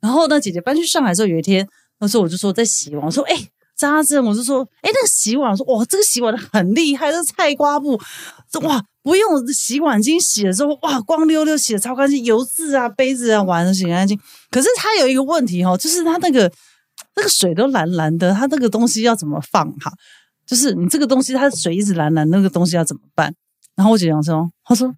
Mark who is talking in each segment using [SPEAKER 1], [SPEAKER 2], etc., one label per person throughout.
[SPEAKER 1] 然后呢，姐姐搬去上海之后，有一天，那时候我就说在洗碗，我说哎。扎针，我就说，哎，那个洗碗，我说哇，这个洗碗的很厉害，这菜瓜布，这哇，不用洗碗巾洗的时候，哇，光溜溜洗的超干净，油渍啊、杯子啊、碗都洗干净。可是它有一个问题哦，就是它那个那个水都蓝蓝的，它那个东西要怎么放哈？就是你这个东西，它水一直蓝蓝，那个东西要怎么办？然后我姐讲说，她说，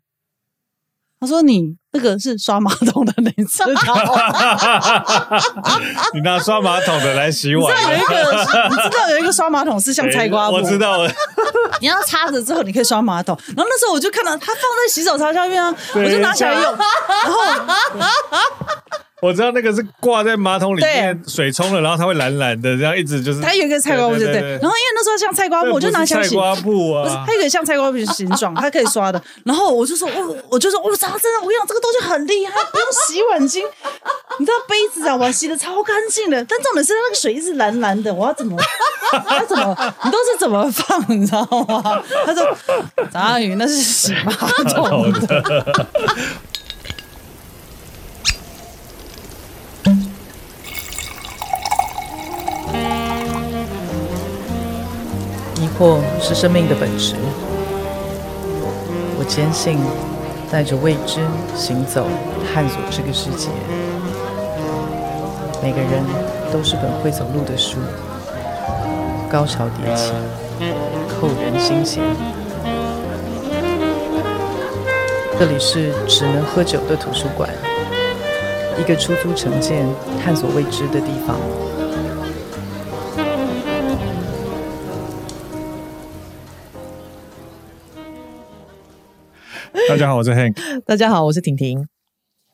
[SPEAKER 1] 她说你那个是刷马桶的，你知道吗？
[SPEAKER 2] 你拿刷马桶的来洗
[SPEAKER 1] 你
[SPEAKER 2] 碗
[SPEAKER 1] 知，道有一个， 你知道有一个刷马桶是像菜瓜布，
[SPEAKER 2] 哎我知道，我
[SPEAKER 1] 你要插着之后，你可以刷马桶。然后那时候我就看到它放在洗手槽下面啊，
[SPEAKER 2] 对
[SPEAKER 1] 我就拿起来用。
[SPEAKER 2] 我知道那个是挂在马桶里
[SPEAKER 1] 对
[SPEAKER 2] 面，水冲了，然后它会蓝蓝的，这样一直就是
[SPEAKER 1] 它有一个菜瓜布，对
[SPEAKER 2] 对
[SPEAKER 1] 对
[SPEAKER 2] 对
[SPEAKER 1] 对。然
[SPEAKER 2] 对
[SPEAKER 1] 后因为那时候像菜瓜布，
[SPEAKER 2] 那
[SPEAKER 1] 我
[SPEAKER 2] 不
[SPEAKER 1] 就
[SPEAKER 2] 是
[SPEAKER 1] 拿起来
[SPEAKER 2] 菜
[SPEAKER 1] 洗。
[SPEAKER 2] 瓜布
[SPEAKER 1] 不是，
[SPEAKER 2] 啊
[SPEAKER 1] 它，有一个像菜瓜布的形 状，它可以刷的。然后我就说，我我就说，我扎真的，我跟你讲，这个东西很厉害，不用洗碗巾，你知道杯子啊，我洗的超干净的。但重点是那个水一直蓝蓝的，我要怎么， 我要怎么，你都是怎么放，你知道吗？他说，张宇那是洗马桶的。
[SPEAKER 3] 疑惑是生命的本质。我坚信，带着未知行走，探索这个世界。每个人都是本会走路的书，高潮迭起，扣人心弦。这里是只能喝酒的图书馆，一个出租城建探索未知的地方。
[SPEAKER 2] 大家好，我是 Hank，
[SPEAKER 3] 大家好，我是婷婷。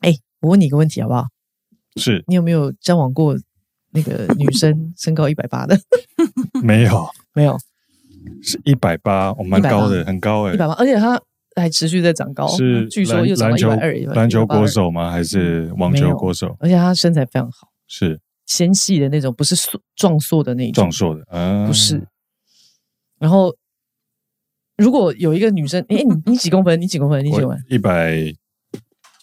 [SPEAKER 3] 哎，我问你一个问题好不好？
[SPEAKER 2] 是
[SPEAKER 3] 你有没有交往过那个女 生身高一百八的？
[SPEAKER 2] 没有
[SPEAKER 3] 没有，
[SPEAKER 2] 是一百八，我蛮高的，很高哎
[SPEAKER 3] 一，百八，而且她还持续在长高，
[SPEAKER 2] 是
[SPEAKER 3] 据说
[SPEAKER 2] 篮
[SPEAKER 3] 又长到
[SPEAKER 2] 篮
[SPEAKER 3] 一
[SPEAKER 2] 球
[SPEAKER 3] 百二、120
[SPEAKER 2] 篮球国，手吗？还是网
[SPEAKER 3] 没
[SPEAKER 2] 球
[SPEAKER 3] 有
[SPEAKER 2] 国手？
[SPEAKER 3] 而且她身材非常好，
[SPEAKER 2] 是
[SPEAKER 3] 纤细的那种，不是塑壮硕的那种
[SPEAKER 2] 壮，硕的，嗯，
[SPEAKER 3] 不是。然后，如果有一个女生，哎，你你几公分？你几公分？你几公
[SPEAKER 2] 我
[SPEAKER 3] 分？
[SPEAKER 2] 一百，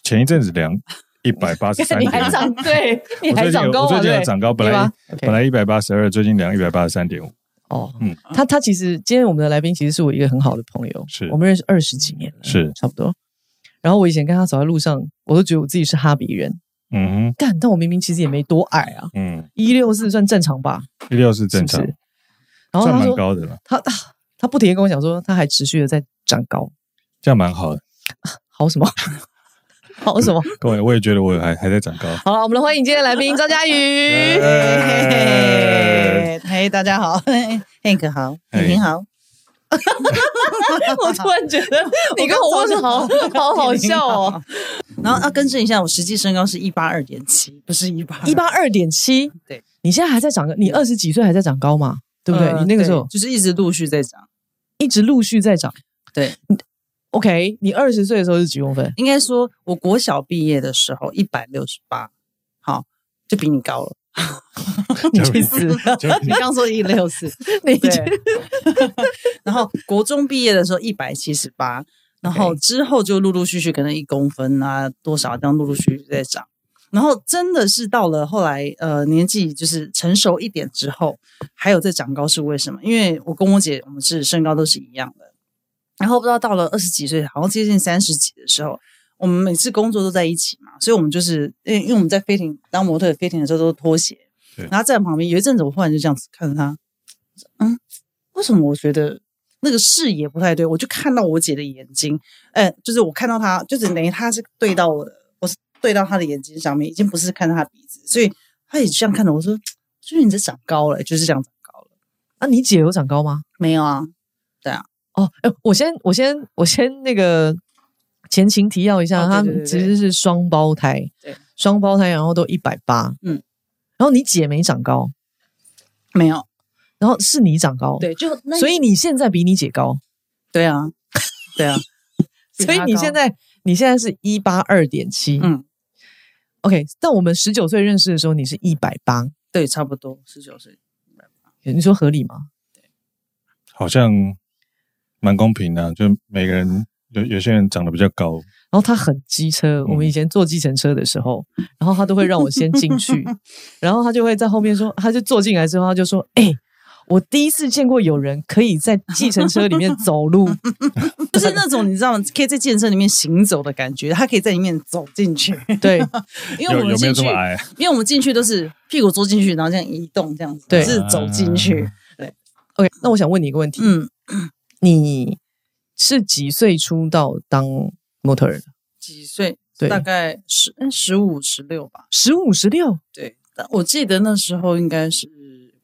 [SPEAKER 2] 前一阵子量一百八十三
[SPEAKER 3] 你
[SPEAKER 2] 点
[SPEAKER 3] 还
[SPEAKER 2] 五。
[SPEAKER 3] 长对，你
[SPEAKER 2] 我
[SPEAKER 3] 还
[SPEAKER 2] 最近
[SPEAKER 3] 长
[SPEAKER 2] 有
[SPEAKER 3] 高
[SPEAKER 2] 我最
[SPEAKER 3] 啊？
[SPEAKER 2] 近有
[SPEAKER 3] 对，
[SPEAKER 2] 长高，本
[SPEAKER 3] 对
[SPEAKER 2] 来
[SPEAKER 3] 吧
[SPEAKER 2] 本来一百八十二，最近量一百八十三点五。
[SPEAKER 3] 哦，
[SPEAKER 2] 嗯
[SPEAKER 3] 嗯，他他其实今天我们的来宾其实是我一个很好的朋友，
[SPEAKER 2] 是
[SPEAKER 3] 我们认识二十几年了，
[SPEAKER 2] 是
[SPEAKER 3] 差不多。然后我以前跟他走在路上，我都觉得我自己是哈比人，
[SPEAKER 2] 嗯哼，
[SPEAKER 3] 干，但我明明其实也没多矮啊，
[SPEAKER 2] 嗯，
[SPEAKER 3] 一六四算正常吧，
[SPEAKER 2] 一六是
[SPEAKER 3] 是
[SPEAKER 2] 正
[SPEAKER 3] 不是
[SPEAKER 2] 常，？
[SPEAKER 3] 然后
[SPEAKER 2] 算
[SPEAKER 3] 他
[SPEAKER 2] 蛮
[SPEAKER 3] 说
[SPEAKER 2] 高的了，
[SPEAKER 3] 他 他他不停的跟我讲说，他还持续的在长高，
[SPEAKER 2] 这样蛮好的。
[SPEAKER 3] 好什么？ 好什么？
[SPEAKER 2] 各位，我也觉得我还还 在长高。
[SPEAKER 3] 好了，我们来欢迎今天的来宾张嘉
[SPEAKER 2] 哎
[SPEAKER 3] 瑜。
[SPEAKER 1] 嘿， 嘿，大家好，Hank 好，
[SPEAKER 2] 嘿
[SPEAKER 1] 婷婷 好，
[SPEAKER 3] 我突然觉得 你跟我问的好好 好笑哦，。
[SPEAKER 1] 然后要更正一下，我实际身高是一八二点七，不是一八
[SPEAKER 3] 一八二点七，
[SPEAKER 1] 对，
[SPEAKER 3] 你现在还在长高，你二十几岁还在长高嘛？对呃不对？你那个时候
[SPEAKER 1] 就是一直陆续在长，
[SPEAKER 3] 一直陆续在长。
[SPEAKER 1] 对
[SPEAKER 3] 你，OK，你二十岁的时候是几公 分？
[SPEAKER 1] 应该说我国小毕业的时候一百六十八，好，就比你高了。
[SPEAKER 3] 你去 死！
[SPEAKER 2] 就
[SPEAKER 1] 你刚说一六四，
[SPEAKER 3] 你
[SPEAKER 1] 对
[SPEAKER 3] 去。
[SPEAKER 1] 然后国中毕业的时候一百七十八，然后
[SPEAKER 3] OK
[SPEAKER 1] 之后就陆陆续续可能一公分啊多少这样陆陆续续在长。然后真的是到了后来，呃，年纪就是成熟一点之后，还有在长高是为什么？因为我跟我姐我们是身高都是一样的，然后不知道到了二十几岁，好像接近三十几的时候，我们每次工作都在一起嘛，所以我们就是因为因为我们在飞艇当模特飞艇的时候都脱鞋
[SPEAKER 2] 对，
[SPEAKER 1] 然后站旁边有一阵子，我忽然就这样子看着他，嗯，为什么我觉得那个视野不太对？我就看到我姐的眼睛，呃，就是我看到她，就是等于她是对到我的，我是对到她的眼睛上面，已经不是看到她鼻子，所以她也这样看着我说，就是你在长高了，就是这样长高了，
[SPEAKER 3] 啊，你姐有长高吗？
[SPEAKER 1] 没有啊，
[SPEAKER 3] 哦，哎、我先，我先，我先那个前情提要一
[SPEAKER 1] 哦
[SPEAKER 3] 下，
[SPEAKER 1] 对
[SPEAKER 3] 她
[SPEAKER 1] 对对
[SPEAKER 3] 们
[SPEAKER 1] 对
[SPEAKER 3] 其实是双胞胎，
[SPEAKER 1] 对，
[SPEAKER 3] 双胞胎，然后都一百八，
[SPEAKER 1] 嗯，
[SPEAKER 3] 然后你姐没长高，
[SPEAKER 1] 没有，
[SPEAKER 3] 然后是你长高，，
[SPEAKER 1] 对，就那
[SPEAKER 3] 所以你现在比你姐高，
[SPEAKER 1] 对啊， 对啊，比
[SPEAKER 3] 所以
[SPEAKER 1] 她
[SPEAKER 3] 你
[SPEAKER 1] 高
[SPEAKER 3] 现在你现在是一八二点七，
[SPEAKER 1] 嗯
[SPEAKER 3] ，OK，但我们十九岁认识的时候，你是一百八，
[SPEAKER 1] 对，差不多十九岁，
[SPEAKER 3] 你说合理吗？
[SPEAKER 2] 好像蛮公平的啊，就每个人有有些人长得比较高，
[SPEAKER 3] 然然后他很机车，我们以前坐计程车的时候，然后他都会让我先进去，然后他就会在后面说，他就坐进来之后，他就说：“哎、我第一次见过有人可以在计程车里面走路。
[SPEAKER 1] 嗯就是那种你知道吗？可以在健身里面行走的感觉，他可以在里面走进 去，”
[SPEAKER 3] 对
[SPEAKER 1] 因为我
[SPEAKER 2] 有
[SPEAKER 1] 们
[SPEAKER 2] 有没
[SPEAKER 1] 进
[SPEAKER 2] 有这
[SPEAKER 1] 去
[SPEAKER 2] 么，矮？
[SPEAKER 1] 因为我们进去都是屁股坐进去，然后这样移动，这样子，
[SPEAKER 3] 对
[SPEAKER 1] 是走进去。
[SPEAKER 3] ，OK，那我想问你一个问题，
[SPEAKER 1] 嗯，
[SPEAKER 3] 你是几岁出道当模特儿的？
[SPEAKER 1] 几岁？
[SPEAKER 3] 对
[SPEAKER 1] 大概十哎十五、十六吧。
[SPEAKER 3] 十五、十六，
[SPEAKER 1] 对，但我记得那时候应该是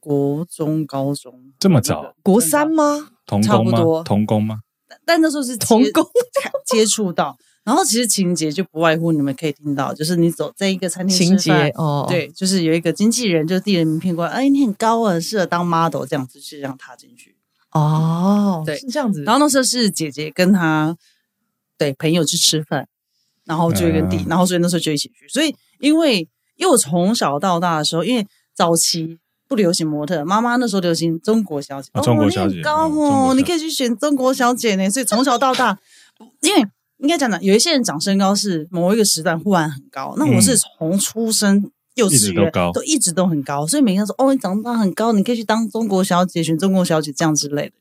[SPEAKER 1] 国中、高中，
[SPEAKER 2] 这么早？
[SPEAKER 3] 国三吗？
[SPEAKER 2] 童
[SPEAKER 1] 差不
[SPEAKER 2] 工
[SPEAKER 1] 多
[SPEAKER 2] 吗？童 工吗？
[SPEAKER 1] 但那时候是接
[SPEAKER 3] 童工
[SPEAKER 1] 接触到。然后其实情节就不外乎你们可以听到，就是你走在一个餐厅
[SPEAKER 3] 情
[SPEAKER 1] 吃饭
[SPEAKER 3] 节哦，，
[SPEAKER 1] 对，就是有一个经纪人就递了名片过来，哎，你很高啊，适合当 model 这样子，就让他进去。
[SPEAKER 3] 哦，
[SPEAKER 1] 对
[SPEAKER 3] 是这样子。
[SPEAKER 1] 然后那时候是姐姐跟他对朋友去吃饭，然后就跟弟，
[SPEAKER 2] 嗯
[SPEAKER 1] 然后所以那时候就一起去。所以因为因为我从小到大的时候，因为早期不流行模特，妈妈那时候流行中国小姐，
[SPEAKER 2] 啊中国小
[SPEAKER 1] 哦、
[SPEAKER 2] 姐
[SPEAKER 1] 你很高
[SPEAKER 2] 嗯中国
[SPEAKER 1] 哦，
[SPEAKER 2] 小姐
[SPEAKER 1] 你可以去选中国小姐呢。所以从小到大， 因为应该讲讲，有一些人长身高是某一个时段忽然很高，那我是
[SPEAKER 2] 嗯
[SPEAKER 1] 从出生。幼
[SPEAKER 2] 一直
[SPEAKER 1] 稚
[SPEAKER 2] 都
[SPEAKER 1] 园
[SPEAKER 2] 高
[SPEAKER 1] 都一直都很高，所以每个人说：“哦，你长大很高，你可以去当中国小姐，选中国小姐这样之类的。”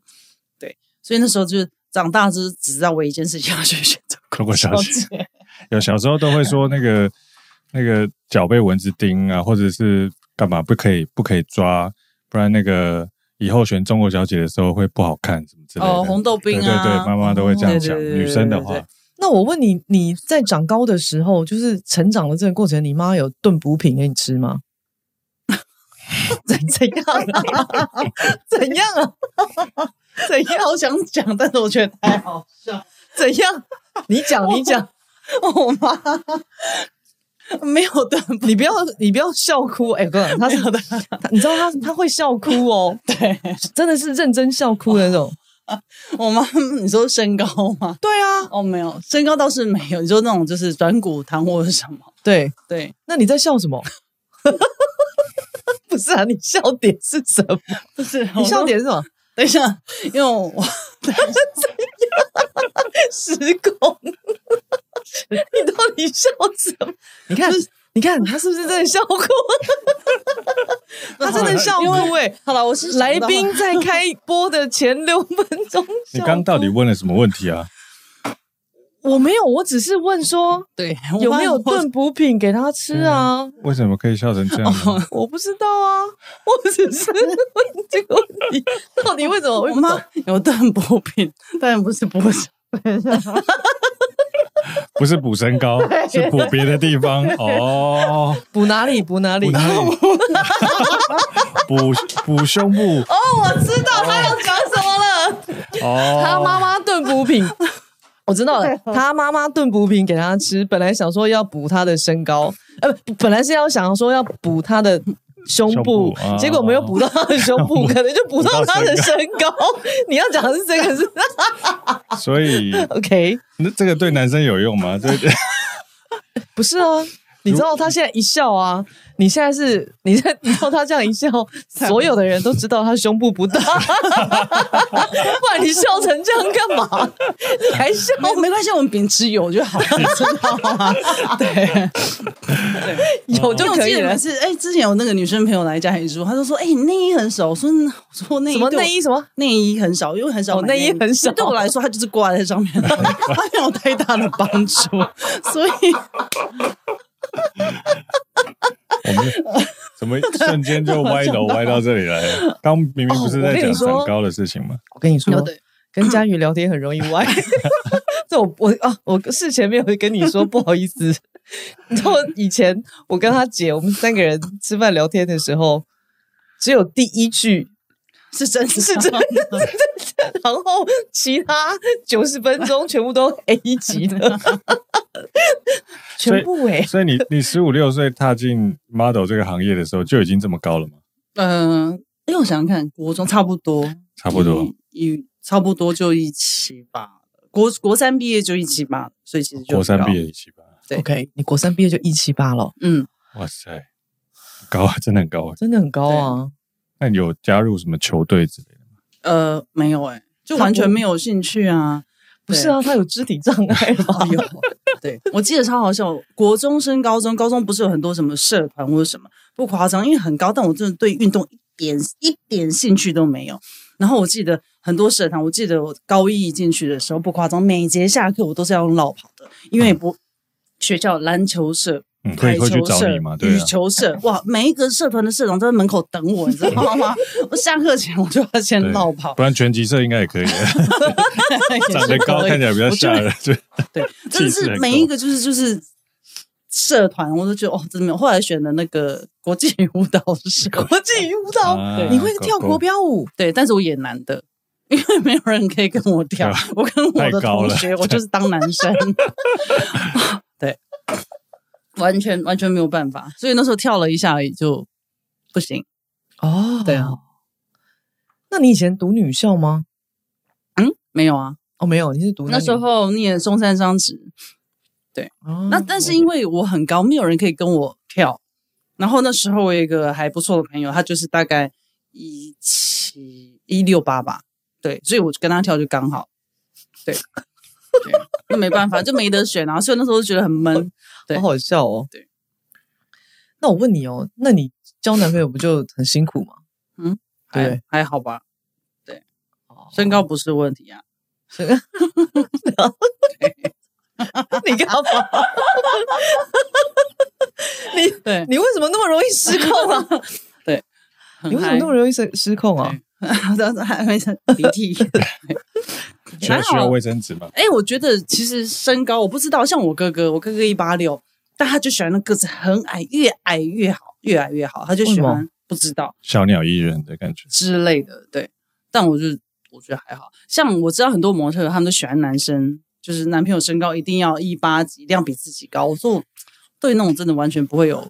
[SPEAKER 1] 对，所以那时候就是长大，就是只知道我一件事情要去选中
[SPEAKER 2] 中
[SPEAKER 1] 国
[SPEAKER 2] 国
[SPEAKER 1] 小
[SPEAKER 2] 小
[SPEAKER 1] 姐
[SPEAKER 2] 姐。。有小时候都会说那个那个脚被蚊子叮啊，或者是干嘛不可以不可以抓，不然那个以后选中国小姐的时候会不好看什么之类的。
[SPEAKER 1] 哦，红豆冰啊，
[SPEAKER 2] 对对对，妈妈都会这样
[SPEAKER 1] 对
[SPEAKER 2] 讲。
[SPEAKER 1] 对对对
[SPEAKER 2] 女生的
[SPEAKER 1] 对
[SPEAKER 2] 话
[SPEAKER 1] 对，
[SPEAKER 3] 那我问你，你在长高的时候，就是成长的这个过程，你妈有炖补品给你吃吗？ 怎怎样啊？ 怎样啊？怎
[SPEAKER 1] 对
[SPEAKER 3] 样？
[SPEAKER 1] 好想讲，但是我觉得太好笑。
[SPEAKER 3] 怎样？你讲，你讲，
[SPEAKER 1] 我妈没有的，
[SPEAKER 3] 你不要，你不要笑哭。哎、我跟你讲，他是
[SPEAKER 1] 有的，
[SPEAKER 3] 他你知道他他会笑哭哦，
[SPEAKER 1] 对
[SPEAKER 3] 真的是认真笑哭的那种。
[SPEAKER 1] 我妈，你说身高吗？
[SPEAKER 3] 对啊，
[SPEAKER 1] 哦，没有，身高倒是没有。你说那种就是软骨糖或者什么？
[SPEAKER 3] 对。
[SPEAKER 1] 对，
[SPEAKER 3] 那你在笑什么？ 不是啊，你笑点是什么？
[SPEAKER 1] 不是
[SPEAKER 3] 你笑。点是什么？
[SPEAKER 1] 等一下，因为我
[SPEAKER 3] 时空， 你到底笑什么？你看，你看，他是不是真的笑哭？ 他真的笑
[SPEAKER 1] 因
[SPEAKER 3] 哭
[SPEAKER 1] 为
[SPEAKER 3] 哎、
[SPEAKER 1] 好了，我是
[SPEAKER 3] 来宾在开播的前六分钟，
[SPEAKER 2] 你刚到底问了什么问题啊？
[SPEAKER 3] 我没有，我只是问说
[SPEAKER 1] 对
[SPEAKER 3] 有没有炖补品给他吃啊？
[SPEAKER 2] 为什么可以笑成这样呢？
[SPEAKER 3] 我不知道啊，我只是问这个问题， 到底为什么
[SPEAKER 1] 我
[SPEAKER 3] 会
[SPEAKER 1] 妈 有炖补品，但不是补品。
[SPEAKER 2] 不是补身高，是补别的地方哦，
[SPEAKER 3] 补哪里补哪里
[SPEAKER 2] 补？哪里？补补胸部
[SPEAKER 3] 哦，我知道他要讲什么了。
[SPEAKER 2] 哦。
[SPEAKER 3] 他妈妈炖补品， 我知道了，他妈妈炖补品给他吃，本来想说要补他的身高，呃，不本来是要想说要补他的。胸
[SPEAKER 2] 胸
[SPEAKER 3] 部
[SPEAKER 2] 部，啊
[SPEAKER 3] 结果没有补到他的胸 部，可能就补到他的身高。你要讲的是这个是
[SPEAKER 2] 所以
[SPEAKER 3] OK，
[SPEAKER 2] 那这个对男生有用吗？这个
[SPEAKER 3] 不是啊？你知道他现在一笑啊，你现在是你在你知道他这样一笑，所有的人都知道他胸部不 大，不然你笑成这样干嘛？你还笑
[SPEAKER 1] 没没关系，我们秉持有就好 了，知道吗？
[SPEAKER 3] 有
[SPEAKER 1] 因
[SPEAKER 3] 就
[SPEAKER 1] 为我
[SPEAKER 3] 可
[SPEAKER 1] 记
[SPEAKER 3] 以
[SPEAKER 1] 得
[SPEAKER 3] 了
[SPEAKER 1] 每。次，哎、之前有那个女生朋友来家里住，她就说：“哎、你内衣很少。”我说：“嗯我说内衣
[SPEAKER 3] 什么
[SPEAKER 1] 对我
[SPEAKER 3] 内衣什么？
[SPEAKER 1] 内衣很少，因为很少
[SPEAKER 3] 哦
[SPEAKER 1] 买
[SPEAKER 3] 内衣很少
[SPEAKER 1] 因为对我来说，它就是挂在上面，它没有太大的帮助，所以
[SPEAKER 2] 我们怎么瞬间就歪楼歪到这里来了？刚明明不是在讲长高的事情吗？
[SPEAKER 3] 我跟你说，
[SPEAKER 1] 对
[SPEAKER 3] 跟佳瑜聊天很容易 歪。这我我啊，我事前没有跟你说，不好意思。 你知道以前我跟他姐，我们三个人吃饭聊天的时候，只有第一句
[SPEAKER 1] 是真的
[SPEAKER 3] 是真的， 然后其他九十分钟全部都 A 级 的，全部哎、
[SPEAKER 2] 所以你你十五六岁踏进 model 这个行业的时候就已经这么高了吗？
[SPEAKER 1] 嗯、因为我想想看，国中差不多，
[SPEAKER 2] 差不多，
[SPEAKER 1] 一一差不多就一起吧。国国三毕业就一起吧，所以其实就
[SPEAKER 2] 国三
[SPEAKER 1] 很高
[SPEAKER 2] 毕，业一起吧。
[SPEAKER 1] 对
[SPEAKER 3] OK，你国三毕业就一七八了，
[SPEAKER 1] 嗯，
[SPEAKER 2] 哇塞，高啊，真的很高啊！
[SPEAKER 3] 真的很高啊！
[SPEAKER 2] 那你有加入什么球队之类的吗？
[SPEAKER 1] 呃，没有哎、就
[SPEAKER 3] 他
[SPEAKER 1] 完全
[SPEAKER 3] 不
[SPEAKER 1] 没有兴趣啊。
[SPEAKER 3] 不是啊，他有肢体障碍啊吗？
[SPEAKER 1] 哦有，对我记得超好笑。国中升高中，高中不是有很多什么社团或者什么，不夸张，因为很高，但我真的对运动一点一点兴趣都没有。然后我记得很多社团，我记得我高一进去的时候不夸张，每节下课我都是要用绕跑的，因为不、学校篮球社
[SPEAKER 2] 嗯，可
[SPEAKER 1] 排
[SPEAKER 2] 以会去
[SPEAKER 1] 球
[SPEAKER 2] 找
[SPEAKER 1] 社、
[SPEAKER 2] 嗯你嘛？对
[SPEAKER 1] 羽
[SPEAKER 2] 啊，
[SPEAKER 1] 球社，哇，每一个社团的社长都在门口等我，你知道吗？ 我下课前我就要先
[SPEAKER 2] 对
[SPEAKER 1] 绕跑，
[SPEAKER 2] 不然拳击社应该也 可以，长得高看起来比较吓人。对，
[SPEAKER 1] 对，真的
[SPEAKER 2] 气势
[SPEAKER 1] 是
[SPEAKER 2] 很
[SPEAKER 1] 每一个就是就是社团，我都觉得哦，真的没有。后来选的那个国际舞蹈社，
[SPEAKER 3] 国际舞蹈
[SPEAKER 2] 啊，
[SPEAKER 3] 哦你会跳国标舞？
[SPEAKER 1] 对，但是我演男的，因为没有人可以跟我跳
[SPEAKER 2] 对啊，
[SPEAKER 1] 我跟我的
[SPEAKER 2] 太高
[SPEAKER 1] 同
[SPEAKER 2] 了
[SPEAKER 1] 学，我就是当男 生，对，完全完全没有办法，所以那时候跳了一下而已就不行。
[SPEAKER 3] 哦
[SPEAKER 1] 对啊。
[SPEAKER 3] 那你以前读女校吗？
[SPEAKER 1] 嗯，没有啊，
[SPEAKER 3] 哦，没有，你是读
[SPEAKER 1] 那
[SPEAKER 3] 男女
[SPEAKER 1] 时候念中山双职，
[SPEAKER 3] 哦
[SPEAKER 1] 那但是因为我很高，没有人可以跟我跳。然后那时候我有一个还不错的朋友，他就是大概一七一六八吧，对，所以我就跟他跳就刚好，对，对，那没办法，就没得选啊。所以那时候就觉得很闷，对
[SPEAKER 3] 好好笑哦。
[SPEAKER 1] 对。
[SPEAKER 3] 那我问你哦，那你交男朋友不就很辛苦吗？
[SPEAKER 1] 还
[SPEAKER 3] 对，
[SPEAKER 1] 还好吧，身高不是问题啊。
[SPEAKER 3] 身高， 你干嘛？
[SPEAKER 1] 对，
[SPEAKER 3] 你为什么那么容易失控啊？
[SPEAKER 1] 很
[SPEAKER 3] 你为什么
[SPEAKER 1] 嗨
[SPEAKER 3] 那么容易失失控啊？
[SPEAKER 1] 对还没事鼻涕？
[SPEAKER 2] 需要
[SPEAKER 1] 还好
[SPEAKER 2] 需要卫生纸吗？
[SPEAKER 1] 哎、我觉得其实身高我不知道，像我哥哥，我哥哥一八六，但他就喜欢那个子很矮，越矮越好，越矮越好，他就喜
[SPEAKER 3] 为什
[SPEAKER 1] 欢不知道
[SPEAKER 2] 小鸟依人的感觉。
[SPEAKER 1] 之类的。对，但我就我觉得还好像我知道很多模特他们都喜欢男生，就是男朋友身高一定要一八几，一定要比自己高。我说我对那种真的完全不会有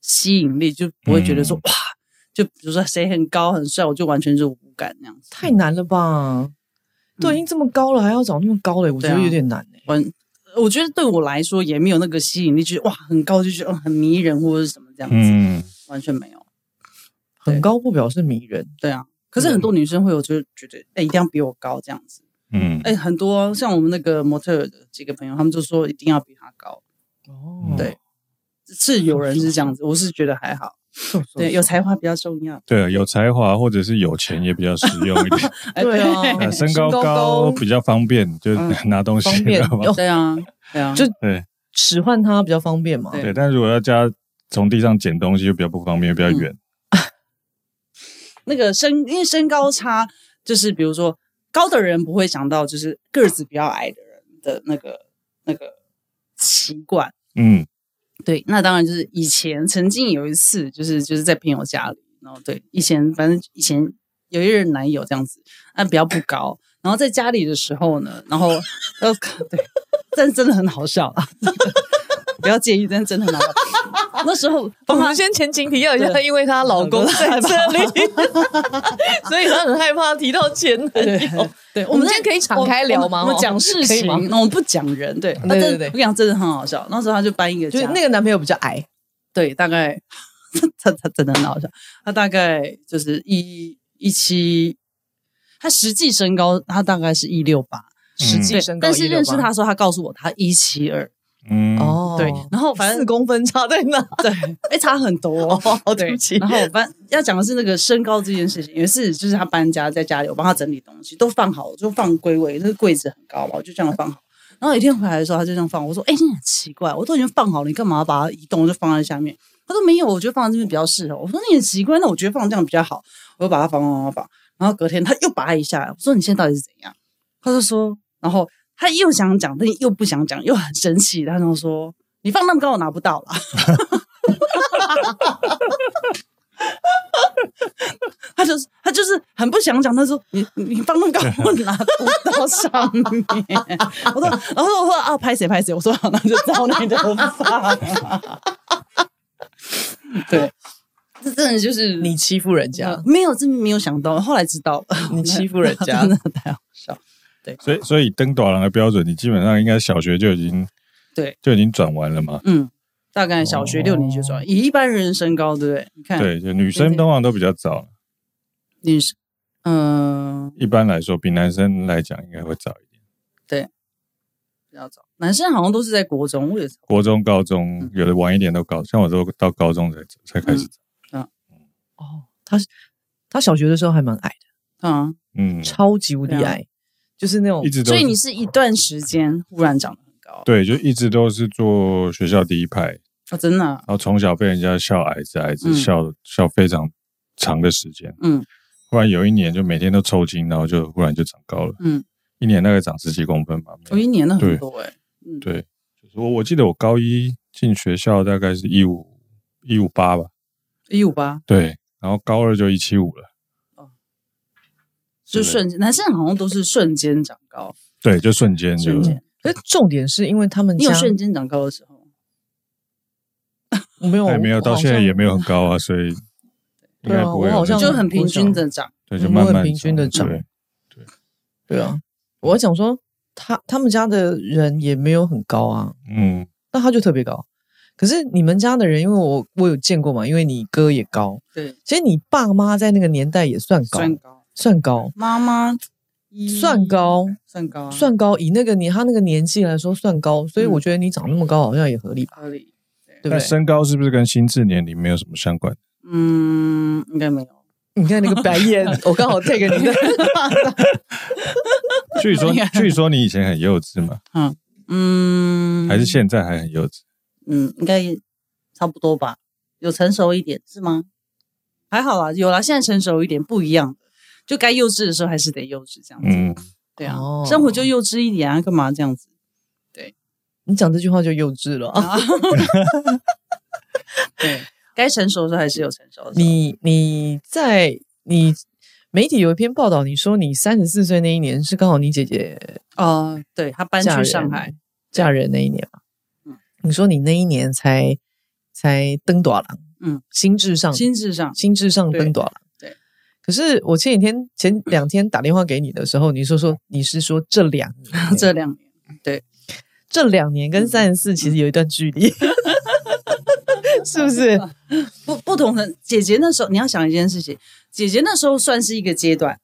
[SPEAKER 1] 吸引力，就不会觉得说、哇，就比如说谁很高很帅，我就完全就无感那样子。
[SPEAKER 3] 太难了吧？都已经这么高了，还要找那么高的，我觉得
[SPEAKER 1] 嗯对啊
[SPEAKER 3] 有点难哎。
[SPEAKER 1] 完，我觉得对我来说也没有那个吸引力，就是哇很高就觉得嗯很迷人或者是什么这样子，
[SPEAKER 2] 嗯，
[SPEAKER 1] 完全没有。
[SPEAKER 3] 很高不表示迷人，
[SPEAKER 1] 对啊，可是很多女生会有就是觉得哎、一定要比我高这样子，
[SPEAKER 2] 嗯，
[SPEAKER 1] 哎、很多像我们那个模特儿的几个朋友，他们就说一定要比他高，
[SPEAKER 3] 哦
[SPEAKER 1] 对是有人是这 样子，我是觉得还好，对，有才华比较重要，
[SPEAKER 2] 对，啊有才华或者是有钱也比较实用一 点。
[SPEAKER 1] 哎
[SPEAKER 3] 对啊
[SPEAKER 2] 呃身高
[SPEAKER 3] 身
[SPEAKER 2] 高
[SPEAKER 3] 高高
[SPEAKER 2] 比较方便，就
[SPEAKER 1] 嗯
[SPEAKER 2] 拿东西
[SPEAKER 3] 方便
[SPEAKER 2] 知道吗
[SPEAKER 3] 哦
[SPEAKER 1] 对啊，对啊，
[SPEAKER 3] 就
[SPEAKER 2] 对
[SPEAKER 3] 使唤他比较方便嘛。
[SPEAKER 1] 对
[SPEAKER 2] 对，但是如果要加从地上捡东西就比较不方便，比较
[SPEAKER 3] 嗯
[SPEAKER 2] 远。
[SPEAKER 1] 那个身因为身高差，就是比如说高的人不会想到就是个子比较矮的人的那个那个习惯。
[SPEAKER 2] 嗯，
[SPEAKER 1] 对，那当然就是以前曾经有一次，就是就是在朋友家里，然后对以前反正以前有一任男友这样子，啊比较不高，然后在家里的时候呢，然后呃 对，但是真的很好笑啊， 不要介意，但是真的很好笑。那时候
[SPEAKER 3] 我
[SPEAKER 1] 帮他
[SPEAKER 3] 们先前情提要一下，
[SPEAKER 1] 对
[SPEAKER 3] 因为她老公在这里， 所以她很害怕提到前男
[SPEAKER 1] 对
[SPEAKER 3] 友。
[SPEAKER 1] 对，
[SPEAKER 3] 我们今天可以敞开聊吗
[SPEAKER 1] 我们我们
[SPEAKER 3] 哦
[SPEAKER 1] 讲事
[SPEAKER 3] 可以
[SPEAKER 1] 情，
[SPEAKER 3] 吗
[SPEAKER 1] 那我们不讲人，对
[SPEAKER 3] 对对
[SPEAKER 1] 啊但
[SPEAKER 3] 对
[SPEAKER 1] 我跟你讲，真的很好笑。那时候他就搬一个
[SPEAKER 3] 就
[SPEAKER 1] 家，
[SPEAKER 3] 是那个男朋友比较矮，
[SPEAKER 1] 对，大概 他他真的很好笑，他大概就是一一七，他实际身高他大概是一六八，
[SPEAKER 3] 实际
[SPEAKER 1] 对
[SPEAKER 3] 身，高
[SPEAKER 1] 但是
[SPEAKER 3] 168
[SPEAKER 1] 认识他的时候，他告诉我他一七二，
[SPEAKER 2] 嗯，
[SPEAKER 3] 哦
[SPEAKER 1] 对，然后反
[SPEAKER 3] 四
[SPEAKER 1] 正
[SPEAKER 3] 公分差在哪？
[SPEAKER 1] 对，哎差很多哦，
[SPEAKER 3] 哦，对不起，
[SPEAKER 1] 然后我搬要讲的是那个身高这件事情，有一次就是他搬家，在家里我帮他整理东西，都放好，我就放归位，那个柜子很高嘛，我就这样放好。然后有一天回来的时候，他就这样放，我说：“哎、你很奇怪，我都已经放好了，你干嘛要把它移动？我就放在下面。”他说：“没有，我觉得放在这边比较适合。”我说：“你很奇怪，那我觉得放这样比较好。”我就把它放放放放，然后隔天他又把它移下来，我说：“你现在到底是怎样？”他就说，然后他又想讲，但又不想讲，又很生气，他就说：“你放那么高，我拿不到啦。” 他就是他就是很不想讲，他说你你放那么高，我拿不到上面。 我说，然后我说啊，拍谁拍谁，我说好，那就照你的放。 对，这真的就是
[SPEAKER 3] 你欺负人家
[SPEAKER 1] 呃，没有，真没有想到，后来知道了，
[SPEAKER 3] 你欺负人家
[SPEAKER 1] 真的太好笑。
[SPEAKER 2] 所以所以登短廊的标准，你基本上应该小学就已经
[SPEAKER 1] 对，
[SPEAKER 2] 就已经转完了嘛。
[SPEAKER 1] 嗯， 大概小学六年级
[SPEAKER 3] 哦
[SPEAKER 1] 左右，以一般人身高，对不嗯对？你看，
[SPEAKER 2] 对，就女生通常都比较早，
[SPEAKER 1] 女生，嗯、嗯
[SPEAKER 2] 一般来说比男生来讲应该会早一点。
[SPEAKER 1] 比较早，男生好像都是在国中，我也是
[SPEAKER 2] 国中、高中
[SPEAKER 1] 嗯
[SPEAKER 2] 有的晚一点都高，像我都到高中才才开始。
[SPEAKER 3] 哦，他他小学的时候还蛮矮的，
[SPEAKER 1] 嗯，
[SPEAKER 2] 嗯，
[SPEAKER 3] 超级无敌
[SPEAKER 1] 对啊
[SPEAKER 3] 矮，就是那种
[SPEAKER 2] 一直都
[SPEAKER 1] 所以
[SPEAKER 2] 是
[SPEAKER 1] 你是一段时间忽然长得很高
[SPEAKER 2] 对，就一直都是做学校第一排，然
[SPEAKER 1] 啊，真的啊，
[SPEAKER 2] 后从小被人家笑矮子，矮子
[SPEAKER 1] 嗯
[SPEAKER 2] 笑笑非常长的时间。
[SPEAKER 1] 嗯
[SPEAKER 2] 忽然有一年就每天都抽筋，然后就忽然就长高了，
[SPEAKER 1] 嗯，哦
[SPEAKER 2] 一年大概长十几公分吧。
[SPEAKER 1] 我一年的很多哎，
[SPEAKER 2] 对，就是我我记得我高一进学校大概是一五一五八吧，
[SPEAKER 1] 一五八
[SPEAKER 2] 对，然后高二就一七五了，
[SPEAKER 1] 就
[SPEAKER 2] 对
[SPEAKER 1] 瞬间，男生好像都是瞬间长高，
[SPEAKER 2] 对，就瞬间就
[SPEAKER 1] 瞬间。
[SPEAKER 3] 可是重点是因为他们
[SPEAKER 1] 你有
[SPEAKER 3] 家
[SPEAKER 1] 瞬间长高的时候吗？
[SPEAKER 3] 我没有
[SPEAKER 2] 还没有到现在也没有很高啊，所以应
[SPEAKER 3] 对啊
[SPEAKER 2] 该不会
[SPEAKER 3] 我好
[SPEAKER 2] 有
[SPEAKER 3] 像
[SPEAKER 2] 那种
[SPEAKER 1] 就很平均的长，
[SPEAKER 2] 对，就
[SPEAKER 3] 嗯
[SPEAKER 2] 慢
[SPEAKER 3] 我
[SPEAKER 2] 慢
[SPEAKER 3] 很平均地长
[SPEAKER 2] 对
[SPEAKER 3] 对啊。我要讲说他他们家的人也没有很高啊，
[SPEAKER 2] 嗯，
[SPEAKER 3] 那他就特别高。可是你们家的人，因为我我有见过嘛，因为你哥也高，
[SPEAKER 1] 对，
[SPEAKER 3] 其实你爸妈在那个年代也算高，
[SPEAKER 1] 算
[SPEAKER 3] 算
[SPEAKER 1] 高。
[SPEAKER 3] 高，
[SPEAKER 1] 妈妈
[SPEAKER 3] 算高，
[SPEAKER 1] 算高啊，
[SPEAKER 3] 算高。以那个年他那个年纪来说算高，所以
[SPEAKER 1] 嗯
[SPEAKER 3] 我觉得你长那么高好像也合理吧，
[SPEAKER 1] 合理。
[SPEAKER 3] 对不
[SPEAKER 2] 但
[SPEAKER 3] 对？
[SPEAKER 2] 身高呃是不是跟心智年龄没有什么相关？
[SPEAKER 1] 嗯，应该没有。
[SPEAKER 3] 你看那个白 眼，我刚好 take 你的，
[SPEAKER 2] 据说据说你以前很幼稚嘛，
[SPEAKER 1] 嗯，
[SPEAKER 2] 还是现在还很幼稚？
[SPEAKER 1] 嗯，应该差不多吧，有成熟一点是吗？还好啦，有啦，现在成熟一点不一样，就该幼稚的时候还是得幼稚这样子，
[SPEAKER 2] 嗯，
[SPEAKER 1] 对啊，
[SPEAKER 3] 哦
[SPEAKER 1] 生活就幼稚一点啊，干嘛这样子？
[SPEAKER 3] 你讲这句话就幼 稚了啊！
[SPEAKER 1] 对，该成熟的时候还是有成熟的时候。
[SPEAKER 3] 你你在你媒体有一篇报道，你说你三十四岁那一年是刚好你姐姐
[SPEAKER 1] 哦、对他搬
[SPEAKER 3] 嫁
[SPEAKER 1] 去
[SPEAKER 3] 人
[SPEAKER 1] 上海，
[SPEAKER 3] 嫁人那一年嘛。
[SPEAKER 1] 嗯
[SPEAKER 3] 你说你那一年才才登短郎，
[SPEAKER 1] 嗯，
[SPEAKER 3] 心智上
[SPEAKER 1] 心智上
[SPEAKER 3] 心智上登短郎。
[SPEAKER 1] 对嗯对
[SPEAKER 3] 可是我前几天前两天打电话给你的时候，你说说你是说这两 年
[SPEAKER 1] 这嗯两年，
[SPEAKER 3] 这两年跟三十四其实有一段距离，
[SPEAKER 1] 嗯
[SPEAKER 3] 是不是？
[SPEAKER 1] 不不同的姐姐那时候，你要想一件事情，姐姐那时候算是一个阶段，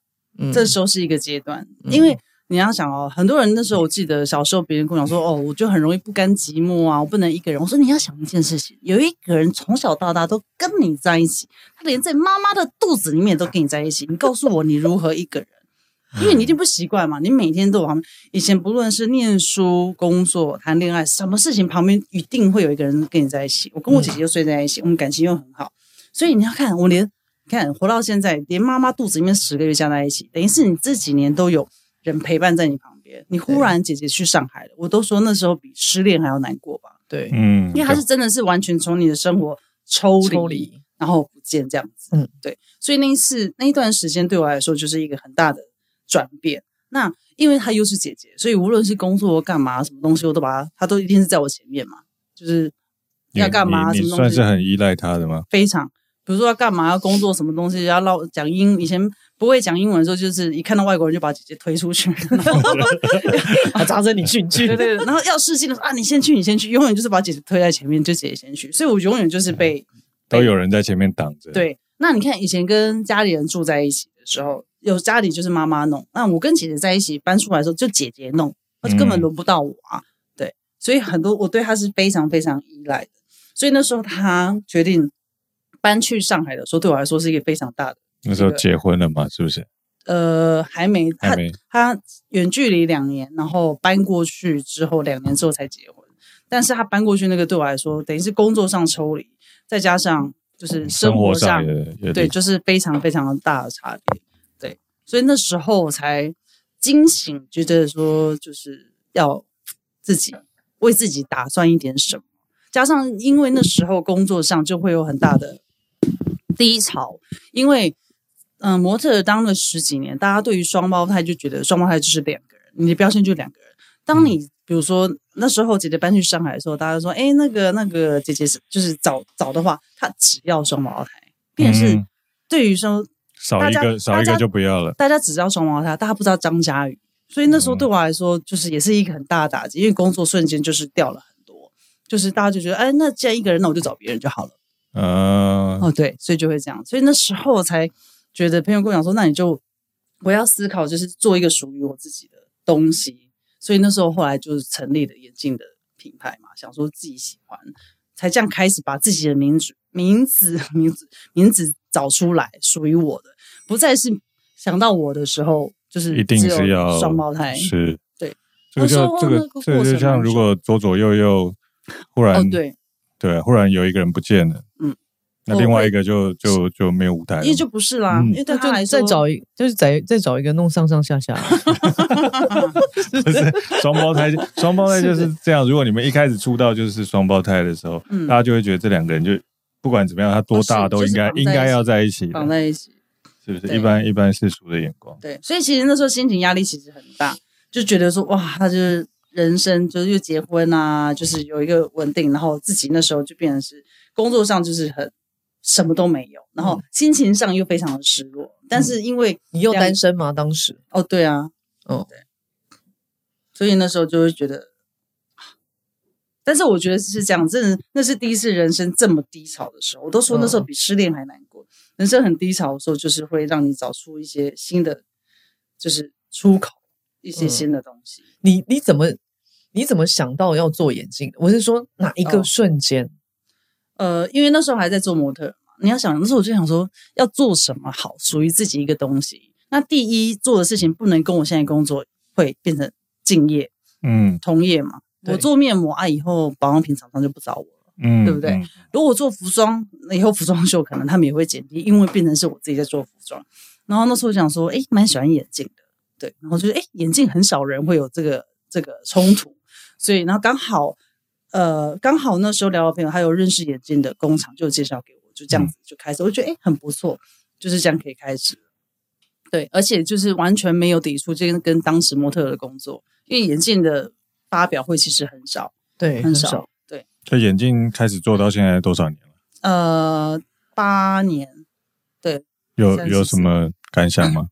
[SPEAKER 3] 嗯
[SPEAKER 1] 这时候是一个阶段，
[SPEAKER 3] 嗯
[SPEAKER 1] 因为你要想哦，很多人那时候我记得小时候别人跟我讲说，哦，我就很容易不甘寂寞啊，我不能一个人。我说你要想一件事情，有一个人从小到大都跟你在一起，他连在妈妈的肚子里面都跟你在 一起，你告诉我你如何一个人？因为你一定不习惯
[SPEAKER 3] 嗯
[SPEAKER 1] 嘛，你每天都有旁边。以前不论是念书、工作、谈恋爱，什么事情旁边一定会有一个人跟你在一起。我跟
[SPEAKER 3] 嗯
[SPEAKER 1] 我姐姐又睡在一起，我们感情又很好，所以你要看我连你看活到现在，连妈妈肚子里面十个月加在一起，等于是你这几年都有人陪伴在你旁边。你忽然姐姐去上海了，我都说那时候比失恋还要难过吧，
[SPEAKER 3] 对
[SPEAKER 2] 嗯，
[SPEAKER 1] 因为她是真的是完全从你的生活抽离，
[SPEAKER 3] 抽离，
[SPEAKER 1] 然后不见这样子。
[SPEAKER 3] 嗯，
[SPEAKER 1] 对，所以那一次那一段时间对我来说就是一个很大的转变。那因为她又是姐姐，所以无论是工作干嘛，什么东西我都把她，她都一定是在我前面嘛，就是
[SPEAKER 2] 你
[SPEAKER 1] 要干嘛，
[SPEAKER 2] 你
[SPEAKER 1] 什
[SPEAKER 2] 你
[SPEAKER 1] 么东
[SPEAKER 2] 算
[SPEAKER 1] 西
[SPEAKER 2] 是很依赖他的吗？
[SPEAKER 1] 非常，比如说要干嘛、要工作什么东西，要唠讲英，以前不会讲英文的时候，就是一看到外国人就把姐姐推出去， 然后
[SPEAKER 3] 还啊扎着你训句，
[SPEAKER 1] 对对， 对然后要 试镜的时候啊，你先去，你先去，永远就是把姐姐推在前面，就姐姐先去，所以我永远就是被
[SPEAKER 2] 都有人在前面挡着。，
[SPEAKER 1] 对。那你看以前跟家里人住在一起的时候，有家里就是妈妈弄，那我跟姐姐在一起搬出来的时候就姐姐弄，那根本轮不到我啊，对，所以很多我对她是非常非常依赖的，所以那时候她决定搬去上海的时候，对我来说是一个非常大的。
[SPEAKER 2] 那时候结婚了嘛，是不是？
[SPEAKER 1] 呃，还没，
[SPEAKER 2] 还
[SPEAKER 1] 他
[SPEAKER 2] 没，
[SPEAKER 1] 他远距离两年，然后搬过去之后两年之后才结婚。但是他搬过去那个对我来说，等于是工作上抽离，再加上就是生
[SPEAKER 2] 生活
[SPEAKER 1] 活上，
[SPEAKER 2] 也也
[SPEAKER 1] 对，
[SPEAKER 2] 离
[SPEAKER 1] 就是非常非常大的差别。对，所以那时候我才惊醒，觉得说就是要自己为自己打算一点什么。加上因为那时候工作上就会有很大的低潮，因为嗯、呃模特儿当了十几年，大家对于双胞胎就觉得双胞胎就是两个人，你的标签就两个人。当你比如说那时候姐姐搬去上海的时候，大家说，哎，那个那个姐姐是就是找找的话，她只要双胞胎，便是
[SPEAKER 2] 嗯
[SPEAKER 1] 对于说
[SPEAKER 2] 少一
[SPEAKER 1] 大家
[SPEAKER 2] 个少一
[SPEAKER 1] 大
[SPEAKER 2] 个
[SPEAKER 1] 家
[SPEAKER 2] 就不要了。
[SPEAKER 1] 大家只知道双胞胎，大家不知道张佳宇，所以那时候
[SPEAKER 2] 嗯
[SPEAKER 1] 对我来说就是也是一个很大的打击，因为工作瞬间就是掉了很多，就是大家就觉得，哎，那既然一个人，那我就找别人就好了。
[SPEAKER 2] 嗯，
[SPEAKER 1] 哦，对，所以就会这样。所以那时候我才觉得朋友跟我讲说，那你就我要思考，就是做一个属于我自己的东西。所以那时候后来就是成立了眼镜的品牌嘛，想说自己喜欢，才这样开始把自己的名字、名字、名字、名字找出来，属于我的，不再是想到我的时候就是
[SPEAKER 2] 一定
[SPEAKER 1] 只
[SPEAKER 2] 是
[SPEAKER 1] 有
[SPEAKER 2] 要
[SPEAKER 1] 双胞胎，
[SPEAKER 2] 是，
[SPEAKER 1] 对，
[SPEAKER 2] 这个
[SPEAKER 1] 我
[SPEAKER 2] 就
[SPEAKER 1] 说
[SPEAKER 2] 这
[SPEAKER 1] 那
[SPEAKER 2] 个
[SPEAKER 1] 个
[SPEAKER 2] 这个
[SPEAKER 1] 过程
[SPEAKER 2] 就像
[SPEAKER 1] 很
[SPEAKER 2] 如果左左右右忽然
[SPEAKER 1] 哦对，
[SPEAKER 2] 对，忽然有一个人不见了，
[SPEAKER 1] 嗯，
[SPEAKER 2] 那
[SPEAKER 1] 我
[SPEAKER 2] 另外
[SPEAKER 1] 会
[SPEAKER 2] 一个就就就没有舞台了
[SPEAKER 1] 因为，就不是啦，
[SPEAKER 2] 嗯
[SPEAKER 1] 因为对他来
[SPEAKER 3] 就
[SPEAKER 1] 说
[SPEAKER 3] 再找一，就是再再找一个弄上上下下，
[SPEAKER 2] 不是双胞胎，双胞胎就是这样。如果你们一开始出道就是双胞胎的时候，
[SPEAKER 1] 嗯
[SPEAKER 2] 大家就会觉得这两个人就不管怎么样，他多
[SPEAKER 1] 哦
[SPEAKER 2] 大
[SPEAKER 1] 是
[SPEAKER 2] 都
[SPEAKER 1] 就是
[SPEAKER 2] 应该
[SPEAKER 1] 绑在
[SPEAKER 2] 应该要在一起的，
[SPEAKER 1] 绑在一起。
[SPEAKER 2] 是不是？
[SPEAKER 1] 对
[SPEAKER 2] 一般一般世俗的眼光，
[SPEAKER 1] 对，所以其实那时候心情压力其实很大，就觉得说哇，他就是人生就是又结婚啊，就是有一个稳定，然后自己那时候就变成是工作上就是很什么都没有，然后心情上又非常的失落。但是因为、
[SPEAKER 3] 你又
[SPEAKER 1] 这样
[SPEAKER 3] 单身吗？当时
[SPEAKER 1] 哦，对啊，
[SPEAKER 3] 哦
[SPEAKER 1] 对，所以那时候就会觉得。但是我觉得是这样，真的，那是第一次人生这么低潮的时候。我都说那时
[SPEAKER 3] 嗯
[SPEAKER 1] 候比失恋还难过。人生很低潮的时候，就是会让你找出一些新的，就是出口，一些
[SPEAKER 3] 嗯
[SPEAKER 1] 新的东西。
[SPEAKER 3] 你你怎么你怎么想到要做眼镜？我是说哪一个
[SPEAKER 1] 哦
[SPEAKER 3] 瞬间？
[SPEAKER 1] 呃，因为那时候还在做模特嘛，你要想，那时候我就想说要做什么好，属于自己一个东西。那第一做的事情不能跟我现在工作会变成敬业，
[SPEAKER 2] 嗯
[SPEAKER 1] 同业嘛。
[SPEAKER 3] 对
[SPEAKER 1] 我做面膜啊，以后保养品厂商就不找我了。
[SPEAKER 2] 嗯，
[SPEAKER 1] 对不对
[SPEAKER 2] 嗯？
[SPEAKER 1] 如果我做服装，以后服装秀可能他们也会减低，因为变成是我自己在做服装。然后那时候我想说，诶，蛮喜欢眼镜的，对。然后就是，诶，眼镜很少人会有这个这个冲突，所以然后刚好，呃，刚好那时候聊到朋友，还有认识眼镜的工厂，就介绍给我，就这样子就开始，我觉得诶很不错，就是这样可以开始了。对，而且就是完全没有抵触这个跟当时模特儿的工作，因为眼镜的发表会其实很少，
[SPEAKER 3] 对，
[SPEAKER 1] 很
[SPEAKER 3] 很
[SPEAKER 1] 少，
[SPEAKER 3] 少。
[SPEAKER 1] 对，
[SPEAKER 2] 所以眼镜开始做到现在多少年了？
[SPEAKER 1] 呃，八年，
[SPEAKER 2] 有
[SPEAKER 1] 三十
[SPEAKER 2] 有什么感
[SPEAKER 1] 嗯
[SPEAKER 2] 想吗？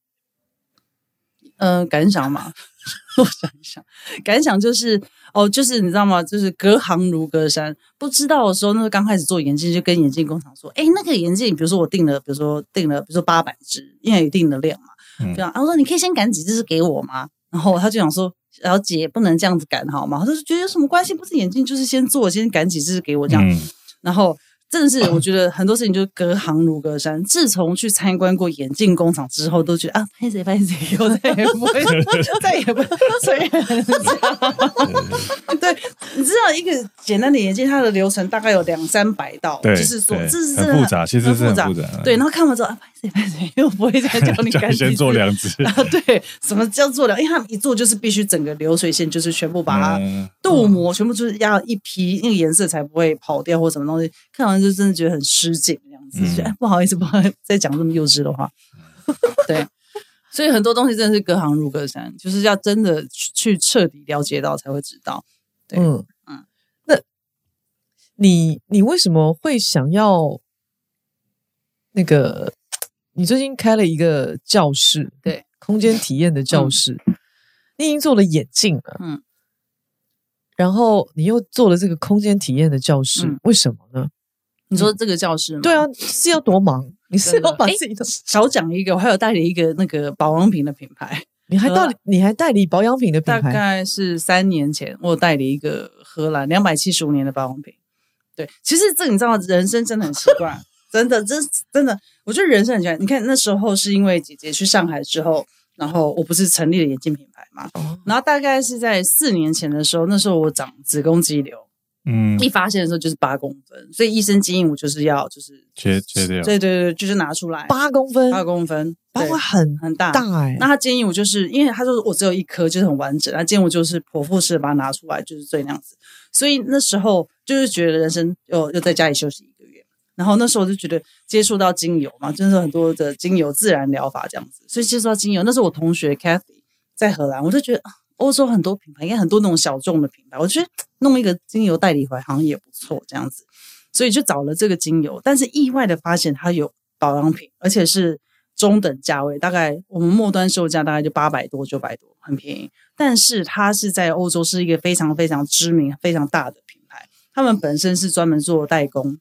[SPEAKER 1] 呃，感想嘛， 我想一想，感想就是哦，就是你知道吗？就是隔行如隔山。不知道的时候，那时候刚开始做眼镜，就跟眼镜工厂说，哎，那个眼镜，比如说我订了，比如说订了，比如说八百只，因为有一定的量嘛，
[SPEAKER 2] 嗯
[SPEAKER 1] 对啊。然后说你可以先赶几只给我吗？然后他就想说，小姐不能这样子赶好吗？他就觉得有什么关系？不是眼镜，就是先做，先赶几只给我这样。
[SPEAKER 2] 嗯，
[SPEAKER 1] 然后真的是我觉得很多事情就是隔行如隔山。自从去参观过眼镜工厂之后，都觉得啊，拍谁拍谁，以后再也不会， 再也不会随缘对，你知道一个简单的眼镜，它的流程大概有两三百道，
[SPEAKER 2] 对，
[SPEAKER 1] 就是说
[SPEAKER 2] 对
[SPEAKER 1] 这是真的
[SPEAKER 2] 很复杂，其实是
[SPEAKER 1] 很
[SPEAKER 2] 很
[SPEAKER 1] 复杂
[SPEAKER 2] 复杂。嗯
[SPEAKER 1] 对，然后看完之后啊，拍谁拍谁，又不会 再叫你
[SPEAKER 2] 叫
[SPEAKER 1] 赶
[SPEAKER 2] 你先
[SPEAKER 1] 紧
[SPEAKER 2] 做两只，
[SPEAKER 1] 啊，对，什么叫做两？因为他们一做就是必须整个流水线就是全部 把它
[SPEAKER 2] 嗯
[SPEAKER 1] 镀膜全部就是压一批，那个颜色才不会跑掉或什么东西。看完就真的觉得很失敬，这样子，
[SPEAKER 2] 嗯
[SPEAKER 1] 觉得哎不好意思，不好意思，再讲这么幼稚的话。 对，所以很多东西真的是隔行如隔山，就是要真的去去彻底了解到才会知道。对
[SPEAKER 3] 嗯
[SPEAKER 1] 嗯
[SPEAKER 3] 那你你为什么会想要那个？你最近开了一个教室，
[SPEAKER 1] 对，
[SPEAKER 3] 空间体验的教室，你已经做了眼镜了，
[SPEAKER 1] 嗯，
[SPEAKER 3] 然后你又做了这个空间体验的教室，
[SPEAKER 1] 嗯
[SPEAKER 3] 为什么呢？
[SPEAKER 1] 你
[SPEAKER 2] 嗯
[SPEAKER 1] 说这个教室吗？
[SPEAKER 3] 对，啊，是要多忙？你是
[SPEAKER 1] 真的
[SPEAKER 3] 要把
[SPEAKER 1] 诶
[SPEAKER 3] 自己的，
[SPEAKER 1] 少讲一个，我还有代理一个那个保养品的品牌，
[SPEAKER 3] 你还代理你还代理保养品的品
[SPEAKER 1] 呃大
[SPEAKER 3] 牌，
[SPEAKER 1] 概是三年前，我有代理一个荷兰两百七十五年的保养品。对，其实这你知道，人生真的很奇 怪，真的，真真的，我觉得人生很奇怪。你看那时候是因为姐姐去上海之后，然后我不是成立了眼镜品牌嘛，
[SPEAKER 3] 哦
[SPEAKER 1] 然后大概是在四年前的时候，那时候我长子宫肌瘤，
[SPEAKER 2] 嗯，
[SPEAKER 1] 一发现的时候就是八公分，所以医生建议我就是要就是
[SPEAKER 2] 切切掉，
[SPEAKER 1] 对对对，就是拿出来
[SPEAKER 3] 八公分，
[SPEAKER 1] 八公分，
[SPEAKER 3] 八公
[SPEAKER 1] 对
[SPEAKER 3] 分很
[SPEAKER 1] 很大
[SPEAKER 3] 大哎、
[SPEAKER 1] 那他建议我就是因为他说我只有一颗，就是很完整。他建议我就是剖腹式把它拿出来，就是最那样子。所以那时候就是觉得人生又又在家里休息一个月，然后那时候我就觉得接触到精油嘛，就是很多的精油自然疗法这样子，所以接触到精油。那时候我同学 Cathy 在荷兰，我就觉得啊欧洲很多品牌，应该很多那种小众的品牌，我觉得嘖弄一个精油代理回来好像也不错这样子，所以就找了这个精油，但是意外的发现它有保养品，而且是中等价位，大概我们末端售价大概就八百多、九百多，很便宜。但是它是在欧洲是一个非常非常知名、非常大的品牌，他们本身是专门做代工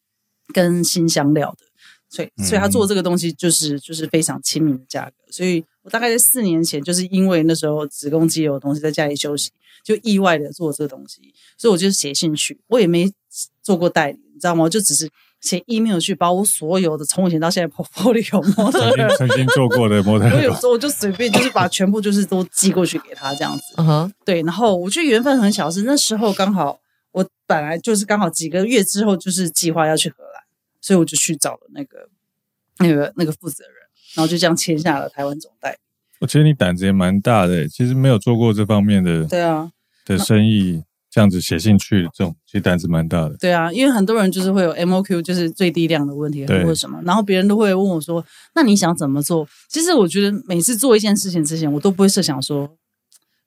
[SPEAKER 1] 跟新香料的，所以所以他做这个东西就是就是非常亲民的价格，所以我大概在四年前，就是因为那时候子宫肌瘤的东西在家里休息，就意外的做这个东西，所以我就写信去，我也没做过代理，你知道吗？我就只是写 email 去把我所有的从以前到现在 portfolio 模特
[SPEAKER 2] 曾经曾经做过的模特
[SPEAKER 1] 我有
[SPEAKER 2] 儿
[SPEAKER 1] 时候就随便就是把全部就是都寄过去给他这样子。
[SPEAKER 3] 嗯哼，
[SPEAKER 1] 对，然后我觉得缘分很巧，是那时候刚好我本来就是刚好几个月之后就是计划要去荷兰，所以我就去找了那个那个那个负责人，然后就这样签下了台湾总代理。
[SPEAKER 2] 我觉得你胆子也蛮大的，其实没有做过这方面的
[SPEAKER 1] 对啊，
[SPEAKER 2] 的生意，这样子写进去，这种其实胆子蛮大的。
[SPEAKER 1] 对啊，因为很多人就是会有 MOQ，就是最低量的问题
[SPEAKER 2] 对
[SPEAKER 1] 或者什么，然后别人都会问我说：“那你想怎么做？”其实我觉得每次做一件事情之前，我都不会设想说，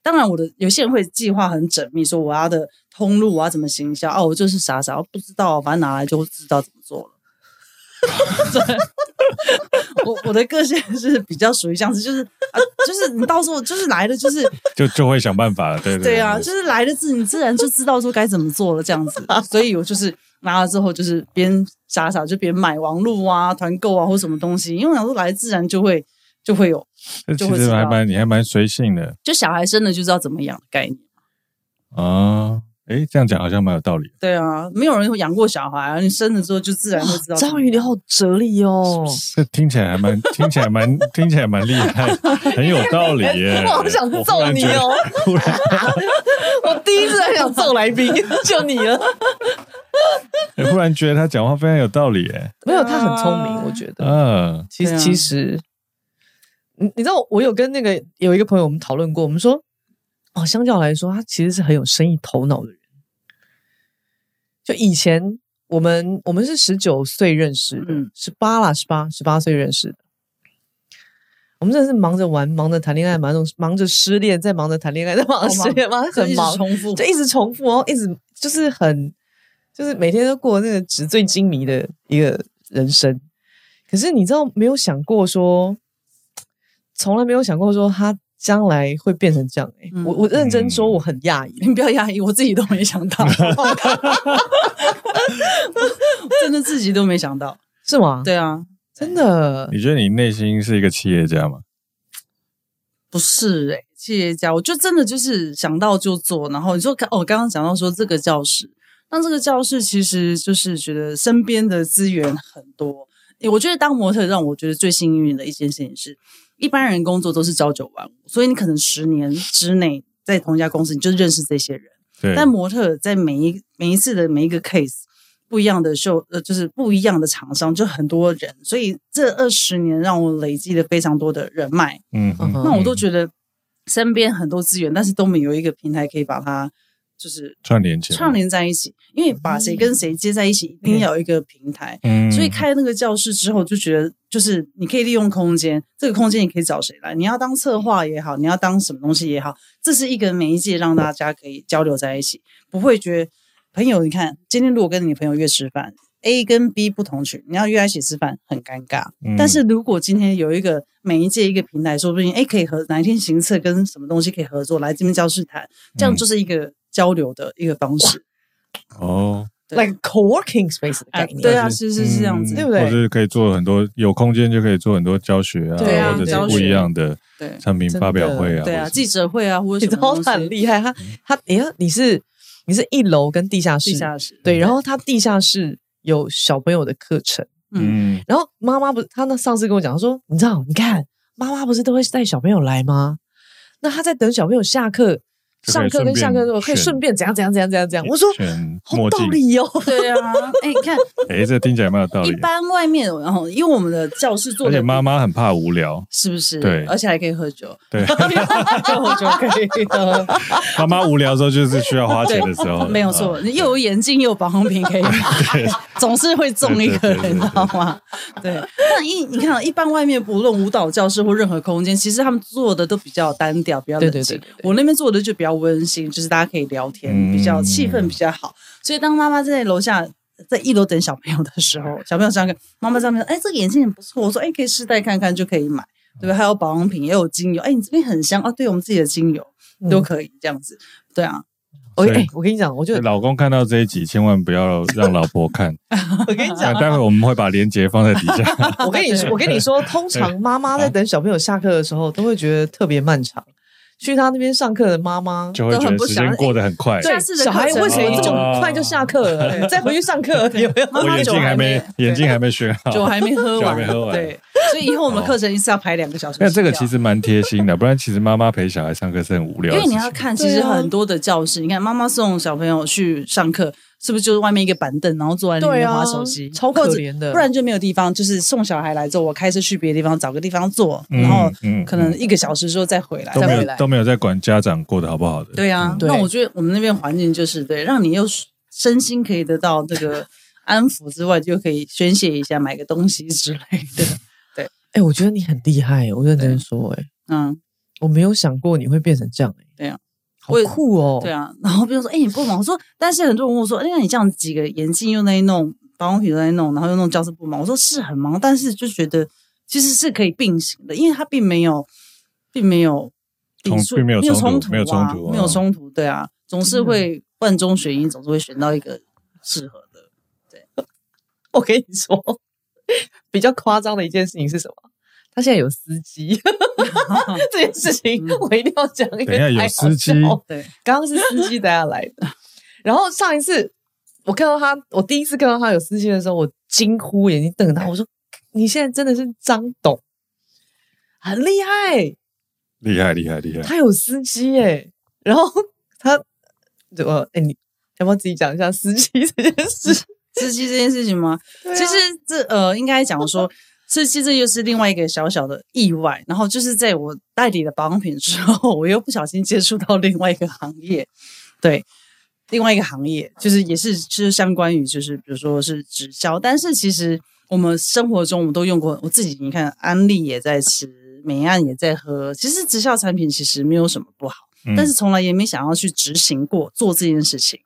[SPEAKER 1] 当然我的有些人会计划很缜密，说我要的通路我要怎么行销啊，我就是傻傻我不知道，反正拿来就知道怎么做了。 对，我我的个性是比较属于这样子，就是啊，就是你到时候就是来的就是
[SPEAKER 2] 就就会想办法了，对对
[SPEAKER 1] 对啊，就是来了自你自然就知道说该怎么做了这样子，所以我就是拿了之后就是边傻傻就边买网路啊、团购啊或什么东西，因为我想说来自然就会就会有，
[SPEAKER 2] 这
[SPEAKER 1] 就
[SPEAKER 2] 其
[SPEAKER 1] 会知
[SPEAKER 2] 实
[SPEAKER 1] 道
[SPEAKER 2] 还蛮你还蛮随性的
[SPEAKER 1] 就小孩生了就知道怎么养的概念。
[SPEAKER 2] 啊。诶，这样讲好像蛮有道理的。
[SPEAKER 1] 对啊，没有人养过小孩啊，你生了之后就自然会知道怎么
[SPEAKER 3] 章
[SPEAKER 1] 养。
[SPEAKER 3] 鱼你好哲理哦，
[SPEAKER 2] 这听起来还蛮听起来蛮听起来蛮厉害，很有道理 耶。
[SPEAKER 3] 我好想
[SPEAKER 2] 忽
[SPEAKER 3] 揍
[SPEAKER 2] 然
[SPEAKER 3] 你
[SPEAKER 2] 觉得！
[SPEAKER 3] 哦！
[SPEAKER 2] 忽然
[SPEAKER 3] 我第一次很想揍来 宾，就你了。
[SPEAKER 2] 忽然觉得他讲话非常有道理耶。
[SPEAKER 3] 没有，他很聪明，我觉得。
[SPEAKER 2] 嗯，
[SPEAKER 3] 其
[SPEAKER 1] 对
[SPEAKER 3] 实
[SPEAKER 1] 啊
[SPEAKER 3] 其实，你你知道，我有跟那个有一个朋友我们讨论过，我们说，哦，相较来说，他其实是很有生意头脑的人。就以前我们我们是十九岁认识的
[SPEAKER 1] 嗯，
[SPEAKER 3] 十八啦，十八十八岁认识的。我们真的是忙着玩，忙着谈恋爱，忙着忙着失恋，再忙着谈恋爱，再忙
[SPEAKER 1] 好
[SPEAKER 3] 着失
[SPEAKER 1] 忙
[SPEAKER 3] 哦恋，忙着
[SPEAKER 1] 就一
[SPEAKER 3] 很
[SPEAKER 1] 直
[SPEAKER 3] 忙，
[SPEAKER 1] 重复
[SPEAKER 3] 就。一直重复，然哦后一直就是很，就是每天都过那个纸醉金迷的一个人生。可是你知道，没有想过说，从来没有想过说他将来会变成这样、欸。
[SPEAKER 1] 嗯
[SPEAKER 3] 我我认真说，
[SPEAKER 2] 嗯
[SPEAKER 3] 我很讶异。
[SPEAKER 1] 你不要压抑，我自己都没想到， 真的自己都没想到。
[SPEAKER 3] 是吗？，
[SPEAKER 1] 对啊，
[SPEAKER 3] 真的
[SPEAKER 2] 你觉得你内心是一个企业家吗？
[SPEAKER 1] 不是哎、企业家，我就真的就是想到就做。然后你说刚哦，刚刚讲到说这个教室，那这个教室其实就是觉得身边的资源很多。诶我觉得当模特让我觉得最幸运的一件事情是，一般人工作都是朝九晚五，所以你可能十年之内在同一家公司，你就认识这些人。
[SPEAKER 2] 对，
[SPEAKER 1] 但模特在每一每一次的每一个 case 不一样的秀，呃，就是不一样的厂商，就很多人，所以这二十年让我累积了非常多的人脉。
[SPEAKER 2] 嗯哼，
[SPEAKER 3] 嗯
[SPEAKER 1] 那我都觉得身边很多资源，但是都没有一个平台可以把它就是
[SPEAKER 2] 串联起来，
[SPEAKER 1] 串，联在一起，因为把谁跟谁接在一起，一定要有一个平台。
[SPEAKER 2] 嗯
[SPEAKER 1] 所以开那个教室之后，就觉得就是你可以利用空间，这个空间你可以找谁来？你要当策划也好，你要当什么东西也好，这是一个媒介，让大家可以交流在一起，不会觉得朋友。你看，今天如果跟你朋友约吃饭，A 跟 B 不同群，你要约在一起吃饭很尴尬。
[SPEAKER 2] 嗯
[SPEAKER 1] 但是如果今天有一个每一届一个平台，说不定哎可以合哪一天行测跟什么东西可以合作，来这边教室谈，这
[SPEAKER 3] 嗯
[SPEAKER 1] 样就是一个交流的一个方式。
[SPEAKER 2] 哦，
[SPEAKER 1] 对
[SPEAKER 3] ，like co-working space 的概
[SPEAKER 1] 哎，
[SPEAKER 3] 念。
[SPEAKER 1] 对啊，是是是这样子
[SPEAKER 2] 嗯，
[SPEAKER 3] 对不对
[SPEAKER 2] 或者可以做很多有空间就可以做很多教学啊，
[SPEAKER 3] 对啊
[SPEAKER 2] 或者
[SPEAKER 1] 教
[SPEAKER 2] 是
[SPEAKER 1] 学
[SPEAKER 2] 不一样的
[SPEAKER 1] 对
[SPEAKER 2] 产品发表会啊，
[SPEAKER 1] 对
[SPEAKER 2] 或
[SPEAKER 1] 啊，
[SPEAKER 2] 者是
[SPEAKER 1] 记者会啊，或者
[SPEAKER 3] 你知
[SPEAKER 1] 什么
[SPEAKER 3] 道
[SPEAKER 1] 东
[SPEAKER 3] 他很
[SPEAKER 1] 西，
[SPEAKER 3] 厉害，他他哎呀，你是你是一楼跟地下室，
[SPEAKER 1] 地下 室，
[SPEAKER 3] 对，然后他地下室有小朋友的课程。
[SPEAKER 1] 嗯，
[SPEAKER 2] 嗯，
[SPEAKER 3] 然后妈妈不，她那上次跟我讲，她说你知道，你看妈妈不是都会带小朋友来吗？那她在等小朋友下课、
[SPEAKER 2] 就可
[SPEAKER 3] 上
[SPEAKER 2] 以
[SPEAKER 3] 课跟下课的时候，
[SPEAKER 2] 顺便
[SPEAKER 3] 可以顺便怎样怎样怎样怎样怎样。我说
[SPEAKER 2] 选
[SPEAKER 3] 好
[SPEAKER 2] 墨
[SPEAKER 3] 道
[SPEAKER 2] 镜，
[SPEAKER 3] 理哦，
[SPEAKER 1] 对啊，哎，你看
[SPEAKER 2] 诶，这听起来蛮有 道
[SPEAKER 1] 一
[SPEAKER 2] 理的，
[SPEAKER 1] 般外面，然后因为我们的教室做
[SPEAKER 2] 而且
[SPEAKER 1] 的
[SPEAKER 2] 妈妈很怕无聊，
[SPEAKER 1] 是不是？
[SPEAKER 2] 对
[SPEAKER 1] 而且还可以喝酒，
[SPEAKER 2] 对，
[SPEAKER 3] 我 就可以了。
[SPEAKER 2] 妈妈无聊的时候就是需要花钱的时候，
[SPEAKER 1] 没有
[SPEAKER 2] 啊
[SPEAKER 1] 错，你又有眼镜又有保养品 可以买，总是会中一个
[SPEAKER 2] 对对对
[SPEAKER 1] 人，你知道吗？对，那一你看啊，一般外面不论舞蹈教室或任何空间，其实他们做的都比较单调，比较冷
[SPEAKER 3] 对对
[SPEAKER 1] 静
[SPEAKER 3] 对对。
[SPEAKER 1] 我那边做的就比较温馨，就是大家可以聊天，
[SPEAKER 2] 嗯
[SPEAKER 1] 比较气氛比较好。所以当妈妈在楼下。在一楼等小朋友的时候，小朋友上课，妈妈上面说：“哎，这个眼镜很不错。”我说：“哎，可以试戴看看，就可以买，对不对？还有保养品，也有精油。哎，你这边很香哦，对我们自己的精油
[SPEAKER 3] 嗯
[SPEAKER 1] 都可以这样子，对啊。
[SPEAKER 3] 我
[SPEAKER 2] 所以
[SPEAKER 3] 哎、我跟你讲，我就
[SPEAKER 2] 老公看到这一集，千万不要让老婆看。
[SPEAKER 3] 我跟你
[SPEAKER 2] 那
[SPEAKER 3] 讲，
[SPEAKER 2] 待会我们会把链接放在底 下。
[SPEAKER 3] 我跟你说，我跟 你说，通常妈妈在等小朋友下课的时候，都会觉得特别漫长。去他那边上课的妈妈，
[SPEAKER 2] 就会
[SPEAKER 1] 都
[SPEAKER 2] 觉
[SPEAKER 1] 很
[SPEAKER 2] 得
[SPEAKER 1] 不
[SPEAKER 2] 时
[SPEAKER 1] 想
[SPEAKER 2] 间过得很快。
[SPEAKER 1] 下
[SPEAKER 3] 对
[SPEAKER 1] 次的
[SPEAKER 3] 小孩
[SPEAKER 1] 课程
[SPEAKER 3] 为什么这么快就下课了？哎
[SPEAKER 2] 哦
[SPEAKER 3] 再回去上课 有没有？
[SPEAKER 2] 我眼镜还没，眼镜还没学 好。
[SPEAKER 1] 酒还没喝
[SPEAKER 2] 酒还
[SPEAKER 1] 完，
[SPEAKER 2] 没喝完
[SPEAKER 1] 对，所以以后我们课程一次要排两个小时。
[SPEAKER 2] 那这个其实蛮贴心的，不然其实妈妈陪小孩上课是很无聊
[SPEAKER 1] 因为
[SPEAKER 2] 的事
[SPEAKER 1] 你
[SPEAKER 2] 情。
[SPEAKER 1] 要看，其实
[SPEAKER 3] 对啊
[SPEAKER 1] 很多的教室，你看妈妈送小朋友去上课，是不是就是外面一个板凳，然后坐在那
[SPEAKER 3] 对
[SPEAKER 1] 边
[SPEAKER 3] 啊
[SPEAKER 1] 划手机，
[SPEAKER 3] 超可怜
[SPEAKER 1] 或者
[SPEAKER 3] 的
[SPEAKER 1] 不然就没有地方，就是送小孩来之后，我开车去别的地方找个地方坐，
[SPEAKER 2] 嗯
[SPEAKER 1] 然后
[SPEAKER 2] 嗯
[SPEAKER 1] 可能一个小时之后再回来
[SPEAKER 2] 都。没
[SPEAKER 3] 再回
[SPEAKER 2] 有
[SPEAKER 3] 来
[SPEAKER 2] 都没有在管家长过得好不好的。
[SPEAKER 1] 对啊，
[SPEAKER 3] 对
[SPEAKER 1] 那我觉得我们那边环境就是对，让你又身心可以得到这个安抚之外，就可以宣泄一下，买个东西之类的。
[SPEAKER 3] 哎、我觉得你很厉害，我认真说、哎，
[SPEAKER 1] 嗯，
[SPEAKER 3] 我没有想过你会变成这样、哎，
[SPEAKER 1] 对啊，
[SPEAKER 3] 好
[SPEAKER 1] 我也
[SPEAKER 3] 酷哦、
[SPEAKER 1] 对啊。 然后比如说，哎、你不忙，我说，但是很多人问我说，哎、那你这样几个眼镜又在弄，保养品又在弄，然后又弄教室不忙，我说是很忙，但是就觉得其实是可以并行的，因为它并没有，并没有抵
[SPEAKER 2] 冲
[SPEAKER 1] 触，
[SPEAKER 2] 并没有
[SPEAKER 1] 没有冲
[SPEAKER 2] 冲突
[SPEAKER 1] 啊，没有
[SPEAKER 2] 没有冲突
[SPEAKER 1] 没有
[SPEAKER 2] 嗯
[SPEAKER 1] 冲突，对啊，总是
[SPEAKER 3] 真的
[SPEAKER 1] 会万中选一，总是会选到一个适合的。
[SPEAKER 3] 我跟你说， 比较夸张的一件事情是什么？他现在有司机， 这件事情
[SPEAKER 1] 嗯
[SPEAKER 3] 我一定要讲。因为
[SPEAKER 2] 等一下有
[SPEAKER 3] 太好
[SPEAKER 2] 司机
[SPEAKER 3] 笑 了
[SPEAKER 1] 对，
[SPEAKER 3] 刚刚是司机带他来的。然后上一次我看到他，我第一次看到他有司机的时候，我惊呼，眼睛瞪着他，我说：“你现在真的是张董，很厉害，
[SPEAKER 2] 厉害厉害厉害！
[SPEAKER 3] 他有司机耶、然后他怎么？哎、你要不要自己讲一下司机这件事？
[SPEAKER 1] 司机这件事情吗？
[SPEAKER 3] 啊
[SPEAKER 1] 其实这呃，应该讲说，这其实又是另外一个小小的意外。然后就是在我代理了保养品之后，我又不小心接触到另外一个行业，对，另外一个行业就是也是就是相关于就是比如说是直销，但是其实我们生活中我们都用过，我自己你看安利也在吃，美安也在喝，其实直销产品其实没有什么不好。
[SPEAKER 2] 嗯
[SPEAKER 1] 但是从来也没想要去执行过做这件事情。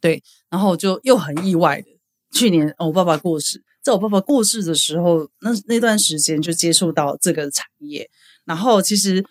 [SPEAKER 1] 对，然后就又很意外的，去年、哦我爸爸过世，在我爸爸过世的时候，那那段时间就接触到这个产业，然后其实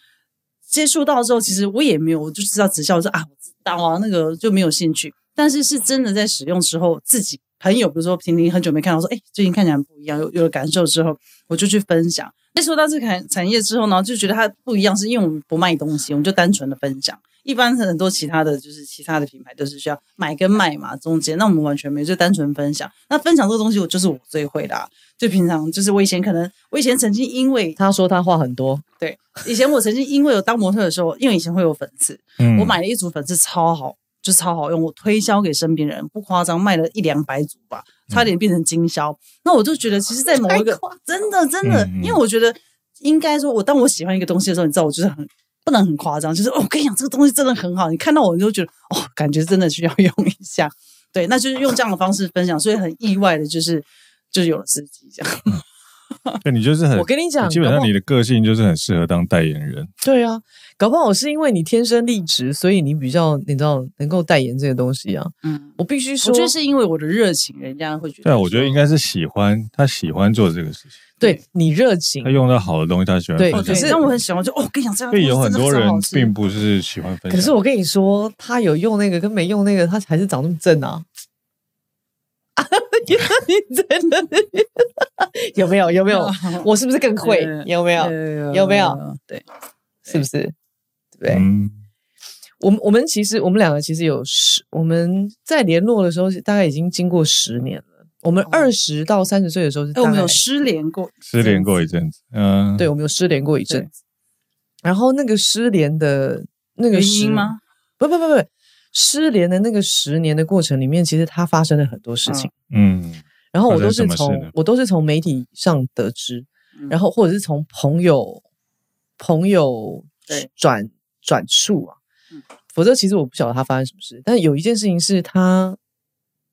[SPEAKER 1] 接触到之后，其实我也没有，我就知道直销，我说啊，我知道啊，那个就没有兴趣。但是是真的在使用之后，自己朋友，比如说婷婷很久没看到，说哎，最近看起来很不一样，有有了感受之后，我就去分享。接触到这个产产业之后呢，就觉得它不一样，是因为我们不卖东西，我们就单纯的分享。一般很多其他的就是其他的品牌都是需要买跟卖嘛，中间那我们完全没有，就单纯分享。那分享这个东西，我就是我最会的、啊。就平常就是我以前可能我以前曾经因为
[SPEAKER 3] 他说他话很多，
[SPEAKER 1] 以前我曾经因为有当模特的时候，因为以前会有粉刺，
[SPEAKER 2] 嗯
[SPEAKER 1] 我买了一组粉刺超好，就超好用，我推销给身边人，不夸张，卖了一两百组吧，差点变成经销。嗯那我就觉得，其实，在某一个真的真的
[SPEAKER 2] 嗯嗯，
[SPEAKER 1] 因为我觉得应该说，我当我喜欢一个东西的时候，你知道，我就是很。不能很夸张，就是、哦、我跟你讲，这个东西真的很好，你看到我你就觉得哦，感觉真的需要用一下，对，那就是用这样的方式分享，所以很意外的就是，就有了司机这样，
[SPEAKER 2] 对你就是很
[SPEAKER 3] 我，跟你讲，
[SPEAKER 2] 嗯基本
[SPEAKER 3] 搞
[SPEAKER 2] 上
[SPEAKER 3] 不好
[SPEAKER 2] 你的个性就是很适合当代言人。
[SPEAKER 3] 对啊，搞不好是因为你天生丽质，所以你比较你知道能够代言这个东西啊。
[SPEAKER 1] 嗯，
[SPEAKER 3] 我必须说，
[SPEAKER 1] 我觉得是因为我的热情，人家会觉得说，
[SPEAKER 2] 对啊，我觉得应该是喜欢他喜欢做这个事情，
[SPEAKER 3] 对你热情
[SPEAKER 2] 他，用到好的东西，他喜欢
[SPEAKER 3] 对
[SPEAKER 2] 分
[SPEAKER 1] 哦，对
[SPEAKER 2] 享
[SPEAKER 3] 可是
[SPEAKER 1] 但我很喜欢，就哦，我跟你讲，这样
[SPEAKER 2] 所以有很多人并
[SPEAKER 1] 不
[SPEAKER 2] 不是喜欢分享。
[SPEAKER 3] 可是我跟你说，他有用那个跟没用那个，他还是长那么正啊。 你真的 有没有？有没有？我是不是更会？有没有？有没有？
[SPEAKER 1] 对，
[SPEAKER 3] 是不是？对不对？
[SPEAKER 2] 嗯，
[SPEAKER 3] 我们我们其实我们两个其实有十，我们在联络的时候大概已经经过十年了。我们
[SPEAKER 1] 哦
[SPEAKER 3] 二十到三十岁的时候是
[SPEAKER 1] 哎，
[SPEAKER 3] 大
[SPEAKER 1] 我们
[SPEAKER 3] 概
[SPEAKER 1] 有失联过，
[SPEAKER 2] 失联过一阵子，嗯，
[SPEAKER 3] 对，我们有失联过一阵子。然后那个失联的那个
[SPEAKER 1] 原
[SPEAKER 3] 十
[SPEAKER 1] 因？吗？
[SPEAKER 3] 不不不不，失联的那个十年的过程里面，其实它发生了很多事情。
[SPEAKER 2] 嗯，
[SPEAKER 3] 然后我
[SPEAKER 2] 发生
[SPEAKER 3] 都是
[SPEAKER 2] 什么事
[SPEAKER 3] 从
[SPEAKER 2] 呢
[SPEAKER 3] 我都是从媒体上得知，
[SPEAKER 1] 嗯
[SPEAKER 3] 然后或者是从朋友朋友
[SPEAKER 1] 对
[SPEAKER 3] 转转述啊
[SPEAKER 1] 嗯。
[SPEAKER 3] 否则其实我不晓得他发生什么事。但有一件事情是他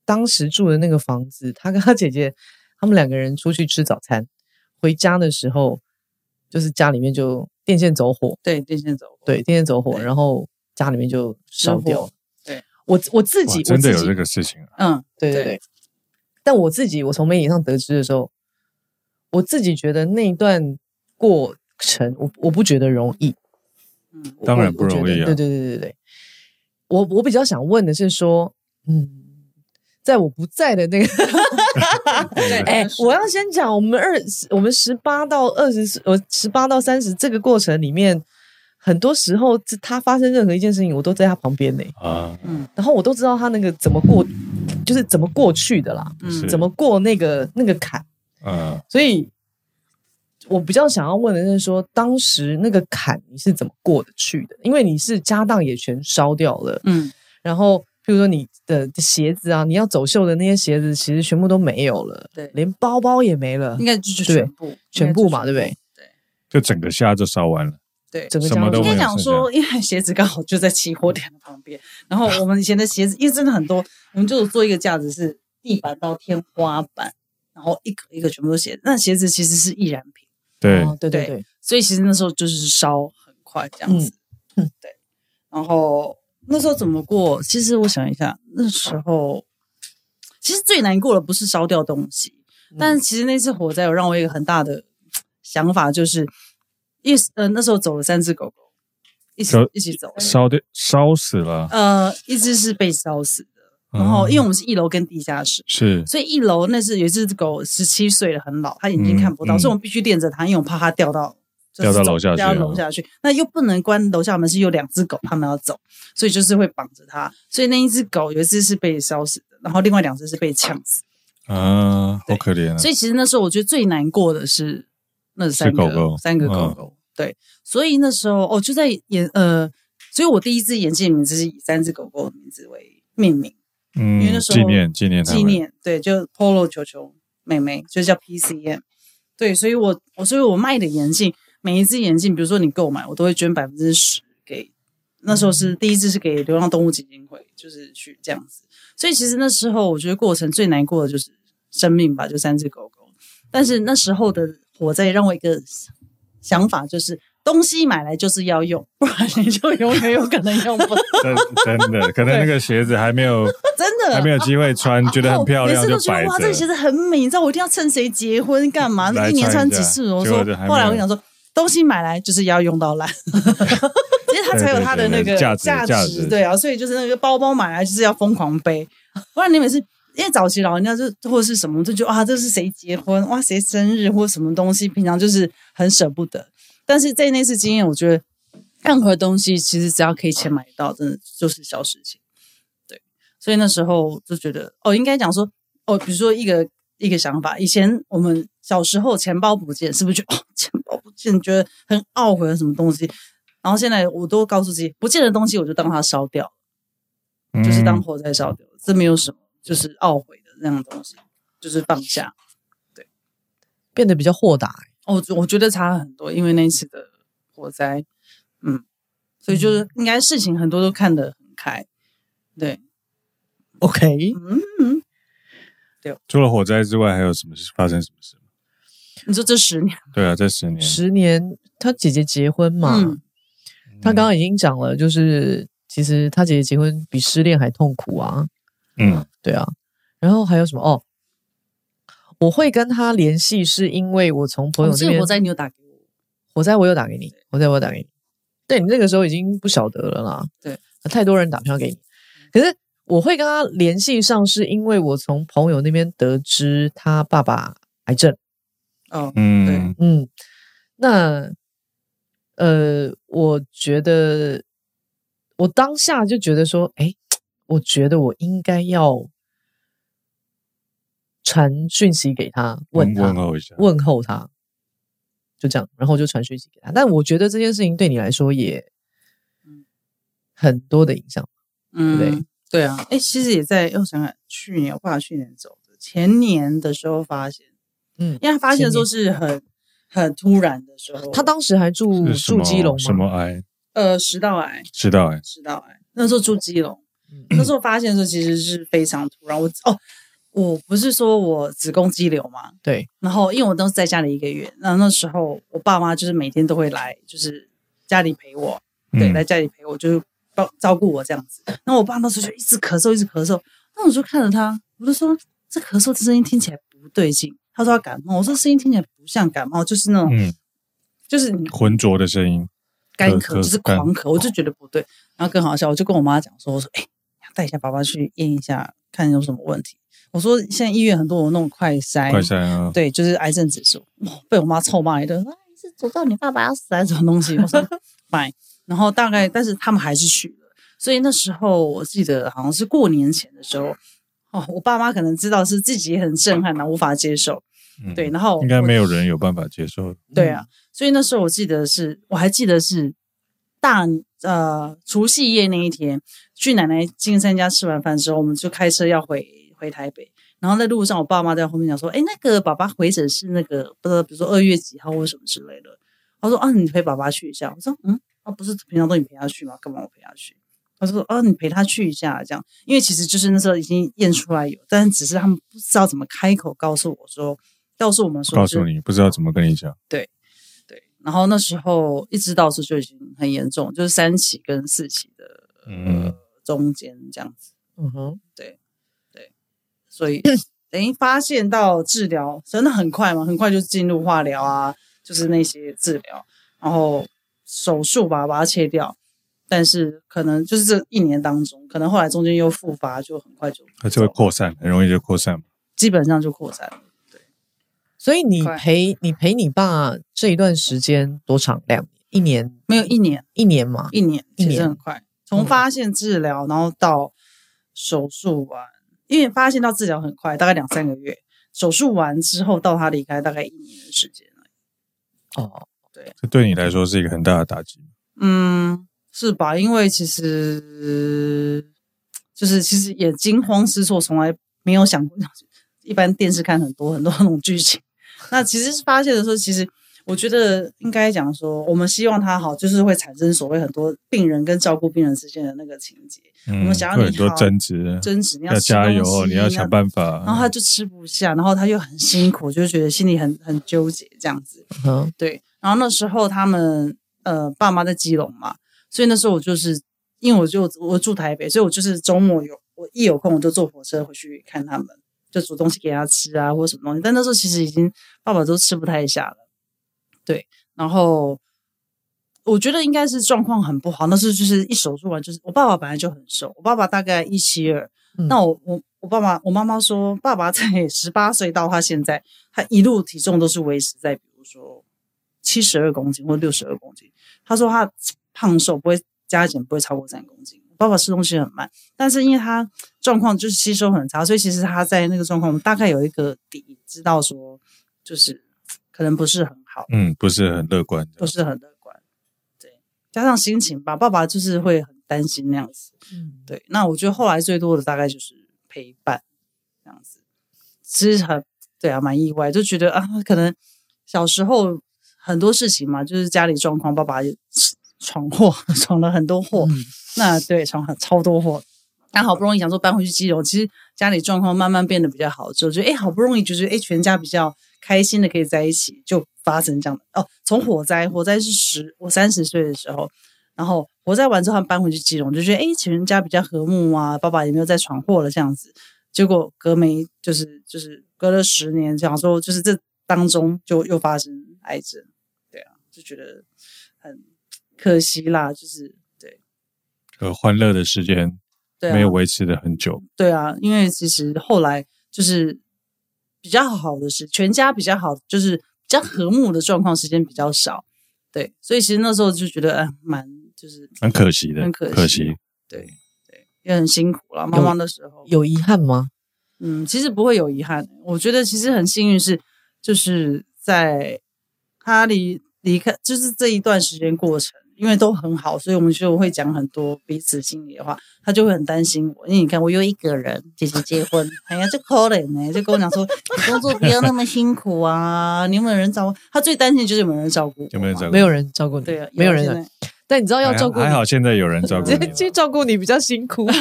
[SPEAKER 3] 当时住的那个房子，他跟他姐姐他们两个人出去吃早餐，回家的时候就是家里面就电线走火，
[SPEAKER 1] 对，电线走过，
[SPEAKER 3] 对，电线走火，
[SPEAKER 1] 对
[SPEAKER 3] 然后家里面就烧
[SPEAKER 1] 失火
[SPEAKER 3] 掉了。
[SPEAKER 1] 对
[SPEAKER 3] 我我自
[SPEAKER 2] 哇
[SPEAKER 3] 己
[SPEAKER 2] 真的
[SPEAKER 3] 我
[SPEAKER 2] 有
[SPEAKER 3] 自己
[SPEAKER 2] 这个事情啊，
[SPEAKER 1] 嗯，
[SPEAKER 3] 对对
[SPEAKER 1] 对
[SPEAKER 3] 对。但我自己，我从媒体上得知的时候，我自己觉得那一段过程，我我不觉得容易。
[SPEAKER 1] 嗯
[SPEAKER 3] 我
[SPEAKER 2] 当然
[SPEAKER 3] 我
[SPEAKER 2] 不容易啊
[SPEAKER 3] 我觉得对对对对对。我我比较想问的是说，嗯。在我不在的那个，哎、我要先讲，我们二我们十八到二十，我十八到三十这个过程里面，很多时候这他发生任何一件事情，我都在他旁边呢、
[SPEAKER 2] 啊，
[SPEAKER 1] 嗯
[SPEAKER 3] 然后我都知道他那个怎么过，就是怎么过去的啦，
[SPEAKER 1] 嗯
[SPEAKER 2] 是
[SPEAKER 3] 怎么过那个那个坎。
[SPEAKER 2] 嗯，
[SPEAKER 3] 所以，我比较想要问的是说，当时那个坎你是怎么过得去的？因为你是家当也全烧掉了，
[SPEAKER 1] 嗯
[SPEAKER 3] 然后譬如说你的鞋子啊，你要走秀的那些鞋子，其实全部都没有了，
[SPEAKER 1] 对
[SPEAKER 3] 连包包也没了
[SPEAKER 1] 应，该就是
[SPEAKER 3] 对
[SPEAKER 1] 全部
[SPEAKER 3] 全部嘛，对不对？
[SPEAKER 2] 就整个虾就烧完了，
[SPEAKER 1] 对
[SPEAKER 3] 整个
[SPEAKER 2] 什
[SPEAKER 3] 家
[SPEAKER 2] 么都
[SPEAKER 1] 应
[SPEAKER 2] 没
[SPEAKER 1] 该
[SPEAKER 2] 有
[SPEAKER 1] 讲
[SPEAKER 2] 剩
[SPEAKER 1] 说，因为鞋子刚好就在起火点的旁边，然后我们以前的鞋子，因为真的很多，我们就有做一个架子，是地板到天花板，然后一个一个全部都鞋子。那鞋子其实是易燃品，
[SPEAKER 2] 对，
[SPEAKER 3] 哦对对
[SPEAKER 1] 对
[SPEAKER 3] 对，
[SPEAKER 1] 所以其实那时候就是烧很快这样子。
[SPEAKER 3] 嗯嗯
[SPEAKER 1] 对。然后那时候怎么过？其实我想一下，那时候其实最难过的不是烧掉东西，
[SPEAKER 3] 嗯
[SPEAKER 1] 但是其实那次火灾有让我有一个很大的想法，就是一呃那时候走了三只狗狗，一起
[SPEAKER 2] 狗
[SPEAKER 1] 一起走，
[SPEAKER 2] 烧的烧死了，嗯
[SPEAKER 1] 呃，一只是被烧死的，然后
[SPEAKER 3] 哦
[SPEAKER 1] 因为我们是一楼跟地下室。
[SPEAKER 2] 是
[SPEAKER 1] 所以一楼那是有一只狗，十七岁了，很老，它眼睛看不到，
[SPEAKER 2] 嗯嗯
[SPEAKER 1] 所以我们必须练着它，因为我怕它掉到就是
[SPEAKER 2] 掉到
[SPEAKER 1] 走
[SPEAKER 2] 楼下去
[SPEAKER 1] 掉到
[SPEAKER 2] 啊
[SPEAKER 1] 楼下去。那又不能关楼下门，是有两只狗，它们要走，所以就是会绑着它。所以那一只狗有一只是被烧死的，然后另外两只是被呛死。
[SPEAKER 2] 啊，
[SPEAKER 1] 对
[SPEAKER 2] 好可怜啊，
[SPEAKER 1] 所以其实那时候我觉得最难过的是那三个
[SPEAKER 2] 是狗狗
[SPEAKER 1] 三个狗狗。对，所以那时候哦，就在演呃，所以我第一只眼镜的名字是以三只狗狗的名字为命名，因为
[SPEAKER 2] 嗯
[SPEAKER 1] 那，时候
[SPEAKER 2] 纪念纪念他
[SPEAKER 1] 纪
[SPEAKER 2] 们，
[SPEAKER 1] 念对，就 Polo 球球妹妹，就叫 PCM。对，所以我我所以我卖的眼镜，每一只眼镜，比如说你购买，我都会捐百分之十给。那时候是第一只是给流浪动物基金会，就是去这样子。所以其实那时候我觉得过程最难过的就是生命吧，就三只狗狗。但是那时候的火灾让我一个想法，就是东西买来就是要用，不然你就永远有可能用不到。
[SPEAKER 2] 真真的，可能那个鞋子还没有
[SPEAKER 1] 真的，
[SPEAKER 2] 还没有机会穿，觉得很漂亮
[SPEAKER 1] 每次
[SPEAKER 2] 就
[SPEAKER 1] 哦都觉
[SPEAKER 2] 摆
[SPEAKER 1] 得哇，这个鞋子
[SPEAKER 2] 着，
[SPEAKER 1] 很美，你知道我一定要趁谁结婚干嘛？
[SPEAKER 2] 来
[SPEAKER 1] 一年穿
[SPEAKER 2] 穿一下
[SPEAKER 1] 几次？我
[SPEAKER 2] 结
[SPEAKER 1] 说
[SPEAKER 2] 果就还没，有
[SPEAKER 1] 后来我跟你讲说，东西买来就是要用到烂， 因为它才有它的那
[SPEAKER 2] 对
[SPEAKER 1] 个
[SPEAKER 2] 对对价值价值
[SPEAKER 1] 值，对啊，所以就是那个包包买来就是要疯狂背， 不然你每次。因为早期老人家就或者是什么，就觉得啊，这是谁结婚哇，谁生日或什么东西，平常就是很舍不得。但是在那次经验，我觉得任何东西其实只要可以钱买到，真的就是小事情。对，所以那时候就觉得哦，应该讲说哦，比如说一个一个想法，以前我们小时候钱包不见，是不是就哦钱包不见，觉得很懊悔什么东西？然后现在我都告诉自己，不见的东西我就当它烧掉，
[SPEAKER 2] 嗯
[SPEAKER 1] 就是当火灾烧掉，这没有什么，就是懊悔的那样东西，就是放下。
[SPEAKER 3] 变得比较豁达、
[SPEAKER 1] 哦，我觉得差很多，因为那一次的火灾，嗯，所以就是应该事情很多都看得很开，对，
[SPEAKER 3] OK，
[SPEAKER 1] 嗯，
[SPEAKER 2] 除了火灾之外，还有什么事发生什么事吗？
[SPEAKER 1] 你说这十年，
[SPEAKER 2] 对啊，这十年，
[SPEAKER 3] 十年他姐姐结婚嘛，
[SPEAKER 1] 嗯
[SPEAKER 3] 他刚刚已经讲了，就是其实他姐姐结婚比失恋还痛苦啊，
[SPEAKER 2] 嗯
[SPEAKER 3] 对啊。然后还有什么哦？我会跟他联系，是因为我从朋友
[SPEAKER 1] 我
[SPEAKER 3] 那
[SPEAKER 1] 记得哦
[SPEAKER 3] 边
[SPEAKER 1] 火灾你有打给我，
[SPEAKER 3] 火灾我有打给你，火灾我有打给你。对你那个时候已经不晓得了啦，
[SPEAKER 1] 对，
[SPEAKER 3] 太多人打票给你。可是我会跟他联系上，是因为我从朋友那边得知他爸爸癌症。
[SPEAKER 1] 哦，
[SPEAKER 2] 嗯，
[SPEAKER 3] 嗯，那呃，我觉得我当下就觉得说，哎，我觉得我应该要传讯息给他，问他
[SPEAKER 2] 问候一下，
[SPEAKER 3] 问候他，就这样，然后就传讯息给他。但我觉得这件事情对你来说也
[SPEAKER 1] 嗯
[SPEAKER 3] 很多的影响。
[SPEAKER 1] 嗯，
[SPEAKER 3] 对
[SPEAKER 1] 对啊，哎，其实也在，我想想，去年我爸去年走的，前年的时候发现，
[SPEAKER 3] 嗯，
[SPEAKER 1] 因为他发现的时候是很很突然的时候，
[SPEAKER 3] 他当时还住
[SPEAKER 1] 嗯
[SPEAKER 2] 是什
[SPEAKER 3] 住
[SPEAKER 2] 么
[SPEAKER 3] 基隆
[SPEAKER 2] 什
[SPEAKER 3] 吗？
[SPEAKER 2] 么癌？
[SPEAKER 1] 呃食道癌，
[SPEAKER 2] 知道哎，
[SPEAKER 1] 食道癌，那时候住基隆，
[SPEAKER 3] 嗯
[SPEAKER 1] 那时候发现的时候其实是非常突然，我哦。我不是说我子宫肌瘤吗？
[SPEAKER 3] 对，
[SPEAKER 1] 然后因为我当时在家里一个月，那那时候我爸妈就是每天都会来，就是家里陪我，对，
[SPEAKER 2] 嗯
[SPEAKER 1] 来家里陪我，就是照照顾我这样子。那我爸那时候就一直咳嗽，一直咳嗽。那我就看着他，我就说这咳嗽的声音听起来不对劲。他说他感冒，我说声音听起来不像感冒，就是那种、
[SPEAKER 2] 嗯，
[SPEAKER 1] 就是你
[SPEAKER 2] 浑浊的声音，
[SPEAKER 1] 干
[SPEAKER 2] 咳
[SPEAKER 1] 咳，
[SPEAKER 2] 咳
[SPEAKER 1] 就是
[SPEAKER 2] 干哦
[SPEAKER 1] 狂咳，我就觉得不对。然后更好笑，我就跟我妈讲说，我说哎，带一下爸爸去验一下，看有什么问题。我说现在医院很多有那种快筛，
[SPEAKER 2] 快闪啊，
[SPEAKER 1] 对，就是癌症指数，哇被我妈臭骂一顿，啊你是诅咒你爸爸要死啊 还是什么东西？我说买，然后大概，但是他们还是去了。所以那时候我记得好像是过年前的时候，哦，我爸妈可能知道是自己也很震撼，然后无法接受，
[SPEAKER 2] 嗯
[SPEAKER 1] 对，，然后
[SPEAKER 2] 应该
[SPEAKER 1] 我
[SPEAKER 2] 没有人有办法接受。
[SPEAKER 1] 对啊，所以那时候我记得是，我还记得是大呃除夕夜那一天，去奶奶金山家吃完饭之后，我们就开车要回回台北。然后在路上，我爸妈在后面讲说：“哎，那个爸爸回诊是那个不知道，比如说二月几号或者什么之类的。”他说：“啊，你陪爸爸去一下。”我说：“嗯，啊，不是平常都你陪他去吗？干嘛我陪他去？”他说：“啊，你陪他去一下，这样，因为其实就是那时候已经验出来有，但是只是他们不知道怎么开口告诉我说，告诉我们说，
[SPEAKER 2] 告诉你，不知道怎么跟你讲。
[SPEAKER 1] 对，然后那时候一直到时就已经很严重，就是三期跟四期的、
[SPEAKER 2] 嗯
[SPEAKER 1] 呃、中间这样子，
[SPEAKER 3] 嗯哼，
[SPEAKER 1] 所 以等于发现到治疗真的很快嘛，很快就进入化疗啊，就是那些治疗，然后手术吧把它切掉，但是可能就是这一年当中，可能后来中间又复发，就很快就
[SPEAKER 2] 它就会扩散，很容易就扩散。
[SPEAKER 1] 基本上就扩散了。
[SPEAKER 3] 所以你
[SPEAKER 1] 快
[SPEAKER 3] 陪你陪你爸这一段时间多长？两一年？
[SPEAKER 1] 没有一年，
[SPEAKER 3] 一年嘛？
[SPEAKER 1] 一年，
[SPEAKER 3] 一
[SPEAKER 1] 其实
[SPEAKER 3] 年
[SPEAKER 1] 很快，从发现治疗，然后到手术完，因为发现到治疗很快，大概两三个月，手术完之后到他离开大概一年的时间而已
[SPEAKER 3] 哦，
[SPEAKER 2] 这对你来说是一个很大的打击。
[SPEAKER 1] 嗯，是吧？因为其实就是其实也惊慌失措，从来没有想过，一般电视看很多很多那种剧情，那其实是发现的时候，其实。我觉得应该讲说，我们希望他好，就是会产生所谓很多病人跟照顾病人之间的那个情节。
[SPEAKER 2] 嗯，
[SPEAKER 1] 们想要
[SPEAKER 2] 会
[SPEAKER 1] 你
[SPEAKER 2] 很多
[SPEAKER 1] 好
[SPEAKER 2] 争执，
[SPEAKER 1] 真实，你
[SPEAKER 2] 嗯要
[SPEAKER 1] 吃
[SPEAKER 2] 加
[SPEAKER 1] 东
[SPEAKER 2] 油哦，
[SPEAKER 1] 西
[SPEAKER 2] 你要想办法。
[SPEAKER 1] 然后他就吃不下，然后他又很辛苦，就觉得心里很很纠结这样子。
[SPEAKER 3] 嗯哼，
[SPEAKER 1] 对，然后那时候他们呃爸妈在基隆嘛，所以那时候我就是因为我就我住台北，所以我就是周末有我一有空我就坐火车回去看他们，就煮东西给他吃啊或什么东西。但那时候其实已经爸爸都吃不太下了，对，然后。我觉得应该是状况很不好，那时候就是一手术完，就是我爸爸本来就很瘦，我爸爸大概一七二，
[SPEAKER 3] 嗯
[SPEAKER 1] 那我我我爸爸我妈妈说，爸爸在十八岁到他现在，他一路体重都是维持在比如说七十二公斤或六十二公斤。他说他胖瘦不会加减不会超过三公斤。我爸爸吃东西很慢，但是因为他状况就是吸收很差，所以其实他在那个状况，我们大概有一个底，知道说就是可能不是很好，
[SPEAKER 2] 嗯，不是很乐观。
[SPEAKER 1] 不是很乐观。对，加上心情吧，爸爸就是会很担心那样子。
[SPEAKER 3] 嗯
[SPEAKER 1] 对，那我觉得后来最多的大概就是陪伴这样子，其实很对啊，蛮意外，就觉得啊，可能小时候很多事情嘛，就是家里状况，爸爸也闯祸， 闯了很多祸，
[SPEAKER 3] 嗯
[SPEAKER 1] 那对闯很超多祸。那好不容易想说搬回去基隆，其实家里状况慢慢变得比较好之后，就哎好不容易就是哎全家比较开心的可以在一起，就发生这样的哦。从火灾，火灾是十我三十岁的时候，然后火灾完之后，他们搬回去基隆，就觉得哎，诶全家比较和睦啊，爸爸也没有再闯祸了这样子。结果隔没就是就是隔了十年，想说就是这当中就又发生癌症，对啊，就觉得很可惜啦，就是对
[SPEAKER 2] 呃，欢乐的时间
[SPEAKER 1] 对啊，
[SPEAKER 2] 没有维持的很久。
[SPEAKER 1] 对啊，因为其实后来就是比较好的是全家比较好，就是比较和睦的状况时间比较少，对，所以其实那时候就觉得哎，蛮就是
[SPEAKER 2] 很可惜的，
[SPEAKER 1] 很可惜对对，也很辛苦了。妈
[SPEAKER 3] 有
[SPEAKER 1] 妈那时候，
[SPEAKER 3] 有遗憾吗？
[SPEAKER 1] 嗯，其实不会有遗憾。我觉得其实很幸运是，就是在他离离开，就是这一段时间过程，因为都很好，所以我们就会讲很多彼此心里的话。他就会很担心我，因为你看我又一个人，姐姐结婚，哎呀，这可怜呢、就跟我讲说，你工作不要那么辛苦啊，你有没有人照顾？他最担心就是有没有人照顾我，啊
[SPEAKER 2] 有没有人照顾？
[SPEAKER 3] 没有人照顾你，
[SPEAKER 1] 对啊，
[SPEAKER 3] 没有人
[SPEAKER 1] 现
[SPEAKER 3] 照
[SPEAKER 1] 在
[SPEAKER 3] 但你知道要
[SPEAKER 2] 还
[SPEAKER 3] 照顾
[SPEAKER 2] 还
[SPEAKER 3] 你
[SPEAKER 2] 好，现在有人照顾你了。
[SPEAKER 3] 其实照顾你比较 辛苦。
[SPEAKER 2] 对，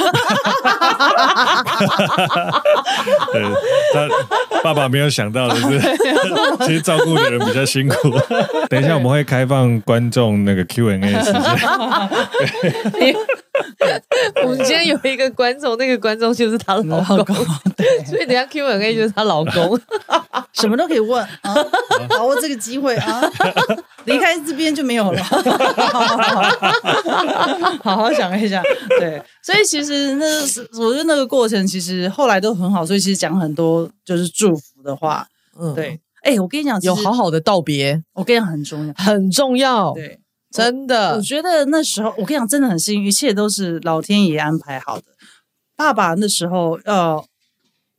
[SPEAKER 2] 他爸爸没有想到的是， 其实照顾的人比较辛苦。等一下我们会开放观众那个 Q&A 时间，
[SPEAKER 3] 我们今天有一个观众，那个观众就是她老
[SPEAKER 1] 老
[SPEAKER 3] 公，所以等一下 Q&A 就是她老公。
[SPEAKER 1] 什么都可以问啊，把握这个机会啊。离开这边就没有了。 好好想一想，对，所以其实那是我觉得那个过程其实后来都很好，所以其实讲很多就是祝福的话，
[SPEAKER 3] 嗯，
[SPEAKER 1] 对。哎、我跟你讲，其实
[SPEAKER 3] 有好，好的道别
[SPEAKER 1] 我跟你讲很重要。
[SPEAKER 3] 很重要，
[SPEAKER 1] 对，
[SPEAKER 3] 真的
[SPEAKER 1] 我。觉得那时候我跟你讲，真的很幸运，一切都是老天爷安排好的。爸爸那时候要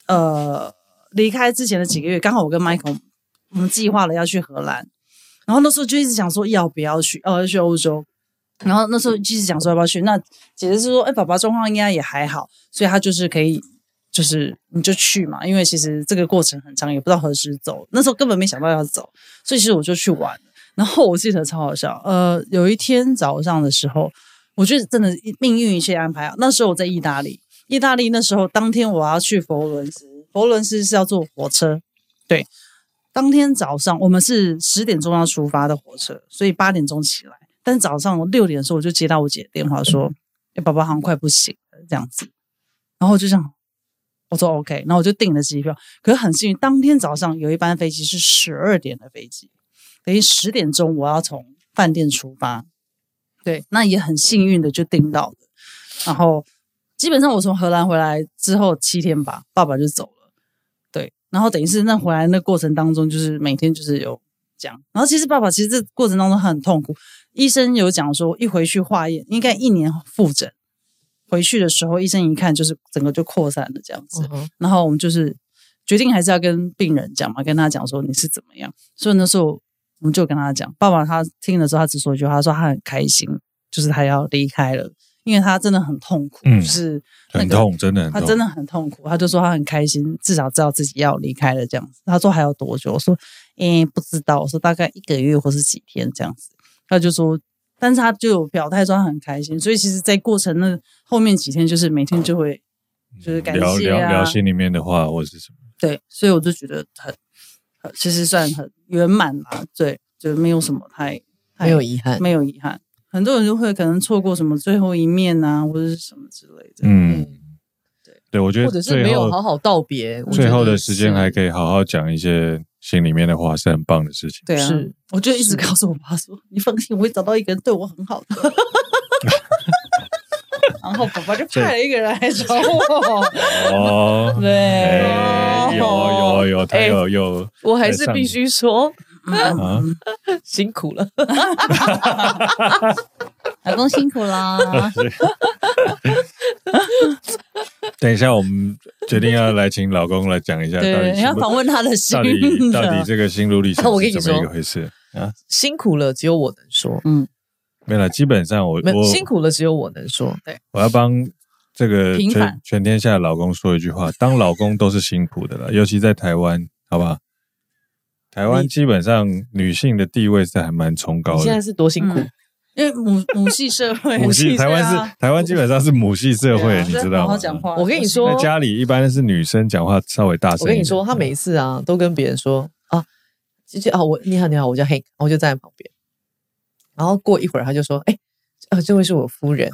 [SPEAKER 1] 呃离开之前的几个月，刚好我跟 Michael 我们计划了要去荷兰，然后那时候就一直想说要不要去，呃，要去欧洲。然后那时候就一直想说要不要去，那姐姐是说，哎、爸爸状况应该也还好，所以他就是可以，就是你就去嘛，因为其实这个过程很长，也不知道何时走，那时候根本没想到要走，所以其实我就去玩。然后我记得超好笑，呃，有一天早上的时候，我觉得真的命运一切安排啊。那时候我在意大利，意大利那时候当天我要去佛罗伦斯，佛罗伦斯是要坐火车，对。当天早上我们是十点钟要出发的火车，所以八点钟起来。但早上我六点的时候我就接到我姐的电话说：“哎、宝宝好像快不行了，这样子。”然后我就这样，我说 OK，然后我就订了机票。可是很幸运，当天早上有一班飞机是十二点的飞机，等于十点钟我要从饭店出发。对，那也很幸运的就订到了。然后基本上我从荷兰回来之后七天吧，爸爸就走了。对，然后等于是那回来那过程当中，就是每天就是有讲。然后其实爸爸其实这过程当中很痛苦，医生有讲说一回去化验应该一年复诊，回去的时候医生一看就是整个就扩散了这样子。
[SPEAKER 3] 嗯哼
[SPEAKER 1] 然后我们就是决定还是要跟病人讲嘛，跟他讲说你是怎么样。所以那时候我们就跟他讲，爸爸他听的时候，他只说一句话，他说他很开心，就是他要离开了，因为他真的很痛苦，
[SPEAKER 2] 嗯
[SPEAKER 1] 就是、那个、
[SPEAKER 2] 很痛，真的很
[SPEAKER 1] 他
[SPEAKER 2] 痛，
[SPEAKER 1] 真的很痛苦，他就说他很开心，至少知道自己要离开了这样子。他说还有多久？我说，诶、不知道。我说大概一个月或是几天这样子。他就说，但是他就有表态说他很开心，所以其实，在过程那后面几天，就是每天就会就是感谢啊
[SPEAKER 2] 嗯聊聊聊心里面的话或者是什么，
[SPEAKER 1] 对，所以我就觉得很，很其实算很圆满啦。对，就没有什么太太
[SPEAKER 3] 没有遗憾，
[SPEAKER 1] 没有遗憾。很多人就会可能错过什么最后一面啊，或者是什么之类的。
[SPEAKER 2] 嗯，对，我觉
[SPEAKER 3] 或
[SPEAKER 2] 得
[SPEAKER 3] 者是没
[SPEAKER 2] 最
[SPEAKER 3] 有好
[SPEAKER 2] 后
[SPEAKER 3] 好道别，我觉
[SPEAKER 2] 最
[SPEAKER 3] 得
[SPEAKER 2] 后的时间
[SPEAKER 3] 是
[SPEAKER 2] 还可以好好讲一些心里面的话，是很棒的事情。
[SPEAKER 1] 对啊，
[SPEAKER 3] 是
[SPEAKER 1] 我就一直告诉我爸说：“你放心，我会找到一个人对我很 好的。”然后爸爸就派了一个人来找 我。
[SPEAKER 2] 哦，
[SPEAKER 1] 对，哦哎
[SPEAKER 2] 哎有有有，他有有，
[SPEAKER 3] 我还是必须说
[SPEAKER 1] 嗯
[SPEAKER 2] 啊，
[SPEAKER 3] 辛苦了。
[SPEAKER 1] 老公辛苦 啦。
[SPEAKER 2] 等一下，我们决定要来请老公来讲一下，到
[SPEAKER 1] 对，
[SPEAKER 2] 底
[SPEAKER 1] 你要
[SPEAKER 2] 什
[SPEAKER 1] 访
[SPEAKER 2] 么，
[SPEAKER 1] 问他的心
[SPEAKER 2] 到底到底
[SPEAKER 1] 的。
[SPEAKER 2] 这个心路 历程
[SPEAKER 3] 我跟
[SPEAKER 2] 是
[SPEAKER 3] 你
[SPEAKER 2] 怎么一
[SPEAKER 3] 说
[SPEAKER 2] 个回事？
[SPEAKER 3] 辛苦了，只有我能说。
[SPEAKER 2] 没有啦，基本上我
[SPEAKER 3] 没
[SPEAKER 2] 我
[SPEAKER 3] 辛苦了，只有我能说。
[SPEAKER 2] 我要帮这个
[SPEAKER 1] 平
[SPEAKER 2] 全
[SPEAKER 1] 反
[SPEAKER 2] 全天下的老公说一句话：当老公都是辛苦的 了，尤其在台湾，好不好？台湾
[SPEAKER 3] 你
[SPEAKER 2] 基本上女性的地位是还蛮崇高
[SPEAKER 3] 你现在
[SPEAKER 2] 的，
[SPEAKER 3] 是多辛苦？
[SPEAKER 1] 嗯因为母母系社会，
[SPEAKER 2] 母系台湾
[SPEAKER 1] 对啊
[SPEAKER 2] 是台湾基本上是母系社
[SPEAKER 1] 对
[SPEAKER 2] 会，
[SPEAKER 1] 啊
[SPEAKER 2] 你知道
[SPEAKER 1] 好
[SPEAKER 2] 吗
[SPEAKER 1] 好？讲话。
[SPEAKER 3] 我跟你说
[SPEAKER 2] 在家里一般是女生讲话稍微大声，嗯
[SPEAKER 3] 我跟你说，他每一次啊，都跟别人说啊，就就啊，我你好你好，我叫 Hank，然后我就站在旁边。然后过一会儿，他就说：“哎、啊，这位是我夫人。”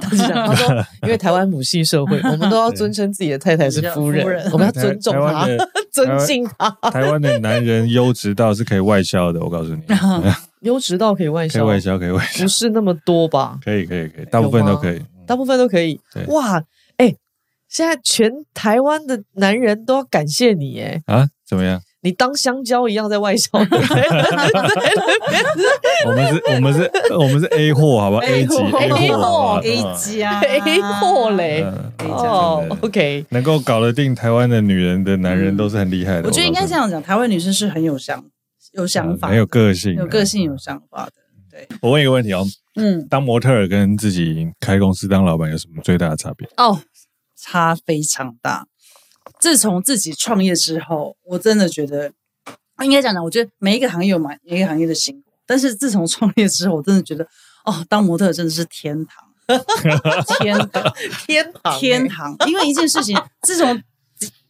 [SPEAKER 3] 他就这样，他说：“因为台湾母系社会，我们都要尊称自己的太太是夫人，
[SPEAKER 1] 夫人
[SPEAKER 3] 我们要尊重
[SPEAKER 2] 台湾
[SPEAKER 3] 她
[SPEAKER 2] 的，
[SPEAKER 3] 尊敬她。
[SPEAKER 2] 台湾的男人优质到是可以外销的，我告诉 你，
[SPEAKER 3] 优质到可以外
[SPEAKER 2] 可以
[SPEAKER 3] 销，
[SPEAKER 2] 外销，可以外销
[SPEAKER 3] 不，是那么多吧？
[SPEAKER 2] 可以可以可以，大部分都可以。
[SPEAKER 3] 大部分都可以
[SPEAKER 2] 嗯对。
[SPEAKER 3] 哇，哎、现在全台湾的男人都要感谢你，哎，
[SPEAKER 2] 啊，怎么样？
[SPEAKER 3] 你当香蕉一样在外销，对
[SPEAKER 2] 我们是，我们是，我们是 A 货，好吧
[SPEAKER 3] A
[SPEAKER 2] ？A 级
[SPEAKER 3] 货
[SPEAKER 2] A 货好不好
[SPEAKER 1] 哎 A
[SPEAKER 2] 嗯
[SPEAKER 1] 家
[SPEAKER 3] A 哎
[SPEAKER 1] 哎
[SPEAKER 3] 货嘞。
[SPEAKER 2] 嗯
[SPEAKER 1] 可以讲
[SPEAKER 3] 哦
[SPEAKER 2] 真的
[SPEAKER 3] ，OK，
[SPEAKER 2] 能够搞得定台湾的女人的男人都是很厉害的。
[SPEAKER 1] 嗯我觉得应该这
[SPEAKER 2] 告
[SPEAKER 1] 样讲，台湾女生是很有想有
[SPEAKER 2] 诉你
[SPEAKER 1] 想法，
[SPEAKER 2] 嗯很有个性，啊
[SPEAKER 1] 有个性有。想法的。
[SPEAKER 2] 我问一个问题哦，
[SPEAKER 1] 嗯，
[SPEAKER 2] 当模特儿跟自己开公司当老板有什么最大的差别？
[SPEAKER 1] 哦，差非常大。自从自己创业之后，我真的觉得，应该讲讲，我觉得每一个行业有每一个行业的辛苦，但是自从创业之后，我真的觉得，哦，当模特真的是天 堂， 天堂，
[SPEAKER 3] 天堂，
[SPEAKER 1] 天
[SPEAKER 3] 哎，
[SPEAKER 1] 堂。因为一件事情，自从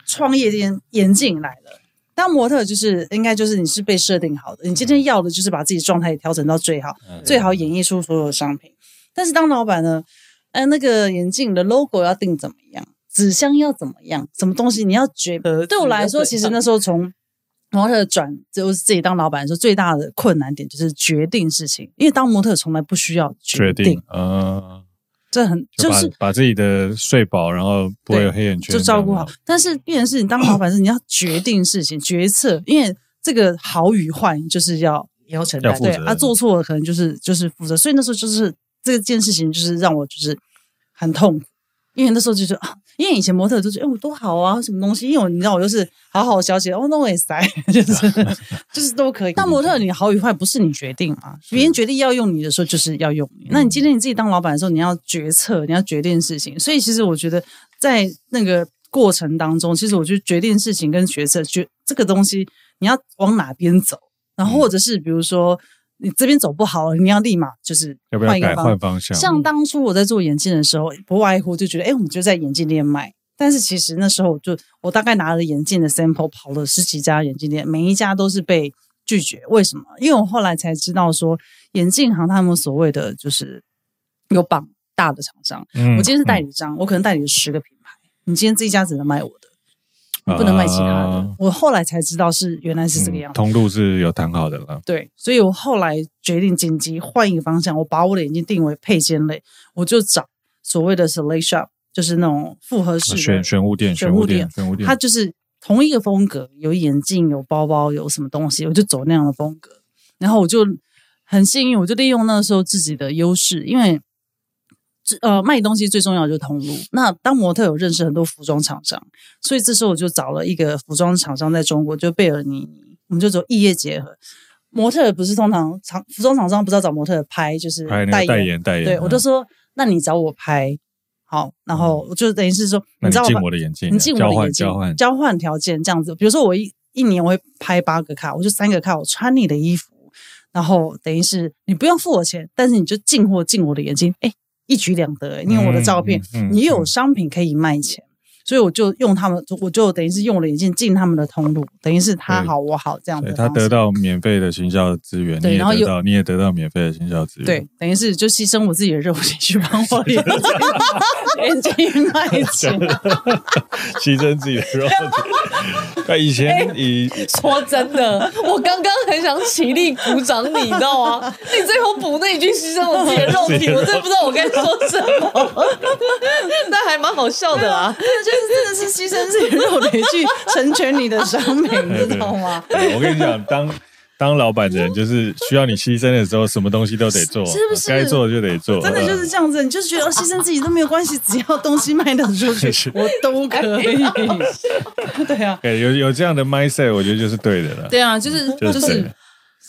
[SPEAKER 1] 创业这件眼镜来了。当模特就是应该就是你是被设定好的，你今天要的就是把自己状态调整到最好，嗯最好演绎出所有的商品。但是当老板呢，呃，那个眼镜的 logo 要定怎么样，纸箱要怎么样，什么东西你要决
[SPEAKER 3] 盒子
[SPEAKER 1] 对我来
[SPEAKER 3] 要
[SPEAKER 1] 说，
[SPEAKER 3] 怎
[SPEAKER 1] 其实
[SPEAKER 3] 样
[SPEAKER 1] 那时候从模特转就是自己当老板的时候，最大的困难点就是决定事情，因为当模特从来不需要
[SPEAKER 2] 确
[SPEAKER 1] 决
[SPEAKER 2] 定，嗯，
[SPEAKER 1] 这很
[SPEAKER 2] 就
[SPEAKER 1] 就
[SPEAKER 2] 把
[SPEAKER 1] 是
[SPEAKER 2] 把自己的睡饱，然后不会有黑眼圈，
[SPEAKER 1] 就照顾好。但是变成是你当老板是你要决定事情、 决策，因为这个好与坏就是要
[SPEAKER 3] 也要承
[SPEAKER 2] 要
[SPEAKER 3] 担
[SPEAKER 2] 负
[SPEAKER 1] 对
[SPEAKER 2] 责
[SPEAKER 1] 啊，做错了可能就是就是负责。所以那时候就是这件事情，就是让我就是很痛苦，因为那时候就觉得啊，因为以前模特就觉得哎、我多好啊，什么东西，因为我你知道我就是好好小姐，哦，那我也塞， 就是就是都 可以。但模特你好与坏不是你决定嘛，别人决定要用你的时候就是要用你。那你今天你自己当老板的时候，你要决策，你要决定事情。所以其实我觉得在那个过程当中，其实我就决定事情跟决策，决这个东西你要往哪边走，然
[SPEAKER 2] 嗯
[SPEAKER 1] 后或者是比如说。你这边走不好，你要立马就是
[SPEAKER 2] 要不要
[SPEAKER 1] 换一个
[SPEAKER 2] 改
[SPEAKER 1] 方向
[SPEAKER 2] 换方向？
[SPEAKER 1] 像当初我在做眼镜的时候，不外乎就觉得，哎、我们就在眼镜店卖。但是其实那时候我就我大概拿了眼镜的 sample 跑了十几家眼镜店，每一家都是被拒绝。为什么？因为我后来才知道说，眼镜行他们所谓的就是有绑大的厂商，我
[SPEAKER 2] 嗯
[SPEAKER 1] 今天是代理商，我可能代理了十个品牌，你今天这一家只能卖我的，你不能卖其他的。
[SPEAKER 2] 啊
[SPEAKER 1] 我后来才知道是原来是这个样
[SPEAKER 2] 嗯
[SPEAKER 1] 子。
[SPEAKER 2] 通路是有谈好的了，
[SPEAKER 1] 对，所以我后来决定紧急换一个方向，我把我的眼镜定为配件类，我就找所谓的 select shop，就是那种复合式的
[SPEAKER 2] 玄玄武店，
[SPEAKER 1] 玄
[SPEAKER 2] 玄武
[SPEAKER 1] 武
[SPEAKER 2] 店
[SPEAKER 1] 店，
[SPEAKER 2] 玄武店
[SPEAKER 1] 它，就是同一个风格，有眼镜，有包包，有什么东西，我就走那样的风格。然后我就很幸运，我就利用那时候自己的优势，因为这呃卖东西最重要的就是通路。那当模特有认识很多服装厂商，所以这时候我就找了一个服装厂商在中国，就贝尔尼尼，我们就走异业结合。模特不是通常厂服装厂商不知道找模特拍就是
[SPEAKER 2] 还有那个代言代言，
[SPEAKER 1] 对我就
[SPEAKER 2] 嗯
[SPEAKER 1] 说那你找我拍好，然后我就等于是说你
[SPEAKER 2] 那你
[SPEAKER 1] 知道
[SPEAKER 2] 进
[SPEAKER 1] 吧
[SPEAKER 2] 我的眼镜，
[SPEAKER 1] 你进我
[SPEAKER 2] 交
[SPEAKER 1] 的
[SPEAKER 2] 换
[SPEAKER 1] 眼镜
[SPEAKER 2] 交换，
[SPEAKER 1] 交换条件这样子。比如说我一一年我会拍八个卡，我就三个卡我穿你的衣服，然后等于是你不用付我钱，但是你就进货进我的眼睛，哎，一举两得、诶你有我的照片，
[SPEAKER 2] 嗯嗯嗯
[SPEAKER 1] 你也有商品可以卖钱。所以我就用他们，我就等于是用了眼镜进他们的通路，等于是他
[SPEAKER 2] 对
[SPEAKER 1] 好我好这样
[SPEAKER 2] 对
[SPEAKER 1] 子。
[SPEAKER 2] 他得到免费的行销资源，你
[SPEAKER 1] 对
[SPEAKER 2] 也
[SPEAKER 1] 然后
[SPEAKER 2] 得
[SPEAKER 1] 又
[SPEAKER 2] 到，你也得到免费的行销资源，
[SPEAKER 1] 对，，等于是就牺牲我自己的热情去帮我的眼 睛眼睛卖钱。
[SPEAKER 2] 牺牲自己的肉体。 那以
[SPEAKER 1] 哎
[SPEAKER 2] 前以
[SPEAKER 3] 说真的，我刚刚很想起立鼓掌你，你知 道吗？你最后补那一句牺牲我自己的肉
[SPEAKER 2] 自己
[SPEAKER 3] 体，
[SPEAKER 2] 的肉
[SPEAKER 3] 我真的不知道我该说什 么，但还蛮好笑的啊。
[SPEAKER 1] 就是真的是牺牲自己的肉体去成全你的商 品，你知道吗？
[SPEAKER 2] 对我跟你讲，当当老板的人，就是需要你牺牲的时候，什么东西都得做，
[SPEAKER 1] 是不是
[SPEAKER 2] 该做的就得做，嗯
[SPEAKER 1] 真的就是这样子，你就是觉得哦牺牲自己都没有关系，只要东西卖得出 去，我都可以。对啊，
[SPEAKER 2] 对，有有这样的 mindset，我觉得就是对的 了。
[SPEAKER 1] 对啊，就是
[SPEAKER 2] 就
[SPEAKER 1] 就是是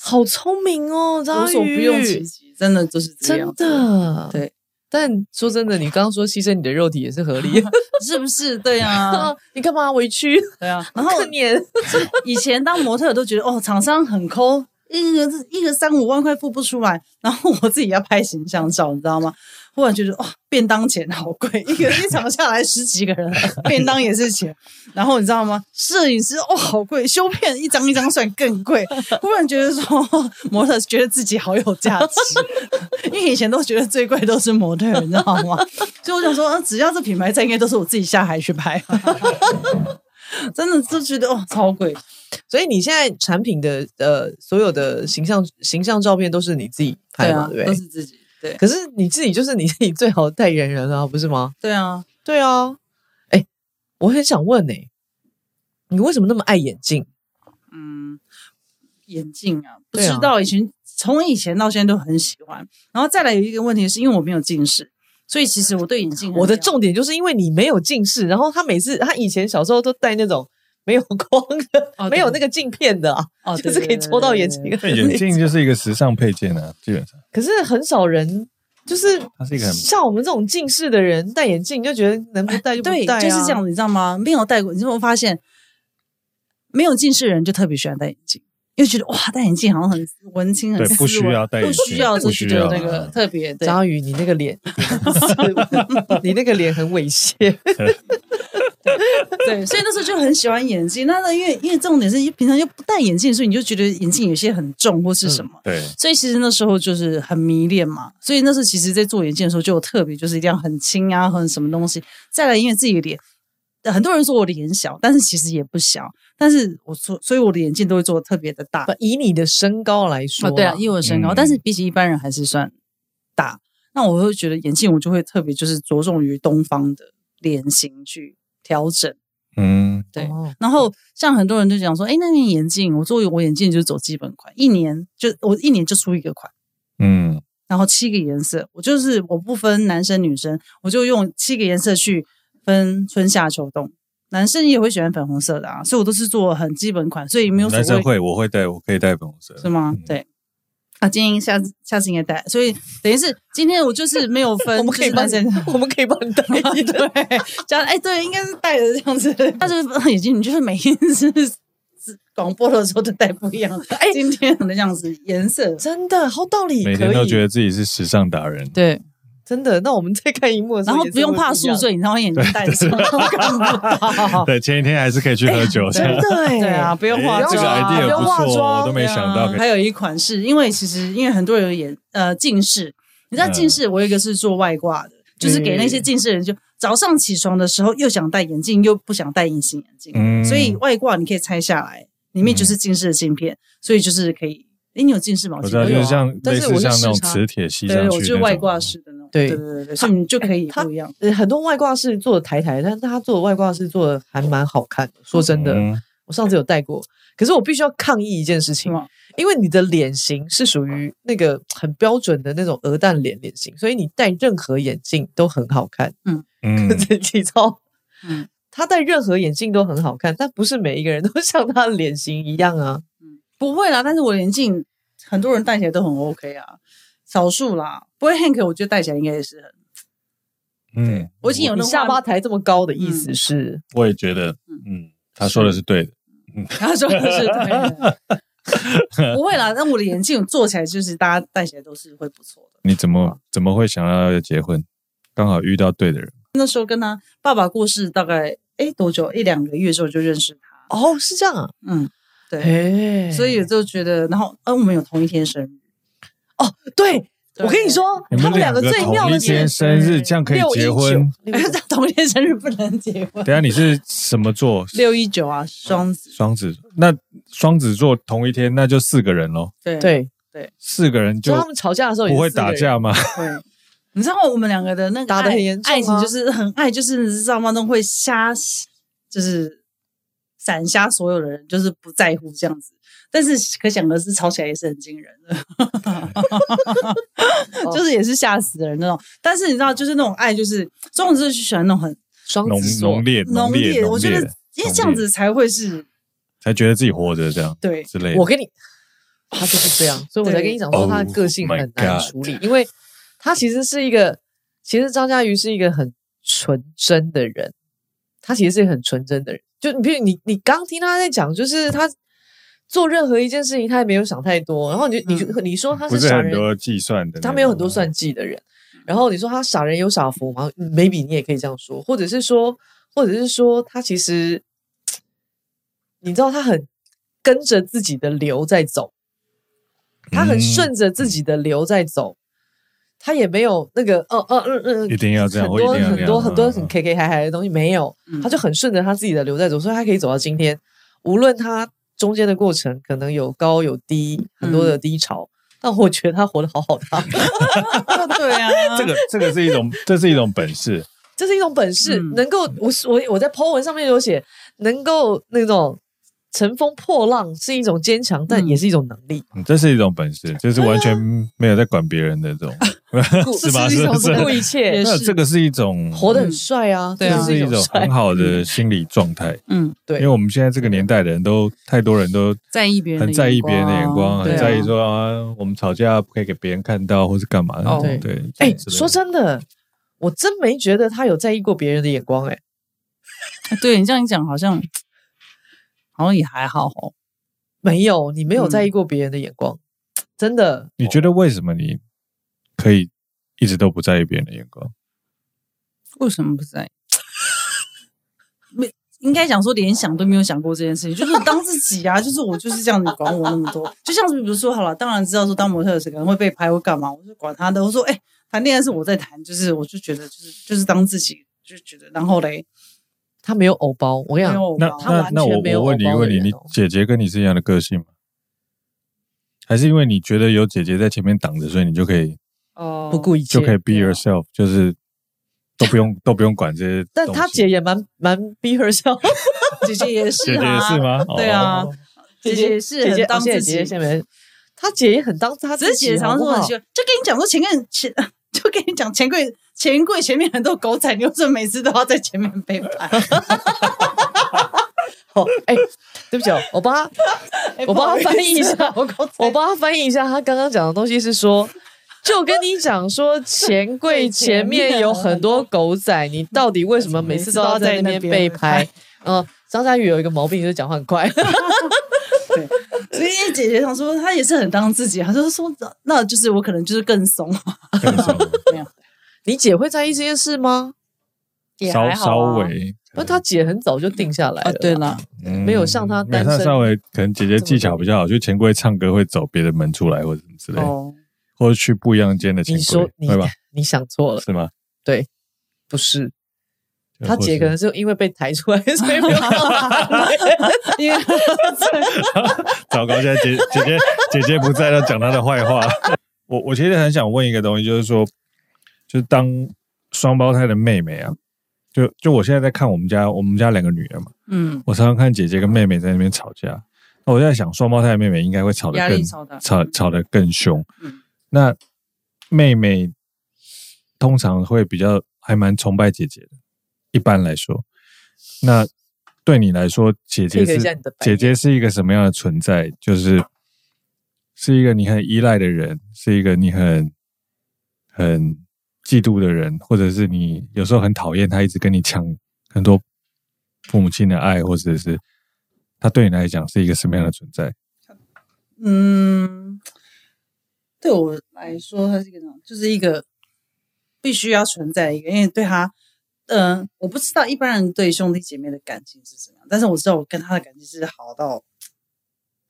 [SPEAKER 3] 好聪明哦，章鱼，
[SPEAKER 1] 无所不用其极，真的就是这
[SPEAKER 3] 真
[SPEAKER 1] 样，
[SPEAKER 3] 的。
[SPEAKER 1] 对，
[SPEAKER 3] 但说真的，你刚刚说牺牲你的肉体也是合理的。
[SPEAKER 1] 是不是？对 啊，
[SPEAKER 3] 你干嘛委屈？
[SPEAKER 1] 对啊。 然后
[SPEAKER 3] 可怜，
[SPEAKER 1] 以前当模特都觉得哦，厂商很抠，一个一个三五万块付不出来，然后我自己要拍形象照，你知道吗？忽然觉得哦，便当钱好贵，一个一场下来十几个人，便当也是钱。然后你知道吗？摄影师哦好贵，修片一张一张算更贵。忽然觉得说、哦模特觉得自己好有价值，因为以前都觉得最贵都是模特，你知道吗？所以我想说，啊只要这品牌在，应该都是我自己下海去拍。 真的就觉得哦，超贵，
[SPEAKER 3] 所以你现在产品的呃所有的形象形象照片都是你自己拍
[SPEAKER 1] 对
[SPEAKER 3] 嘛，
[SPEAKER 1] 啊，
[SPEAKER 3] 对不
[SPEAKER 1] 都
[SPEAKER 3] 对？
[SPEAKER 1] 是自己。对
[SPEAKER 3] 可是你自己就是你自己最好的代言人啊，不是吗？
[SPEAKER 1] 对啊，
[SPEAKER 3] 对啊，哎，我很想问哎、你为什么那么爱眼镜？
[SPEAKER 1] 嗯，眼镜啊，不
[SPEAKER 3] 对啊
[SPEAKER 1] 知道以前从以前到现在都很喜欢。然后再来有一个问题，是因为我没有近视，所以其实我对眼镜很
[SPEAKER 3] 我的
[SPEAKER 1] 了
[SPEAKER 3] 重点就是因为你没有近视，然后他每次他以前小时候都戴那种没有 光的、
[SPEAKER 1] 哦对
[SPEAKER 3] 没有那个镜片的啊，
[SPEAKER 1] 哦对
[SPEAKER 3] 就是可以戳到眼睛
[SPEAKER 1] 对对。
[SPEAKER 2] 那眼镜就是一个时尚配件啊，基本上
[SPEAKER 3] 可是很少人就是
[SPEAKER 2] 它是一个很
[SPEAKER 3] 像我们这种近视的人戴眼镜，就觉得能不戴就不
[SPEAKER 1] 对，
[SPEAKER 3] 戴、啊
[SPEAKER 1] 就是这样，。你知道吗？没有戴过，你有没有发现，没有近视的人就特别喜欢戴眼镜，因为觉得哇，戴眼镜好像很文青，很
[SPEAKER 2] 对不
[SPEAKER 1] 斯
[SPEAKER 2] 需
[SPEAKER 1] 文
[SPEAKER 2] 要戴眼
[SPEAKER 1] 不
[SPEAKER 2] 镜
[SPEAKER 1] 需要，
[SPEAKER 2] 不
[SPEAKER 1] 就
[SPEAKER 2] 需
[SPEAKER 1] 是觉得那
[SPEAKER 2] 要
[SPEAKER 1] 个
[SPEAKER 2] 嗯
[SPEAKER 1] 特别对。
[SPEAKER 3] 章鱼，你那个脸， 你那个脸很猥亵。
[SPEAKER 1] 对，所以那时候就很喜欢眼镜。那那因为因为重点是平常又不戴眼镜，所以你就觉得眼镜有些很重或是什么。
[SPEAKER 2] 对，
[SPEAKER 1] 所以其实那时候就是很迷恋嘛，所以那时候其实在做眼镜的时候就有特别，就是一定要很轻啊，很什么东西。再来，因为自己的脸呃很多人说我脸小，但是其实也不小，但是我说，所以我的眼镜都会做的特别的大。
[SPEAKER 3] 不以你的身高来说、
[SPEAKER 1] 啊，对啊，因为我身高，
[SPEAKER 2] 嗯
[SPEAKER 1] 但是比起一般人还是算大。那我会觉得眼镜，我就会特别就是着重于东方的脸型去调整。
[SPEAKER 2] 嗯，
[SPEAKER 1] 对
[SPEAKER 3] 哦
[SPEAKER 1] 然后像很多人就讲说，哎，那你眼镜，我做我眼镜就是走基本款，一年就我一年就出一个款，
[SPEAKER 2] 嗯，
[SPEAKER 1] 然后七个颜色，我就是我不分男生女生，我就用七个颜色去分春夏秋冬。男生也会喜欢粉红色的啊，所以我都是做很基本款，所以没有所
[SPEAKER 2] 男生
[SPEAKER 1] 谓
[SPEAKER 2] 会，我会戴，我可以戴粉红色。
[SPEAKER 1] 是吗？
[SPEAKER 3] 嗯
[SPEAKER 1] 对。啊，今天下次下次应该带，所以等于是今天我就是没有分，
[SPEAKER 3] 我们可以
[SPEAKER 1] 就是
[SPEAKER 3] 帮
[SPEAKER 1] 男生
[SPEAKER 3] 你，我们可以帮你带一 个
[SPEAKER 1] 对，这样哎、对，应该是戴着这样子，但是眼镜你就是每一次广播的时候都戴不一样，哎、今天的这样子颜色，
[SPEAKER 3] 真的好道理，
[SPEAKER 2] 每天都觉
[SPEAKER 3] 得
[SPEAKER 2] 得自己是时尚达人，
[SPEAKER 1] 对，
[SPEAKER 3] 真的。那我们在看荧幕的时
[SPEAKER 1] 然
[SPEAKER 3] 候
[SPEAKER 1] 后
[SPEAKER 3] 也
[SPEAKER 1] 不
[SPEAKER 3] 是会一样，
[SPEAKER 1] 用怕宿醉，你知道眼镜戴着，看不
[SPEAKER 3] 哦
[SPEAKER 1] 到，
[SPEAKER 2] 对，前一天还是可以去喝酒，这
[SPEAKER 3] 真
[SPEAKER 2] 样
[SPEAKER 3] 的哎，
[SPEAKER 1] 对啊，，不用化
[SPEAKER 2] 哎这
[SPEAKER 1] 妆，
[SPEAKER 2] 个
[SPEAKER 3] 不
[SPEAKER 2] idea
[SPEAKER 3] 用
[SPEAKER 2] 不
[SPEAKER 3] 化
[SPEAKER 2] 错，
[SPEAKER 3] 妆
[SPEAKER 2] 我都没想到
[SPEAKER 1] 对啊
[SPEAKER 2] 可以。
[SPEAKER 1] 还有一款是因为其实因为很多人也呃近视，你
[SPEAKER 2] 嗯
[SPEAKER 1] 知道近视，我有一个是做外挂的，就是给那些近视人就早上起床的时候又想戴眼镜又不想戴隐形眼镜，
[SPEAKER 2] 嗯
[SPEAKER 1] 所以外挂你可以拆下来，里面就是近视的镜片，所以就是可以。诶，你有近视吗？
[SPEAKER 2] 我知道，
[SPEAKER 1] 记
[SPEAKER 2] 就
[SPEAKER 1] 得
[SPEAKER 2] 是
[SPEAKER 1] 有啊
[SPEAKER 2] 像
[SPEAKER 3] 但
[SPEAKER 2] 类
[SPEAKER 3] 是
[SPEAKER 2] 似
[SPEAKER 3] 我是
[SPEAKER 2] 像那种
[SPEAKER 3] 时差
[SPEAKER 2] 磁铁吸
[SPEAKER 1] 对
[SPEAKER 2] 上
[SPEAKER 1] 对，
[SPEAKER 2] 去那
[SPEAKER 1] 我
[SPEAKER 2] 种，
[SPEAKER 1] 就是外挂式的那种。
[SPEAKER 3] 对
[SPEAKER 1] 对对对，所以你就可以
[SPEAKER 3] 它
[SPEAKER 1] 不一样。
[SPEAKER 3] 呃很多外挂式做的台台，但是他做的外挂式做的还蛮好看的。说真的，
[SPEAKER 2] 嗯
[SPEAKER 3] 我上次有戴过，可是我必须要抗议一件事
[SPEAKER 1] 是
[SPEAKER 3] 情，
[SPEAKER 1] 吗？
[SPEAKER 3] 因为你的脸型是属于那个很标准的那种鹅蛋脸脸型，所以你戴任何眼镜都很好看。
[SPEAKER 2] 嗯，
[SPEAKER 3] 这体操，
[SPEAKER 1] 嗯
[SPEAKER 3] 他戴任何眼镜都很好看，但不是每一个人都 像他的脸型一样啊。
[SPEAKER 1] 嗯，不会啦，但是我眼镜很多人戴起来都很 OK 啊，少数啦。不过 Hank 我觉得戴起来应该也是很
[SPEAKER 2] 嗯，
[SPEAKER 1] 我已经有
[SPEAKER 3] 你
[SPEAKER 1] 那
[SPEAKER 3] 下巴抬这么高的意思
[SPEAKER 1] 嗯
[SPEAKER 3] 是，
[SPEAKER 2] 我也觉得，嗯，他说的是对的，
[SPEAKER 1] 他说的是对 的，不会啦。但我的眼镜做起来就是大家戴起来都是会不错的。
[SPEAKER 2] 你怎么怎么会想要结婚？刚好遇到对的人，
[SPEAKER 1] 那时候跟他爸爸过世大概诶多久一两个月之后就认识他，
[SPEAKER 3] 哦，是这样啊，
[SPEAKER 1] 嗯，对，
[SPEAKER 3] 哎
[SPEAKER 1] 所以就觉得，然后嗯、呃我们有同一天生日，
[SPEAKER 3] 哦对
[SPEAKER 1] 对
[SPEAKER 3] 我跟你说，
[SPEAKER 2] 你
[SPEAKER 3] 他
[SPEAKER 2] 们
[SPEAKER 3] 们两
[SPEAKER 2] 个
[SPEAKER 3] 个最妙
[SPEAKER 2] 同一
[SPEAKER 3] 的是
[SPEAKER 2] 天生日，这样可以结婚？
[SPEAKER 3] 六一九
[SPEAKER 1] 同一天生日不能结婚。
[SPEAKER 2] 等一下你是什么座？
[SPEAKER 1] 六一九啊，双子，
[SPEAKER 2] 双子，那双子座同一天，那就四个人喽。
[SPEAKER 1] 对
[SPEAKER 3] 对，
[SPEAKER 2] 四个人
[SPEAKER 3] 就
[SPEAKER 2] 就
[SPEAKER 3] 他们吵架的时候也
[SPEAKER 2] 不会
[SPEAKER 3] 是四个
[SPEAKER 2] 打
[SPEAKER 3] 人，
[SPEAKER 2] 架吗？
[SPEAKER 1] 对。你知道我们两个的那个
[SPEAKER 3] 打得
[SPEAKER 1] 爱
[SPEAKER 3] 很严重啊
[SPEAKER 1] 爱情就是很爱，就是你知道吗？那种会瞎，就是闪瞎所有的人，就是不在乎这样子。但是可想而知，吵起来也是很惊人的，就是也是吓死人那种。但是你知道，就是那种爱，就是总之就喜欢那种很
[SPEAKER 3] 双
[SPEAKER 2] 浓
[SPEAKER 3] 子座
[SPEAKER 2] 浓烈
[SPEAKER 1] 浓
[SPEAKER 2] 烈
[SPEAKER 1] 烈，
[SPEAKER 2] 浓
[SPEAKER 1] 我觉得
[SPEAKER 2] 烈的，
[SPEAKER 1] 因为这样子才会是
[SPEAKER 2] 才觉得自己活着这样
[SPEAKER 1] 对
[SPEAKER 2] 之类
[SPEAKER 3] 我
[SPEAKER 2] 的。
[SPEAKER 3] 跟你，他就是这样，所以我才跟你讲说
[SPEAKER 2] 对
[SPEAKER 3] 他的个性
[SPEAKER 2] Oh
[SPEAKER 3] 很
[SPEAKER 2] my
[SPEAKER 3] 难
[SPEAKER 2] God
[SPEAKER 3] 处理，因为他其实是一个，其实张嘉瑜是一个很纯真的人，他其实是一个很纯真的人。就你，比如你，你刚听他在讲，就是他做任何一件事情，他也没有想太多，然后你就你就你说他
[SPEAKER 2] 不
[SPEAKER 3] 傻
[SPEAKER 2] 很
[SPEAKER 3] 人，
[SPEAKER 2] 多计算的，
[SPEAKER 3] 他没有很多算。计的人。然后你说他傻人有傻福吗嗯？maybe 你也可以这样说，或者是说，或者是说他其实，你知道他很跟着自己的流在走，他很
[SPEAKER 2] 嗯
[SPEAKER 3] 顺着自己的流在走，他也没有那个哦哦嗯嗯，
[SPEAKER 2] 一定要这样，
[SPEAKER 3] 很
[SPEAKER 2] 我一
[SPEAKER 3] 多
[SPEAKER 2] 定要
[SPEAKER 3] 很
[SPEAKER 2] 这
[SPEAKER 3] 多
[SPEAKER 2] 样
[SPEAKER 3] 很多
[SPEAKER 2] 嗯
[SPEAKER 3] 很 K K 嗨嗨的东西没有，
[SPEAKER 1] 嗯
[SPEAKER 3] 他就很顺着他自己的流在走，所以他可以走到今天。无论他中间的过程可能有高有低，很多的
[SPEAKER 2] 嗯
[SPEAKER 3] 低潮，但我觉得他活得好好的啊，
[SPEAKER 1] 对啊，
[SPEAKER 2] 这个这个是一种，这是一种本事。
[SPEAKER 3] 这是一种本事。
[SPEAKER 1] 嗯
[SPEAKER 3] 能够我我我在 po 文上面有写，能够那种乘风破浪是一种坚强，但
[SPEAKER 1] 嗯
[SPEAKER 3] 也是一种能力。
[SPEAKER 2] 嗯这是一种本事，就是完全没有在管别人的这种，是吗？
[SPEAKER 3] 这是一
[SPEAKER 2] 是
[SPEAKER 3] 种
[SPEAKER 2] 不是？
[SPEAKER 3] 不顾一切
[SPEAKER 1] 也，
[SPEAKER 2] 那
[SPEAKER 1] 是
[SPEAKER 2] 这个是一种
[SPEAKER 3] 活得很帅啊，
[SPEAKER 1] 对啊
[SPEAKER 2] 这
[SPEAKER 3] 这是
[SPEAKER 2] 是
[SPEAKER 3] 一
[SPEAKER 2] 一
[SPEAKER 3] 种
[SPEAKER 2] 种嗯
[SPEAKER 3] 帅
[SPEAKER 2] 很。好的心理状态。
[SPEAKER 1] 嗯，
[SPEAKER 3] 对
[SPEAKER 2] 因为我们现在这个年代的人都太多人都
[SPEAKER 1] 在意别人的
[SPEAKER 2] 很在意别人的眼光，
[SPEAKER 3] 对
[SPEAKER 2] 很
[SPEAKER 3] 啊
[SPEAKER 2] 在意说啊，我们吵架不可以给别人看到，或是干嘛
[SPEAKER 1] 哦
[SPEAKER 2] 的。
[SPEAKER 3] 对
[SPEAKER 2] 对，
[SPEAKER 3] 哎，
[SPEAKER 2] 之类的
[SPEAKER 3] 说真的，我真没觉得他有在意过别人的眼光，哎。
[SPEAKER 1] 哎对你这样一讲，好像好像也还好哦。
[SPEAKER 3] 没有，你没有
[SPEAKER 1] 嗯
[SPEAKER 3] 在意过别人的眼光，真的。
[SPEAKER 2] 你觉得为什么你可以一直都不在意别人的眼光？
[SPEAKER 1] 为什么不在？ 没应该讲说连想都没有想过这件事情，就是当自己啊，就是我就是这样，你管我那么多？就像是比如说好了，当然知道说当模特儿可能会被拍或干嘛，我就管他的。我说哎，谈恋爱是我在谈，就是我就觉得就是就是当自己就觉得，然后嘞，
[SPEAKER 3] 他没有偶包，我跟你
[SPEAKER 1] 没
[SPEAKER 3] 讲，
[SPEAKER 1] 有
[SPEAKER 2] 那
[SPEAKER 1] 吧
[SPEAKER 3] 他
[SPEAKER 2] 那
[SPEAKER 3] 完
[SPEAKER 2] 那
[SPEAKER 3] 全
[SPEAKER 2] 我
[SPEAKER 3] 没有
[SPEAKER 2] 我问你
[SPEAKER 3] 偶
[SPEAKER 2] 一
[SPEAKER 3] 包
[SPEAKER 2] 个问
[SPEAKER 3] 的
[SPEAKER 2] 题，
[SPEAKER 3] 人
[SPEAKER 2] 你
[SPEAKER 3] 哦
[SPEAKER 2] 姐姐跟你是一样的个性吗？还是因为你觉得有姐姐在前面挡着，所以你就可以
[SPEAKER 3] 哦
[SPEAKER 1] 不顾一切
[SPEAKER 2] 就可以 be
[SPEAKER 3] 对啊
[SPEAKER 2] yourself，就是都不用都不用管这些东西。
[SPEAKER 3] 但他姐也蛮蛮逼 herself，
[SPEAKER 1] 姐姐也是
[SPEAKER 2] 姐姐也
[SPEAKER 1] 啊，
[SPEAKER 2] 是吗？
[SPEAKER 1] 对啊
[SPEAKER 2] 哦，
[SPEAKER 1] 姐姐也是
[SPEAKER 3] 姐姐
[SPEAKER 1] 很当
[SPEAKER 3] 哦现在
[SPEAKER 1] 自己
[SPEAKER 3] 姐姐现在没他姐也很当她
[SPEAKER 1] 只是
[SPEAKER 3] 自
[SPEAKER 1] 姐
[SPEAKER 3] 己，
[SPEAKER 1] 常
[SPEAKER 3] 好不
[SPEAKER 1] 说很
[SPEAKER 3] 好
[SPEAKER 1] 奇？怪，就跟你讲说前面前 就跟你讲钱柜钱柜前面很多狗仔，你为什么每次都要在前面背叛？
[SPEAKER 3] 哦哎，对不起哦，我帮他，
[SPEAKER 1] 哎
[SPEAKER 3] 我
[SPEAKER 1] 不好
[SPEAKER 3] 帮
[SPEAKER 1] 意思
[SPEAKER 3] 他翻译一下，
[SPEAKER 1] 我狗仔
[SPEAKER 3] 我帮他翻译一下，他刚刚讲的东西是 说。就跟你讲说，钱柜前面有很多狗仔，你到底为什么每次都要在那边被拍？ 嗯，张佳宇有一个毛病就是讲话很快，
[SPEAKER 1] 所以姐姐想说，她也是很当自己，她就说那就是我可能就是更怂，
[SPEAKER 2] 更少
[SPEAKER 3] 你姐会在意这件事吗？
[SPEAKER 1] 也
[SPEAKER 2] 稍
[SPEAKER 1] 还好
[SPEAKER 2] 稍
[SPEAKER 1] 啊
[SPEAKER 2] 微，
[SPEAKER 3] 不，她姐很早就定下来
[SPEAKER 1] 啊
[SPEAKER 3] 了。，
[SPEAKER 1] 对，了，
[SPEAKER 2] 嗯
[SPEAKER 3] 没有像她
[SPEAKER 2] 没有
[SPEAKER 3] 单
[SPEAKER 2] 像
[SPEAKER 3] 身
[SPEAKER 2] 稍微可能姐姐技巧比较好，就钱柜唱歌会走别的门出来或者什么之类，
[SPEAKER 1] 哦，
[SPEAKER 2] 或者去不一样间的钱
[SPEAKER 3] 你说
[SPEAKER 2] 柜，
[SPEAKER 3] 你
[SPEAKER 2] 对吧？
[SPEAKER 3] 你想错了，
[SPEAKER 2] 是吗？
[SPEAKER 3] 不是
[SPEAKER 2] 就
[SPEAKER 3] 她姐可
[SPEAKER 2] 或
[SPEAKER 3] 能
[SPEAKER 2] 是
[SPEAKER 3] 是因为被抬出来，所以没有办法安慰
[SPEAKER 1] 因 为
[SPEAKER 2] 糟糕，现在姐姐姐姐姐不在，要讲她的坏话。 我我其实很想问一个东西，就是说，就是当双胞胎的妹妹啊，就就我现在在看我们家我们家两个女儿嘛，
[SPEAKER 1] 嗯，
[SPEAKER 2] 我常常看姐姐跟妹妹在那边吵架，那我在想双胞胎的妹妹应该会吵得
[SPEAKER 1] 压
[SPEAKER 2] 更
[SPEAKER 1] 力超大
[SPEAKER 2] 吵吵得更凶。
[SPEAKER 1] 嗯
[SPEAKER 2] 那妹妹通常会比较还蛮崇拜姐姐的，一般来说，那对你来说，姐姐
[SPEAKER 3] Pick
[SPEAKER 2] 是
[SPEAKER 3] 一下你的白
[SPEAKER 2] 姐
[SPEAKER 3] 眼
[SPEAKER 2] 姐是一个什么样的存在？就是是一个你很依赖的人，是一个你很很嫉妒的人，或者是你有时候很讨厌她，一直跟你抢很多父母亲的爱，或者是她对你来讲是一个什么样的存在？
[SPEAKER 1] 嗯，对我来说，它是一个那种就是一个必须要存在的一个，因为对他，嗯、我不知道一般人对兄弟姐妹的感情是怎么样，但是我知道我跟他的感情是好到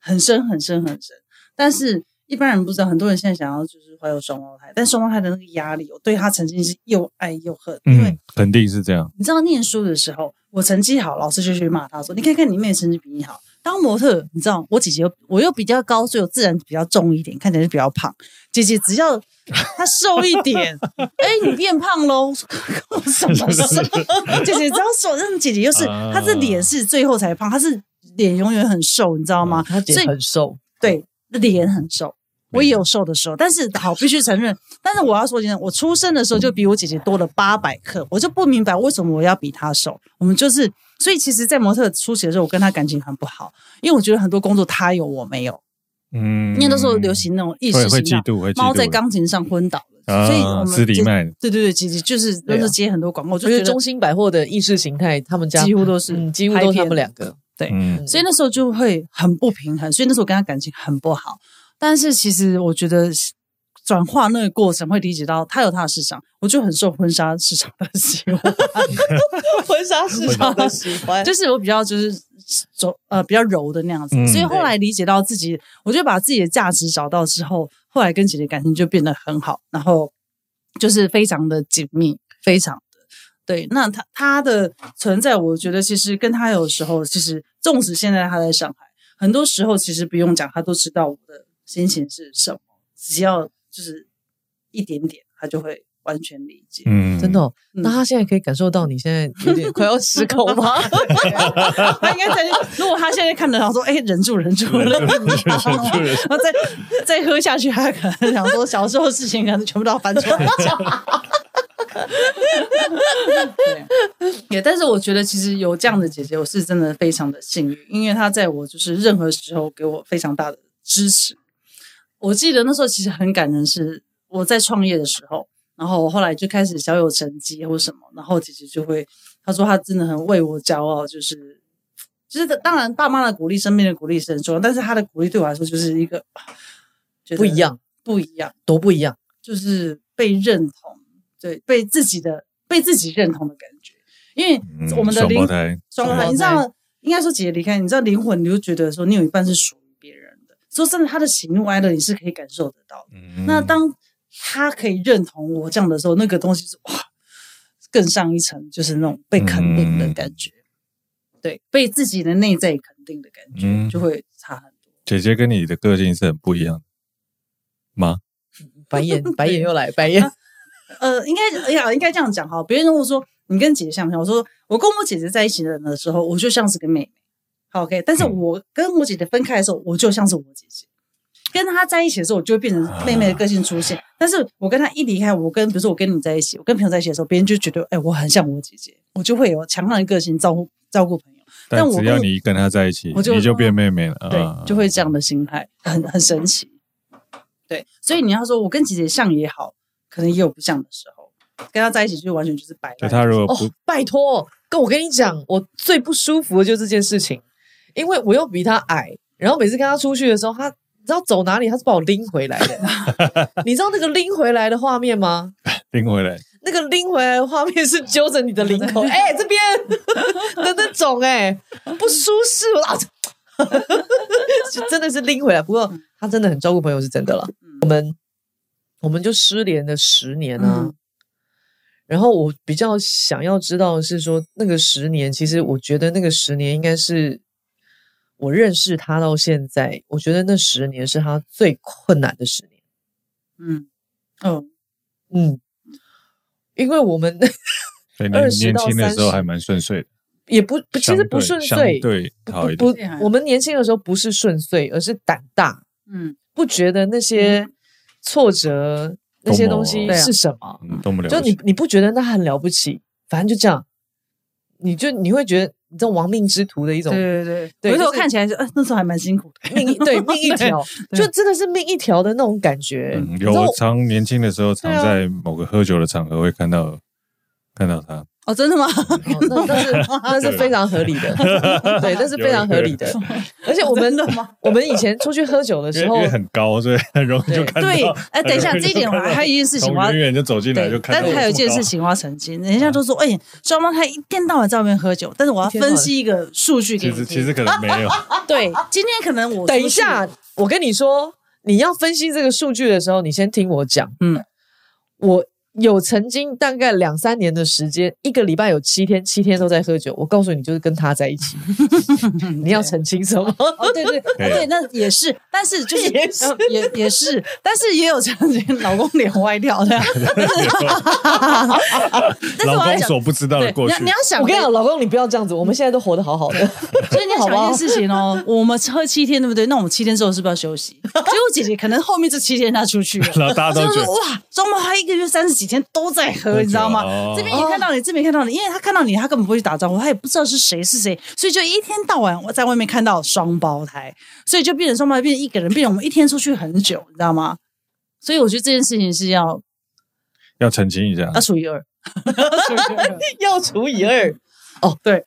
[SPEAKER 1] 很深很深很深，但是一般人不知道，很多人现在想要就是怀有双胞胎，但双胞胎的那个压力，我对他曾经是又爱又恨，因为
[SPEAKER 2] 嗯，肯定是这样。
[SPEAKER 1] 你知道念书的时候，我成绩好，老师就去骂他说：“你看看你妹成绩比你好。”当模特，你知道我姐姐又我又比较高，所以我自然比较重一点，看起来就比较胖。姐姐只要她瘦一点，哎、你变胖喽， 我说关我什么事？姐姐只要瘦，但姐姐又是
[SPEAKER 2] 啊
[SPEAKER 1] 她这脸是最后才胖，她是脸永远很瘦，你知道吗？
[SPEAKER 3] 她姐
[SPEAKER 1] 所以
[SPEAKER 3] 很瘦，
[SPEAKER 1] 对，脸很瘦。我也有瘦的时候，但是好必须承认，但是我要说，真的，我出生的时候就比我姐姐多了八百克，我就不明白为什么我要比她瘦。我们就是，所以其实，在模特初期的时候，我跟她感情很不好，因为我觉得很多工作她有我没有，
[SPEAKER 2] 嗯，
[SPEAKER 1] 因为那时候流行那种意
[SPEAKER 2] 会
[SPEAKER 1] 识
[SPEAKER 2] 会
[SPEAKER 1] 形
[SPEAKER 2] 嫉
[SPEAKER 1] 象，
[SPEAKER 2] 妒，会嫉妒。
[SPEAKER 1] 猫在钢琴上昏倒了，
[SPEAKER 2] 啊
[SPEAKER 1] 所以我们
[SPEAKER 2] 私底
[SPEAKER 1] 姐
[SPEAKER 2] 卖
[SPEAKER 1] 对对对，姐姐就是都
[SPEAKER 3] 对
[SPEAKER 1] 是
[SPEAKER 3] 啊
[SPEAKER 1] 接很多广告，我就
[SPEAKER 3] 就
[SPEAKER 1] 觉
[SPEAKER 3] 是
[SPEAKER 1] 得
[SPEAKER 3] 中兴百货的意识形态，他们家
[SPEAKER 1] 几乎都是
[SPEAKER 3] 嗯，几乎都是
[SPEAKER 1] 拍
[SPEAKER 3] 他
[SPEAKER 1] 片
[SPEAKER 3] 们两个。
[SPEAKER 2] 嗯
[SPEAKER 3] 嗯
[SPEAKER 1] 所以那时候就会很不平衡，所以那时候我跟他感情很不好。但是其实我觉得转化那个过程会理解到他有他的市场，我就很受婚纱市场的喜欢，
[SPEAKER 3] 婚纱市场的喜欢，就
[SPEAKER 1] 就是我比较就是走呃比较柔的那样子，
[SPEAKER 2] 嗯
[SPEAKER 1] 所以后来理解到自己，我就把自己的价值找到之后，后来跟姐姐感情就变得很好，然后就是非常的紧密，非常的对。那她她的存在，我觉得其实跟她有时候，其实纵使现在她在上海，很多时候其实不用讲，她都知道我的心情是什么，只要就是一点点，她就会完全理解。
[SPEAKER 2] 嗯，
[SPEAKER 3] 真的 哦、
[SPEAKER 1] 嗯
[SPEAKER 3] 那他现在可以感受到你现在有点快要失 控吗？
[SPEAKER 1] 他应该在，如果他现在看得到说，哎、忍住，忍住了，忍住，
[SPEAKER 2] 忍
[SPEAKER 1] 然后再再喝下去，他可能想说小时候的事情，可能全部都要翻出来讲。对，也，但是我觉得其实有这样的姐姐，我是真的非常的幸运，因为她在我就是任何时候给我非常大的支持。我记得那时候其实很感人，是我在创业的时候，然后我后来就开始小有成绩或什么，然后姐姐就会她说她真的很为我骄傲，就是就是当然爸妈的鼓励、身边的鼓励是很重要，但是她的鼓励对我来说就是一个觉得
[SPEAKER 3] 不一样，
[SPEAKER 1] 不一样，
[SPEAKER 3] 多不一样。
[SPEAKER 1] 就是被认同，对，被自己的被自己认同的感觉，因为
[SPEAKER 2] 嗯
[SPEAKER 1] 我们的
[SPEAKER 2] 双
[SPEAKER 1] 灵
[SPEAKER 2] 胞胎，
[SPEAKER 1] 双胞
[SPEAKER 3] 双胞
[SPEAKER 1] 胎，
[SPEAKER 3] 胎
[SPEAKER 1] 你知道，应该说姐姐离开，你知道灵魂，你就觉得说你有一半是属于别人的。说真的，她的喜怒哀乐你是可以感受得到的。
[SPEAKER 2] 嗯
[SPEAKER 1] 那当她可以认同
[SPEAKER 2] 嗯
[SPEAKER 1] 我这样的时候，那个东西是哇，更上一层，就是那种被肯定的感觉。对，被自己的内在肯定的感觉，
[SPEAKER 2] 嗯
[SPEAKER 1] 就会差很多。
[SPEAKER 2] 姐姐跟你的个性是很不一样的吗？
[SPEAKER 3] 白眼白眼又来白眼，
[SPEAKER 1] 呃，应该哎呀，应该这样讲哈。别人跟我说你跟姐姐像不像？我说我跟我姐姐在一起的的时候，我就像是个妹妹。好 OK，但是
[SPEAKER 2] 嗯
[SPEAKER 1] 我跟我姐姐分开的时候，我就像是我姐姐。跟她在一起的时候，我就会变成妹妹的个性出现。
[SPEAKER 2] 啊
[SPEAKER 1] 但是我跟她一离开，我跟比如说我跟你在一起，我跟朋友在一起的时候，别人就觉得哎、我很像我姐姐，我就会有强悍的个性照顾照顾朋友。但
[SPEAKER 2] 但
[SPEAKER 1] 我
[SPEAKER 2] 只
[SPEAKER 1] 跟
[SPEAKER 2] 要你跟他在一起，
[SPEAKER 1] 我就
[SPEAKER 2] 你就变妹妹了，啊
[SPEAKER 1] 对，就会这样的心态，很很神奇。对，所以你要说我跟姐姐像也好，可能也有不像的时候。跟她在一起就完全就是白
[SPEAKER 2] 就
[SPEAKER 1] 烂。
[SPEAKER 2] 他如果
[SPEAKER 3] 哦
[SPEAKER 2] 不，
[SPEAKER 3] 拜托，跟我跟你讲，我最不舒服的就是这件事情，因为我又比他矮，然后每次跟他出去的时候，他你知道走哪里，他是把我拎回来的。你知道那个拎回来的画面吗？
[SPEAKER 2] 拎回来，
[SPEAKER 3] 那个拎回来的画面是揪着你的领口，哎、这边的那种、哎，不舒适，我老就 真的是拎回来。不过他真的很照顾朋友，是真的了。我们我们就失联了十年啊。
[SPEAKER 1] 嗯
[SPEAKER 3] 然后我比较想要知道的是说，那个十年，其实我觉得那个十年应该是我认识他到现在，我觉得那十年是他最困难的十年。
[SPEAKER 1] 嗯，哦，
[SPEAKER 3] 嗯，因为我们
[SPEAKER 2] 所以你
[SPEAKER 3] 20
[SPEAKER 2] 年
[SPEAKER 3] 到
[SPEAKER 2] 轻的时候
[SPEAKER 3] 30
[SPEAKER 2] 还蛮顺遂的，
[SPEAKER 3] 也不不其实
[SPEAKER 2] 相
[SPEAKER 3] 不
[SPEAKER 2] 对
[SPEAKER 3] 顺
[SPEAKER 2] 相
[SPEAKER 3] 遂，
[SPEAKER 2] 对好一
[SPEAKER 3] 不
[SPEAKER 2] 点。
[SPEAKER 1] 点
[SPEAKER 3] 我们年轻的时候不是顺遂，而是胆大，
[SPEAKER 1] 嗯，
[SPEAKER 3] 不觉得那些挫折、那些东西
[SPEAKER 2] 对啊
[SPEAKER 3] 是什么，
[SPEAKER 2] 嗯，动不了不
[SPEAKER 3] 就
[SPEAKER 2] 行。
[SPEAKER 3] 你你不觉得那很了不起，反正就这样，你就你会觉得你这种亡命之徒的一种
[SPEAKER 1] 对对
[SPEAKER 3] 对
[SPEAKER 1] 对，回头
[SPEAKER 3] 就是
[SPEAKER 1] 看起来是，呃那时候还蛮辛苦的。
[SPEAKER 3] 命一对命一条，
[SPEAKER 1] 对
[SPEAKER 3] 就真的是命一条的那种感觉。
[SPEAKER 2] 嗯，
[SPEAKER 3] 你
[SPEAKER 2] 有
[SPEAKER 3] 知道
[SPEAKER 2] 我
[SPEAKER 3] 我
[SPEAKER 2] 常年轻的时候，常
[SPEAKER 3] 对啊
[SPEAKER 2] 在某个喝酒的场合会看到看到他，
[SPEAKER 1] 哦，真的吗？
[SPEAKER 3] 哦 那那是那
[SPEAKER 2] 啊
[SPEAKER 3] 是非常合理 的，对，那是非常合理的。而且我们
[SPEAKER 1] 真的吗？
[SPEAKER 3] 我们以前出去喝酒的
[SPEAKER 2] 因为
[SPEAKER 3] 时
[SPEAKER 2] 因
[SPEAKER 3] 候，
[SPEAKER 2] 为很高，所以很容易就
[SPEAKER 3] 对
[SPEAKER 2] 看到。
[SPEAKER 1] 对，哎，等一下，
[SPEAKER 2] 很
[SPEAKER 1] 这
[SPEAKER 2] 容易
[SPEAKER 1] 一点
[SPEAKER 2] 就
[SPEAKER 1] 我
[SPEAKER 2] 看到
[SPEAKER 1] 还还有一件事情
[SPEAKER 2] 从
[SPEAKER 1] 我要
[SPEAKER 2] 远远就走进来就
[SPEAKER 1] 对，
[SPEAKER 2] 看
[SPEAKER 1] 但
[SPEAKER 2] 到。
[SPEAKER 1] 是还有一件事，情我要澄清，人家就说，
[SPEAKER 2] 嗯
[SPEAKER 1] 哎，双胞胎一天到晚在外面喝酒，但是我要
[SPEAKER 3] 一天到晚
[SPEAKER 1] 分析一个数据给你
[SPEAKER 2] 其
[SPEAKER 1] 听。
[SPEAKER 2] 实
[SPEAKER 1] 啊
[SPEAKER 2] 其实可能 没有，
[SPEAKER 3] 对，
[SPEAKER 1] 今天可能我
[SPEAKER 3] 等一
[SPEAKER 1] 出去呃
[SPEAKER 3] 下，我跟你说，你要分析这个数据的时候，你先听我讲。
[SPEAKER 1] 嗯，
[SPEAKER 3] 我有曾经大概两三年的时间，一个礼拜有七天，七天都在喝酒。我告诉你，就是跟他在一 起。你要澄清什么？
[SPEAKER 1] 哦，对对对，
[SPEAKER 2] 对
[SPEAKER 1] 哦对，那也是，但是就是
[SPEAKER 3] 也是
[SPEAKER 1] 呃也也是，但是也有曾经老公脸歪掉的，但是
[SPEAKER 2] 老
[SPEAKER 1] 我要讲，
[SPEAKER 2] 公所不知道的
[SPEAKER 1] 对，
[SPEAKER 2] 过
[SPEAKER 1] 你要
[SPEAKER 2] 去
[SPEAKER 1] 你。要想，
[SPEAKER 3] 我跟你讲，老公，你不要这样子，我们现在都活得好好的。
[SPEAKER 1] 所以你要想
[SPEAKER 3] 好
[SPEAKER 1] 一
[SPEAKER 3] 吧
[SPEAKER 1] 件事 情哦，我们喝七天对不对？那我们七天之后是不是要休息？结果姐姐可能后面这七天她出 去了，
[SPEAKER 2] 然后大家
[SPEAKER 1] 就
[SPEAKER 2] 都
[SPEAKER 1] 是
[SPEAKER 2] 觉
[SPEAKER 1] 说
[SPEAKER 2] 得
[SPEAKER 1] 哇，周末她一个月三十几天都在喝，你知道吗？
[SPEAKER 2] 哦
[SPEAKER 1] 这边也看到你，这边也看到你，因为她看到你，她根本不会去打招呼，她也不知道是谁是谁，所以就一天到晚我在外面看到双胞胎，所以就变成双胞胎，变成一个人，变成我们一天出去很久，你知道吗？所以我觉得这件事情是要
[SPEAKER 2] 要澄清一下
[SPEAKER 1] 要，除以 二，
[SPEAKER 3] 要除以二。哦，对，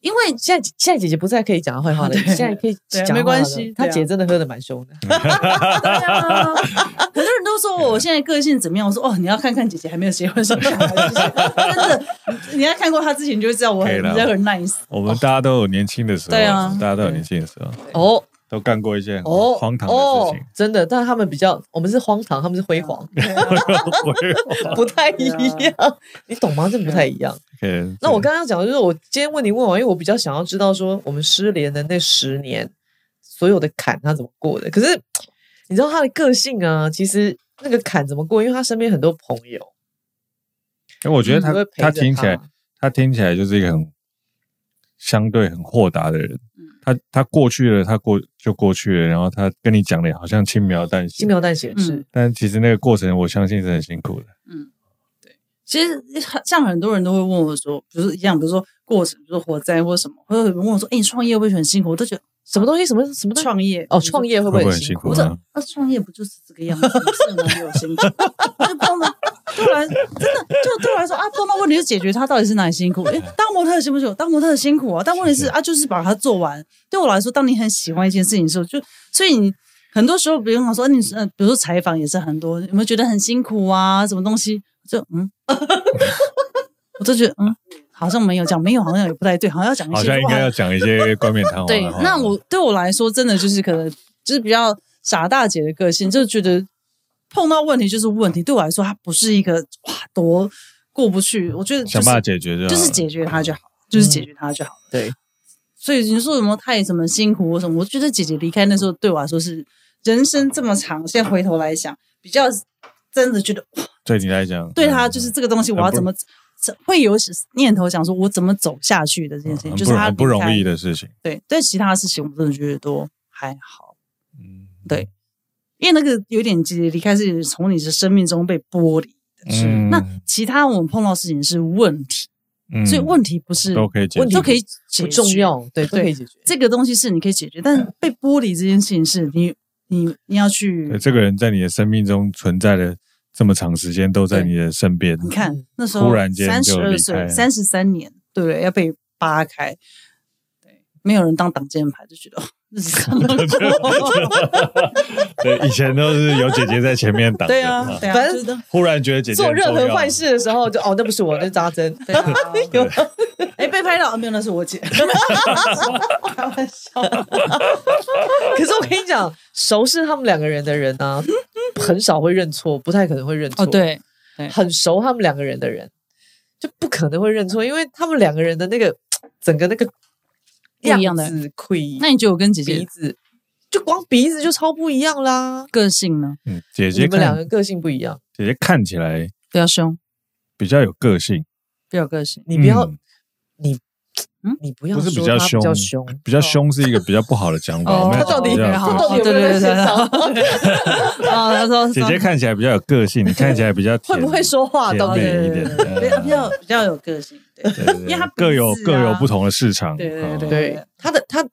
[SPEAKER 1] 因为
[SPEAKER 3] 现在现在姐姐不在，可以讲她坏话了。
[SPEAKER 1] 对
[SPEAKER 3] 现在可以
[SPEAKER 1] 对
[SPEAKER 3] 讲她
[SPEAKER 1] 没关
[SPEAKER 3] 坏话
[SPEAKER 1] 系
[SPEAKER 3] 了她
[SPEAKER 1] 对啊
[SPEAKER 3] 姐真的喝的蛮凶的。
[SPEAKER 1] 对啊，很多人都说我现在个性怎么样，我说哦，你要看看姐姐还没有结婚生小孩，真的，你要看过她之前你就会知道我
[SPEAKER 2] 可以
[SPEAKER 1] 很
[SPEAKER 2] 了
[SPEAKER 1] 比较很 nice。
[SPEAKER 2] 我们大家都有年轻的时候，
[SPEAKER 1] 对啊
[SPEAKER 2] 大家都有年轻的时候，
[SPEAKER 3] 哦
[SPEAKER 2] 都干过一些很
[SPEAKER 3] 哦，
[SPEAKER 2] 荒唐的事情
[SPEAKER 3] 哦。真的，但他们比较，我们是荒唐，他们是辉煌。
[SPEAKER 1] 哦
[SPEAKER 2] 我也
[SPEAKER 3] 不太一
[SPEAKER 1] 啊
[SPEAKER 3] 样，啊你懂吗？这不太一样。
[SPEAKER 2] OK，
[SPEAKER 3] 那我刚刚讲的就是，我今天问你问完，因为我比较想要知道说我们失联的那十年所有的坎他怎么过的。可是你知道他的个性啊，其实那个坎怎么过，因为他身边很多朋友，
[SPEAKER 2] 因为我觉得
[SPEAKER 1] 嗯
[SPEAKER 3] 你会
[SPEAKER 2] 他
[SPEAKER 3] 陪着
[SPEAKER 2] 他听起来
[SPEAKER 3] 他
[SPEAKER 2] 他听起来就是一个很相对很豁达的人。
[SPEAKER 1] 嗯
[SPEAKER 2] 他他过去了，他过就过去了，然后他跟你讲的好像轻描淡写
[SPEAKER 3] 轻，描淡写是、
[SPEAKER 1] 嗯
[SPEAKER 2] 但其实那个过程我相信是很辛苦的。
[SPEAKER 1] 其实像很多人都会问我说，比如说一样，比如说过程，比如说火灾或什么，或者有人问我说，哎，你创业会不会很辛苦？我都觉得
[SPEAKER 3] 什么东西，什么什么东西
[SPEAKER 1] 创业
[SPEAKER 3] 哦，创。业会不
[SPEAKER 2] 会
[SPEAKER 3] 会
[SPEAKER 2] 不会
[SPEAKER 3] 很
[SPEAKER 2] 很
[SPEAKER 3] 辛
[SPEAKER 2] 辛
[SPEAKER 3] 苦
[SPEAKER 2] 苦？
[SPEAKER 1] 我
[SPEAKER 2] 啊
[SPEAKER 1] 说，那创业不就是这个样子吗？是吗？没有辛苦， 就碰到突然真的就突然说啊，碰到问题就解决它，到底是哪里辛苦？诶当模特辛不辛苦？当模特辛苦啊，但问题是啊，就是把它做完。对我来说，当你很喜欢一件事情的时候，就所以你很多时候，比如说说你呃，比如说采访也是很多，有没有觉得很辛苦啊？什么东西？就 嗯，我就觉得嗯，好像没有讲，没有好像也不太对，好像要讲一些
[SPEAKER 2] 好像应该要讲一些冠冕堂皇
[SPEAKER 1] 对
[SPEAKER 2] 的话。，
[SPEAKER 1] 那我对我来说，真的就是可能就是比较傻大姐的个性，就觉得碰到问题就是问题。对我来说，它不是一个哇多过不去，我觉得、就是、
[SPEAKER 2] 想办法解决就好嗯
[SPEAKER 1] 就是
[SPEAKER 2] 了
[SPEAKER 1] 解决它就好，就是解决它就好。
[SPEAKER 3] 对，
[SPEAKER 1] 所以你说有没有太什么辛苦或什么？我觉得姐姐离开那时候对我来说是人生这么长，现在回头来想，比较真的觉得哇
[SPEAKER 2] 对你来讲，
[SPEAKER 1] 对
[SPEAKER 2] 嗯
[SPEAKER 1] 她就是这个东西，我要怎么会有念头想说我怎么走下去的这件事情，
[SPEAKER 2] 嗯很
[SPEAKER 1] 就是
[SPEAKER 2] 不
[SPEAKER 1] 她
[SPEAKER 2] 很不
[SPEAKER 1] 离开
[SPEAKER 2] 容易。的事情。
[SPEAKER 1] 对，但其他事情我真的觉得都还好，
[SPEAKER 2] 嗯，
[SPEAKER 1] 对因为那个有点姐姐离开是从你的生命中被剥离的。
[SPEAKER 2] 是
[SPEAKER 1] 那其他我们碰到的事情是问题，
[SPEAKER 2] 嗯
[SPEAKER 1] 所以问题不是
[SPEAKER 2] 都可以解决
[SPEAKER 1] 问题都可以解决
[SPEAKER 3] 不重。要，对，都
[SPEAKER 1] 对
[SPEAKER 3] 可以解决。
[SPEAKER 1] 这个东西是你可以解决，但被剥离这件事情是你你你要去
[SPEAKER 2] 对这个人在你的生命中存在了这么长时间，都在你的身边。
[SPEAKER 1] 你
[SPEAKER 3] 嗯
[SPEAKER 1] 看那时
[SPEAKER 2] 忽
[SPEAKER 1] 候
[SPEAKER 2] 然间
[SPEAKER 1] 三
[SPEAKER 2] 就
[SPEAKER 1] 十
[SPEAKER 2] 离
[SPEAKER 1] 二
[SPEAKER 2] 开
[SPEAKER 1] 岁，三十三年，对不对？要被扒开，对，没有人当挡箭牌，就觉得哦，这是 什么
[SPEAKER 2] 对，以前都是有姐姐在前面挡着，
[SPEAKER 1] 对啊，对啊，
[SPEAKER 3] 反正
[SPEAKER 1] 就是都
[SPEAKER 2] 忽然觉得姐姐
[SPEAKER 3] 做
[SPEAKER 2] 很
[SPEAKER 3] 任
[SPEAKER 2] 重
[SPEAKER 3] 何
[SPEAKER 2] 要
[SPEAKER 3] 坏，事的时候，就哦，那不是我，那是扎针。
[SPEAKER 1] 对 啊，哎，被拍到啊没有？那是我姐，开玩笑，
[SPEAKER 3] 可是我跟你讲，熟识他们两个人的人啊，很少会认错，不太可能会认错。
[SPEAKER 1] 哦，，对，
[SPEAKER 3] 很熟他们两个人的人，就不可能会认错，因为他们两个人的那个整个那个
[SPEAKER 1] 不一样的
[SPEAKER 3] 样子、盔、
[SPEAKER 1] 那你觉得我跟姐
[SPEAKER 3] 鼻
[SPEAKER 1] 姐
[SPEAKER 3] 子，就光鼻子就超不一样啦。
[SPEAKER 1] 个性呢？
[SPEAKER 2] 嗯，姐
[SPEAKER 3] 你
[SPEAKER 2] 姐
[SPEAKER 3] 们两个
[SPEAKER 2] 看
[SPEAKER 3] 个性不一样，
[SPEAKER 2] 姐姐看起来
[SPEAKER 1] 不要凶，
[SPEAKER 2] 比较有个性，
[SPEAKER 1] 不要个性，
[SPEAKER 3] 你不要，
[SPEAKER 2] 嗯
[SPEAKER 3] 你
[SPEAKER 1] 嗯
[SPEAKER 3] 你不要
[SPEAKER 2] 不是比
[SPEAKER 3] 说
[SPEAKER 2] 较
[SPEAKER 3] 他
[SPEAKER 2] 凶，
[SPEAKER 3] 比较凶，
[SPEAKER 2] 比较凶是一个比较不好的讲法。
[SPEAKER 1] 哦
[SPEAKER 2] 我们要
[SPEAKER 3] 他到底
[SPEAKER 2] 比较有
[SPEAKER 3] 他
[SPEAKER 2] 个
[SPEAKER 3] 到底有哦没有在现场？
[SPEAKER 1] 啊，他说
[SPEAKER 2] 姐姐看起来比较有个性，你看起来 比较
[SPEAKER 3] 会
[SPEAKER 2] 甜
[SPEAKER 3] 不会说话？
[SPEAKER 2] 甜
[SPEAKER 3] 到底
[SPEAKER 2] 美一点？嗯
[SPEAKER 1] 比较比较比较有个性，对
[SPEAKER 2] 对对对
[SPEAKER 1] 因为他鼻子啊
[SPEAKER 2] 各有各有不同的市场，哦
[SPEAKER 1] 对对对
[SPEAKER 3] 对他的他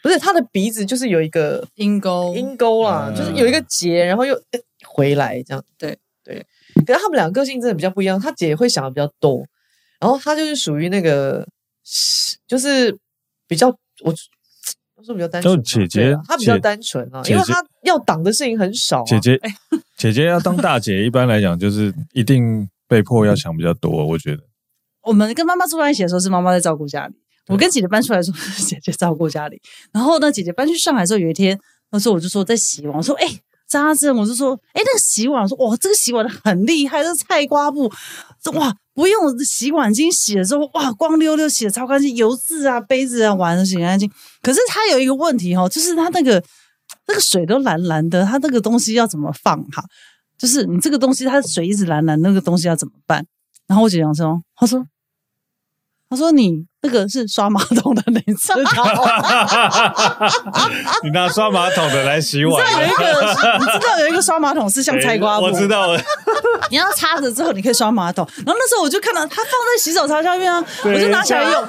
[SPEAKER 3] 不是他的鼻子，就是有一个
[SPEAKER 1] 阴
[SPEAKER 4] 哦
[SPEAKER 1] 沟
[SPEAKER 3] 阴沟啦，
[SPEAKER 2] 嗯
[SPEAKER 3] 就是有一个结，然后又、呃回来这样。
[SPEAKER 1] 对
[SPEAKER 3] 对，可是他们两个个性真的比较不一样，他姐会想的比较多，然后他就是属于那个，就是比较我。我说比较单纯嘛，
[SPEAKER 2] 就姐姐
[SPEAKER 3] 对啊她比较
[SPEAKER 2] 姐
[SPEAKER 3] 单纯啊，
[SPEAKER 2] 姐姐
[SPEAKER 3] 因为她要挡的事情很少、啊。
[SPEAKER 2] 姐姐，
[SPEAKER 1] 哎
[SPEAKER 2] 姐姐要当大姐，一般来讲就是一定被迫要想比较多，我觉得。
[SPEAKER 1] 我们跟妈妈住在一起的时候是妈妈在照顾家里，
[SPEAKER 2] 对
[SPEAKER 1] 我跟姐姐搬出来的时候是姐姐照顾家里。然后呢，姐姐搬去上海的时候，有一天那时候我就说在洗碗，我说哎。扎针，我就说，哎、那个洗碗，我说哇，这个洗碗的很厉害，这菜瓜布，这哇，不用洗碗巾洗的时候，哇，光溜溜洗的超干净，油渍啊、杯子啊、碗都洗干净。可是它有一个问题哦，就是它那个那个水都蓝蓝的，它那个东西要怎么放哈？就是你这个东西，它水一直蓝蓝，那个东西要怎么办？然后我姐讲说，她说，她说你那个是刷马桶的，你 知道
[SPEAKER 2] 你拿刷马桶的来洗
[SPEAKER 1] 啊你知
[SPEAKER 2] 碗，啊
[SPEAKER 1] 道有
[SPEAKER 2] 哎
[SPEAKER 1] 一个，你知道有一个刷马桶是像菜瓜布，
[SPEAKER 2] 我知道，
[SPEAKER 1] 你要擦着之后，你可以刷马桶。然后那时候我就看到它放在洗手槽下面啊，我就拿起来用。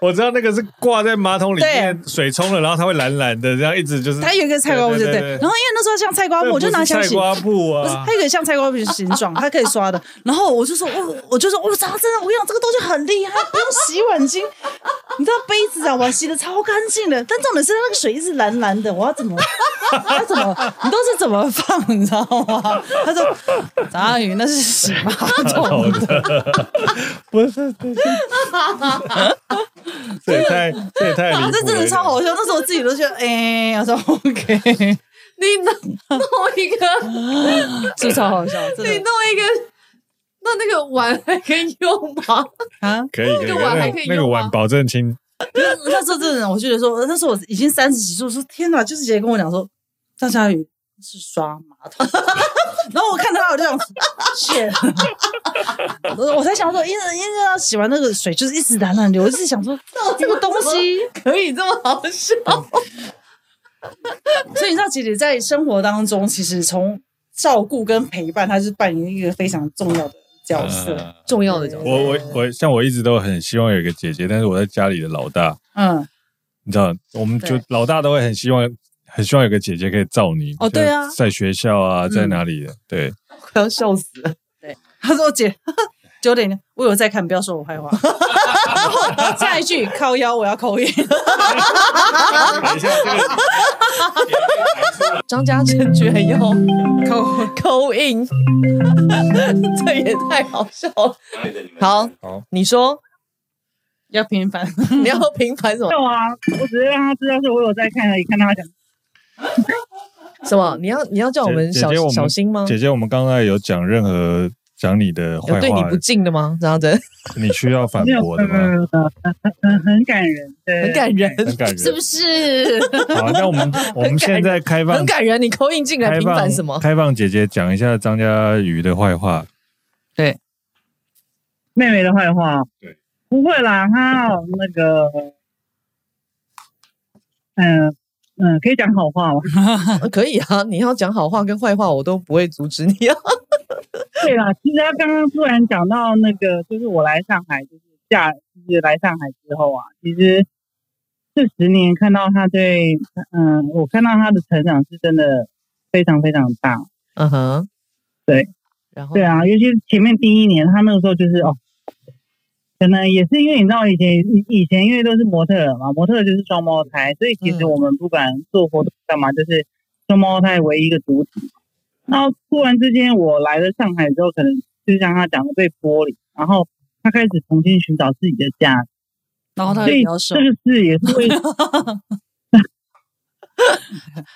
[SPEAKER 2] 我知道那个是挂在马桶里面，水冲了，然后它会蓝蓝的，这样一直就是。
[SPEAKER 1] 它有一个菜瓜布，对对。然后因为那时候像菜瓜布，我就拿起来
[SPEAKER 2] 菜
[SPEAKER 1] 洗。
[SPEAKER 2] 瓜布
[SPEAKER 1] 不是，
[SPEAKER 2] 啊
[SPEAKER 1] 它，有点像菜瓜布的形 状，它可以刷的。然后我就说，我我就说，哦我咋真的，我跟你讲，这个东西很厉害，不用洗碗巾，你知道杯子啊，碗洗的超干净的。但重点是那个水一直蓝蓝的，我要怎么，我要怎么，你都是怎么放，你知道吗？他说，张宇那是洗马桶的，
[SPEAKER 2] 不是，这也太这也太离谱，
[SPEAKER 1] 啊这真的超。好笑。那时候我自己都觉得，哎、我说 OK，
[SPEAKER 4] 你弄弄一个，
[SPEAKER 1] 是不是超好笑？真
[SPEAKER 4] 你
[SPEAKER 1] 的
[SPEAKER 4] 弄一个，那那个碗还可以用吗？
[SPEAKER 1] 啊。
[SPEAKER 2] 可以，可以，那个碗保证清。
[SPEAKER 1] 那时候真的，我就觉得说，那时候我已经三十几岁，我说天哪，就是姐姐跟我讲说，张佳宇是刷马桶， 然后我看到他我就想，天， 我我才想说，因为因为要洗完那个水就是一直蓝蓝流，我一直想说这个东西，
[SPEAKER 4] 可以这么好笑？
[SPEAKER 1] 所以你知道姐姐在生活当中，其实从照顾跟陪伴，她是扮演一个非常重要的角色，
[SPEAKER 3] 重要的角色，
[SPEAKER 2] 我我我，像我一直都很希望有一个姐姐，但是我在家里的老大，
[SPEAKER 1] 嗯，
[SPEAKER 2] 你知道，我们就
[SPEAKER 1] 对
[SPEAKER 2] 老大都会很希望，很希望有个姐姐可以罩你。
[SPEAKER 1] 哦对啊
[SPEAKER 2] 就是在学校啊，
[SPEAKER 1] 嗯
[SPEAKER 2] 在哪里的？对，
[SPEAKER 3] 快要笑死了。
[SPEAKER 1] 她说姐。 九点，我有在看，不要说我坏话。 然后下一句靠腰，我要口音。
[SPEAKER 2] 等一下，这个
[SPEAKER 3] 张家成居然要 扣扣印， 这也太好笑了。好，
[SPEAKER 2] 好
[SPEAKER 3] 你 说
[SPEAKER 1] 要平凡，
[SPEAKER 3] 你要平凡什么？
[SPEAKER 5] 有啊，我只是让他知道是我有在看而已，看他讲。
[SPEAKER 3] 什么？你要你要叫我们
[SPEAKER 2] 姐
[SPEAKER 3] 小
[SPEAKER 2] 姐我们
[SPEAKER 3] 小心吗？
[SPEAKER 2] 姐姐，我们刚才有讲任何讲你的坏
[SPEAKER 3] 有对你
[SPEAKER 2] 话
[SPEAKER 3] 不，敬的吗？这样子
[SPEAKER 2] 你需要反
[SPEAKER 5] 没有，
[SPEAKER 2] 驳的 吗？
[SPEAKER 5] 嗯嗯嗯很很很感人，对，
[SPEAKER 3] 很感 人，
[SPEAKER 2] 很感人，
[SPEAKER 4] 是不是？
[SPEAKER 2] 好，那我 们我们现在开放
[SPEAKER 3] 很感人。你扣印进来
[SPEAKER 2] 开
[SPEAKER 3] 平
[SPEAKER 2] 放
[SPEAKER 3] 反什么？
[SPEAKER 2] 开放姐姐讲一下张嘉瑜的坏 话。
[SPEAKER 5] 妹妹的坏话，
[SPEAKER 2] 对，
[SPEAKER 5] 不会啦，她哦那个，嗯、嗯、可以讲好话吗？
[SPEAKER 3] 呃 可以啊，你要讲好话跟坏话，我都不会阻止你啊。
[SPEAKER 5] 对啦，其实她刚刚突然讲到那个，就是我来上海，就是嫁，就是来上海之后啊，其实这十年看到她对，嗯、我看到她的成长是真的非常非常大，
[SPEAKER 3] 嗯哼，
[SPEAKER 5] 对，
[SPEAKER 3] 然后
[SPEAKER 5] 对啊，尤其是前面第一年，他那个时候就是哦，可能也是因为你知道以前以以前因为都是模特儿嘛，模特儿就是双胞胎，所以其实
[SPEAKER 3] 嗯
[SPEAKER 5] 我们不管做活动干嘛，就是双胞胎为一个主体。然后突然之间我来了上海之后，可能就像他讲的被剥离，然后他开始重新寻找自己的价值，
[SPEAKER 1] 然后他
[SPEAKER 5] 所
[SPEAKER 1] 也
[SPEAKER 5] 以
[SPEAKER 1] 比较瘦
[SPEAKER 5] 这，个事也是为。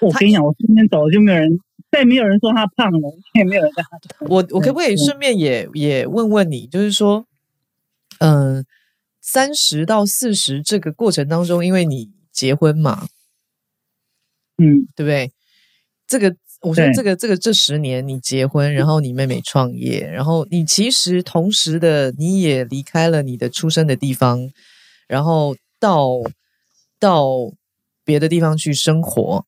[SPEAKER 5] 我跟你讲，我今天走了就没有人，再没有人说他胖了，也没有人在
[SPEAKER 3] 我我可不可以
[SPEAKER 5] 嗯
[SPEAKER 3] 顺便也也问问你，就是说，嗯、呃，三十到四十这个过程当中，因为你结婚嘛，
[SPEAKER 5] 嗯，
[SPEAKER 3] 对不对？这个我说
[SPEAKER 5] 对
[SPEAKER 3] 这个这个这十年你结婚，然后你妹妹创业，然后你其实同时的你也离开了你的出生的地方，然后到到别的地方去生活，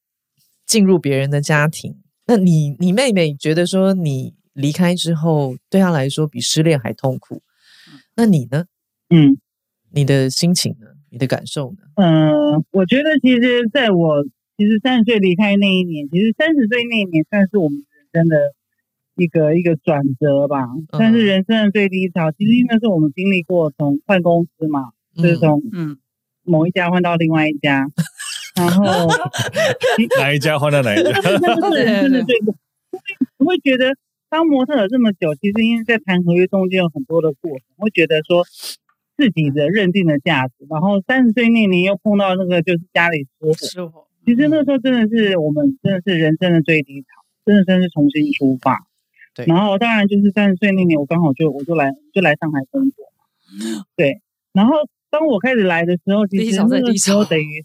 [SPEAKER 3] 进入别人的家庭。那你你妹妹觉得说你离开之后对她来说比失恋还痛苦，那你呢？
[SPEAKER 5] 嗯。
[SPEAKER 3] 你的心情呢？你的感受呢？
[SPEAKER 5] 嗯，我觉得其实在我其实三十岁离开那一年，其实三十岁那一年算是我们人生的一个一个转折吧，算是人生的最低潮。其实因为是我们经历过从换公司嘛，就是从
[SPEAKER 1] 嗯，
[SPEAKER 5] 某一家换到另外一家，然后
[SPEAKER 2] 哪一家换到哪一 家？
[SPEAKER 5] 那个人真的最，我会觉得当模特儿这么久，其实因为在谈合约中间有很多的过程，会觉得说自己的认定的价值，然后三十岁那年又碰到那个就是家里失火。
[SPEAKER 1] 是我，
[SPEAKER 5] 其实那时候真的是我们真的是人生的最低潮，真的真是重新出发。
[SPEAKER 3] 对
[SPEAKER 5] 然后当然就是三十岁那年，我刚好就我就来就来上海工作嘛，对。然后当我开始来的时候，其
[SPEAKER 1] 低
[SPEAKER 5] 实
[SPEAKER 1] 潮再
[SPEAKER 5] 那个
[SPEAKER 1] 低
[SPEAKER 5] 时候
[SPEAKER 1] 潮
[SPEAKER 5] 等于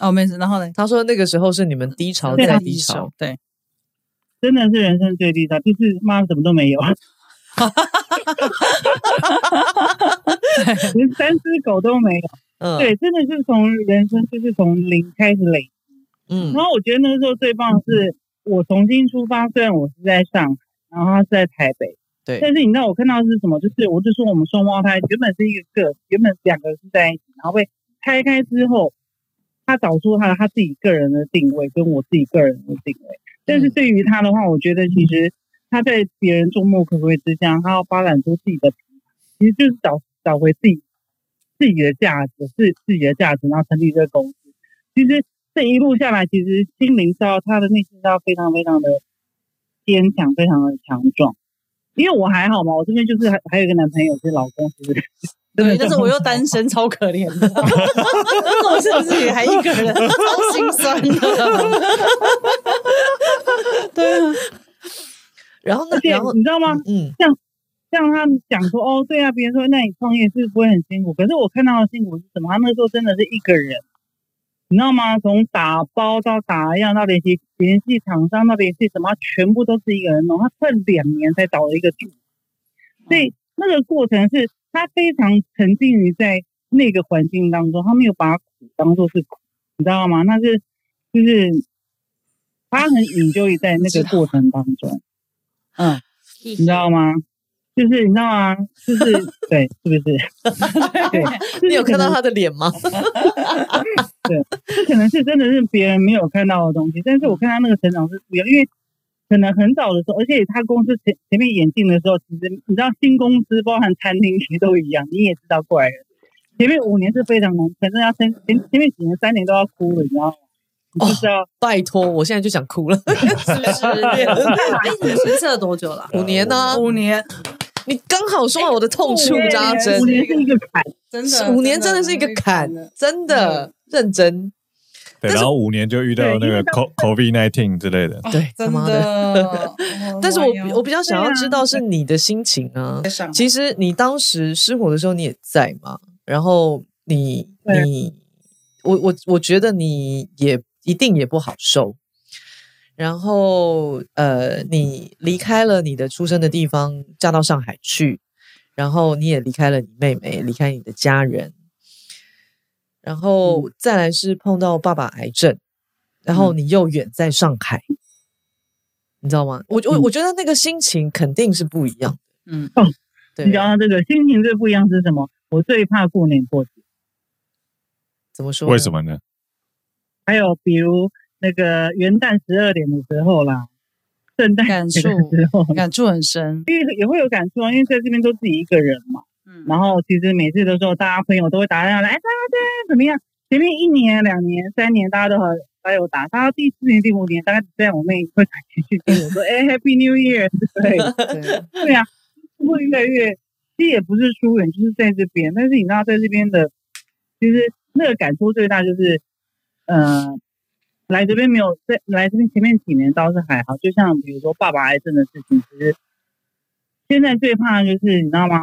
[SPEAKER 1] 哦，没事，然后呢？
[SPEAKER 3] 他说那个时候是你们低潮
[SPEAKER 5] 对
[SPEAKER 3] 再
[SPEAKER 5] 啊
[SPEAKER 3] 低潮，，
[SPEAKER 1] 对，
[SPEAKER 5] 真的是人生最低潮，就是妈什么都没有，连三只狗都没有。
[SPEAKER 3] 嗯，
[SPEAKER 5] 对，真的是从人生就是从零开始累
[SPEAKER 3] 嗯
[SPEAKER 5] 然后我觉得那个时候最棒的是，我重新出发，虽然我是在上海，然后他是在台北，
[SPEAKER 3] 对
[SPEAKER 5] 但是你知道我看到的是什么？就是我就说我们双胞胎原本是一个个，原本两个是在一起，然后被拆开之后，他找出他的他自己个人的定位跟我自己个人的定位。但是对于他的话，我觉得其实他在别人众目睽睽之下，他要发展出自己的品牌，其实就是找找回自己自己的价值，是自己的价值，然后成立这个公司。其实这一路下来，其实心灵是要他的内心是要非常非常的坚强，非常的强壮。因为我还好嘛，我这边就是还还有一个男朋友，就是老公，是不是？真的
[SPEAKER 1] 对，但是我又单身，超可怜 的，那我是不是也还一个人，超心酸的？ 对啊，
[SPEAKER 3] 然后那
[SPEAKER 5] 而且
[SPEAKER 3] 然后
[SPEAKER 5] 你知道吗？
[SPEAKER 3] 嗯
[SPEAKER 5] 像他们讲说，哦，对啊，别人说那你创业是不会很辛苦，可是我看到的辛苦是什么？他那时候真的是一个人，你知道吗？从打包到打样到联系联系厂商到联系什么，他全部都是一个人弄。他快两年才找了一个助理，
[SPEAKER 3] 嗯
[SPEAKER 5] 所以那个过程是他非常沉浸于在那个环境当中，他没有把苦当做是苦，你知道吗？那是就是他很引咎于在那个过程当中。嗯，
[SPEAKER 4] 你
[SPEAKER 5] 你知道吗？就是你知道吗？就是 对，是不是？ 对，就是
[SPEAKER 3] 你有看到
[SPEAKER 5] 可能？
[SPEAKER 3] 他的脸吗？
[SPEAKER 5] 这可能是真的是别人没有看到的东西，但是我看他那个成长是不一样，因为可能很早的时候，而且他公司前前面演进的时候，其实你知道新公司包含餐厅其实都一样，你也知道过来人，前面五年是非常难，反正要前前前面几年三年都要哭了，你知道吗？你就知
[SPEAKER 1] 哦
[SPEAKER 5] 道，
[SPEAKER 3] 拜托，我现在就想 哭了。
[SPEAKER 1] 是不是？哎，你们学测了多久了？啊
[SPEAKER 3] 五年呢、
[SPEAKER 1] 五年，
[SPEAKER 3] 你刚好说完我的痛处
[SPEAKER 5] 对
[SPEAKER 3] 扎针
[SPEAKER 5] 五。年是一个坎，
[SPEAKER 1] 真
[SPEAKER 3] 是
[SPEAKER 1] 的，
[SPEAKER 3] 五年真的是一个坎，真的认真。
[SPEAKER 2] 对，
[SPEAKER 3] 但是
[SPEAKER 2] 然后五年就遇到
[SPEAKER 5] 对
[SPEAKER 2] 那
[SPEAKER 5] 因
[SPEAKER 2] 个
[SPEAKER 5] 为当
[SPEAKER 2] co COVID nineteen 之啊类的，
[SPEAKER 3] 对，他
[SPEAKER 1] 真
[SPEAKER 3] 妈的。
[SPEAKER 1] 的。
[SPEAKER 3] 但是
[SPEAKER 1] 哎
[SPEAKER 3] 我
[SPEAKER 1] 呦
[SPEAKER 3] 我比较想要
[SPEAKER 5] 哦对啊
[SPEAKER 3] 知道是你的心情啊。
[SPEAKER 5] 上
[SPEAKER 3] 其实你当时失火的时候你也在嘛，然后你
[SPEAKER 5] 对
[SPEAKER 3] 你我我我觉得你也一定也不好受。然后呃，你离开了你的出生的地方，嫁到上海去，然后你也离开了你妹妹，离开你的家人，然后
[SPEAKER 1] 嗯
[SPEAKER 3] 再来是碰到爸爸癌症，然后你又远在上海，你知道吗？我我我觉得那个心情肯定是不一样的。
[SPEAKER 1] 嗯，
[SPEAKER 3] 对
[SPEAKER 5] 你，讲到这个心情最不一样是什么？我最怕过年过节，
[SPEAKER 3] 怎么说？
[SPEAKER 2] 为什？么呢？
[SPEAKER 5] 还有比如那个元旦十二点的时候啦，圣诞
[SPEAKER 1] 感
[SPEAKER 5] 节
[SPEAKER 1] 触
[SPEAKER 5] 的时候，
[SPEAKER 1] 感触很深。
[SPEAKER 5] 因为也会有感触啊，因为在这边都自己一个人嘛。
[SPEAKER 1] 嗯
[SPEAKER 5] 然后其实每次的时候，大家朋友都会打电话来，哎，大家对怎么样？前面一年、两年、三年，大家都很还有打，大家第四年、第五年，大概在我妹会打情绪给我说，哎，Happy New Year，对。
[SPEAKER 1] 对，
[SPEAKER 5] 对啊，会越来越，其实也不是疏远，就是在这边。但是你知道，在这边的，其实那个感触最大就是，呃，来这边没有在来这边前面几年倒是还好，就像比如说爸爸癌症的事情，其实现在最怕的就是你知道吗？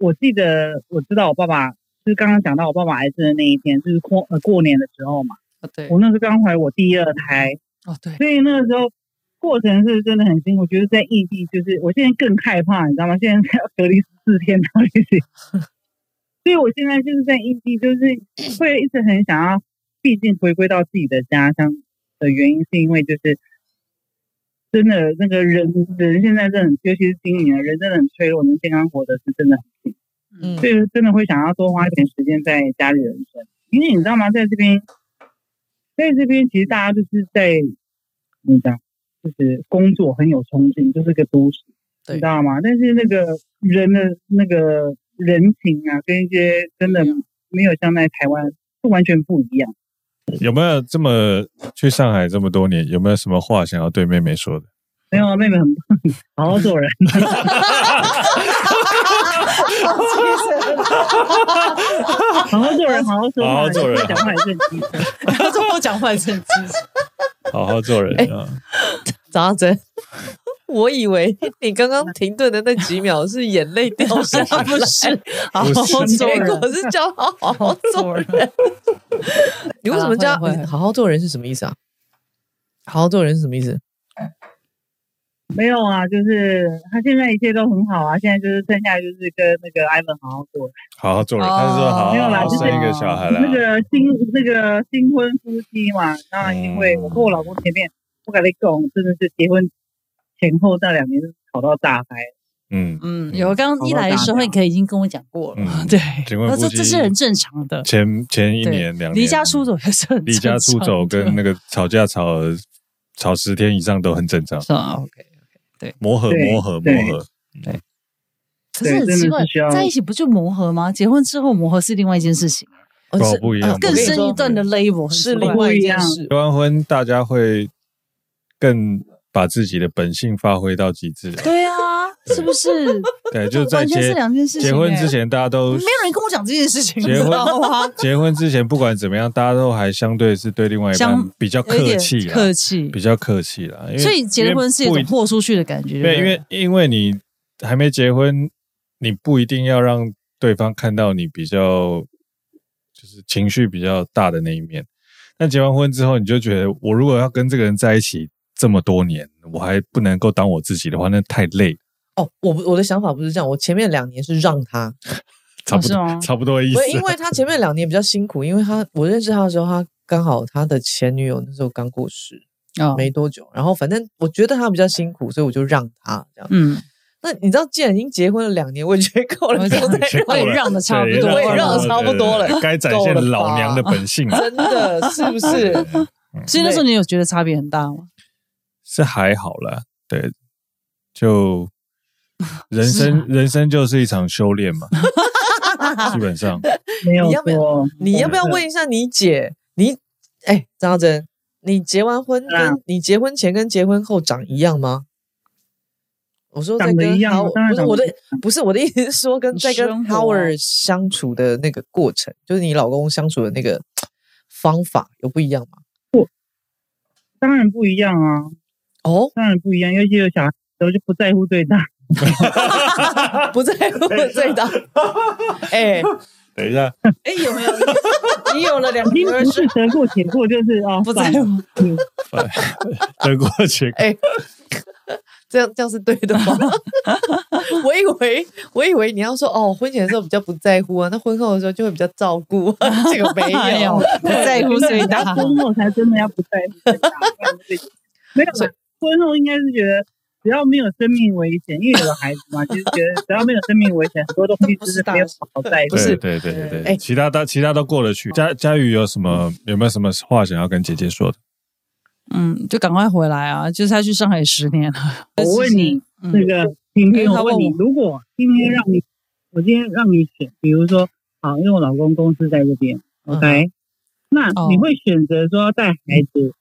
[SPEAKER 5] 我记得我知道我爸爸，就是刚刚讲到我爸爸癌症的那一天，就是过呃过年的时候嘛，
[SPEAKER 1] 哦对，
[SPEAKER 5] 我那时候刚怀我第二胎，
[SPEAKER 1] 哦对，
[SPEAKER 5] 所以那个时候过程是真的很辛苦，就是在异地，就是我现在更害怕，你知道吗？现在要隔离十四天到底是，所以我现在就是在异地，就是会一直很想要，毕竟回归到自己的家乡的原因，是因为就是真的那个人人现在真的很，尤其是今年人真的很脆弱，能健康活着是真的很幸
[SPEAKER 3] 嗯
[SPEAKER 5] 福，所以真的会想要多花一点时间在家里人身，因为你知道吗，在这边。在这边，其实大家就是在你讲，就是工作很有冲劲，就是个都市，
[SPEAKER 3] 对
[SPEAKER 5] 你知道吗？但是那个人的那个人情啊，跟一些真的没有像在台湾是完全不一样。
[SPEAKER 2] 有没有这么去上海这么多年，有没有什么话想要对妹妹说的？
[SPEAKER 5] 没有，啊妹妹很 好好做人，好好做人，好好说话，
[SPEAKER 2] 好好做人
[SPEAKER 5] 讲话也是很机车。
[SPEAKER 1] 他跟我讲话也是很 积极。
[SPEAKER 2] 好好做人啊！
[SPEAKER 3] 张阿珍， 我以为你刚刚停顿的那几秒是眼泪掉下 来，
[SPEAKER 1] 不是，好
[SPEAKER 2] 不是
[SPEAKER 1] 好做
[SPEAKER 3] 结
[SPEAKER 1] 人，
[SPEAKER 3] 果是叫好好做
[SPEAKER 1] 嗯
[SPEAKER 3] 人。你为什么叫
[SPEAKER 1] 好啊啦会会
[SPEAKER 3] 你好好做人是什么意思啊？好好做人是什么意思？
[SPEAKER 5] 没有啊，就是他现在一切都很好啊，现在就是剩下就是跟那个艾文好好做人。
[SPEAKER 2] 好好做人，
[SPEAKER 1] 哦
[SPEAKER 2] 他是说好
[SPEAKER 5] 没有啦
[SPEAKER 2] 好
[SPEAKER 5] 就是
[SPEAKER 2] 生一个小孩
[SPEAKER 5] 那
[SPEAKER 2] 啦。
[SPEAKER 5] 个新那个新婚夫妻嘛，当然因为
[SPEAKER 2] 嗯
[SPEAKER 5] 我跟我老公前面，我跟你讲，真的是结婚前后那两年是吵到炸开。
[SPEAKER 2] 嗯，
[SPEAKER 1] 嗯，有刚刚一来的时候，你可以已经跟我讲过了
[SPEAKER 2] 嗯，
[SPEAKER 1] 对，
[SPEAKER 2] 请问
[SPEAKER 1] 他
[SPEAKER 2] 夫
[SPEAKER 1] 说
[SPEAKER 2] 妻
[SPEAKER 1] 这是很正常的，
[SPEAKER 2] 前前一
[SPEAKER 1] 对
[SPEAKER 2] 年两年
[SPEAKER 1] 离家出走也是很
[SPEAKER 2] 离家出走跟那个吵架吵吵十天以上都很正常，
[SPEAKER 1] 是啊，OK。
[SPEAKER 2] 磨合
[SPEAKER 5] 对
[SPEAKER 2] 磨合
[SPEAKER 5] 对
[SPEAKER 2] 磨合。
[SPEAKER 1] 可是很
[SPEAKER 5] 对真的
[SPEAKER 1] 奇
[SPEAKER 5] 是
[SPEAKER 1] 怪
[SPEAKER 5] 需要，
[SPEAKER 1] 在一起不就磨合吗？结婚之后磨合是另外一件事情，
[SPEAKER 3] 哦
[SPEAKER 2] 搞
[SPEAKER 3] 是
[SPEAKER 2] 不一样
[SPEAKER 3] 啊
[SPEAKER 1] 更
[SPEAKER 2] 我跟你
[SPEAKER 1] 深
[SPEAKER 2] 说
[SPEAKER 1] 一段的 level
[SPEAKER 3] 是
[SPEAKER 1] 另
[SPEAKER 3] 另
[SPEAKER 1] 外
[SPEAKER 3] 外
[SPEAKER 5] 不
[SPEAKER 3] 一
[SPEAKER 5] 一
[SPEAKER 3] 件
[SPEAKER 5] 样
[SPEAKER 3] 事
[SPEAKER 2] 结。完婚，大家会更把自己的本性发挥到极致。
[SPEAKER 1] 对啊，是不是？
[SPEAKER 2] 对， 就是在
[SPEAKER 1] 完全
[SPEAKER 2] 结
[SPEAKER 1] 是两件事情欸。
[SPEAKER 2] 结婚之前，大家都
[SPEAKER 1] 没有人跟我讲这件事情，你
[SPEAKER 2] 结
[SPEAKER 1] 知
[SPEAKER 2] 婚
[SPEAKER 1] 道吗？
[SPEAKER 2] 结婚之前，不管怎么样，大家都还相对是对另外一半
[SPEAKER 1] 相
[SPEAKER 2] 比较
[SPEAKER 1] 有一
[SPEAKER 2] 客
[SPEAKER 1] 点
[SPEAKER 2] 气啦，
[SPEAKER 1] 客气，
[SPEAKER 2] 比较客气啦。因为
[SPEAKER 1] 所以结了婚是有
[SPEAKER 2] 因为
[SPEAKER 1] 种豁出去的感觉，
[SPEAKER 2] 不一
[SPEAKER 1] 不
[SPEAKER 2] 对，因为因为你还没结婚，你不一定要让对方看到你比较就是情绪比较大的那一面。但结完婚之后，你就觉得我如果要跟这个人在一起这么多年，我还不能够当我自己的话，那太累了，
[SPEAKER 3] 哦，我不我的想法不是这样，我前面两年是让他，
[SPEAKER 2] 差不多、
[SPEAKER 1] 是吗
[SPEAKER 2] 差不多的意
[SPEAKER 3] 不
[SPEAKER 2] 思
[SPEAKER 3] 是。因为他前面两年比较辛苦，因为他我认识他的时候，他刚好他的前女友那时候刚过世，
[SPEAKER 1] 啊，
[SPEAKER 3] 没多久，然后反正我觉得他比较辛苦，所以我就让他这样。
[SPEAKER 1] 嗯，
[SPEAKER 3] 那你知道，既然已经结婚了两年，我也觉得够了，
[SPEAKER 1] 我
[SPEAKER 3] 不要再
[SPEAKER 2] 已经够
[SPEAKER 1] 我
[SPEAKER 2] 了
[SPEAKER 1] 也让的差不
[SPEAKER 2] 对
[SPEAKER 1] 多，
[SPEAKER 3] 我也让
[SPEAKER 2] 得
[SPEAKER 3] 得差不多了
[SPEAKER 2] 对对对该展现
[SPEAKER 3] 够了吧
[SPEAKER 2] 老娘的本性了。
[SPEAKER 3] 真的是不是？
[SPEAKER 1] 所以那时候你有觉得差别很大吗？
[SPEAKER 2] 是还好啦，对，就 人
[SPEAKER 1] 啊
[SPEAKER 2] 生人生就是一场修炼嘛， 基本上
[SPEAKER 5] 没有
[SPEAKER 3] 你要不要
[SPEAKER 5] 错，
[SPEAKER 3] 你要不要问一下你姐？你哎，张真，你结完婚
[SPEAKER 5] 啊
[SPEAKER 3] 跟你结婚前跟结婚后长一样吗？我说在
[SPEAKER 5] 长得
[SPEAKER 3] 跟
[SPEAKER 5] 一样
[SPEAKER 3] Howard-
[SPEAKER 5] 当
[SPEAKER 3] 不
[SPEAKER 5] 然
[SPEAKER 3] 是
[SPEAKER 5] 长得
[SPEAKER 3] 我的
[SPEAKER 5] 一样，
[SPEAKER 3] 不是我的意思是说跟
[SPEAKER 1] 你
[SPEAKER 3] 在跟
[SPEAKER 5] 啊
[SPEAKER 1] 生活
[SPEAKER 3] Howard 相处的那个过程，就是你老公相处的那个方法有不一样吗？
[SPEAKER 5] 当然不一样啊，
[SPEAKER 3] 哦，
[SPEAKER 5] 当然不一样，尤其有小孩的时候就不在乎最大。
[SPEAKER 3] 不在乎最 大。哎、
[SPEAKER 2] 等一 下，
[SPEAKER 1] 哎，有 没有？你有了两
[SPEAKER 5] 已经
[SPEAKER 1] 瓶
[SPEAKER 5] 不是得过且过，就是啊，
[SPEAKER 1] 不在
[SPEAKER 5] 算了
[SPEAKER 1] 乎。
[SPEAKER 5] 嗯
[SPEAKER 2] 得过且过。
[SPEAKER 3] 这样这样是对的 吗？我以为我以为你要说哦，婚前的时候比较不在乎啊，那婚后的时候就会比较照顾、啊这个没
[SPEAKER 1] 哎
[SPEAKER 3] 有
[SPEAKER 1] 呦，不在乎 最 大。
[SPEAKER 5] 婚后才真的要不在乎最大，不然 就是没有啦婚后应该是觉得只要没有生命危险，因为有了孩子嘛，就是觉得只要没有生命危险，很多东西就是没有什么好在
[SPEAKER 3] 不。
[SPEAKER 5] 乎
[SPEAKER 3] 是
[SPEAKER 2] 对对对对，
[SPEAKER 3] 哎
[SPEAKER 2] 其他都其他都过得去。佳佳宇有什么有没有什么话想要跟姐姐说的？
[SPEAKER 1] 嗯，就赶快回来啊！就是他去上海十年了。
[SPEAKER 5] 我问你，
[SPEAKER 1] 嗯
[SPEAKER 5] 那个婷
[SPEAKER 1] 哎
[SPEAKER 5] 婷，
[SPEAKER 1] 他
[SPEAKER 5] 我
[SPEAKER 1] 问
[SPEAKER 5] 问你
[SPEAKER 1] 我，
[SPEAKER 5] 如果今天让你，我今天让你选，比如说，好，因为我老公公司在这边
[SPEAKER 3] 嗯
[SPEAKER 5] ，OK，那
[SPEAKER 1] 哦
[SPEAKER 5] 你会选择说要带孩子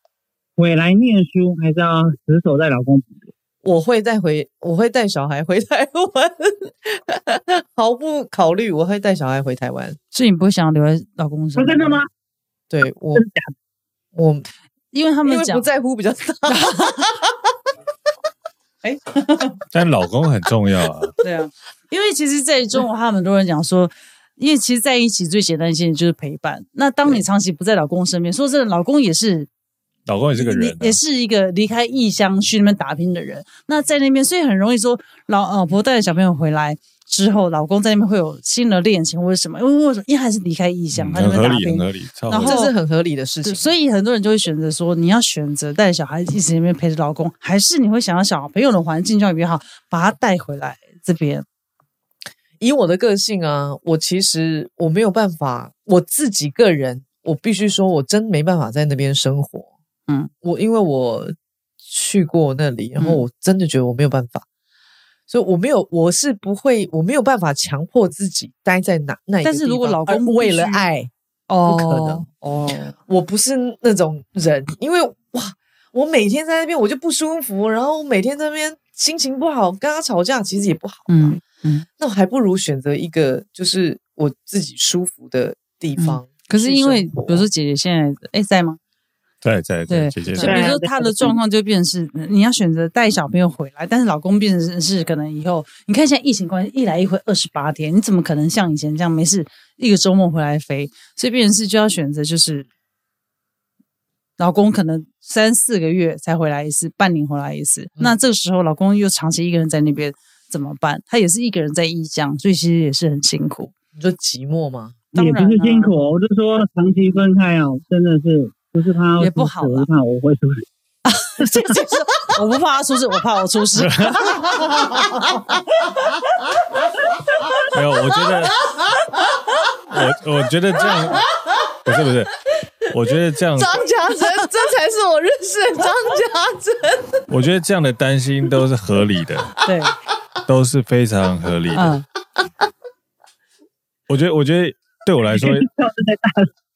[SPEAKER 5] 回来念书，还是要死守在老公旁边？
[SPEAKER 3] 我会带回，我会带小孩回台湾，毫不考虑，我会带小孩回台湾。
[SPEAKER 1] 所以你不会想要留在老公身
[SPEAKER 5] 说
[SPEAKER 1] 边？
[SPEAKER 5] 真的吗？？
[SPEAKER 3] 对我
[SPEAKER 5] 真的假的？
[SPEAKER 3] 我
[SPEAKER 1] 因为他
[SPEAKER 3] 他
[SPEAKER 1] 们
[SPEAKER 3] 不
[SPEAKER 1] 讲，
[SPEAKER 3] 在乎比较大，
[SPEAKER 2] 但老公很重要啊，
[SPEAKER 1] 对啊， 因为其实在中国，他们很多人讲说。因为其实在一起最简单一件就是陪伴。那当你长期不在老公身边，说真的，老公也是
[SPEAKER 2] 老公也是个人、啊，嗯
[SPEAKER 1] 也是一个离开异乡去那边打拼的人。那在那边，所以很容易说老老婆带着小朋友回来之后，老公在那边会有新的恋情或者什么，因为为什么？因为还是离开异乡，
[SPEAKER 2] 嗯
[SPEAKER 1] 他在
[SPEAKER 2] 很
[SPEAKER 1] 那边打
[SPEAKER 2] 合理，很
[SPEAKER 1] 拼。
[SPEAKER 2] 合理，超合
[SPEAKER 1] 然
[SPEAKER 2] 理
[SPEAKER 1] 后
[SPEAKER 3] 这是很合理的事
[SPEAKER 1] 对，
[SPEAKER 3] 情。
[SPEAKER 1] 所以很多人就会选择说，你要选择带小孩一直在那边陪着老公，还是你会想要小朋友的环境教育比较好，把他带回来这边？
[SPEAKER 3] 以我的个性啊，我其实我没有办法，我自己个人，我必须说，我真没办法在那边生活。
[SPEAKER 1] 嗯，
[SPEAKER 3] 我因为我去过那里，然后
[SPEAKER 1] 嗯
[SPEAKER 3] 我真的觉得我没有办法，所以我没有，我是不会，我没有办法强迫自己待在哪那一个地方。
[SPEAKER 1] 但是如果老公
[SPEAKER 3] 而
[SPEAKER 1] 必须
[SPEAKER 3] 为了爱，
[SPEAKER 1] 哦
[SPEAKER 3] 不可能
[SPEAKER 1] 哦，
[SPEAKER 3] 我不是那种人，因为哇，我每天在那边我就不舒服，然后我每天在那边心情不好，跟他吵架其实也不好嘛。
[SPEAKER 1] 嗯
[SPEAKER 3] 那我还不如选择一个就是我自己舒服的地
[SPEAKER 2] 嗯
[SPEAKER 3] 方。
[SPEAKER 1] 可是因为
[SPEAKER 3] 去
[SPEAKER 1] 比
[SPEAKER 3] 生活
[SPEAKER 1] 如说姐姐现在哎在吗？
[SPEAKER 2] 在在在，
[SPEAKER 1] 对
[SPEAKER 2] 姐姐
[SPEAKER 1] 就比
[SPEAKER 2] 在
[SPEAKER 1] 如说
[SPEAKER 5] 对
[SPEAKER 1] 他的状况就变成是，嗯你要选择带小朋友回来，但是老公变成是可能以后，你看现在疫情关系，一来一回二十八天，你怎么可能像以前这样没事一个周末回来飞？所以变成是就要选择就是，老公可能三四个月才回来一次，半年回来一次，
[SPEAKER 5] 嗯
[SPEAKER 1] 那这个时候老公又长期一个人在那边怎么办？他也是一个人在异乡，所以其实也是很辛苦。
[SPEAKER 3] 你说寂寞吗？
[SPEAKER 1] 当
[SPEAKER 5] 也
[SPEAKER 1] 然、
[SPEAKER 5] 不是辛苦，，我就说长期分开哦，真的是不是他
[SPEAKER 1] 也不好啦
[SPEAKER 5] 我怕我会出事。
[SPEAKER 1] 我不怕他出事，我怕我出事。
[SPEAKER 2] 没有，我觉得，我我觉得这样不是不是，我觉得这样，
[SPEAKER 3] 张家珍，这才是我认识的张家珍。
[SPEAKER 2] 我觉得这样的担心都是合理 的，
[SPEAKER 1] 对，
[SPEAKER 2] 都是非常合理的。
[SPEAKER 1] 嗯，
[SPEAKER 2] 我觉得，我觉得对我来说，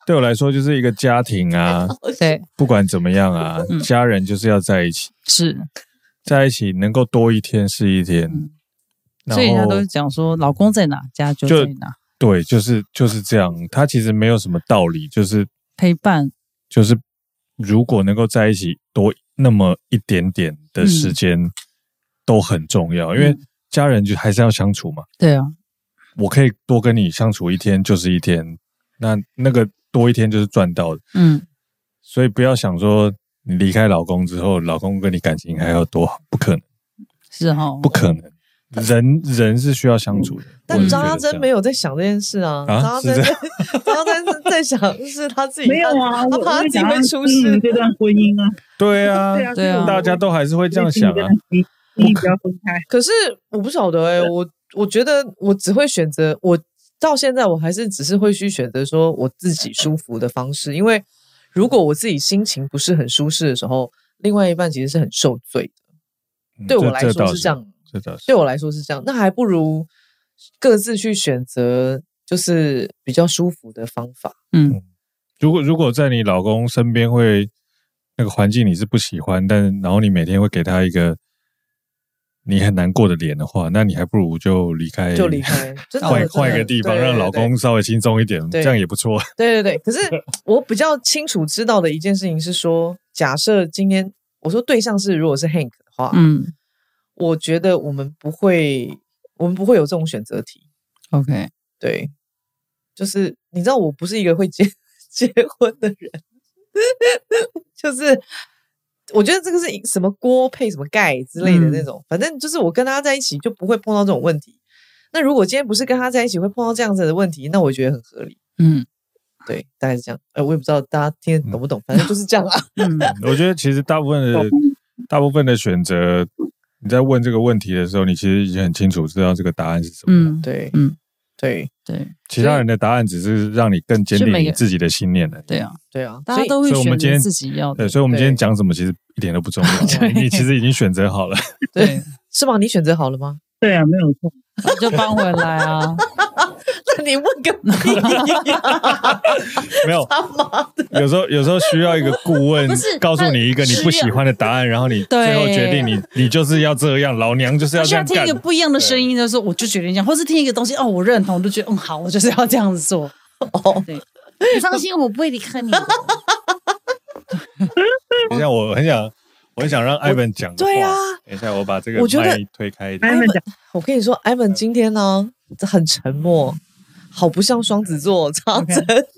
[SPEAKER 2] 对我来说就是一个家庭啊，
[SPEAKER 1] 对，
[SPEAKER 2] 不管怎么样啊，
[SPEAKER 1] 嗯
[SPEAKER 2] 家人就是要在一起，
[SPEAKER 1] 是。
[SPEAKER 2] 在一起能够多一天是一天。
[SPEAKER 1] 嗯
[SPEAKER 2] 然
[SPEAKER 1] 所以人家
[SPEAKER 2] 后
[SPEAKER 1] 都讲说，老公在哪，家就
[SPEAKER 2] 就
[SPEAKER 1] 在哪，
[SPEAKER 2] 对，就是就是这样，他其实没有什么道理，就是
[SPEAKER 1] 陪伴。
[SPEAKER 2] 就是如果能够在一起多那么一点点的时间，
[SPEAKER 1] 嗯
[SPEAKER 2] 都很重要，因为家人就还是要相处嘛。
[SPEAKER 1] 对啊，
[SPEAKER 2] 我可以多跟你相处一天就是一天，那那个多一天就是赚到的，
[SPEAKER 1] 嗯，
[SPEAKER 2] 所以不要想说你离开老公之后，老公跟你感情还要多好，不可能，
[SPEAKER 1] 是哈，
[SPEAKER 2] 不可能。人人是需要相处的，我
[SPEAKER 3] 嗯但
[SPEAKER 2] 是觉
[SPEAKER 3] 张
[SPEAKER 2] 得
[SPEAKER 3] 家
[SPEAKER 2] 这
[SPEAKER 3] 珍
[SPEAKER 2] 样
[SPEAKER 3] 没有在想这件事啊，
[SPEAKER 2] 啊
[SPEAKER 3] 张家珍在， 张家珍是在想是他自己，
[SPEAKER 5] 没有啊，
[SPEAKER 3] 他
[SPEAKER 5] 我
[SPEAKER 3] 怕他
[SPEAKER 5] 我
[SPEAKER 3] 自己
[SPEAKER 5] 想要
[SPEAKER 3] 会出
[SPEAKER 5] 经营
[SPEAKER 3] 事。
[SPEAKER 5] 这段婚姻啊，
[SPEAKER 2] 对啊，
[SPEAKER 5] 对
[SPEAKER 1] 对
[SPEAKER 5] 啊，
[SPEAKER 1] 啊
[SPEAKER 5] 所以我
[SPEAKER 2] 大家都还是会
[SPEAKER 5] 会
[SPEAKER 2] 这样想啊。，
[SPEAKER 5] 你你不要分开，
[SPEAKER 3] 可是我不晓得哎、我我觉得我只会选择我到现在我还是只是会去选择说我自己舒服的方式，因为如果我自己心情不是很舒适的时候，另外一半其实是很受罪的。
[SPEAKER 2] 嗯
[SPEAKER 3] 对我
[SPEAKER 2] 这
[SPEAKER 3] 来
[SPEAKER 2] 这
[SPEAKER 3] 说
[SPEAKER 2] 倒
[SPEAKER 3] 是这样，
[SPEAKER 2] 这倒是
[SPEAKER 3] 对我来说是这样，那还不如各自去选择就是比较舒服的方法。
[SPEAKER 1] 嗯，
[SPEAKER 2] 如果如果在你老公身边会那个环境你是不喜欢，但然后你每天会给他一个你很难过的脸的话，那你还不如就离开，
[SPEAKER 3] 就离，开，真的
[SPEAKER 2] 哎换
[SPEAKER 3] 真的
[SPEAKER 2] 换一个地方，
[SPEAKER 3] 对对
[SPEAKER 2] 让老
[SPEAKER 3] 对
[SPEAKER 2] 公稍微轻松一点，
[SPEAKER 3] 对
[SPEAKER 2] 这样也不错。
[SPEAKER 3] 对对对，可是我比较清楚知道的一件事情是说，假设今天我说对象是如果是 Hank 的话，
[SPEAKER 1] 嗯
[SPEAKER 3] 我觉得我们不会，我们不会有这种选择题。
[SPEAKER 1] ，OK，
[SPEAKER 3] 对，就是你知道，我不是一个会结 结婚的人， 就是我觉得这个是一什么锅配什么盖之类的那
[SPEAKER 1] 嗯
[SPEAKER 3] 种，反正就是我跟他在一起就不会碰到这种问题。那如果今天不是跟他在一起会碰到这样子的问题，那我觉得很合理。
[SPEAKER 1] 嗯
[SPEAKER 3] 对，大概是这样。哎、我也不知道大家听得懂不懂，反正就是这 样啊。
[SPEAKER 1] 嗯，
[SPEAKER 2] 我觉得其实大部分的大部分的选择，你在问这个问题的时候，你其实已经很清楚知道这个答案是什么。
[SPEAKER 1] 嗯，
[SPEAKER 3] 对，
[SPEAKER 1] 嗯，
[SPEAKER 3] 对，
[SPEAKER 1] 对
[SPEAKER 2] 其他人的答案只是让你更坚
[SPEAKER 1] 就
[SPEAKER 2] 定
[SPEAKER 1] 每
[SPEAKER 2] 你
[SPEAKER 1] 个
[SPEAKER 2] 自己的信念的。
[SPEAKER 1] 对啊，
[SPEAKER 3] 对啊，
[SPEAKER 1] 大
[SPEAKER 3] 所
[SPEAKER 1] 家
[SPEAKER 3] 以
[SPEAKER 1] 都会
[SPEAKER 2] 所以我
[SPEAKER 1] 选
[SPEAKER 2] 们今
[SPEAKER 1] 择
[SPEAKER 2] 天
[SPEAKER 1] 自己要
[SPEAKER 2] 对，
[SPEAKER 1] 的，
[SPEAKER 2] 所以我们
[SPEAKER 3] 对
[SPEAKER 2] 今天讲什么其实一点都不重要，啊
[SPEAKER 3] 对
[SPEAKER 2] 你其实已经选择好了。
[SPEAKER 3] 对，是吗？你选择好了吗？
[SPEAKER 5] 对啊，没有错。
[SPEAKER 1] 就搬回来 啊，
[SPEAKER 3] 那你问个 屁呀、
[SPEAKER 2] 没有，
[SPEAKER 3] 他妈的！
[SPEAKER 2] 有时候有时候需要一个顾问
[SPEAKER 1] 不是
[SPEAKER 2] 告诉你一个
[SPEAKER 1] 他
[SPEAKER 2] 你
[SPEAKER 1] 需要
[SPEAKER 2] 不喜欢的答案，然后你
[SPEAKER 1] 对
[SPEAKER 2] 最后决定你你就是要这样，老娘就是要
[SPEAKER 1] 需
[SPEAKER 2] 这
[SPEAKER 1] 要
[SPEAKER 2] 样
[SPEAKER 1] 听
[SPEAKER 2] 干
[SPEAKER 1] 一个。不一样的声音的时候，我就决定这样，或是听一个东西哦，我认同，我就觉得嗯好，我就是要这样子做。哦，对，你放心，我不会离开你的。
[SPEAKER 2] 等一下，我很想我很想让艾文讲
[SPEAKER 3] 对啊
[SPEAKER 2] 呀，等一下我把这个
[SPEAKER 3] 我觉得
[SPEAKER 2] 麦推开一点
[SPEAKER 5] 艾。文讲，
[SPEAKER 3] 我跟你说，
[SPEAKER 2] 嗯
[SPEAKER 3] 艾文今天呢、这很沉默，好不像双子
[SPEAKER 2] 嗯
[SPEAKER 3] 座，超真。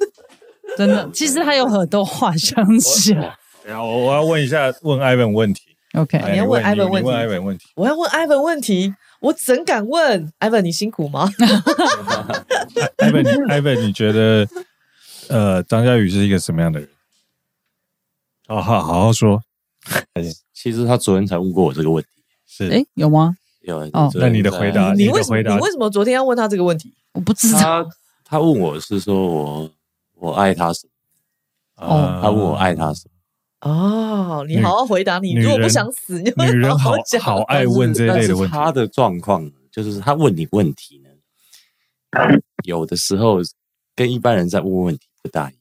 [SPEAKER 1] 真的，其实他有很多话想讲。
[SPEAKER 2] 等一下我我要问一下问艾文问题，
[SPEAKER 1] OK，
[SPEAKER 2] 哎
[SPEAKER 3] 你要问艾文问
[SPEAKER 2] 你
[SPEAKER 3] 题
[SPEAKER 2] 问艾文问题。
[SPEAKER 3] 我要问艾文问题，我怎敢问艾文？你辛苦吗？
[SPEAKER 2] 艾文，你艾文，你觉得呃张嘉宇是一个什么样的人？好好好好说，
[SPEAKER 6] 其实他昨天才问过我这个问题。
[SPEAKER 2] 是
[SPEAKER 1] 哎，有吗？
[SPEAKER 6] 有，
[SPEAKER 1] 哦
[SPEAKER 6] 昨天
[SPEAKER 2] 那你的
[SPEAKER 6] 在
[SPEAKER 2] 回答啊
[SPEAKER 3] 你
[SPEAKER 2] 你的
[SPEAKER 3] 为什么？
[SPEAKER 2] 回答
[SPEAKER 3] 你为什么昨天要问他这个问题？
[SPEAKER 1] 我不知 道。
[SPEAKER 6] 他他问我是说我我爱他什么？
[SPEAKER 2] 啊
[SPEAKER 6] 他问我爱他什么？
[SPEAKER 3] 哦，你
[SPEAKER 2] 女
[SPEAKER 3] 好好回答你。
[SPEAKER 2] 女
[SPEAKER 3] 你如果不
[SPEAKER 2] 人
[SPEAKER 3] 想死，你就
[SPEAKER 2] 女人好
[SPEAKER 3] 好讲
[SPEAKER 2] 好爱问这一
[SPEAKER 6] 但
[SPEAKER 2] 类
[SPEAKER 6] 是
[SPEAKER 2] 的问题。
[SPEAKER 6] 他的状况就是他问你问题呢，有的时候跟一般人在问问题不大一样。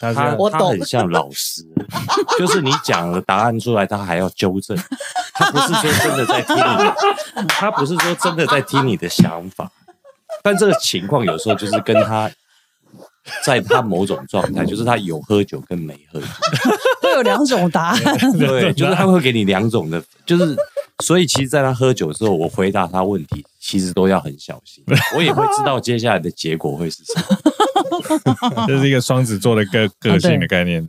[SPEAKER 2] 他是
[SPEAKER 6] 他
[SPEAKER 2] 要
[SPEAKER 3] 我
[SPEAKER 6] 他
[SPEAKER 3] 懂
[SPEAKER 6] 很像老师， 就是你讲了答案出来，他还要纠正。他不是说真的在听你，他不是说真的在听你的想法，但这个情况有时候就是跟他。在他某种状态，就是他有喝酒跟没 喝酒，
[SPEAKER 1] 会有两种答案。
[SPEAKER 6] 对，就是他会给你两种的，就是所以其实，在他喝酒之后，我回答他问题，其实都要很小心，我也会知道接下来的结果会是什么。
[SPEAKER 2] 这是一个双子座的个个性的概念。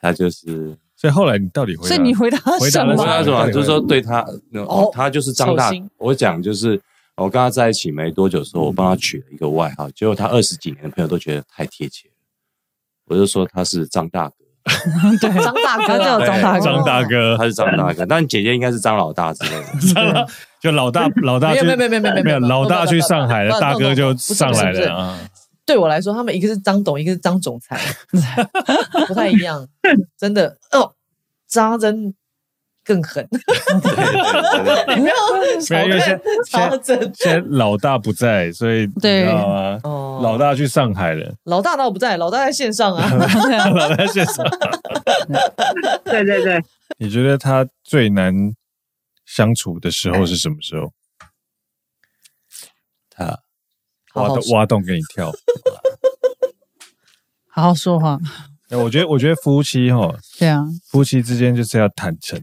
[SPEAKER 6] 他就是
[SPEAKER 2] 所以后来你到底回答？
[SPEAKER 1] 所以你回答
[SPEAKER 2] 回答
[SPEAKER 1] 什
[SPEAKER 2] 了什
[SPEAKER 6] 我说
[SPEAKER 1] 么？
[SPEAKER 6] 他什么？就是说对他，哦，他就是张大
[SPEAKER 3] 手心。
[SPEAKER 6] 我讲就是我跟他在一起没多久的时候，我帮他取了一个外号，结果他二十几年的朋友都觉得太贴切了，我就说他是张大哥，
[SPEAKER 1] 对，
[SPEAKER 3] 张大
[SPEAKER 1] 他
[SPEAKER 3] 哥
[SPEAKER 1] 叫
[SPEAKER 3] 啊，
[SPEAKER 1] 张大哥
[SPEAKER 2] 张大哥，
[SPEAKER 6] 他是张大哥，但姐姐应该是张老大之类的。
[SPEAKER 2] 就老大老大
[SPEAKER 3] 没
[SPEAKER 2] 去
[SPEAKER 3] 有没有没有没有没有
[SPEAKER 2] 没有
[SPEAKER 3] 没有
[SPEAKER 2] 老大去上海
[SPEAKER 3] 不
[SPEAKER 2] 了，
[SPEAKER 3] 不
[SPEAKER 2] 大哥就
[SPEAKER 3] 不是不是
[SPEAKER 2] 上来
[SPEAKER 3] 不是
[SPEAKER 2] 了啊。
[SPEAKER 3] 对我来说，他们一个是张董，一个是张总裁，不太一 样，真的哦，扎针更狠，
[SPEAKER 6] 对对对对
[SPEAKER 3] 没有，
[SPEAKER 2] 没有因为现
[SPEAKER 3] 扎针。
[SPEAKER 2] 现在老大不在，所以
[SPEAKER 1] 对
[SPEAKER 2] 你知道吗？
[SPEAKER 3] 哦
[SPEAKER 2] 老大去上海了，
[SPEAKER 3] 老大倒不在，老大在线上啊。
[SPEAKER 2] 老大去上海。
[SPEAKER 5] 对对对，
[SPEAKER 2] 你觉得他最难相处的时候是什么时候？他
[SPEAKER 3] 好
[SPEAKER 2] 挖
[SPEAKER 3] 好
[SPEAKER 2] 洞
[SPEAKER 3] 说
[SPEAKER 2] 挖洞给你跳。
[SPEAKER 1] 好好说话。
[SPEAKER 2] 哎我觉得我觉得夫妻哈，
[SPEAKER 1] 对啊，
[SPEAKER 2] 夫妻之间就是要坦诚。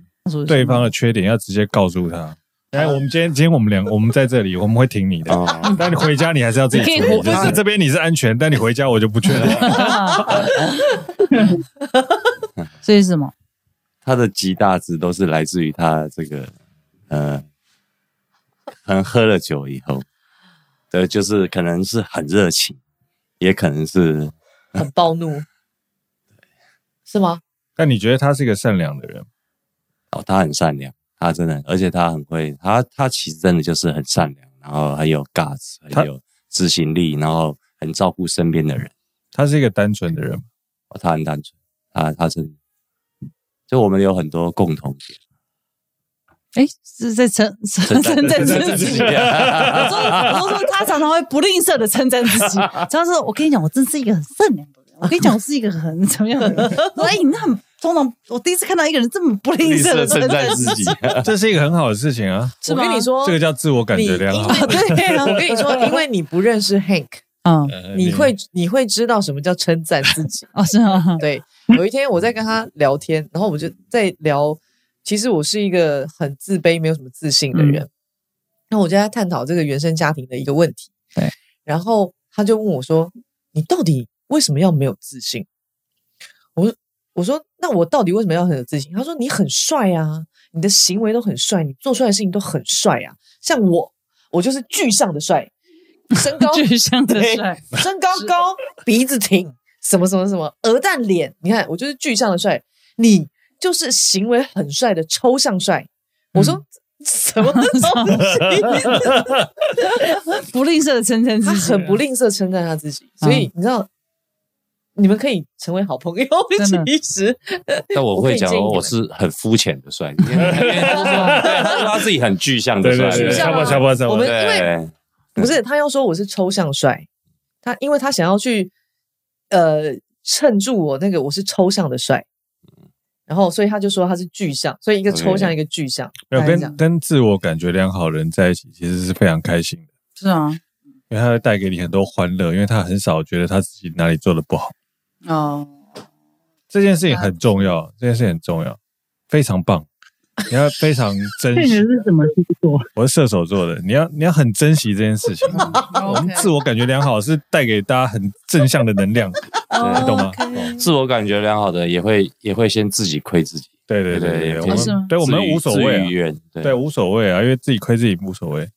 [SPEAKER 2] 对方的缺点要直接告诉他。哎，我们今天今天我们两我们在这里，我们会挺你的。
[SPEAKER 6] 哦
[SPEAKER 2] 但你回家你还是要自己
[SPEAKER 1] 你
[SPEAKER 2] 处
[SPEAKER 1] 可以
[SPEAKER 2] 理。就是这边你是安全，但你回家我就不确 定。
[SPEAKER 1] 所以是什么？
[SPEAKER 6] 他的极大值都是来自于他这个，呃，可能喝了酒以后，对，就是可能是很热情，也可能是
[SPEAKER 3] 很暴怒，是吗？
[SPEAKER 2] 但你觉得他是一个善良的人？
[SPEAKER 6] 哦，他很善良，他真的，而且他很会，他他其实真的就是很善良，然后很有 guts，
[SPEAKER 2] 他
[SPEAKER 6] 很有执行力，然后很照顾身边的人，
[SPEAKER 2] 他是一个单纯的人吗？
[SPEAKER 6] 哦、他很单纯，他他真的，就我们有很多共同点。
[SPEAKER 1] 哎，是在称称赞自 己。我说，我说他常常会不吝啬的称赞自己，常常说：“我跟你讲，我真是一个很善良的人。”我跟你讲，我是一个很怎么样 的人？我说哎，你那很通常我第一次看到一个人这么不 吝
[SPEAKER 6] 吝
[SPEAKER 1] 啬
[SPEAKER 6] 啬
[SPEAKER 1] 的
[SPEAKER 6] 称赞自己，
[SPEAKER 2] 这是一个很好的事情啊，
[SPEAKER 3] 我跟你说，
[SPEAKER 2] 这个叫自我感
[SPEAKER 3] 你
[SPEAKER 2] 觉良好。
[SPEAKER 3] 因为 对啊，我跟你说，因为你不认识 Hank，
[SPEAKER 1] 嗯，
[SPEAKER 2] 呃
[SPEAKER 3] 你会你会知道什么叫称赞自己。
[SPEAKER 1] 哦，是 吗？
[SPEAKER 3] 对，有一天我在跟他聊天，然后我们就在聊，其实我是一个很自卑、没有什么自信的人。那、我就在探讨这个原生家庭的一个问题。
[SPEAKER 1] 对，
[SPEAKER 3] 然后他就问我说：“你到底为什么要没有自信？”我说：“我说那我到底为什么要很有自信？”他说：“你很帅啊，你的行为都很帅，你做出来的事情都很帅啊。像我，我就是具象的帅，身高
[SPEAKER 1] 具象的
[SPEAKER 3] 对
[SPEAKER 1] 帅，
[SPEAKER 3] 身高高，鼻子挺，什么什么什么，鹅蛋脸。你看，我就是具象的帅，你就是行为很帅的抽象帅。我
[SPEAKER 1] 嗯
[SPEAKER 3] 说、什么 东西？
[SPEAKER 1] 不吝啬的称赞自
[SPEAKER 3] 他
[SPEAKER 1] 己，
[SPEAKER 3] 很不吝啬称赞他自己，所
[SPEAKER 1] 嗯
[SPEAKER 3] 以你知道。你们可以成为好朋友
[SPEAKER 1] 真的，
[SPEAKER 3] 其实
[SPEAKER 6] 但我会
[SPEAKER 3] 我可以建
[SPEAKER 6] 讲哦
[SPEAKER 3] 议你们
[SPEAKER 6] 我是很肤浅的帅，因为他就说对他说他自己很具象的
[SPEAKER 2] 对对
[SPEAKER 6] 帅，
[SPEAKER 2] 对，
[SPEAKER 3] 具
[SPEAKER 2] 差
[SPEAKER 3] 象
[SPEAKER 2] 不
[SPEAKER 3] 啊
[SPEAKER 2] 多差不多差不多
[SPEAKER 3] 我们。
[SPEAKER 6] 对
[SPEAKER 3] 因为不是他要说我是抽象帅，他因为他想要去呃衬住我那个我是抽象的帅，
[SPEAKER 2] 嗯
[SPEAKER 3] 然后所以他就说他是具象，所以一个抽象
[SPEAKER 6] OK
[SPEAKER 3] 一个具象，
[SPEAKER 2] 没有
[SPEAKER 3] 大
[SPEAKER 6] 哎
[SPEAKER 3] 概是这样
[SPEAKER 2] 跟跟自我感觉良好的人在一起，其实是非常开心的，
[SPEAKER 1] 是啊，
[SPEAKER 2] 因为他会带给你很多欢乐，因为他很少觉得他自己哪里做的不好。
[SPEAKER 1] 哦，
[SPEAKER 2] 这件事情很重要，这件事情很重要，非常棒。你要非常珍
[SPEAKER 5] 这个
[SPEAKER 2] 惜，
[SPEAKER 5] 是什么星座？
[SPEAKER 2] 我是射手座的，你要你要很珍惜这件事 情。我们自我感觉良好是带给大家很正向的能量，
[SPEAKER 6] 对
[SPEAKER 2] 你懂
[SPEAKER 1] 哦
[SPEAKER 2] 吗？
[SPEAKER 6] 自我感觉良好的也会也会先自己亏自己，
[SPEAKER 2] 对对对对，
[SPEAKER 6] 对
[SPEAKER 2] 我
[SPEAKER 6] 对
[SPEAKER 1] 是吗
[SPEAKER 2] 们对我们
[SPEAKER 6] 自娱
[SPEAKER 2] 无所谓
[SPEAKER 6] 自
[SPEAKER 2] 啊
[SPEAKER 6] 娱于，人对
[SPEAKER 2] 对无所谓啊，因为自己亏自己无所谓。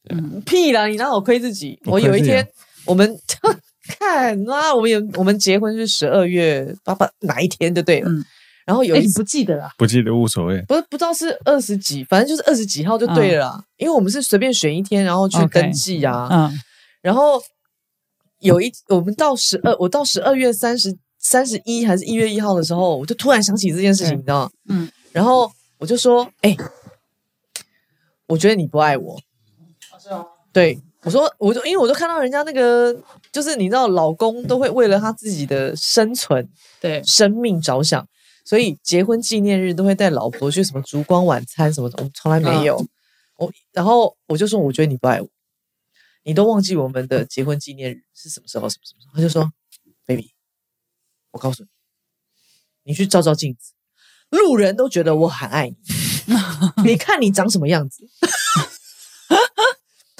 [SPEAKER 3] 屁啦！你哪有亏自己？
[SPEAKER 2] 我
[SPEAKER 3] 我有
[SPEAKER 2] 亏
[SPEAKER 3] 一
[SPEAKER 2] 自己啊
[SPEAKER 3] 天，我们 看妈，我们有我们结婚是十二月爸爸哪一天就对了。
[SPEAKER 1] 嗯
[SPEAKER 3] 然后有
[SPEAKER 1] 哎，
[SPEAKER 3] 一
[SPEAKER 1] 你
[SPEAKER 3] 次、
[SPEAKER 1] 不记得了？
[SPEAKER 2] 不记得无所谓，
[SPEAKER 3] 不是不知道是二十几，反正就是二十几号就对了啦、因为我们是随便选一天，然后去
[SPEAKER 1] 啊 OK
[SPEAKER 3] 登记啊。
[SPEAKER 1] 嗯，
[SPEAKER 3] 然后有一我们到十二，我到十二月三十三十一还是一月一号的时候，我就突然想起这件事情，
[SPEAKER 1] 嗯
[SPEAKER 3] 你知道吗？
[SPEAKER 1] 嗯，
[SPEAKER 3] 然后我就说，哎、我觉得你不爱我。对，我说，我就因为我就看到人家那个，就是你知道，老公都会为了他自己的生存、
[SPEAKER 4] 对
[SPEAKER 3] 生命着想，所以结婚纪念日都会带老婆去什么烛光晚餐什么的，我们从来没有。我然后我就说，我觉得你不爱我，你都忘记我们的结婚纪念日是什么时候，什么什么时候。他就说，baby，我告诉你，你去照照镜子，路人都觉得我很爱你，你看你长什么样子，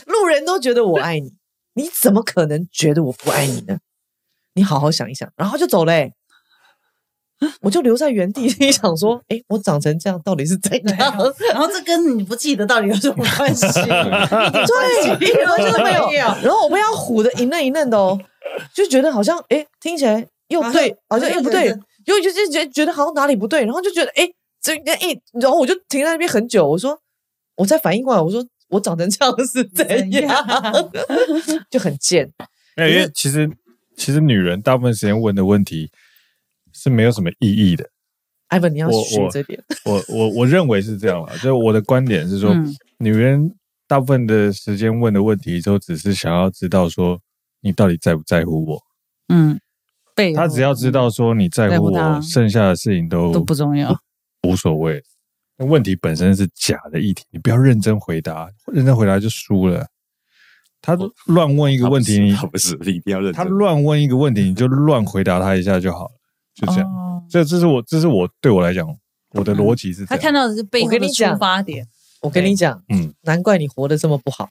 [SPEAKER 3] 路人都觉得我爱你，你怎么可能觉得我不爱你呢？你好好想一想，然后就走嘞、我就留在原地，心里想说：“哎、我长成这样到底是怎样？”
[SPEAKER 1] 然后这跟你不记得到底有什么关 系？
[SPEAKER 3] 对，完全都没有。然后我被他唬的一愣一愣的哦，就觉得好像哎，诶听起来又对，好像又不对，又就就觉觉得好像哪里不对，然后就觉得哎，诶这哎，诶然后我就停在那边很久，我说我才反应过来，我说我长成这样是怎样， 就很贱。
[SPEAKER 2] 没有，因为其实其实女人大部分时间问的问题是没有什么意义的。
[SPEAKER 3] 艾文，你要
[SPEAKER 2] 我
[SPEAKER 3] 学
[SPEAKER 2] 我
[SPEAKER 3] 这点，
[SPEAKER 2] 我我我认为是这样啦，就是我的观点是说，
[SPEAKER 1] 嗯
[SPEAKER 2] 女人大部分的时间问的问题都只是想要知道说你到底在不在乎我。
[SPEAKER 1] 嗯，背
[SPEAKER 2] 她只要知道说你在
[SPEAKER 1] 嗯在
[SPEAKER 2] 乎
[SPEAKER 1] 乎
[SPEAKER 2] 我，
[SPEAKER 1] 她
[SPEAKER 2] 剩下的事情都
[SPEAKER 1] 都不重要，
[SPEAKER 2] 无所谓。那问题本身是假的议题，你不要认真回答，认真回答就输了。他乱问一个问题，你
[SPEAKER 6] 他不是，他不是你 一定要认
[SPEAKER 2] 他
[SPEAKER 6] 真。
[SPEAKER 2] 乱问一个问题，你就乱回答他一下就好了，就这样。
[SPEAKER 1] 哦
[SPEAKER 2] 这这是我这是我对我来讲我的逻辑是这
[SPEAKER 1] 他看
[SPEAKER 2] 样。
[SPEAKER 1] 到的是背后
[SPEAKER 3] 我跟
[SPEAKER 1] 的
[SPEAKER 3] 你讲
[SPEAKER 1] 出发点。
[SPEAKER 3] 我跟你讲，
[SPEAKER 2] 嗯，
[SPEAKER 3] 难怪你活得这么不好。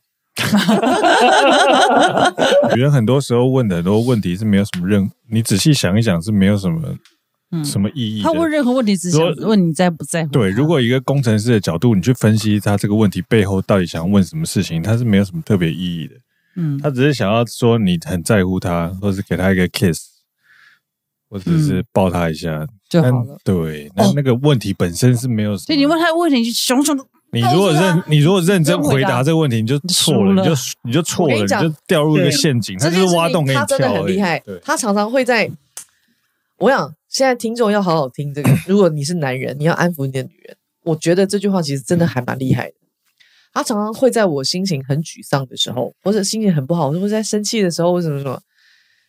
[SPEAKER 2] 女人很多时候问的很多问题是没有什么任，你仔细想一想是没有什么
[SPEAKER 1] 嗯，
[SPEAKER 2] 什么意义的。
[SPEAKER 1] 他问任何问题，只想
[SPEAKER 2] 如果
[SPEAKER 1] 问你在不在乎。
[SPEAKER 2] 对，如果一个工程师的角度，你去分析他这个问题背后到底想问什么事情，他是没有什么特别意义的。
[SPEAKER 1] 嗯，
[SPEAKER 2] 他只是想要说你很在乎他，或是给他一个 kiss，或者是抱他一下、
[SPEAKER 1] 嗯就
[SPEAKER 2] 但
[SPEAKER 1] 好了。哦
[SPEAKER 2] 对，那那个问题本身是没有什么。
[SPEAKER 1] 所以你问他的问题，就熊熊的
[SPEAKER 2] 你如果认你如果认真回答这个问题，你就错了，
[SPEAKER 1] 你
[SPEAKER 2] 你就
[SPEAKER 1] 就
[SPEAKER 2] 你就错
[SPEAKER 3] 我
[SPEAKER 2] 了，
[SPEAKER 3] 跟
[SPEAKER 2] 你
[SPEAKER 3] 你讲
[SPEAKER 2] 就掉入一个陷阱，他
[SPEAKER 3] 这
[SPEAKER 2] 就
[SPEAKER 3] 件事
[SPEAKER 2] 是
[SPEAKER 3] 情
[SPEAKER 2] 挖洞给你
[SPEAKER 3] 他真的
[SPEAKER 2] 跳
[SPEAKER 3] 很
[SPEAKER 2] 而已。
[SPEAKER 3] 厉害
[SPEAKER 2] 对，，
[SPEAKER 3] 他常常会在。我想现在听众要好好听这个。如果你是男人，你要安抚你的女人，我觉得这句话其实真的还蛮厉害的。他常常会在我心情很沮丧的时候，或者心情很不好，或者在生气的时候，或者什么什么，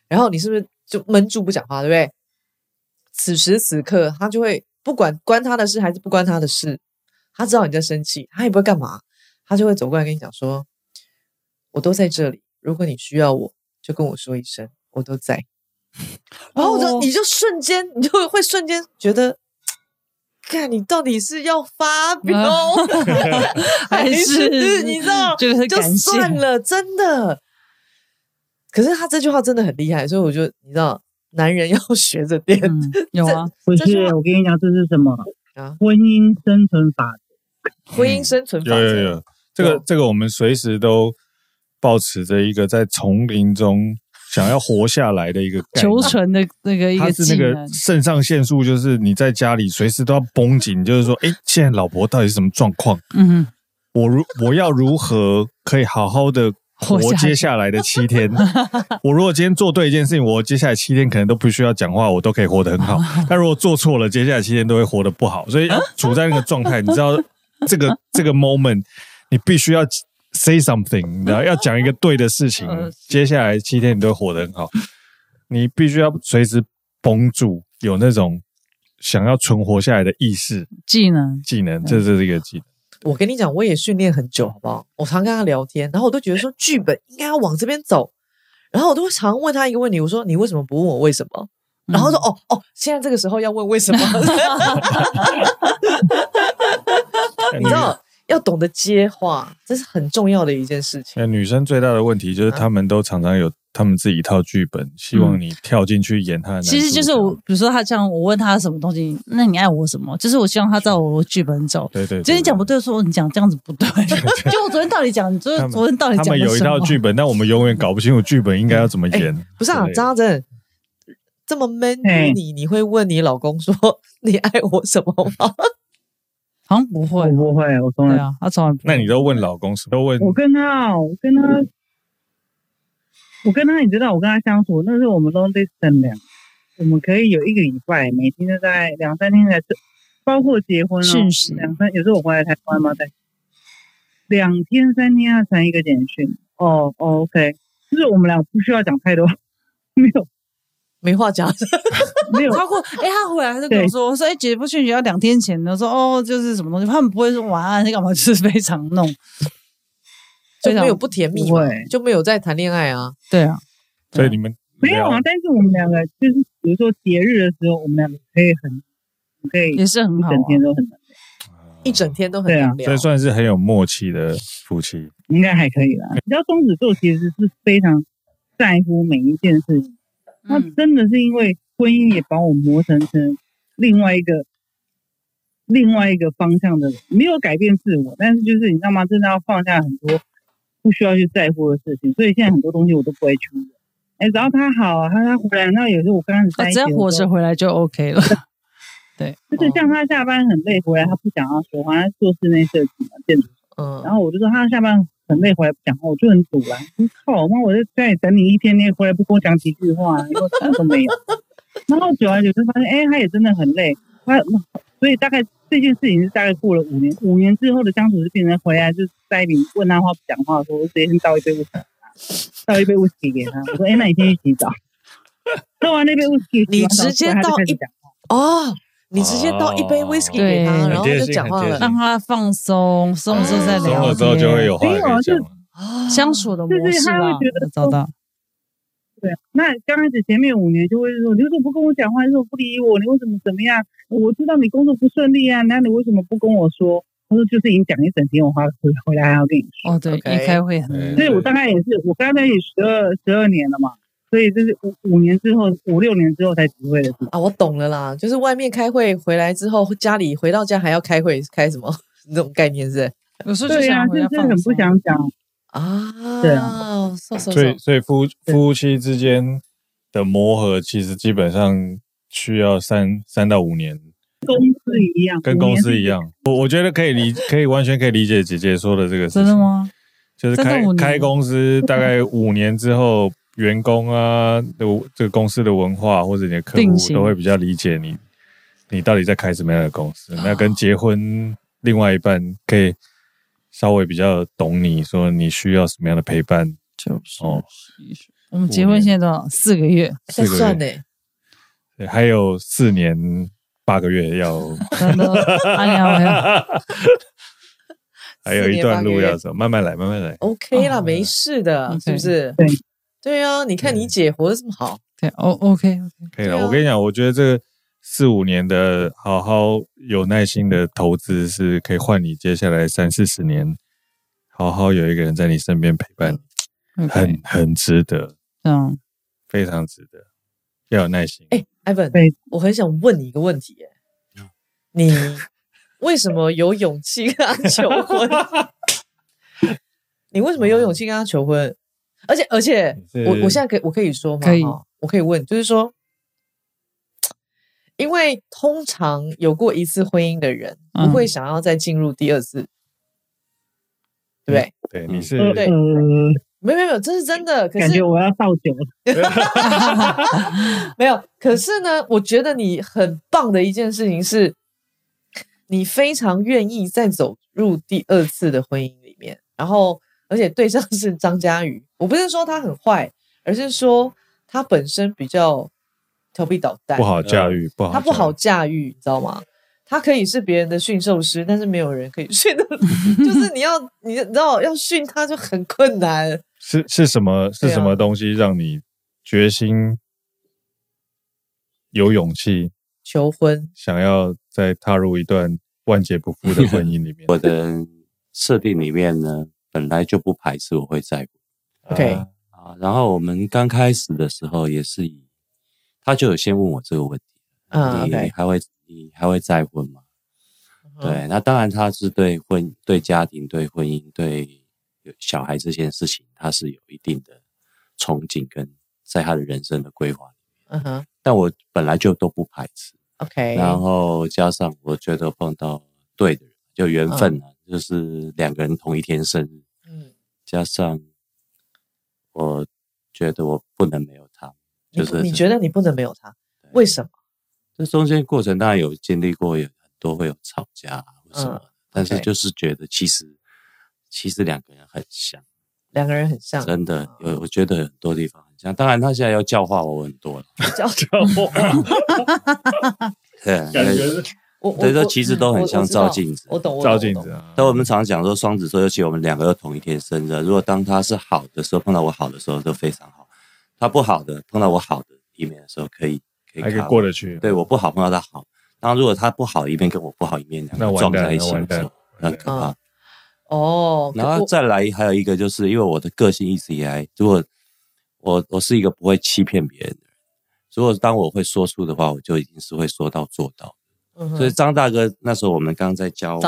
[SPEAKER 3] 然后你是不是就闷住不讲话，对不对？此时此刻，他就会不管关他的事还是不关他的事，他知道你在生气，他也不会干嘛，他就会走过来跟你讲说：“我都在这里，如果你需要我，就跟我说一声，我都在。”然后我就、
[SPEAKER 1] 哦
[SPEAKER 3] 你就瞬间，你就会瞬间觉得，看你到底是要发飙， 还是你知道，
[SPEAKER 1] 觉得
[SPEAKER 3] 就
[SPEAKER 1] 感谢
[SPEAKER 3] 算了，真的。可是他这句话真的很厉害，所以我就你知道，男人要学着点。
[SPEAKER 1] 嗯，有啊，
[SPEAKER 5] 不
[SPEAKER 3] 这是
[SPEAKER 5] 是，我跟你讲，这是什么
[SPEAKER 3] 啊？
[SPEAKER 5] 婚姻生存法则。
[SPEAKER 3] 婚姻生存法
[SPEAKER 2] 有有
[SPEAKER 3] 则，
[SPEAKER 2] 有，这个
[SPEAKER 3] 有
[SPEAKER 2] 这个我们随时都保持着一个在丛林中想要活下来的一个 概念
[SPEAKER 1] 求。存 的那个一
[SPEAKER 2] 它
[SPEAKER 1] 个
[SPEAKER 2] 是那
[SPEAKER 1] 技
[SPEAKER 2] 个
[SPEAKER 1] 能，
[SPEAKER 2] 肾上腺素，就是你在家里随时都要绷紧，就是说，哎，现在老婆到底是什么状况？
[SPEAKER 1] 嗯，
[SPEAKER 2] 我如我要如何可以好好的
[SPEAKER 1] 活
[SPEAKER 2] 活
[SPEAKER 1] 下去
[SPEAKER 2] 接下来的七天？ 我如果今天做对一件事情，我接下来七天可能都不需要讲话，我都可以活得很 好。但如果做错了，接下来七天都会活得不好。所以要处在那个状态，你知道 这个这个 moment，你必须要 say something，然后要讲一个对的事情
[SPEAKER 1] 呃是，
[SPEAKER 2] 接下来七天你都会活得很好。你必须要随时绷住，有那种想要存活下来的意识
[SPEAKER 1] 技能，嗯
[SPEAKER 2] 技能，这是一个技能。
[SPEAKER 3] 我跟你讲，我也训练很久，好不好？我常跟他聊天，然后我都觉得 说剧本应该要往这边走，然后我都会常问他一个问题，我说你为什么不问我为什么？
[SPEAKER 1] 嗯
[SPEAKER 3] 然后说哦哦，现在这个时候要问为 什么，你知道要懂得接话，这是很重要的一件事情。
[SPEAKER 2] 那女生最大的问题就是，她们都常常有她们自己一套剧本，希望你跳进去演她的男主角。
[SPEAKER 1] 其实就是我，比如说他这样，我问他什么东西，那你爱我什么？就是我希望他照我的剧本走。
[SPEAKER 2] 对，对对，
[SPEAKER 1] 今天讲不对，说你讲这样子不对。 就我昨天到底讲，你昨
[SPEAKER 2] 对。他
[SPEAKER 1] 天
[SPEAKER 2] 们
[SPEAKER 1] 昨天到底
[SPEAKER 2] 他
[SPEAKER 1] 讲了
[SPEAKER 2] 们有一
[SPEAKER 1] 什么哎
[SPEAKER 2] 套剧本，但我们永远搞不清楚剧本应该要怎么 演。
[SPEAKER 3] 不是啊
[SPEAKER 2] 之类，的
[SPEAKER 3] 张家正这么 man
[SPEAKER 5] 嗯
[SPEAKER 3] 的你，你会问你老公说你爱我什么吗？
[SPEAKER 1] 好像不会
[SPEAKER 5] 我，不会，我从
[SPEAKER 1] 对
[SPEAKER 5] 来。
[SPEAKER 1] 啊，他从来不
[SPEAKER 2] 那你都问老公什么？都问
[SPEAKER 5] 我跟他，哦，我跟他，我跟他，你知道，我跟他相处，那是我们 long distance 两，我们可以有一个礼拜，每天都在两三天才见，包括结婚哦
[SPEAKER 1] 讯息，
[SPEAKER 5] 两三，有时候我回来台湾嘛，在两天三天要传一个简讯。哦、o k 就是我们俩不需要讲太多，没有
[SPEAKER 3] 没话讲，
[SPEAKER 5] 没 有，
[SPEAKER 1] 他过，哎、他回来他就跟我说，我说，哎、姐夫去学校两天前的，我说，哦，就是什么东西，他们不会说晚安，干嘛，就是非常弄，
[SPEAKER 3] 就
[SPEAKER 1] 非常
[SPEAKER 3] 没有不甜蜜
[SPEAKER 5] 不
[SPEAKER 3] 嘛
[SPEAKER 5] 会，
[SPEAKER 3] 就没有在谈恋爱啊。
[SPEAKER 1] 对啊，
[SPEAKER 2] 所以你们
[SPEAKER 5] 没有啊。但是我们两个就是，比如说节日的时候，我们两个可以很，我们可以
[SPEAKER 1] 也是很
[SPEAKER 5] 一
[SPEAKER 1] 好、啊
[SPEAKER 5] 整，天都很，
[SPEAKER 3] 一整天都很
[SPEAKER 5] 对啊
[SPEAKER 3] 难聊
[SPEAKER 2] 这，啊算是很有默契的夫妻。
[SPEAKER 5] 应该还可以啦。你知道双子座其实是非常在乎每一件事情，那
[SPEAKER 1] 嗯
[SPEAKER 5] 真的是因为婚姻也把我磨成成另外一个另外一个方向的人，没有改变自我，但是就是你知道吗？真的要放下很多不需要去在乎的事情，所以现在很多东西我都不会去。哎，只要他好啊，他他回来，那有时候我刚开始
[SPEAKER 1] 他
[SPEAKER 5] 在一起
[SPEAKER 1] 只要
[SPEAKER 5] 的时
[SPEAKER 1] 活
[SPEAKER 5] 候
[SPEAKER 1] 着回来就 OK 了，对，
[SPEAKER 5] 就是像他下班很累回来，他不讲要说话，他做室内设计嘛，建筑。
[SPEAKER 3] 嗯
[SPEAKER 5] 然，后我就说他下班很累回来不讲话，我就很堵啦。我说靠，妈，我在家里等你一天，你也回来不跟我讲几句话，一个啥都没有。然后久而久之发现，哎，他也真的很累。他所以大概这件事情是大概过了五年，五年之后的相处是变成回来就塞饼问他话不讲话的时候，我就直接先倒一杯 whisky，倒一杯 whisky 给他。我说，哎，那你先去 洗澡。倒完那杯 whisky，
[SPEAKER 3] 你
[SPEAKER 5] 洗完澡
[SPEAKER 3] 直接
[SPEAKER 5] 出来他就
[SPEAKER 3] 倒
[SPEAKER 5] 开始
[SPEAKER 3] 一
[SPEAKER 5] 讲
[SPEAKER 3] 哦，你直接倒一杯
[SPEAKER 6] 哦
[SPEAKER 3] whisky 给他，
[SPEAKER 1] 对
[SPEAKER 3] 然后他
[SPEAKER 6] 很贴
[SPEAKER 3] 就
[SPEAKER 6] 心
[SPEAKER 3] 讲话
[SPEAKER 6] 很贴
[SPEAKER 3] 了
[SPEAKER 6] 心
[SPEAKER 1] 让他放松，松了之后再
[SPEAKER 2] 松
[SPEAKER 1] 聊
[SPEAKER 2] 了
[SPEAKER 1] 天，
[SPEAKER 2] 之后就会有话可以
[SPEAKER 5] 没有啊
[SPEAKER 2] 讲
[SPEAKER 5] 就
[SPEAKER 2] 了。
[SPEAKER 3] 啊
[SPEAKER 1] 相处的模
[SPEAKER 5] 就是
[SPEAKER 1] 式
[SPEAKER 5] 他
[SPEAKER 1] 啦
[SPEAKER 5] 会觉得，
[SPEAKER 1] 找到，
[SPEAKER 5] 对，那刚开始前面五年就会说，你为什么不跟我讲话？你为什么不理我？你为什么怎么样？我知道你工作不顺利啊，那你为什么不跟我说？他说就是已经讲一整天，我还回回来还要跟你说。
[SPEAKER 1] 哦，对，
[SPEAKER 3] OK
[SPEAKER 1] 一开会很
[SPEAKER 2] 对
[SPEAKER 5] 所以我大概也是，我刚在一起十二十二年了嘛，所以这是五五年之后，五六年之后才体会的事。
[SPEAKER 3] 啊，我懂了啦，就是外面开会回来之后，家里回到家还要开会，开什么 那种概念是
[SPEAKER 1] 有时候就
[SPEAKER 5] 对啊，
[SPEAKER 1] 想
[SPEAKER 5] 就
[SPEAKER 1] 回家
[SPEAKER 5] 是
[SPEAKER 1] 放
[SPEAKER 5] 很不
[SPEAKER 1] 松，嗯
[SPEAKER 5] 想讲。
[SPEAKER 3] 啊？
[SPEAKER 5] 对
[SPEAKER 3] 啊，so so
[SPEAKER 2] 所以，
[SPEAKER 3] so，
[SPEAKER 2] 所以夫夫妻之间的磨合，其实基本上需要三三到五年，
[SPEAKER 5] 公司一样，
[SPEAKER 2] 跟
[SPEAKER 5] 五
[SPEAKER 2] 公
[SPEAKER 5] 年
[SPEAKER 2] 司一样。我我觉得可以 理，可以完全可以理解姐姐说的这个事
[SPEAKER 1] 真
[SPEAKER 2] 情。
[SPEAKER 1] 的？吗？
[SPEAKER 2] 就是
[SPEAKER 1] 真的
[SPEAKER 2] 开
[SPEAKER 1] 五年
[SPEAKER 2] 开公司大概五年之后，员工啊，呃这个公司的文化或者你的客
[SPEAKER 1] 定
[SPEAKER 2] 户
[SPEAKER 1] 型
[SPEAKER 2] 都会比较理解你，你到底在开什么样的公
[SPEAKER 1] 啊
[SPEAKER 2] 司。那跟结婚另外一半可以稍微比较懂你说你需要什么样的陪伴
[SPEAKER 1] 就是
[SPEAKER 2] 哦。
[SPEAKER 1] 我们结婚现在多少？四个月，
[SPEAKER 2] 四
[SPEAKER 3] 在
[SPEAKER 2] 个月
[SPEAKER 3] 算呢，
[SPEAKER 2] 对，还有四年八个月要，
[SPEAKER 1] 真的，阿娘我要
[SPEAKER 2] 还有一段路要走，慢慢来，慢慢来。
[SPEAKER 3] OK 啦，没事的，
[SPEAKER 1] OK
[SPEAKER 3] 是不是
[SPEAKER 5] 对？
[SPEAKER 3] 对啊，你看你姐活得这么好，
[SPEAKER 1] 对，O 哦 OK OK，
[SPEAKER 2] 可以了。
[SPEAKER 3] 对啊
[SPEAKER 2] 我跟你讲，我觉得这个四五年的好好有耐心的投资，是可以换你接下来三四十年好好有一个人在你身边陪伴，很很值得，
[SPEAKER 1] 这样，
[SPEAKER 2] 非常值得。要有耐心。
[SPEAKER 3] 哎，Evan，
[SPEAKER 5] 对
[SPEAKER 3] 我很想问你一个问题，哎，你为什么有勇气跟他求婚？你为什么有勇气跟他求婚？而且而且，
[SPEAKER 2] 是
[SPEAKER 3] 我我现在可以我可以说吗？
[SPEAKER 1] 可以
[SPEAKER 3] 哈我可以问，就是说，因为通常有过一次婚姻的人，
[SPEAKER 1] 嗯
[SPEAKER 3] 不会想要再进入第二次，对不对？
[SPEAKER 2] 对，
[SPEAKER 6] 嗯？
[SPEAKER 2] 你是
[SPEAKER 5] 呃
[SPEAKER 3] 对
[SPEAKER 5] 呃，
[SPEAKER 3] 没有没有没有，这是真的。可
[SPEAKER 5] 感
[SPEAKER 3] 是
[SPEAKER 5] 觉我要倒酒了。
[SPEAKER 3] 没有，可是呢，我觉得你很棒的一件事情是，你非常愿意再走入第二次的婚姻里面，然后而且对象是张嘉瑜。我不是说他很坏，而是说他本身比较调皮捣蛋，
[SPEAKER 2] 不好驾驭，不好，
[SPEAKER 3] 嗯他不好。驾驭，你知道吗？他可以是别人的驯兽师，但是没有人可以训的，就是你要你你知道要训他就很困难。
[SPEAKER 2] 是是什么？是
[SPEAKER 3] 对啊
[SPEAKER 2] 什么东西让你决心有勇气，
[SPEAKER 3] 求婚，
[SPEAKER 2] 想要再踏入一段万劫不复的婚姻里面
[SPEAKER 6] 我的设定里面呢，本来就不排斥我会再婚。
[SPEAKER 3] OK
[SPEAKER 2] 啊
[SPEAKER 6] 啊，然后我们刚开始的时候也是以，他就有先问我这个问题，
[SPEAKER 3] 嗯
[SPEAKER 6] 啊你你
[SPEAKER 3] ，OK，
[SPEAKER 6] 还会你还会再婚吗？对，那当然他是对婚、对家庭、对婚姻、对小孩这件事情，他是有一定的憧憬跟在他的人生的规划。
[SPEAKER 3] 嗯哼
[SPEAKER 6] 但我本来就都不排斥，
[SPEAKER 3] ，OK，
[SPEAKER 6] 然后加上我觉得碰到对的人，就缘分啊，就是两个人同一天生日，
[SPEAKER 3] 嗯，
[SPEAKER 6] 加上我觉得我不能没有他，
[SPEAKER 3] 你
[SPEAKER 6] 就
[SPEAKER 3] 不
[SPEAKER 6] 是
[SPEAKER 3] 哎你觉得你不能没有他，
[SPEAKER 6] 对
[SPEAKER 3] 为什么？
[SPEAKER 6] 这中间过程当然有经历过，有很多会有吵架啊或什么，
[SPEAKER 3] 嗯
[SPEAKER 6] 但是
[SPEAKER 3] OK
[SPEAKER 6] 就是觉得其实其实两个人很像，
[SPEAKER 3] 两个人很像，呃
[SPEAKER 6] 真的有
[SPEAKER 3] 嗯
[SPEAKER 6] 我觉得很多地方很像。当然他现在要教化我很多了，
[SPEAKER 3] 叫
[SPEAKER 6] 对，
[SPEAKER 2] 是
[SPEAKER 3] 我
[SPEAKER 6] 所以说
[SPEAKER 3] 我
[SPEAKER 6] 其实都很像照镜子
[SPEAKER 3] 我我知道我懂，我懂
[SPEAKER 2] 照镜
[SPEAKER 3] 我
[SPEAKER 2] 子
[SPEAKER 3] 懂
[SPEAKER 2] 啊，
[SPEAKER 6] 但我们常讲说双子座，尤其我们两个又同一天生日，如果当他是好的时候碰到我好的时候都非常好，他不好的碰到我好的一面的时候可以可以
[SPEAKER 2] 还可以
[SPEAKER 6] cover
[SPEAKER 2] 过得去。
[SPEAKER 6] 对我不好碰到他好，然后如果他不好一面跟我不好一面两
[SPEAKER 2] 那
[SPEAKER 6] 个
[SPEAKER 2] 完蛋
[SPEAKER 6] 撞在一起
[SPEAKER 2] 那完
[SPEAKER 6] 的
[SPEAKER 2] 蛋
[SPEAKER 6] 时候，那很可怕。
[SPEAKER 3] 哦，
[SPEAKER 6] 然后
[SPEAKER 3] 啊我
[SPEAKER 6] 再来还有一个就是因为我的个性一直以来，如果我我是一个不会欺骗别人的人，如果当我会说出的话，我就已经是会说到做到。
[SPEAKER 3] 嗯哼
[SPEAKER 6] 所以张大哥那时候我们刚在交往，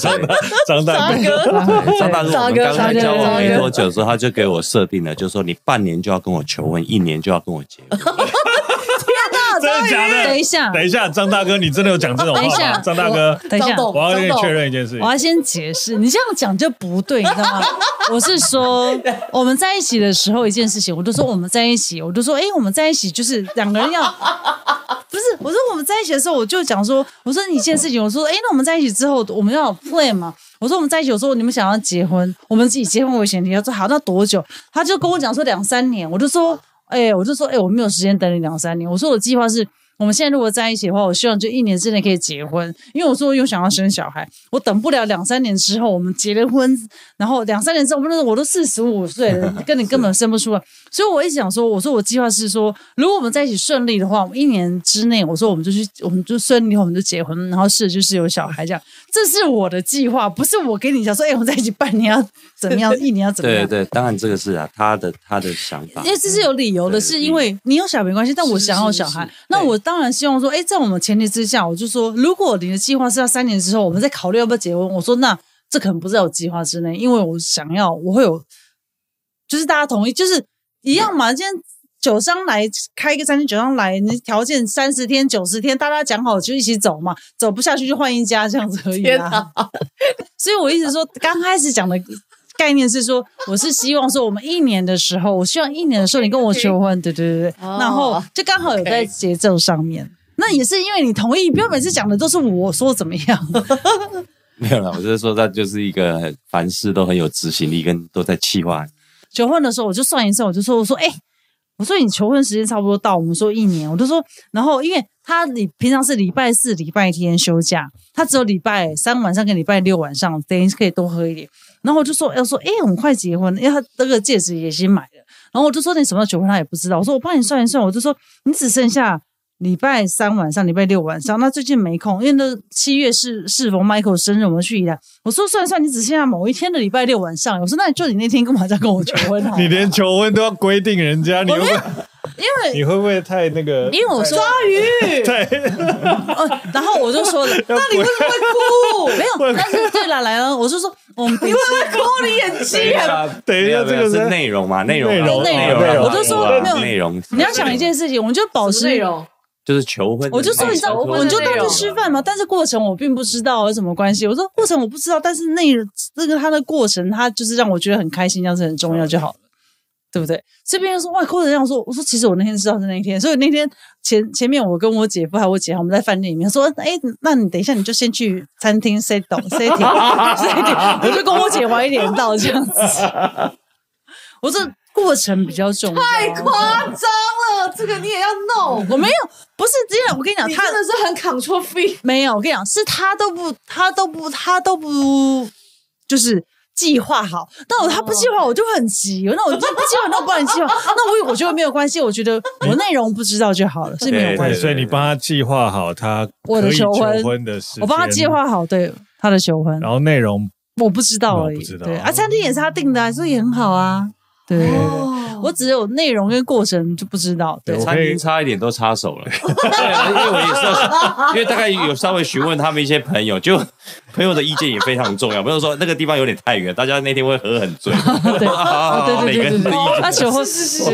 [SPEAKER 3] 张
[SPEAKER 6] 对
[SPEAKER 3] 哥，
[SPEAKER 2] 张 大
[SPEAKER 3] 张
[SPEAKER 2] 哥，
[SPEAKER 3] 哥，
[SPEAKER 6] 张大哥我
[SPEAKER 3] 张
[SPEAKER 6] 们
[SPEAKER 3] 哥
[SPEAKER 6] 刚
[SPEAKER 3] 张
[SPEAKER 6] 在
[SPEAKER 3] 哥
[SPEAKER 6] 交往没
[SPEAKER 3] 张哥
[SPEAKER 6] 多久的时候，他就给我设定了，就说你半年就要跟我求婚，一年就要跟我结婚。
[SPEAKER 2] 真的假的？
[SPEAKER 1] 等一下，
[SPEAKER 2] 等一下，张大哥，你真的有讲这种 话
[SPEAKER 1] 等一下
[SPEAKER 2] 吗？张大哥，
[SPEAKER 1] 等一下
[SPEAKER 3] 张，董
[SPEAKER 2] 我要跟你
[SPEAKER 3] 张董
[SPEAKER 2] 确认一件事情，
[SPEAKER 1] 我。要先解释，你这样讲就不对，你知道吗？我是说，我们在一起的时候一件事情，我就说我们在一起，我就说，哎、我们在一起就是两个人要，不是，我说我们在一起的时候，我就讲说，我说你一件事情，我说，哎、那我们在一起之后，我们要有 plan 嘛？我说我们在一起，我说你们想要结婚，我们以结婚为前提，他说好，那多久？他就跟我讲说两三年，我就说，哎、我就说，哎、我没有时间等你两三年，我说我的计划是。我们现在如果在一起的话，我希望就一年之内可以结婚，因为我说我有想要生小孩，我等不了两三年之后，我们结了婚，然后两三年之后，我们都我都四十五岁了，跟你根本生不出来，所以我一直想说，我说我计划是说，如果我们在一起顺利的话，我们一年之内，我说我们就去，我们就顺利，我们就结婚，然后是就是有小孩这样，这是我的计划，不是我跟你讲说，哎、我们在一起半年要怎么样，一年要怎么
[SPEAKER 6] 对
[SPEAKER 1] 样。
[SPEAKER 6] 对，当然这个是啊，他的他的想法嗯
[SPEAKER 1] 因。为这是有理由的，
[SPEAKER 6] 对
[SPEAKER 1] 是因为你有小孩没关系，但我想要小孩，
[SPEAKER 6] 是是是
[SPEAKER 1] 那
[SPEAKER 6] 对
[SPEAKER 1] 我当然希望说，哎，在我们前提之下，我就说，如果你的计划是要三年之后，我们再考虑要不要结婚，我说那这可能不在我计划之内，因为我想要，我会有，就是大家同意，就是一样嘛，今天。酒商来开一个餐厅，酒商来，你条件三十天、九十天，大家讲好就一起走嘛，走不下去就换一家，这样子可以
[SPEAKER 3] 天
[SPEAKER 1] 啊
[SPEAKER 3] 哪。
[SPEAKER 1] 所以我一直说，刚开始讲的概念是说，我是希望说，我们一年的时候，我希望一年的时候你跟我求婚，对对对对，
[SPEAKER 3] 哦
[SPEAKER 1] 然后就刚好有在
[SPEAKER 3] OK
[SPEAKER 1] 节奏上面。那也是因为你同意，不要每次讲的都是我说怎么样。
[SPEAKER 6] 没有了，我就是说他就是一个很凡事都很有执行力，跟都在计划。
[SPEAKER 1] 求婚的时候，我就算一算，我就说，我说，哎、我说你求婚时间差不多到，我们说一年，我就说，然后因为他你平常是礼拜四、礼拜天休假，他只有礼拜三晚上跟礼拜六晚上，等于是可以多喝一点。然后我就说，要说，哎、我们快结婚了，因为他那个戒指也先买了。然后我就说你什么时候求婚，他也不知道。我说我帮你算一算，我就说你只剩下礼拜三晚上、礼拜六晚上，那最近没空，因为那七月是适逢 Michael 生日，我们去宜兰。我说算一算，你只剩下某一天的礼拜六晚上。我说那你就你那天跟晚上跟我求婚好了
[SPEAKER 2] 你连求婚都要规定人家，你会不会
[SPEAKER 1] 因为
[SPEAKER 2] 你会不会太那个？
[SPEAKER 1] 因为我说 鱼，
[SPEAKER 2] 对，
[SPEAKER 1] 呃，然后我就说 了，那你为什么会哭？没有，但是对啦，来了，我就说 我们平时
[SPEAKER 4] 抠你眼睛啊，
[SPEAKER 2] 等一下
[SPEAKER 6] 没有
[SPEAKER 2] 这个
[SPEAKER 6] 没有
[SPEAKER 2] 是
[SPEAKER 6] 是内容嘛？内容啊
[SPEAKER 2] 内容
[SPEAKER 6] 内
[SPEAKER 1] 内
[SPEAKER 2] 容
[SPEAKER 6] 容，
[SPEAKER 2] 我
[SPEAKER 1] 就说
[SPEAKER 6] 内容啊
[SPEAKER 1] 没有
[SPEAKER 6] 内容。
[SPEAKER 1] 你要想一件事情，我们就保持
[SPEAKER 4] 内容
[SPEAKER 6] 就是求婚的内容，
[SPEAKER 1] 我就说你知道，
[SPEAKER 4] 求婚
[SPEAKER 1] 我
[SPEAKER 4] 的
[SPEAKER 1] 就
[SPEAKER 4] 内
[SPEAKER 1] 带
[SPEAKER 4] 容
[SPEAKER 1] 去吃饭嘛，但是过程我并不知道有什么关系。我说过程我不知道，但是那这个它的过程，它就是让我觉得很开心，这样是很重要就好了，对不对？这边说哇，过程让我说，我说其实我那天知道是那一天，所以那天前前面我跟我姐夫还有我姐我们在饭店里面说，哎，那你等一下你就先去餐厅 set setting setting，我就跟我姐晚一点到这样子，我这过程比较重要，
[SPEAKER 4] 太夸张了，这个你也要弄，
[SPEAKER 1] 我没有，不是，只有我跟你讲，
[SPEAKER 4] 你
[SPEAKER 1] 他
[SPEAKER 4] 真的是 很 control free，
[SPEAKER 1] 没有，我跟你讲，是他都不，他都不，他都不，就是计划好。但我他不计划，我就会很急。那我就不计划，那我不然计划，那我我觉得没有关系。我觉得我内容不知道就好了，是没有关
[SPEAKER 2] 对，
[SPEAKER 1] 系。
[SPEAKER 2] 哎所以你帮他计划好他
[SPEAKER 1] 我的
[SPEAKER 2] 可以
[SPEAKER 1] 求
[SPEAKER 2] 求
[SPEAKER 1] 婚
[SPEAKER 2] 婚的事，
[SPEAKER 1] 我帮他计，划好，对他的求婚
[SPEAKER 2] 然，后内容
[SPEAKER 1] 我不知道而
[SPEAKER 2] 我
[SPEAKER 1] 已
[SPEAKER 2] 不知。道
[SPEAKER 1] 对啊，餐厅也是他定的啊，所以也很好啊。对，
[SPEAKER 4] 哦
[SPEAKER 1] 我只有内容跟过程就不知道。对
[SPEAKER 2] 对，
[SPEAKER 6] 餐厅差一点都插手了，对，因为我也 是，因为大概有稍微询问他们一些朋友，就 朋友的意见也非常重要。朋友说那个地方有点太远，大家那天会喝很醉。
[SPEAKER 1] 对哦
[SPEAKER 6] 啊
[SPEAKER 1] 对对对对
[SPEAKER 6] 每
[SPEAKER 1] 对
[SPEAKER 6] 个人的意，见
[SPEAKER 1] 他求婚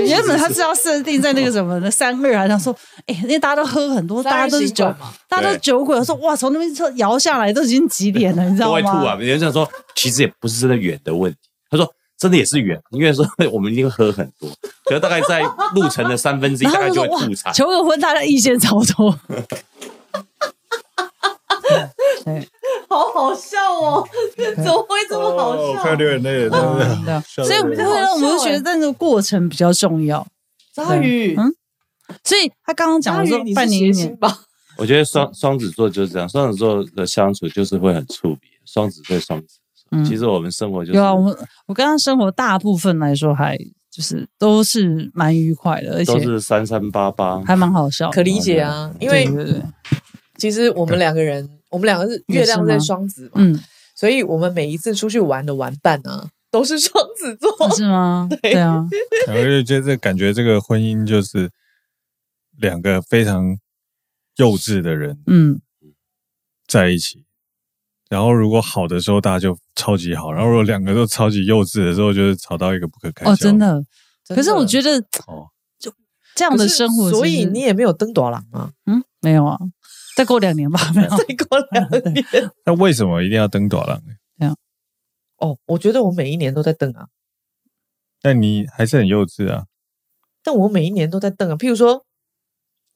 [SPEAKER 1] 原本他是要设定在那个什么的三二，还想说，哎，因为大家都喝很多，大
[SPEAKER 4] 三二
[SPEAKER 1] 家都是
[SPEAKER 4] 行
[SPEAKER 1] 酒
[SPEAKER 4] 馆嘛，
[SPEAKER 1] 大家都是酒鬼，我说哇，从那边车摇下来都已经几点哦了，你知
[SPEAKER 6] 都
[SPEAKER 1] 道
[SPEAKER 6] 会吐啊
[SPEAKER 1] 吗？！
[SPEAKER 6] 别人就说，其实也不是真的远的问题。他说真的也是远，因为说 我们一定会喝很多，可是大概在路程的三分之一，
[SPEAKER 1] 然
[SPEAKER 6] 大
[SPEAKER 1] 后
[SPEAKER 6] 概
[SPEAKER 1] 就
[SPEAKER 6] 就
[SPEAKER 1] 说
[SPEAKER 6] 会
[SPEAKER 1] 哇
[SPEAKER 6] 吐惨，。
[SPEAKER 1] 求个婚，大家意见超 多。对，
[SPEAKER 4] 好好笑 哦，这怎么会这么好
[SPEAKER 2] 哦快
[SPEAKER 4] 笑？
[SPEAKER 2] 流眼泪了，真的
[SPEAKER 1] 嗯对啊
[SPEAKER 2] 笑
[SPEAKER 1] 所以
[SPEAKER 2] 得
[SPEAKER 1] 不
[SPEAKER 2] 我
[SPEAKER 1] 会让我们就觉得那个过程比较重要。
[SPEAKER 4] 章鱼，
[SPEAKER 1] 嗯所以他刚刚讲
[SPEAKER 4] 章鱼
[SPEAKER 1] 的说，
[SPEAKER 4] 你
[SPEAKER 1] 半
[SPEAKER 4] 是
[SPEAKER 1] 年一
[SPEAKER 4] 谐
[SPEAKER 1] 年
[SPEAKER 4] 星吧？
[SPEAKER 6] 我觉得双双子座就是这样，双子座的相处就是会很触别，双子对双子。
[SPEAKER 1] 嗯
[SPEAKER 6] 其实我们生活就是
[SPEAKER 1] 有啊，我们我刚刚生活大部分来说还就是都是蛮愉快的，而且
[SPEAKER 6] 都是三三八八，
[SPEAKER 1] 还蛮好笑的。
[SPEAKER 3] 可理解啊，因
[SPEAKER 1] 对
[SPEAKER 3] 为
[SPEAKER 1] 对对，
[SPEAKER 3] 其实我们两个人，我们两个是月亮在双子嘛，
[SPEAKER 1] 嗯，
[SPEAKER 3] 所以我们每一次出去玩的玩伴啊，都是双子座。
[SPEAKER 1] 啊 是吗？
[SPEAKER 3] 哦对
[SPEAKER 1] 对啊，
[SPEAKER 2] 然后就觉得感觉这个婚姻就是两个非常幼稚的人
[SPEAKER 1] 嗯，
[SPEAKER 2] 在一起，然后如果好的时候大家就超级
[SPEAKER 3] 嗯
[SPEAKER 2] 好，然后如果两个都超级幼稚的时候，就是吵到一个不可开交。
[SPEAKER 1] 哦，真，的。可是我
[SPEAKER 3] 得
[SPEAKER 1] 觉得
[SPEAKER 2] 哦，
[SPEAKER 1] 这样的生活其实，
[SPEAKER 3] 所以你也没有登短廊啊，
[SPEAKER 1] 嗯没有啊，再过两年吧，没有。
[SPEAKER 3] 再过
[SPEAKER 1] 嗯
[SPEAKER 3] 两年
[SPEAKER 2] 那为什么一定要登短廊呢？
[SPEAKER 3] 哦，我觉得我每一年都在登啊，
[SPEAKER 2] 那你还是很幼稚啊，
[SPEAKER 3] 但我每一年都在登啊。譬如说，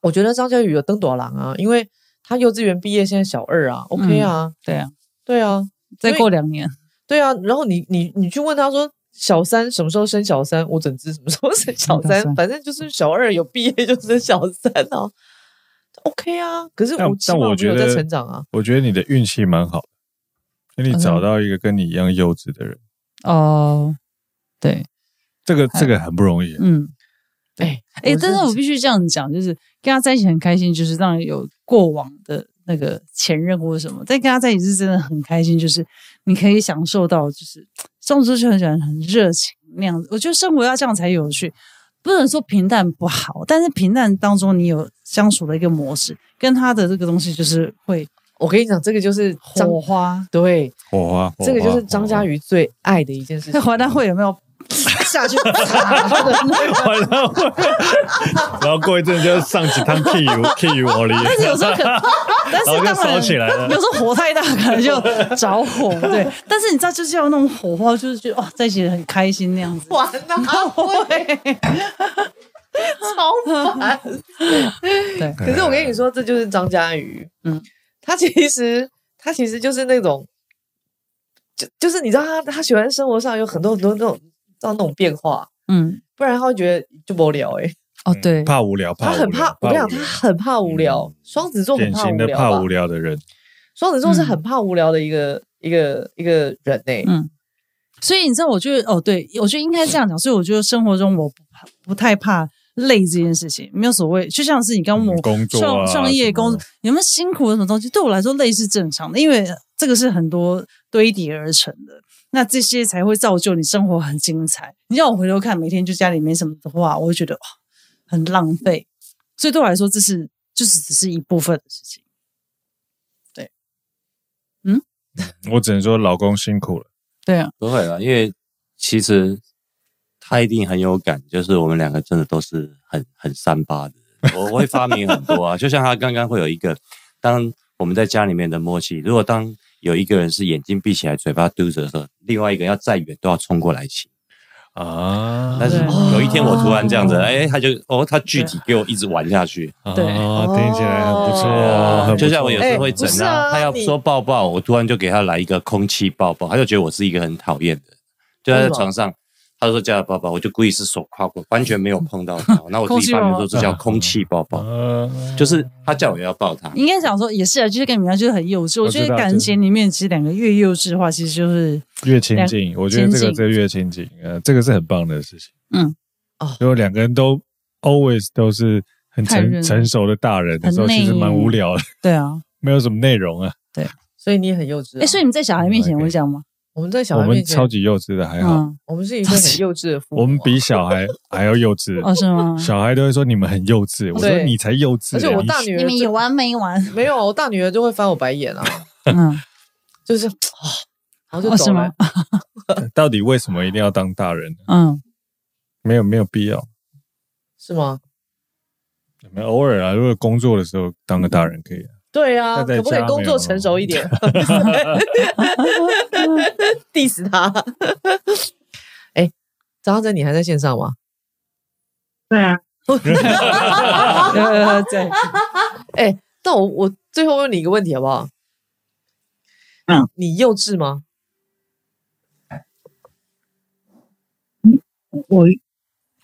[SPEAKER 3] 我觉得张嘉宇有登短廊啊，因为他幼稚园毕业，现在小二啊，OK 啊，
[SPEAKER 1] 嗯对啊，
[SPEAKER 3] 对啊，
[SPEAKER 1] 再过两年，
[SPEAKER 3] 对啊，然后你你你去问他说小三什么时候生小三，我怎知什么时候生小
[SPEAKER 1] 生小
[SPEAKER 3] 三？
[SPEAKER 1] 三
[SPEAKER 3] 反正就是小二有毕业就生小三啊，OK 啊。可是
[SPEAKER 2] 但
[SPEAKER 3] 我起
[SPEAKER 2] 但
[SPEAKER 3] 码
[SPEAKER 2] 我
[SPEAKER 3] 没
[SPEAKER 2] 觉
[SPEAKER 3] 有
[SPEAKER 2] 得
[SPEAKER 3] 在成长啊，
[SPEAKER 2] 我觉得你的运气蛮好的，就你找到一个跟你一样幼稚的人，
[SPEAKER 1] 哦，对，
[SPEAKER 2] 这个这个很不容易。啊
[SPEAKER 1] 嗯，
[SPEAKER 3] 哎
[SPEAKER 1] 哎，但是我必须这样讲，就是跟他在一起很开心，就是让人有过往的那个前任或者什么，但跟他在一起是真的很开心，就是你可以享受到，就是这种就是很喜欢很热情那样子。我觉得生活要这样才有趣，不能说平淡不好，但是平淡当中你有相处的一个模式，跟他的这个东西就是会
[SPEAKER 3] 我跟你讲，这个就是张
[SPEAKER 1] 火花。
[SPEAKER 3] 对，
[SPEAKER 2] 火花，火花
[SPEAKER 3] 这个就是张嘉
[SPEAKER 2] 宇，
[SPEAKER 3] 瑜最爱的一件事
[SPEAKER 1] 那
[SPEAKER 2] 哎
[SPEAKER 3] 情。
[SPEAKER 1] 华诞会有没有下去？
[SPEAKER 2] 完了然后过一阵就上几趟 K U K U 我离，
[SPEAKER 1] 但是有时候可， 但
[SPEAKER 2] 然后
[SPEAKER 1] 是
[SPEAKER 2] 就
[SPEAKER 1] 当
[SPEAKER 2] 烧
[SPEAKER 1] 然
[SPEAKER 2] 起来了
[SPEAKER 3] 哦
[SPEAKER 1] 有。时候火太大，可能就着火。 对，但是你知道，就是要有那种火花，就是觉得哦，在一起很开心那样子。
[SPEAKER 3] 完了、啊超烦。
[SPEAKER 1] 对
[SPEAKER 3] 可是我跟你说，这就是张嘉瑜，
[SPEAKER 1] 嗯
[SPEAKER 3] 嗯， 他其实他其实就是那种，就就是你知道他他喜欢生活上有很多很多那种，知道那种变化，
[SPEAKER 1] 嗯，
[SPEAKER 3] 不然他会觉得就无聊哎、
[SPEAKER 1] 哦
[SPEAKER 2] 嗯
[SPEAKER 1] 对，
[SPEAKER 2] 怕无聊，
[SPEAKER 3] 他很怕，
[SPEAKER 2] 无
[SPEAKER 3] 我跟你
[SPEAKER 2] 聊
[SPEAKER 3] 讲，他很怕无聊
[SPEAKER 2] 嗯。
[SPEAKER 3] 双子座很
[SPEAKER 2] 典
[SPEAKER 3] 怕无
[SPEAKER 2] 型的
[SPEAKER 3] 聊
[SPEAKER 2] 怕
[SPEAKER 3] 吧
[SPEAKER 2] 无？聊的人，
[SPEAKER 3] 双子座是
[SPEAKER 1] 嗯
[SPEAKER 3] 很怕无聊的一个一个一个人欸呢。
[SPEAKER 1] 嗯所以你知道，我觉得哦，对，我觉得应该这样讲。所以我觉得生活中我不怕不太怕累这件事情，没有所谓。就像是你刚问
[SPEAKER 2] 嗯
[SPEAKER 1] 我
[SPEAKER 2] 工作
[SPEAKER 1] 创
[SPEAKER 2] 啊
[SPEAKER 1] 创业
[SPEAKER 2] 什么
[SPEAKER 1] 工作有没有辛苦的什么东西，对我来说累是正常的，因为这个是很多堆叠而成的。那这些才会造就你生活很精彩。你让我回头看，每天就家里没什么的话，我会觉得哇很浪费。所以对我来说，这是就是只是一部分的事情。
[SPEAKER 2] 我只能说老公辛苦了。
[SPEAKER 1] 对
[SPEAKER 2] 嗯
[SPEAKER 1] 啊，
[SPEAKER 6] 不会啦，因为其实他一定很有感，就是我们两个真的都是很很三八的 人。我我会发明很多啊，就像他刚刚会有一个，当我们在家里面的默契，如果当有一个人是眼睛闭起来，嘴巴嘟着的时候，另外一个要再远都要冲过来亲。
[SPEAKER 2] 啊
[SPEAKER 6] 但是
[SPEAKER 1] 对
[SPEAKER 6] 有一天我突然这样子，
[SPEAKER 1] 哦
[SPEAKER 6] 哎、他就哦，他具体给我一直玩下去，
[SPEAKER 1] 对
[SPEAKER 2] 哦，听起来很不错
[SPEAKER 3] 哦
[SPEAKER 2] 哦，很不错
[SPEAKER 6] 就像我有时候会整
[SPEAKER 3] 哎不是
[SPEAKER 6] 啊，
[SPEAKER 3] 啊
[SPEAKER 6] 他要
[SPEAKER 3] 你
[SPEAKER 6] 说抱抱，我突然就给他来一个空气抱抱，他就觉得我是一个很讨厌的人，就在床上，他说叫他抱抱，我就故意是手跨过，完全没有碰到他，那我自己发明说这叫空气抱抱，
[SPEAKER 2] 嗯
[SPEAKER 6] 就是他叫我要抱他，
[SPEAKER 1] 应该讲说也是啊，就是跟你们一样，就是很幼稚。我
[SPEAKER 2] 我知
[SPEAKER 1] 觉得
[SPEAKER 2] 道
[SPEAKER 1] 感
[SPEAKER 2] 就
[SPEAKER 1] 情
[SPEAKER 2] 是
[SPEAKER 1] 里面其实两个越幼稚化，其实就是
[SPEAKER 2] 越亲近，我觉得这
[SPEAKER 1] 亲
[SPEAKER 2] 个
[SPEAKER 1] 近
[SPEAKER 2] 这个越亲近，呃，这个是很棒的事情。
[SPEAKER 1] 嗯，
[SPEAKER 3] 哦
[SPEAKER 2] 如果两个人都 always 都是很
[SPEAKER 1] 太认
[SPEAKER 2] 成成熟的大人的时候，
[SPEAKER 1] 很内
[SPEAKER 2] 其实蛮无聊的，
[SPEAKER 1] 对啊。
[SPEAKER 2] 没有什么内容啊。
[SPEAKER 3] 所以你也很幼稚啊。
[SPEAKER 1] 哎、所以你们在小孩面前会这样吗？
[SPEAKER 3] 我们在小
[SPEAKER 2] 我
[SPEAKER 3] 孩面
[SPEAKER 2] 们
[SPEAKER 3] 前，
[SPEAKER 2] 超级幼稚的，还好，
[SPEAKER 1] 嗯，
[SPEAKER 3] 我们是一对很幼稚的父母啊。
[SPEAKER 2] 我们比小孩还要幼稚。
[SPEAKER 1] 哦，是吗？
[SPEAKER 2] 小孩都会说你们很幼稚，我说
[SPEAKER 3] 对
[SPEAKER 2] 你才幼稚
[SPEAKER 3] 而
[SPEAKER 2] 欸。
[SPEAKER 3] 且我大
[SPEAKER 2] 你
[SPEAKER 3] 女儿就
[SPEAKER 1] 完没完？
[SPEAKER 3] 没有，啊我大女儿就会翻我白眼啊，
[SPEAKER 1] 嗯，
[SPEAKER 3] 就是啊，然后就
[SPEAKER 1] 哦，是
[SPEAKER 3] 走了
[SPEAKER 1] 吗。？
[SPEAKER 2] 到底为什么一定要当大人呢？
[SPEAKER 1] 嗯，
[SPEAKER 2] 没有没有必要，
[SPEAKER 3] 是吗？
[SPEAKER 2] 我们偶尔啊，如果工作的时候当个大人可以啊。
[SPEAKER 3] 对啊，
[SPEAKER 2] 那在
[SPEAKER 3] 可不可以
[SPEAKER 2] 家哦
[SPEAKER 3] 工
[SPEAKER 2] 没
[SPEAKER 3] 作
[SPEAKER 2] 有
[SPEAKER 3] 成熟一 点 ？diss 他。哎，张真，你还在线上吗？
[SPEAKER 5] 对啊，
[SPEAKER 1] 呃，对，
[SPEAKER 3] 哎，那我我最后问你一个问题好不好？
[SPEAKER 5] 嗯，
[SPEAKER 3] 你幼稚吗？
[SPEAKER 5] 我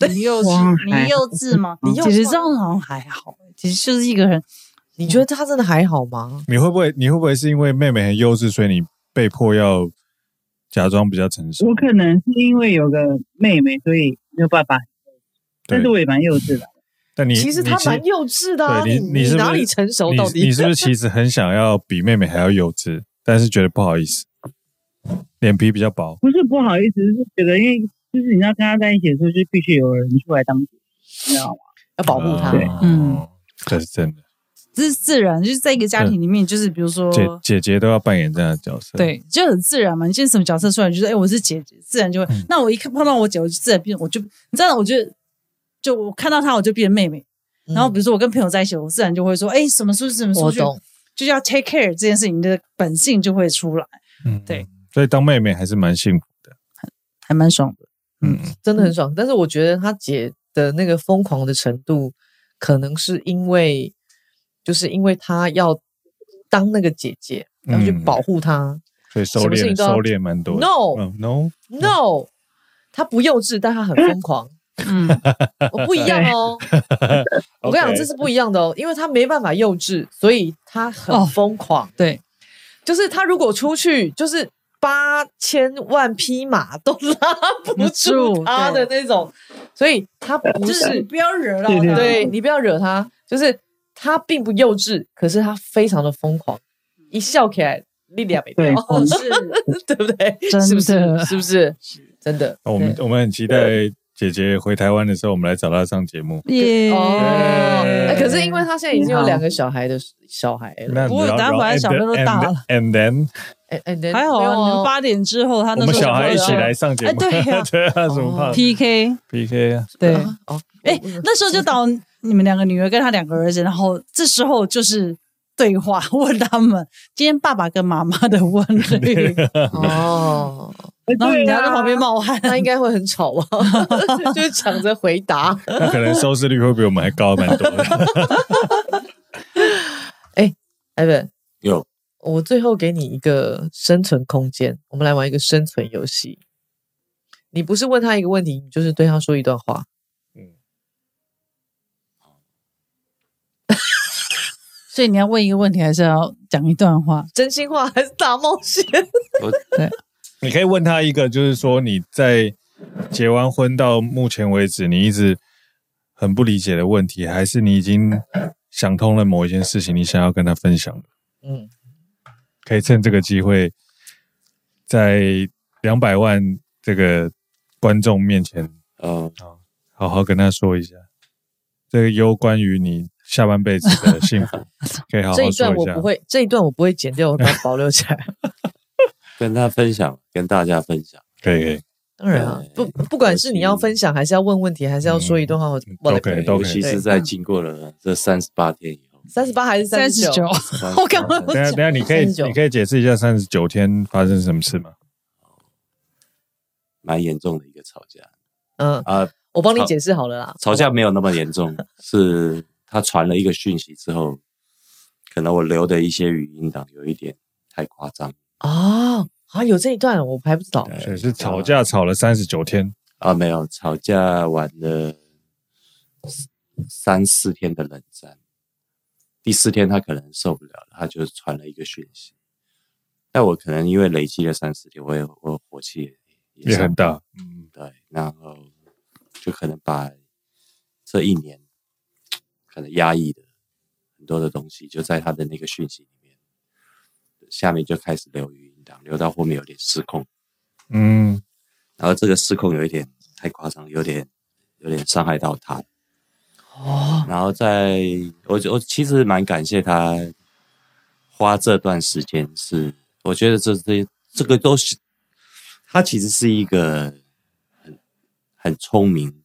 [SPEAKER 1] 你幼
[SPEAKER 5] 哇
[SPEAKER 1] 稚，你幼稚吗？
[SPEAKER 5] 你
[SPEAKER 3] 幼稚
[SPEAKER 1] 其实这样好像还好，其实就是一个人，
[SPEAKER 3] 你觉得他真的还好吗？
[SPEAKER 2] 你会不会你会不会是因为妹妹很幼稚，所以你被迫要假装比较成熟？
[SPEAKER 5] 我可能是因为有个妹妹，所以没有办法，但是
[SPEAKER 2] 对
[SPEAKER 5] 我也蛮幼稚的。
[SPEAKER 2] 但你
[SPEAKER 3] 其实他
[SPEAKER 2] 你
[SPEAKER 3] 蛮幼稚的啊，
[SPEAKER 2] 对你
[SPEAKER 3] 你
[SPEAKER 2] 是不是
[SPEAKER 3] 哪里成熟？
[SPEAKER 2] 你
[SPEAKER 3] 到底
[SPEAKER 2] 你是不是其实很想要比妹妹还要幼稚，但是觉得不好意思，脸皮比较薄？
[SPEAKER 5] 不是不好意思，是觉得因为就是你要跟她在一起的时候，就必须有人出来当，你知道吗？
[SPEAKER 3] 要保护他？
[SPEAKER 2] 哦
[SPEAKER 1] 嗯，
[SPEAKER 2] 这是真的。
[SPEAKER 1] 这是自然，就是在一个家庭里面，就是比如说，
[SPEAKER 2] 姐姐姐都要扮演这样的角色，，
[SPEAKER 1] 对，就很自然嘛。你现在什么角色出来，你就是哎、我是姐姐，自然就会。
[SPEAKER 2] 嗯
[SPEAKER 1] 那我一看碰到我姐，我就自然变，我就你知道，我就就我看到她，我就变妹妹。然后比如说我跟朋友在一起，我自然就会说，哎、什么出去什么出
[SPEAKER 3] 嗯我
[SPEAKER 1] 去，
[SPEAKER 3] 懂，
[SPEAKER 1] 就是要 take care 这件事情，你的本性就会出来，
[SPEAKER 2] 嗯
[SPEAKER 1] 对，
[SPEAKER 2] 所以当妹妹还是蛮幸福的。
[SPEAKER 1] 还蛮爽的。
[SPEAKER 2] 嗯，
[SPEAKER 3] 真的很爽。但是我觉得他姐的那个疯狂的程度，可能是因为，就是因为他要当那个姐姐，要去
[SPEAKER 2] 嗯
[SPEAKER 3] 保护她。
[SPEAKER 2] 所以收
[SPEAKER 3] 什么事情
[SPEAKER 2] 敛
[SPEAKER 3] 都要
[SPEAKER 2] 收敛蛮多的。
[SPEAKER 3] No
[SPEAKER 2] 嗯 no，
[SPEAKER 3] No，他不幼稚，但他很疯狂。
[SPEAKER 1] 嗯，
[SPEAKER 3] 我不一样 哦，我跟你
[SPEAKER 2] OK
[SPEAKER 3] 讲，这是不一样的哦，因为他没办法幼稚，所以他很
[SPEAKER 1] 哦
[SPEAKER 3] 疯狂。
[SPEAKER 1] 对，
[SPEAKER 3] 就是他如果出去，就是八千万匹马都拉不住他的那种，所以他不
[SPEAKER 1] 就是
[SPEAKER 3] 是
[SPEAKER 1] 不要惹到
[SPEAKER 5] 对对
[SPEAKER 1] 她。
[SPEAKER 3] 对你不要惹他，就是他并不幼稚，可是他非常的疯狂，一笑起来力量没
[SPEAKER 5] 对
[SPEAKER 3] 掉，
[SPEAKER 5] 嗯
[SPEAKER 1] 哦是，
[SPEAKER 3] 对不对？
[SPEAKER 1] 真的
[SPEAKER 3] 是不是？是不是？真的
[SPEAKER 2] 哦
[SPEAKER 5] 哦
[SPEAKER 2] 我们我们很期待姐姐回台湾的时候，我们来找她上节目。
[SPEAKER 1] 耶
[SPEAKER 3] 哦、
[SPEAKER 2] 对
[SPEAKER 3] 哎可是因为他现在已经有
[SPEAKER 5] 好
[SPEAKER 3] 两个小孩的小孩了，
[SPEAKER 2] 那
[SPEAKER 1] 不过
[SPEAKER 2] 然
[SPEAKER 1] 等
[SPEAKER 2] 后
[SPEAKER 1] 她
[SPEAKER 2] 然后
[SPEAKER 1] 回来小朋友都
[SPEAKER 2] and-
[SPEAKER 1] 大了
[SPEAKER 2] and then
[SPEAKER 3] 哎哎，你
[SPEAKER 1] 还好
[SPEAKER 3] 没有
[SPEAKER 1] 啊，
[SPEAKER 3] 哦
[SPEAKER 1] 你们八点之后，他
[SPEAKER 2] 我
[SPEAKER 1] 那时
[SPEAKER 2] 们
[SPEAKER 1] 候
[SPEAKER 2] 小孩一起
[SPEAKER 1] 就
[SPEAKER 2] 来上节目，
[SPEAKER 1] 哎对呀 哦
[SPEAKER 2] 对啊，怎么怕
[SPEAKER 1] PK，
[SPEAKER 2] PK 啊？
[SPEAKER 1] 对，
[SPEAKER 3] 啊哦，
[SPEAKER 1] 哎、那时候就到你们两个女儿跟她两个儿子，然后这时候就是对话，问他们今天爸爸跟妈妈的问率，
[SPEAKER 3] 哦，
[SPEAKER 1] 然后你
[SPEAKER 5] 对
[SPEAKER 1] 俩在
[SPEAKER 5] 啊
[SPEAKER 1] 旁边冒汗，
[SPEAKER 3] 那应该会很 吵吧？就是抢着回答。
[SPEAKER 2] 那可能收视率会比我们还高蛮多的。
[SPEAKER 3] 艾文，
[SPEAKER 6] 有
[SPEAKER 3] 哎我最后给你一个生存空间，我们来玩一个生存游戏。你不是问他一个问题，你就是对他说一段话。
[SPEAKER 1] 所以你要问一个问题，还是要讲一段话？
[SPEAKER 3] 真心话还是大冒险？
[SPEAKER 2] 你可以问他一个，就是说你在结完婚到目前为止，你一直很不理解的问题，还是你已经想通了某一件事情，你想要跟他分享的？
[SPEAKER 3] 嗯，
[SPEAKER 2] 可以趁这个机会，在两百万这个观众面前，
[SPEAKER 6] 嗯，
[SPEAKER 2] 好好跟他说一下，这个攸关于你下半辈子的幸 福，可以好好
[SPEAKER 3] 这
[SPEAKER 2] 说
[SPEAKER 3] 一段我
[SPEAKER 2] 下
[SPEAKER 3] 不。会，这一段我不会剪掉，我把它保留起 来。
[SPEAKER 6] 跟他分享，跟大家分享，
[SPEAKER 2] 可以可以，
[SPEAKER 3] 当然啊，不
[SPEAKER 6] 对
[SPEAKER 3] 不管是你要分享，还是要问问题，还是要说一
[SPEAKER 2] 嗯
[SPEAKER 3] 段话，我我
[SPEAKER 2] 都可以都
[SPEAKER 6] 尤
[SPEAKER 2] 可以
[SPEAKER 6] 其。是在经过了这三十八天以后，
[SPEAKER 3] 三十八还是三十九？
[SPEAKER 1] 我刚刚
[SPEAKER 2] 等一下等一下，你可以
[SPEAKER 3] 39
[SPEAKER 2] 你可以解释一下三十九天发生什么事吗？
[SPEAKER 6] 蛮严重的一个吵架
[SPEAKER 3] 嗯，
[SPEAKER 6] 啊、
[SPEAKER 3] 我帮你解释好了啦。
[SPEAKER 6] 吵架没有那么严重，是他传了一个讯息之后，可能我留的一些语音档有一点太夸张
[SPEAKER 3] 啊啊，有这一段我还不知道。
[SPEAKER 6] 对
[SPEAKER 2] 所以是吵架吵了三十九天，
[SPEAKER 6] 啊，没有吵架完了三四天的冷战，第四天他可能受不了了，他就传了一个讯息。但我可能因为累积了三四天，我也我火气也
[SPEAKER 2] 也
[SPEAKER 6] 也上
[SPEAKER 2] 很大。
[SPEAKER 6] 对，然后就可能把这一年可能压抑的很多的东西，就在他的那个讯息里面，下面就开始流语音档，流到后面有点失控，
[SPEAKER 2] 嗯，
[SPEAKER 6] 然后这个失控有一点太夸张，有点有点伤害到他。
[SPEAKER 3] 哦，
[SPEAKER 6] 然后在我我其实蛮感谢他花这段时间是，我觉得这这这个都是他其实是一个很很聪明、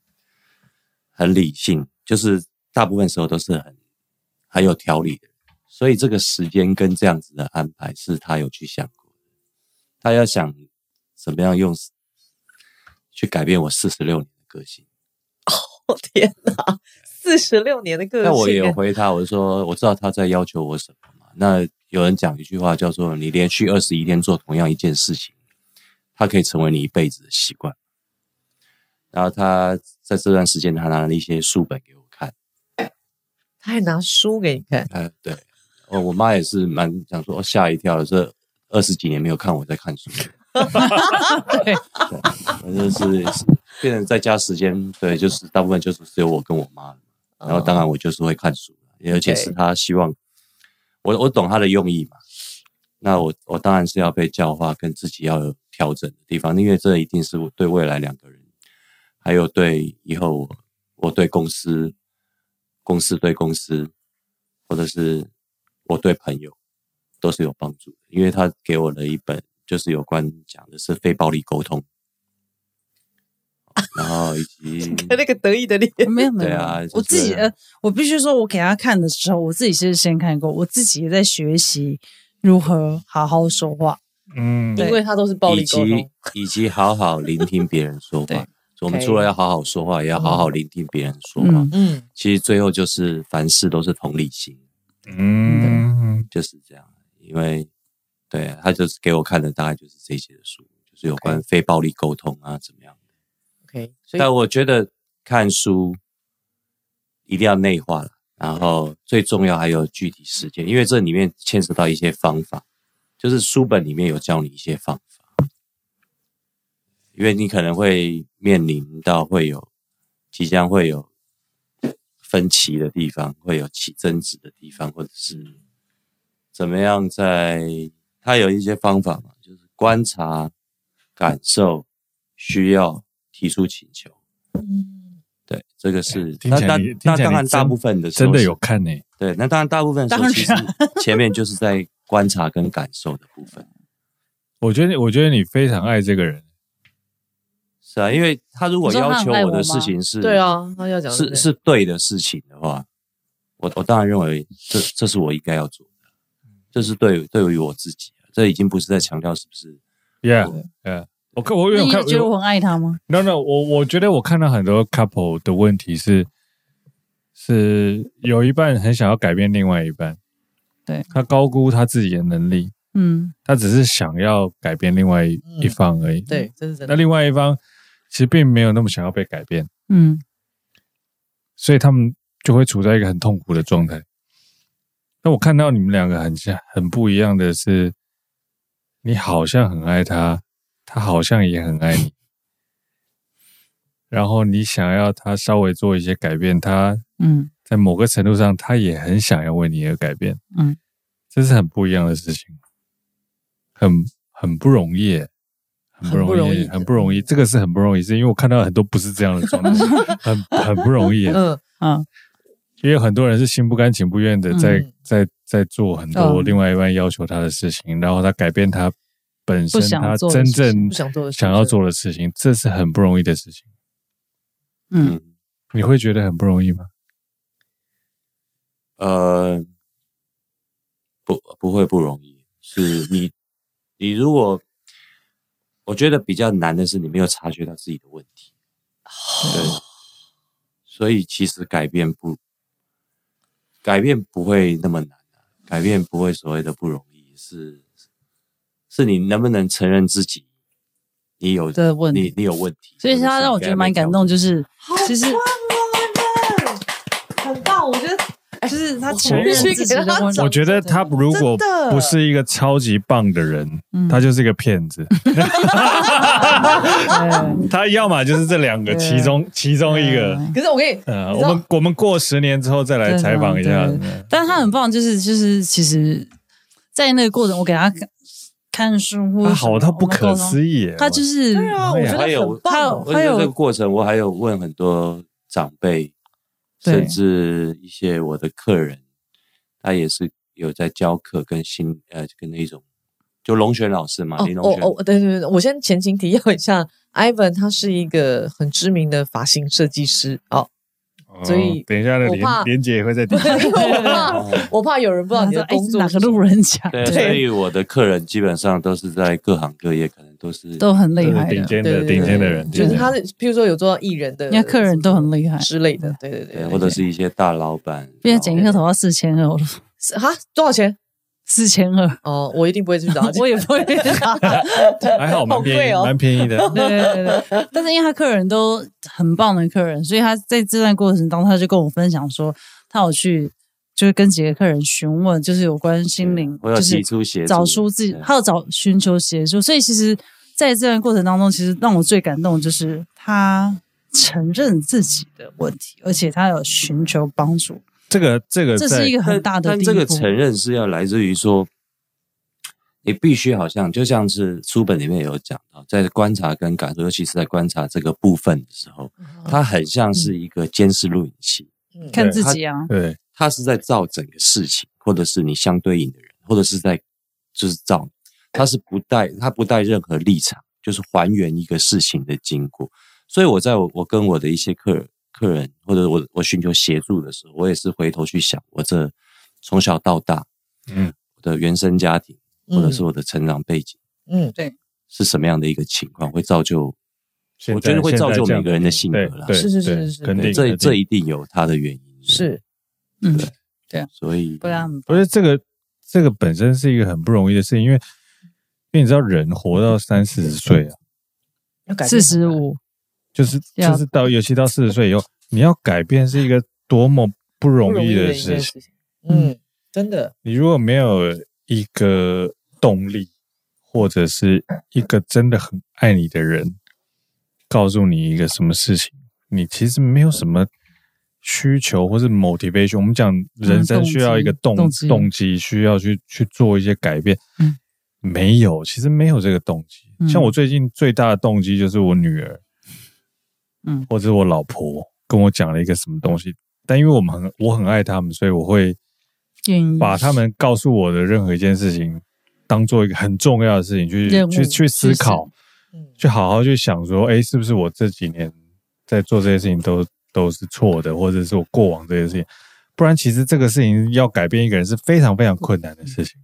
[SPEAKER 6] 很理性，就是大部分时候都是很很有条理的人，所以这个时间跟这样子的安排是他有去想过的，他要想怎么样用去改变我四十六年的个性。
[SPEAKER 3] 我天哪，四十六年的个性。啊
[SPEAKER 6] 那我也有回他，我就说我知道他在要求我什么嘛。那有人讲一句话叫做“你连续二十一天做同样一件事情，它可以成为你一辈子的习惯。”然后他在这段时间，他拿了一些书本给我看。
[SPEAKER 3] 他还拿书给你看，
[SPEAKER 6] 呃，对，哦，我妈也是蛮想说，哦吓、一跳，这二十几年没有看我在看书。
[SPEAKER 1] 对
[SPEAKER 6] 对，反正就是变成在家时间，对，就是大部分就是只有我跟我妈了。然后当然我就是会看书，而且是他希望我我懂他的用意嘛。那我我当然是要被教化，跟自己要有调整的地方，因为这一定是我对未来两个人，还有对以后我我对公司，公司对公司，或者是我对朋友，都是有帮助的。因为他给我了一本，就是有关讲的是非暴力 沟通，然后 以及
[SPEAKER 3] 他那个得意的脸。
[SPEAKER 1] 没有没有，
[SPEAKER 6] 对啊
[SPEAKER 1] 没有
[SPEAKER 6] 就是
[SPEAKER 1] 我自己呃，我必须说，我给他看的时候，我自己是先看过，我自己也在学习如何好好说话。
[SPEAKER 2] 嗯，
[SPEAKER 3] 因为他都是暴力
[SPEAKER 6] 以
[SPEAKER 3] 沟
[SPEAKER 6] 及
[SPEAKER 3] 通，嗯
[SPEAKER 6] 以及好好聆听别人说
[SPEAKER 3] 对
[SPEAKER 6] 话。我们
[SPEAKER 3] OK
[SPEAKER 6] 除了要好好说话，也要好好聆听别人说话。
[SPEAKER 1] 嗯
[SPEAKER 3] 嗯，
[SPEAKER 6] 其实最后就是凡事都是同理心，
[SPEAKER 2] 嗯，
[SPEAKER 6] 就是这样。因为对啊他就是给我看的大概就是这些的书，就是有关非暴力沟通啊怎么样。
[SPEAKER 3] OK，所以
[SPEAKER 6] 但我觉得看书一定要内化了，然后最重要还有具体实践，因为这里面牵涉到一些方法，就是书本里面有教你一些方法，因为你可能会面临到会有即将会有分歧的地方，会有起争执的地方，或者是
[SPEAKER 2] 嗯
[SPEAKER 6] 怎么样在它有一些方法嘛，就是观察、感受、需要、提出请求。对，这个
[SPEAKER 2] 嗯
[SPEAKER 6] 是
[SPEAKER 2] 哎听
[SPEAKER 6] 那
[SPEAKER 2] 起来
[SPEAKER 6] 那
[SPEAKER 2] 你听
[SPEAKER 6] 那
[SPEAKER 2] 起来
[SPEAKER 6] 当
[SPEAKER 2] 你
[SPEAKER 6] 然大
[SPEAKER 2] 真
[SPEAKER 6] 部分的时候
[SPEAKER 2] 真的
[SPEAKER 6] 是
[SPEAKER 2] 有看呢。
[SPEAKER 6] 对，那当然大部分的时候
[SPEAKER 1] 当
[SPEAKER 6] 其实前面就是在观察跟感受的部分。
[SPEAKER 2] 我觉得你我觉得你非常爱这个人，
[SPEAKER 6] 是啊，因为他如果
[SPEAKER 1] 你说他
[SPEAKER 6] 要
[SPEAKER 1] 很
[SPEAKER 6] 求
[SPEAKER 1] 爱
[SPEAKER 6] 我
[SPEAKER 1] 我
[SPEAKER 6] 的
[SPEAKER 1] 吗
[SPEAKER 6] 事情是
[SPEAKER 3] 对啊，他要讲的
[SPEAKER 6] 是是对的事情的话，我我当然认为这这是我应该要做的，这是对对于我自己，啊这已经不是在强调是不是
[SPEAKER 2] Yeah Yeah。我看我
[SPEAKER 1] 那
[SPEAKER 2] 有
[SPEAKER 1] 你
[SPEAKER 2] 看
[SPEAKER 1] 有，觉得我很爱他吗？
[SPEAKER 2] no no，我我觉得我看到很多 couple 的问题是，是有一半很想要改变另外一半，
[SPEAKER 1] 对
[SPEAKER 2] 他高估他自己的能力，
[SPEAKER 1] 嗯，
[SPEAKER 2] 他只是想要改变另外一
[SPEAKER 3] 嗯
[SPEAKER 2] 一方而已。
[SPEAKER 3] 对，这是真
[SPEAKER 2] 那
[SPEAKER 3] 的。
[SPEAKER 2] 另外一方其实并没有那么想要被改变，
[SPEAKER 1] 嗯，
[SPEAKER 2] 所以他们就会处在一个很痛苦的状态。那我看到你们两个很像很不一样的是，你好像很爱他，他好像也很爱你，然后你想要他稍微做一些改变，他
[SPEAKER 1] 嗯
[SPEAKER 2] 在某个程度上，他也很想要为你而改变，
[SPEAKER 1] 嗯，
[SPEAKER 2] 这是很不一样的事情，很很不容易耶，很不
[SPEAKER 1] 很不
[SPEAKER 2] 容
[SPEAKER 1] 容
[SPEAKER 2] 易，
[SPEAKER 1] 易的
[SPEAKER 2] 很不容易，这个是很不容易，是因为我看到很多不是这样 的状态，很很不容易耶，
[SPEAKER 3] 嗯，
[SPEAKER 1] 嗯
[SPEAKER 2] 因为很多人是心不甘情不愿的在、
[SPEAKER 3] 嗯
[SPEAKER 2] 在在做很多
[SPEAKER 1] 哦
[SPEAKER 2] 另外一半要求他的事情，然后他改变他本身
[SPEAKER 1] 不想
[SPEAKER 2] 他
[SPEAKER 3] 做的
[SPEAKER 2] 真
[SPEAKER 3] 事
[SPEAKER 2] 正
[SPEAKER 3] 情不想做的事
[SPEAKER 2] 想要做的事情，这是很不容易的事情，
[SPEAKER 1] 嗯
[SPEAKER 6] 嗯，
[SPEAKER 2] 你会觉得很不容易吗？
[SPEAKER 6] 呃，不，不会不容易。是你，你如果，我觉得比较难的是你没有察觉到自己的问题。对， 所以其实改变不，改变不会那么难、啊，改变不会所谓的不容易，是，是你能不能承认自己，你有
[SPEAKER 3] 的问题
[SPEAKER 6] 你你有问题。
[SPEAKER 1] 所以他让我觉得蛮感动，就是其实
[SPEAKER 3] 哦啊很棒，我觉得
[SPEAKER 1] 就是他
[SPEAKER 3] 哎承
[SPEAKER 1] 承
[SPEAKER 3] 认
[SPEAKER 1] 认
[SPEAKER 3] 自
[SPEAKER 1] 自
[SPEAKER 3] 己
[SPEAKER 1] 己
[SPEAKER 3] 的
[SPEAKER 1] 的
[SPEAKER 3] 问
[SPEAKER 1] 问
[SPEAKER 3] 题
[SPEAKER 1] 题。
[SPEAKER 2] 我觉得他如果
[SPEAKER 3] 哦真的
[SPEAKER 2] 不是一个超级棒的人，
[SPEAKER 1] 嗯
[SPEAKER 2] 他就是一个骗 子。 他要么就是这两个其中其中一个。
[SPEAKER 3] 可是我给你，
[SPEAKER 2] 呃，
[SPEAKER 3] 你知
[SPEAKER 2] 我
[SPEAKER 3] 道
[SPEAKER 2] 们我们过十年之后再来采访一下
[SPEAKER 1] 对。但他很棒，就是就是其实，在那个过程，我给他看看书或
[SPEAKER 2] 他
[SPEAKER 1] 者
[SPEAKER 2] 好
[SPEAKER 1] 什
[SPEAKER 2] 到
[SPEAKER 1] 么
[SPEAKER 2] 不可思
[SPEAKER 1] 议，
[SPEAKER 2] 议耶，
[SPEAKER 1] 他就是
[SPEAKER 3] 对啊，我觉
[SPEAKER 6] 还
[SPEAKER 3] 得
[SPEAKER 6] 有
[SPEAKER 3] 很棒，哦
[SPEAKER 6] 我觉得这个过程，我还有问很多长辈，
[SPEAKER 1] 对
[SPEAKER 6] 甚至一些我的客人，他也是有在教课跟新呃跟那种，就龙泉老师嘛，林龙
[SPEAKER 3] 哦
[SPEAKER 6] 泉，
[SPEAKER 3] 哦哦，对对对，我先前情提要一下，Ivan 他是一个很知名的发型设计师哦，
[SPEAKER 2] 哦
[SPEAKER 3] 所以
[SPEAKER 2] 等一下的
[SPEAKER 3] 我
[SPEAKER 2] 连
[SPEAKER 3] 怕
[SPEAKER 2] 连姐也 会在底下。
[SPEAKER 3] 因为我怕我怕有人不知道你的工作
[SPEAKER 1] 哎哪
[SPEAKER 3] 是
[SPEAKER 1] 个
[SPEAKER 3] 什么
[SPEAKER 1] 路人甲
[SPEAKER 6] 对，
[SPEAKER 3] 对
[SPEAKER 6] 所以我的客人基本上都是在各行各业，可能都是
[SPEAKER 1] 都很厉
[SPEAKER 2] 都是
[SPEAKER 1] 害啊
[SPEAKER 2] 顶
[SPEAKER 1] 的，
[SPEAKER 2] 尖
[SPEAKER 3] 对
[SPEAKER 2] 的
[SPEAKER 3] 对对
[SPEAKER 2] 顶尖的人，
[SPEAKER 3] 就
[SPEAKER 2] 顶
[SPEAKER 3] 是
[SPEAKER 2] 尖
[SPEAKER 3] 他，是，譬如说有做到艺人的，
[SPEAKER 1] 人家客人都很厉嗯害。
[SPEAKER 3] 之类的，对对对
[SPEAKER 6] 对，
[SPEAKER 3] 对，
[SPEAKER 6] 呃或者是一些大老板，啊
[SPEAKER 1] 因为
[SPEAKER 3] 哦
[SPEAKER 6] 然后
[SPEAKER 1] 剪一个头要四千二，
[SPEAKER 3] 是哈多少钱？
[SPEAKER 1] 四千二，，
[SPEAKER 3] 哦，我一定不会去 找他
[SPEAKER 1] 我也不 会。对
[SPEAKER 2] 还好蛮便宜，
[SPEAKER 3] 好贵哦
[SPEAKER 2] 蛮便宜的。
[SPEAKER 1] 对对对，但是因为他客人都很棒的客人，所以他在这段过程当中，他就跟我分享说，他有去就是跟几个客人询问，就是有关心灵，
[SPEAKER 6] 我有
[SPEAKER 1] 就是
[SPEAKER 6] 提出协助
[SPEAKER 1] 找出自己，
[SPEAKER 6] 对
[SPEAKER 1] 还有找寻求协助。所以其实在这段过程当中，其实让我最感动的就是他承认自己的问题，而且他有寻求帮助，
[SPEAKER 2] 这个这个
[SPEAKER 1] 这
[SPEAKER 2] 在
[SPEAKER 1] 是一个很大的
[SPEAKER 6] 但
[SPEAKER 1] 第一
[SPEAKER 6] 这个
[SPEAKER 1] 步
[SPEAKER 6] 承认是要来自于说，你必须好像就像是书本里面有讲到，在观察跟感受，尤其是在观察这个部分的时候，
[SPEAKER 1] 嗯
[SPEAKER 6] 它很像是一个监视录影器，
[SPEAKER 1] 看自己啊，
[SPEAKER 2] 对
[SPEAKER 6] 它是在照整个事情，或者是你相对应的人，或者是在就是照，它是不带它不带任何立场，就是还原一个事情的经过。所以我在我我跟我的一些客人客人或者我我寻求协助的时候，我也是回头去想，我这从小到大，
[SPEAKER 2] 嗯，
[SPEAKER 6] 我的原生家庭或
[SPEAKER 1] 嗯
[SPEAKER 6] 者是我的成长背景
[SPEAKER 3] 嗯，
[SPEAKER 6] 是什么样的一个情况，会造就
[SPEAKER 2] 现在
[SPEAKER 6] 我觉得会造就每个人的性格啦
[SPEAKER 2] 对，对
[SPEAKER 3] 是是是
[SPEAKER 2] 对
[SPEAKER 3] 是是
[SPEAKER 2] 肯定
[SPEAKER 6] 对这
[SPEAKER 2] 肯定
[SPEAKER 6] 这一定有它的原因，
[SPEAKER 3] 是
[SPEAKER 1] 嗯，
[SPEAKER 6] 所以
[SPEAKER 1] 不然很
[SPEAKER 2] 我觉得这个这个本身是一个很不容易的事情，因为因为你知道，人活到三四十岁啊，
[SPEAKER 3] 要改
[SPEAKER 1] 四
[SPEAKER 3] 变
[SPEAKER 1] 十五，
[SPEAKER 2] 就是
[SPEAKER 1] 要
[SPEAKER 2] 就是到尤其到四十岁以后，你要改变是一个多么不
[SPEAKER 3] 不
[SPEAKER 2] 容
[SPEAKER 3] 容
[SPEAKER 2] 易
[SPEAKER 3] 易
[SPEAKER 2] 的
[SPEAKER 3] 的
[SPEAKER 2] 事情。
[SPEAKER 3] 情，嗯，真的，
[SPEAKER 2] 你如果没有一个动力，或者是一个真的很爱你的人告诉你一个什么事情，你其实没有什么需求或是 motivation。我们讲人生
[SPEAKER 1] 动机
[SPEAKER 2] 需要一个动、
[SPEAKER 1] 嗯动机
[SPEAKER 2] 动机，需要去去做一些改变。
[SPEAKER 1] 嗯
[SPEAKER 2] 没有，其实没有这个动机。
[SPEAKER 1] 嗯
[SPEAKER 2] 像我最近最大的动机就是我女儿，
[SPEAKER 1] 嗯
[SPEAKER 2] 或者我老婆跟我讲了一个什么东西，但因为我们很我很爱他们，所以我会。
[SPEAKER 1] 愿意
[SPEAKER 2] 把他们告诉我的任何一件事情，当做一个很重要的事情去
[SPEAKER 1] 任务
[SPEAKER 2] 去去思考，
[SPEAKER 3] 嗯
[SPEAKER 2] 去好好去想说，哎，是不是我这几年在做这些事情都都是错的，或者是我过往这些事情？不然，其实这个事情要改变一个人是非常非常困难的事情。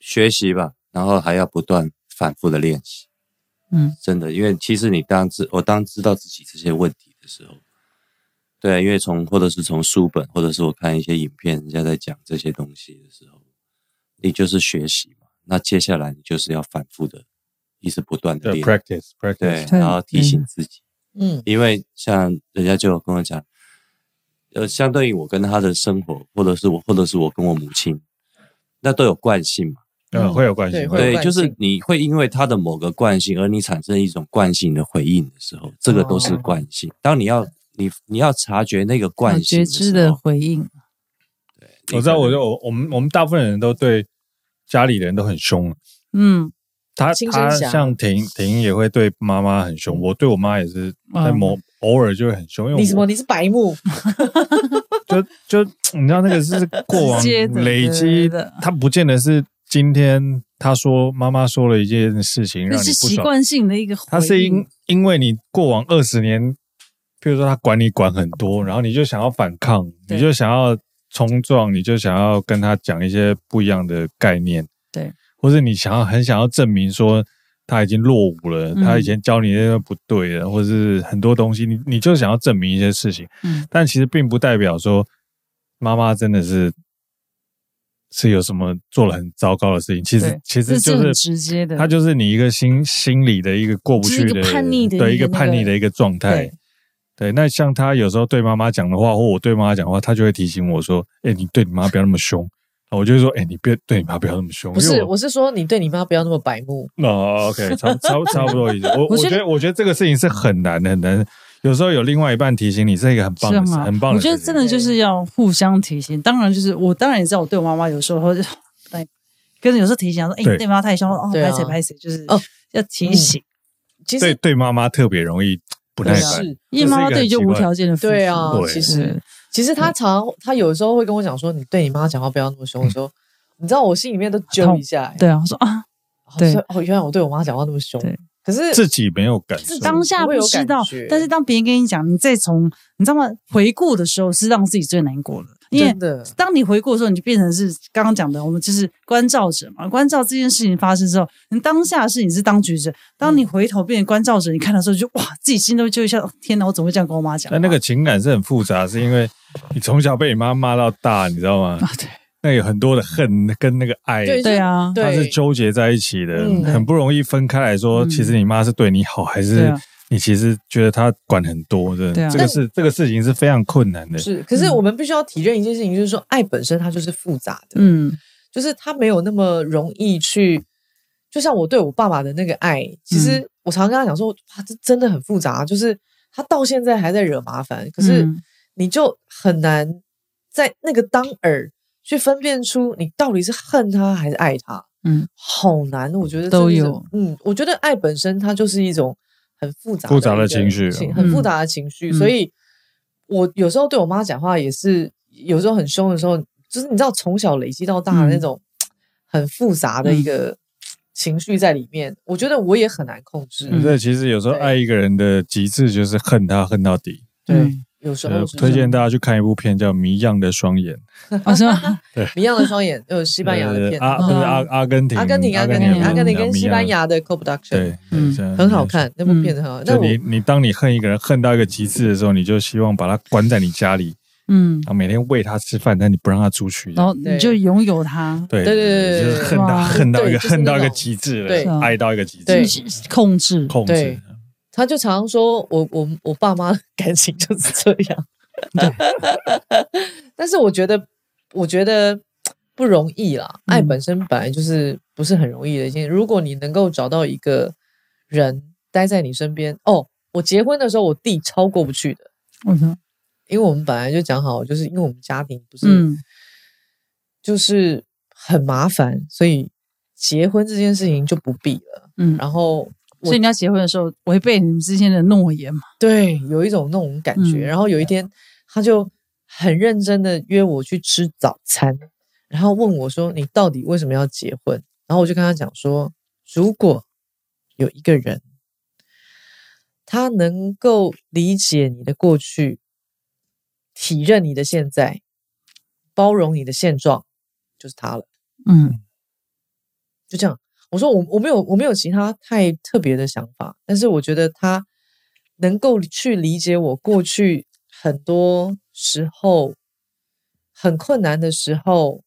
[SPEAKER 6] 学习吧，然后还要不断反复的练习。
[SPEAKER 1] 嗯，
[SPEAKER 6] 真的，因为其实你当知我当知道自己这些问题的时候，对啊，因为从或者是从书本，或者是我看一些影片，人家在讲这些东西的时候，你就是学习嘛。那接下来你就是要反复的一直不断的
[SPEAKER 2] 对
[SPEAKER 6] 练，
[SPEAKER 2] ，practice
[SPEAKER 6] 对
[SPEAKER 2] practice，，
[SPEAKER 1] 对
[SPEAKER 6] 然后提醒自己，
[SPEAKER 3] 嗯
[SPEAKER 6] 因为像人家就有跟我讲，呃，相对于我跟他的生活，或者是我，或者是我跟我母亲，那都有惯性嘛，
[SPEAKER 2] 嗯，会有关系，
[SPEAKER 3] 对
[SPEAKER 2] 会有
[SPEAKER 3] 会有
[SPEAKER 6] 对，
[SPEAKER 3] 惯性
[SPEAKER 6] 就是你会因为他的某个惯性，而你产生一种惯性的回应的时候，这个都
[SPEAKER 3] 哦
[SPEAKER 6] 是惯性。当你要你你要察觉那个惯
[SPEAKER 1] 觉
[SPEAKER 6] 性的
[SPEAKER 1] 知
[SPEAKER 6] 时
[SPEAKER 1] 的
[SPEAKER 6] 候，
[SPEAKER 1] 回应，
[SPEAKER 2] 我知道，我就我我们我们大部分人都对家里人都很凶，
[SPEAKER 1] 嗯，
[SPEAKER 2] 他
[SPEAKER 3] 亲生
[SPEAKER 2] 他
[SPEAKER 3] 侠
[SPEAKER 2] 像婷婷也会对妈妈很凶，我对我妈也是，
[SPEAKER 1] 嗯
[SPEAKER 2] 但某偶尔就会很凶，因为
[SPEAKER 3] 你什么？
[SPEAKER 2] 我
[SPEAKER 3] 你是白目？
[SPEAKER 2] 就就你知道那 个是过往
[SPEAKER 1] 直接的
[SPEAKER 2] 累
[SPEAKER 1] 对对
[SPEAKER 2] 积
[SPEAKER 1] 对，
[SPEAKER 2] 他不见得是今天他说妈妈说了一件事情
[SPEAKER 1] 那
[SPEAKER 2] 让你
[SPEAKER 1] 是
[SPEAKER 2] 不
[SPEAKER 1] 习
[SPEAKER 2] 爽，
[SPEAKER 1] 惯性的一个回应，
[SPEAKER 2] 他是因因为你过往二十年，譬如说他管你管很多，然后你就想要反抗，
[SPEAKER 1] 对
[SPEAKER 2] 你就想要冲撞，你就想要跟他讲一些不一样的概念，
[SPEAKER 1] 对，
[SPEAKER 2] 或者你想要很想要证明说他已经落伍了，
[SPEAKER 1] 嗯
[SPEAKER 2] 他以前教你那些不对的，或者是很多东西，你你就想要证明一些事情，
[SPEAKER 1] 嗯
[SPEAKER 2] 但其实并不代表说妈妈真的是。是有什么做了很糟糕的事情？其实
[SPEAKER 1] 对
[SPEAKER 2] 其
[SPEAKER 1] 这
[SPEAKER 2] 实就是是
[SPEAKER 1] 很直接的
[SPEAKER 2] 他就是你一个心心里的一个过不去
[SPEAKER 1] 就是一
[SPEAKER 2] 的
[SPEAKER 1] 个叛逆的
[SPEAKER 2] 对
[SPEAKER 1] 一
[SPEAKER 2] 一
[SPEAKER 1] 个
[SPEAKER 2] 个叛
[SPEAKER 1] 那个
[SPEAKER 2] 逆的一个状态
[SPEAKER 1] 对。
[SPEAKER 2] 对，那像他有时候对妈妈讲的话，或我对妈妈讲的话，他就会提醒我说：“哎、你对你妈不要那么凶。”我就会说：“哎、你别对你妈不要那么凶。”
[SPEAKER 3] 不
[SPEAKER 2] 因
[SPEAKER 3] 是，
[SPEAKER 2] 为
[SPEAKER 3] 我是说你对你妈不要那么白目。
[SPEAKER 2] 哦，OK，差不差不差不多意思。我我
[SPEAKER 1] 觉
[SPEAKER 2] 觉
[SPEAKER 1] 得
[SPEAKER 2] 得我觉得这个事情是很难很难，有时候有另外一半提醒你，是一个很棒
[SPEAKER 1] 是
[SPEAKER 2] 的事，
[SPEAKER 1] 吗？
[SPEAKER 2] 很棒
[SPEAKER 1] 我
[SPEAKER 2] 的事
[SPEAKER 1] 觉
[SPEAKER 2] 情。
[SPEAKER 1] 得真的就是要互相提醒。当然，就是我当然也知道，我对我妈妈有时候， 哎，跟着有时候提醒她说，哎、
[SPEAKER 2] 对嗯
[SPEAKER 1] 你对妈妈太凶了，哦，
[SPEAKER 3] 对啊
[SPEAKER 1] 拍谁拍谁，就是
[SPEAKER 3] 哦
[SPEAKER 1] 要提醒。
[SPEAKER 3] 其
[SPEAKER 2] 对
[SPEAKER 3] 实
[SPEAKER 2] 对妈妈特别容易不耐
[SPEAKER 3] 不
[SPEAKER 2] 烦，
[SPEAKER 3] 是，
[SPEAKER 1] 因为妈妈
[SPEAKER 2] 这是
[SPEAKER 1] 对你
[SPEAKER 2] 一
[SPEAKER 1] 就
[SPEAKER 2] 个很
[SPEAKER 1] 无
[SPEAKER 2] 奇怪
[SPEAKER 1] 条件的付出，
[SPEAKER 3] 对啊
[SPEAKER 2] 对，
[SPEAKER 3] 其实
[SPEAKER 1] 是
[SPEAKER 3] 其实
[SPEAKER 1] 嗯
[SPEAKER 3] 他常他有时候会跟我讲说，你对你妈讲话不要那么凶。我说，你知道我心里面都揪一下、欸，
[SPEAKER 1] 对嗯啊。我说啊，
[SPEAKER 3] 哦
[SPEAKER 1] 对
[SPEAKER 3] 所以哦，原来我对我妈讲话那么凶
[SPEAKER 1] 对，
[SPEAKER 3] 可是
[SPEAKER 2] 自己没有感受
[SPEAKER 3] 自。己
[SPEAKER 1] 当下不
[SPEAKER 3] 会有
[SPEAKER 1] 知
[SPEAKER 3] 感
[SPEAKER 1] 道
[SPEAKER 3] 觉，
[SPEAKER 1] 但是当别人跟你讲，你再从你知道吗？回顾的时候是让自己最难过的，因为
[SPEAKER 3] 真的
[SPEAKER 1] 当你回顾的时候，你就变成是刚刚讲的，我们就是关照者嘛。关照这件事情发生之后，你当下的事情是当局者，当你回头变成关照者，你看的时候就哇，自己心都揪一下，哦天哪，我怎么会这样跟我妈讲话？
[SPEAKER 2] 但哎那个情感是很复杂，是因为你从小被你妈骂到大，你知道 吗？
[SPEAKER 1] 啊，对
[SPEAKER 2] 那有很多的恨跟那个爱，
[SPEAKER 3] 对
[SPEAKER 1] 对啊，
[SPEAKER 2] 它是
[SPEAKER 3] 对，
[SPEAKER 2] 纠结在一起的，
[SPEAKER 3] 嗯
[SPEAKER 2] 很不容易分开来说。
[SPEAKER 1] 嗯
[SPEAKER 2] 其实你妈是对你好，还
[SPEAKER 1] 对
[SPEAKER 2] 是
[SPEAKER 1] 啊
[SPEAKER 2] 你其实觉得她管很多的？
[SPEAKER 1] 对啊
[SPEAKER 2] 这个是这个事情是非常困难的。
[SPEAKER 3] 是。可是
[SPEAKER 1] 嗯
[SPEAKER 3] 我们必须要体认一件事情，就是说爱本身它就是复杂的，
[SPEAKER 1] 嗯，
[SPEAKER 3] 就是它没有那么容易去。就像我对我爸爸的那个爱，其
[SPEAKER 1] 嗯
[SPEAKER 3] 实我常常跟他讲说，哇，这真的很复杂，啊就是他到现在还在惹麻烦，可是
[SPEAKER 1] 嗯
[SPEAKER 3] 你就很难在那个当儿去分辨出你到底是恨他还是爱他。
[SPEAKER 1] 嗯，
[SPEAKER 3] 好难，哦我觉得
[SPEAKER 1] 都
[SPEAKER 3] 这是一
[SPEAKER 1] 有
[SPEAKER 3] 种。嗯，我觉得爱本身它就是一种很复杂
[SPEAKER 2] 复杂
[SPEAKER 3] 一
[SPEAKER 2] 的
[SPEAKER 3] 个
[SPEAKER 2] 情绪哦
[SPEAKER 3] 很复
[SPEAKER 1] 嗯
[SPEAKER 3] 杂的情绪。
[SPEAKER 1] 嗯
[SPEAKER 3] 所以，我有时候对我妈讲话也是，有时候很凶的时候，就是你知道从小累积到大的那
[SPEAKER 1] 嗯
[SPEAKER 3] 种很复杂的一个情绪在里面，我觉得我也很难控制。
[SPEAKER 1] 嗯
[SPEAKER 2] 所以其实有时候
[SPEAKER 3] 对
[SPEAKER 2] 爱一个人的极致就是恨他恨到底。
[SPEAKER 3] 对
[SPEAKER 1] 嗯，
[SPEAKER 3] 有时
[SPEAKER 2] 呃
[SPEAKER 3] 候
[SPEAKER 2] 推荐大家去看一部片叫《谜样的双眼》，
[SPEAKER 1] 我说
[SPEAKER 3] 一样的双眼，呃，西
[SPEAKER 2] 西
[SPEAKER 3] 班牙的片，
[SPEAKER 2] 阿
[SPEAKER 1] 嗯
[SPEAKER 2] 啊不是阿阿根廷，
[SPEAKER 3] 阿根廷，阿根廷，阿根廷跟西班牙的
[SPEAKER 2] 啊对
[SPEAKER 3] co-production，，
[SPEAKER 1] 嗯
[SPEAKER 2] 对
[SPEAKER 3] 很好。看，那部片子很好看。那
[SPEAKER 2] 就
[SPEAKER 3] 我
[SPEAKER 2] 你你当你恨一个人恨到一个极致的时候，你就希望把他关在你家里，
[SPEAKER 1] 嗯，
[SPEAKER 2] 然后每天喂他吃饭，但你不让他出去。
[SPEAKER 1] 然后你就拥有它，
[SPEAKER 2] 对
[SPEAKER 3] 对对对
[SPEAKER 2] 就
[SPEAKER 3] 对
[SPEAKER 2] 是恨
[SPEAKER 1] 哇
[SPEAKER 2] 他恨到一
[SPEAKER 3] 对
[SPEAKER 2] 个
[SPEAKER 3] 就是那
[SPEAKER 2] 恨到一个
[SPEAKER 3] 种
[SPEAKER 2] 极致了，
[SPEAKER 3] 对嗯
[SPEAKER 2] 爱到一个极致，
[SPEAKER 3] 对
[SPEAKER 1] 就是控制，
[SPEAKER 2] 控
[SPEAKER 3] 对
[SPEAKER 2] 制。
[SPEAKER 3] 他就常常说我我我爸妈的感情就是这 样，但是我觉得我觉得不容易啦，爱本身本来就是不是很容易的一件。如果你能够找到一个人待在你身边，哦，我结婚的时候我弟超过不去的，
[SPEAKER 1] 我说
[SPEAKER 3] 因为我们本来就讲好，就是因为我们家庭不是、
[SPEAKER 1] 嗯，
[SPEAKER 3] 就是很麻烦，所以结婚这件事情就不必了。
[SPEAKER 1] 嗯
[SPEAKER 3] 然后我
[SPEAKER 1] 所以你要结婚的时候违背你们之间的诺言嘛，
[SPEAKER 3] 对，有一种那种感觉。
[SPEAKER 1] 嗯
[SPEAKER 3] 然后有一天，他就很认真的约我去吃早餐，然后问我说：“你到底为什么要结婚？”然后我就跟他讲说：“如果有一个人，他能够理解你的过去，体认你的现在，包容你的现状，就是他了。”
[SPEAKER 1] 嗯
[SPEAKER 3] 就这样。我说我我没有我没有其他太特别的想法，但是我觉得他能够去理解我过去很多时候很困难的时候，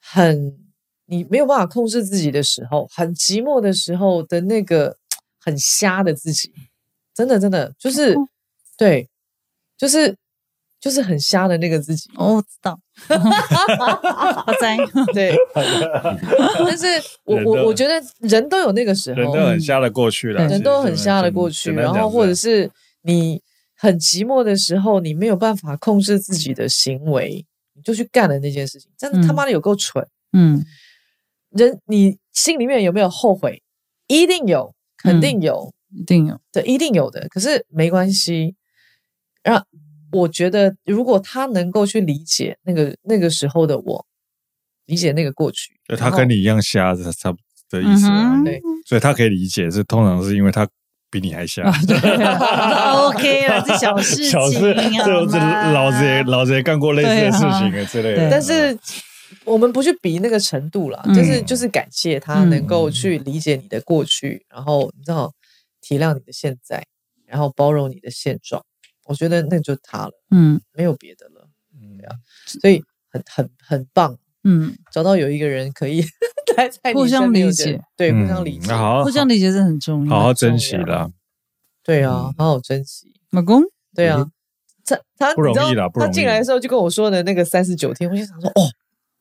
[SPEAKER 3] 很你没有办法控制自己的时候，很寂寞的时候的那个很瞎的自己，真的真的就是、对，就是就是很瞎的那个自己，
[SPEAKER 1] 哦，我知道， 我在
[SPEAKER 3] 对。 但是我
[SPEAKER 2] 人都
[SPEAKER 3] 我我觉得人都有那个时候，
[SPEAKER 2] 人都很瞎的过去了，
[SPEAKER 1] 嗯
[SPEAKER 3] 人都很瞎了过去，
[SPEAKER 2] 简单
[SPEAKER 3] 然
[SPEAKER 2] 讲啊
[SPEAKER 3] 后或者是你很寂寞的时候，你没有办法控制自己的行为，你就去干了那件事情，真的他
[SPEAKER 1] 嗯
[SPEAKER 3] 妈的有够蠢。
[SPEAKER 1] 嗯
[SPEAKER 3] 人，你心里面有没有后悔？一定有，肯定有，
[SPEAKER 1] 一定有，
[SPEAKER 3] 对，一定有的。可是没关系，让我觉得，如果他能够去理解那个那个时候的我，理解那个过去，
[SPEAKER 2] 就他
[SPEAKER 3] 然后
[SPEAKER 2] 跟你一样瞎，是差不多的意思啊
[SPEAKER 1] 嗯哼
[SPEAKER 3] 对，
[SPEAKER 2] 所以他可以理解，是通常是因为他比 你还瞎。
[SPEAKER 3] 啊
[SPEAKER 1] OK 了，这小事
[SPEAKER 2] 小事，
[SPEAKER 1] 情
[SPEAKER 2] 这我这
[SPEAKER 1] 啊，
[SPEAKER 2] 老子也老子也干过类似的事情啊之类的。
[SPEAKER 1] 对
[SPEAKER 3] 但是我们不去比那个程度啦，
[SPEAKER 1] 嗯
[SPEAKER 3] 就是就是感谢他
[SPEAKER 1] 嗯
[SPEAKER 3] 能够去理解你的过去，然后你知道体谅你的现在，然后包容你的现状。我觉得那就他了，
[SPEAKER 1] 嗯
[SPEAKER 3] 没有别的了，
[SPEAKER 2] 嗯
[SPEAKER 3] 所以很很很棒，
[SPEAKER 1] 嗯，
[SPEAKER 3] 找到有一个人可以 待在你
[SPEAKER 1] 互相
[SPEAKER 3] 身边
[SPEAKER 1] 理
[SPEAKER 3] 有点
[SPEAKER 1] 解，
[SPEAKER 3] 对，互相理
[SPEAKER 2] 嗯
[SPEAKER 3] 解，
[SPEAKER 2] 那好好
[SPEAKER 1] 互相理解是很重
[SPEAKER 2] 好
[SPEAKER 1] 要。
[SPEAKER 2] 好珍惜啦。
[SPEAKER 3] 对
[SPEAKER 2] 嗯
[SPEAKER 3] 啊，好好珍惜，
[SPEAKER 1] 老公，
[SPEAKER 3] 对啊。他他
[SPEAKER 2] 不容易啦
[SPEAKER 3] 你知道
[SPEAKER 2] 不容易
[SPEAKER 3] 他进来的时候就跟我说的那个三十九天，我就想说哦，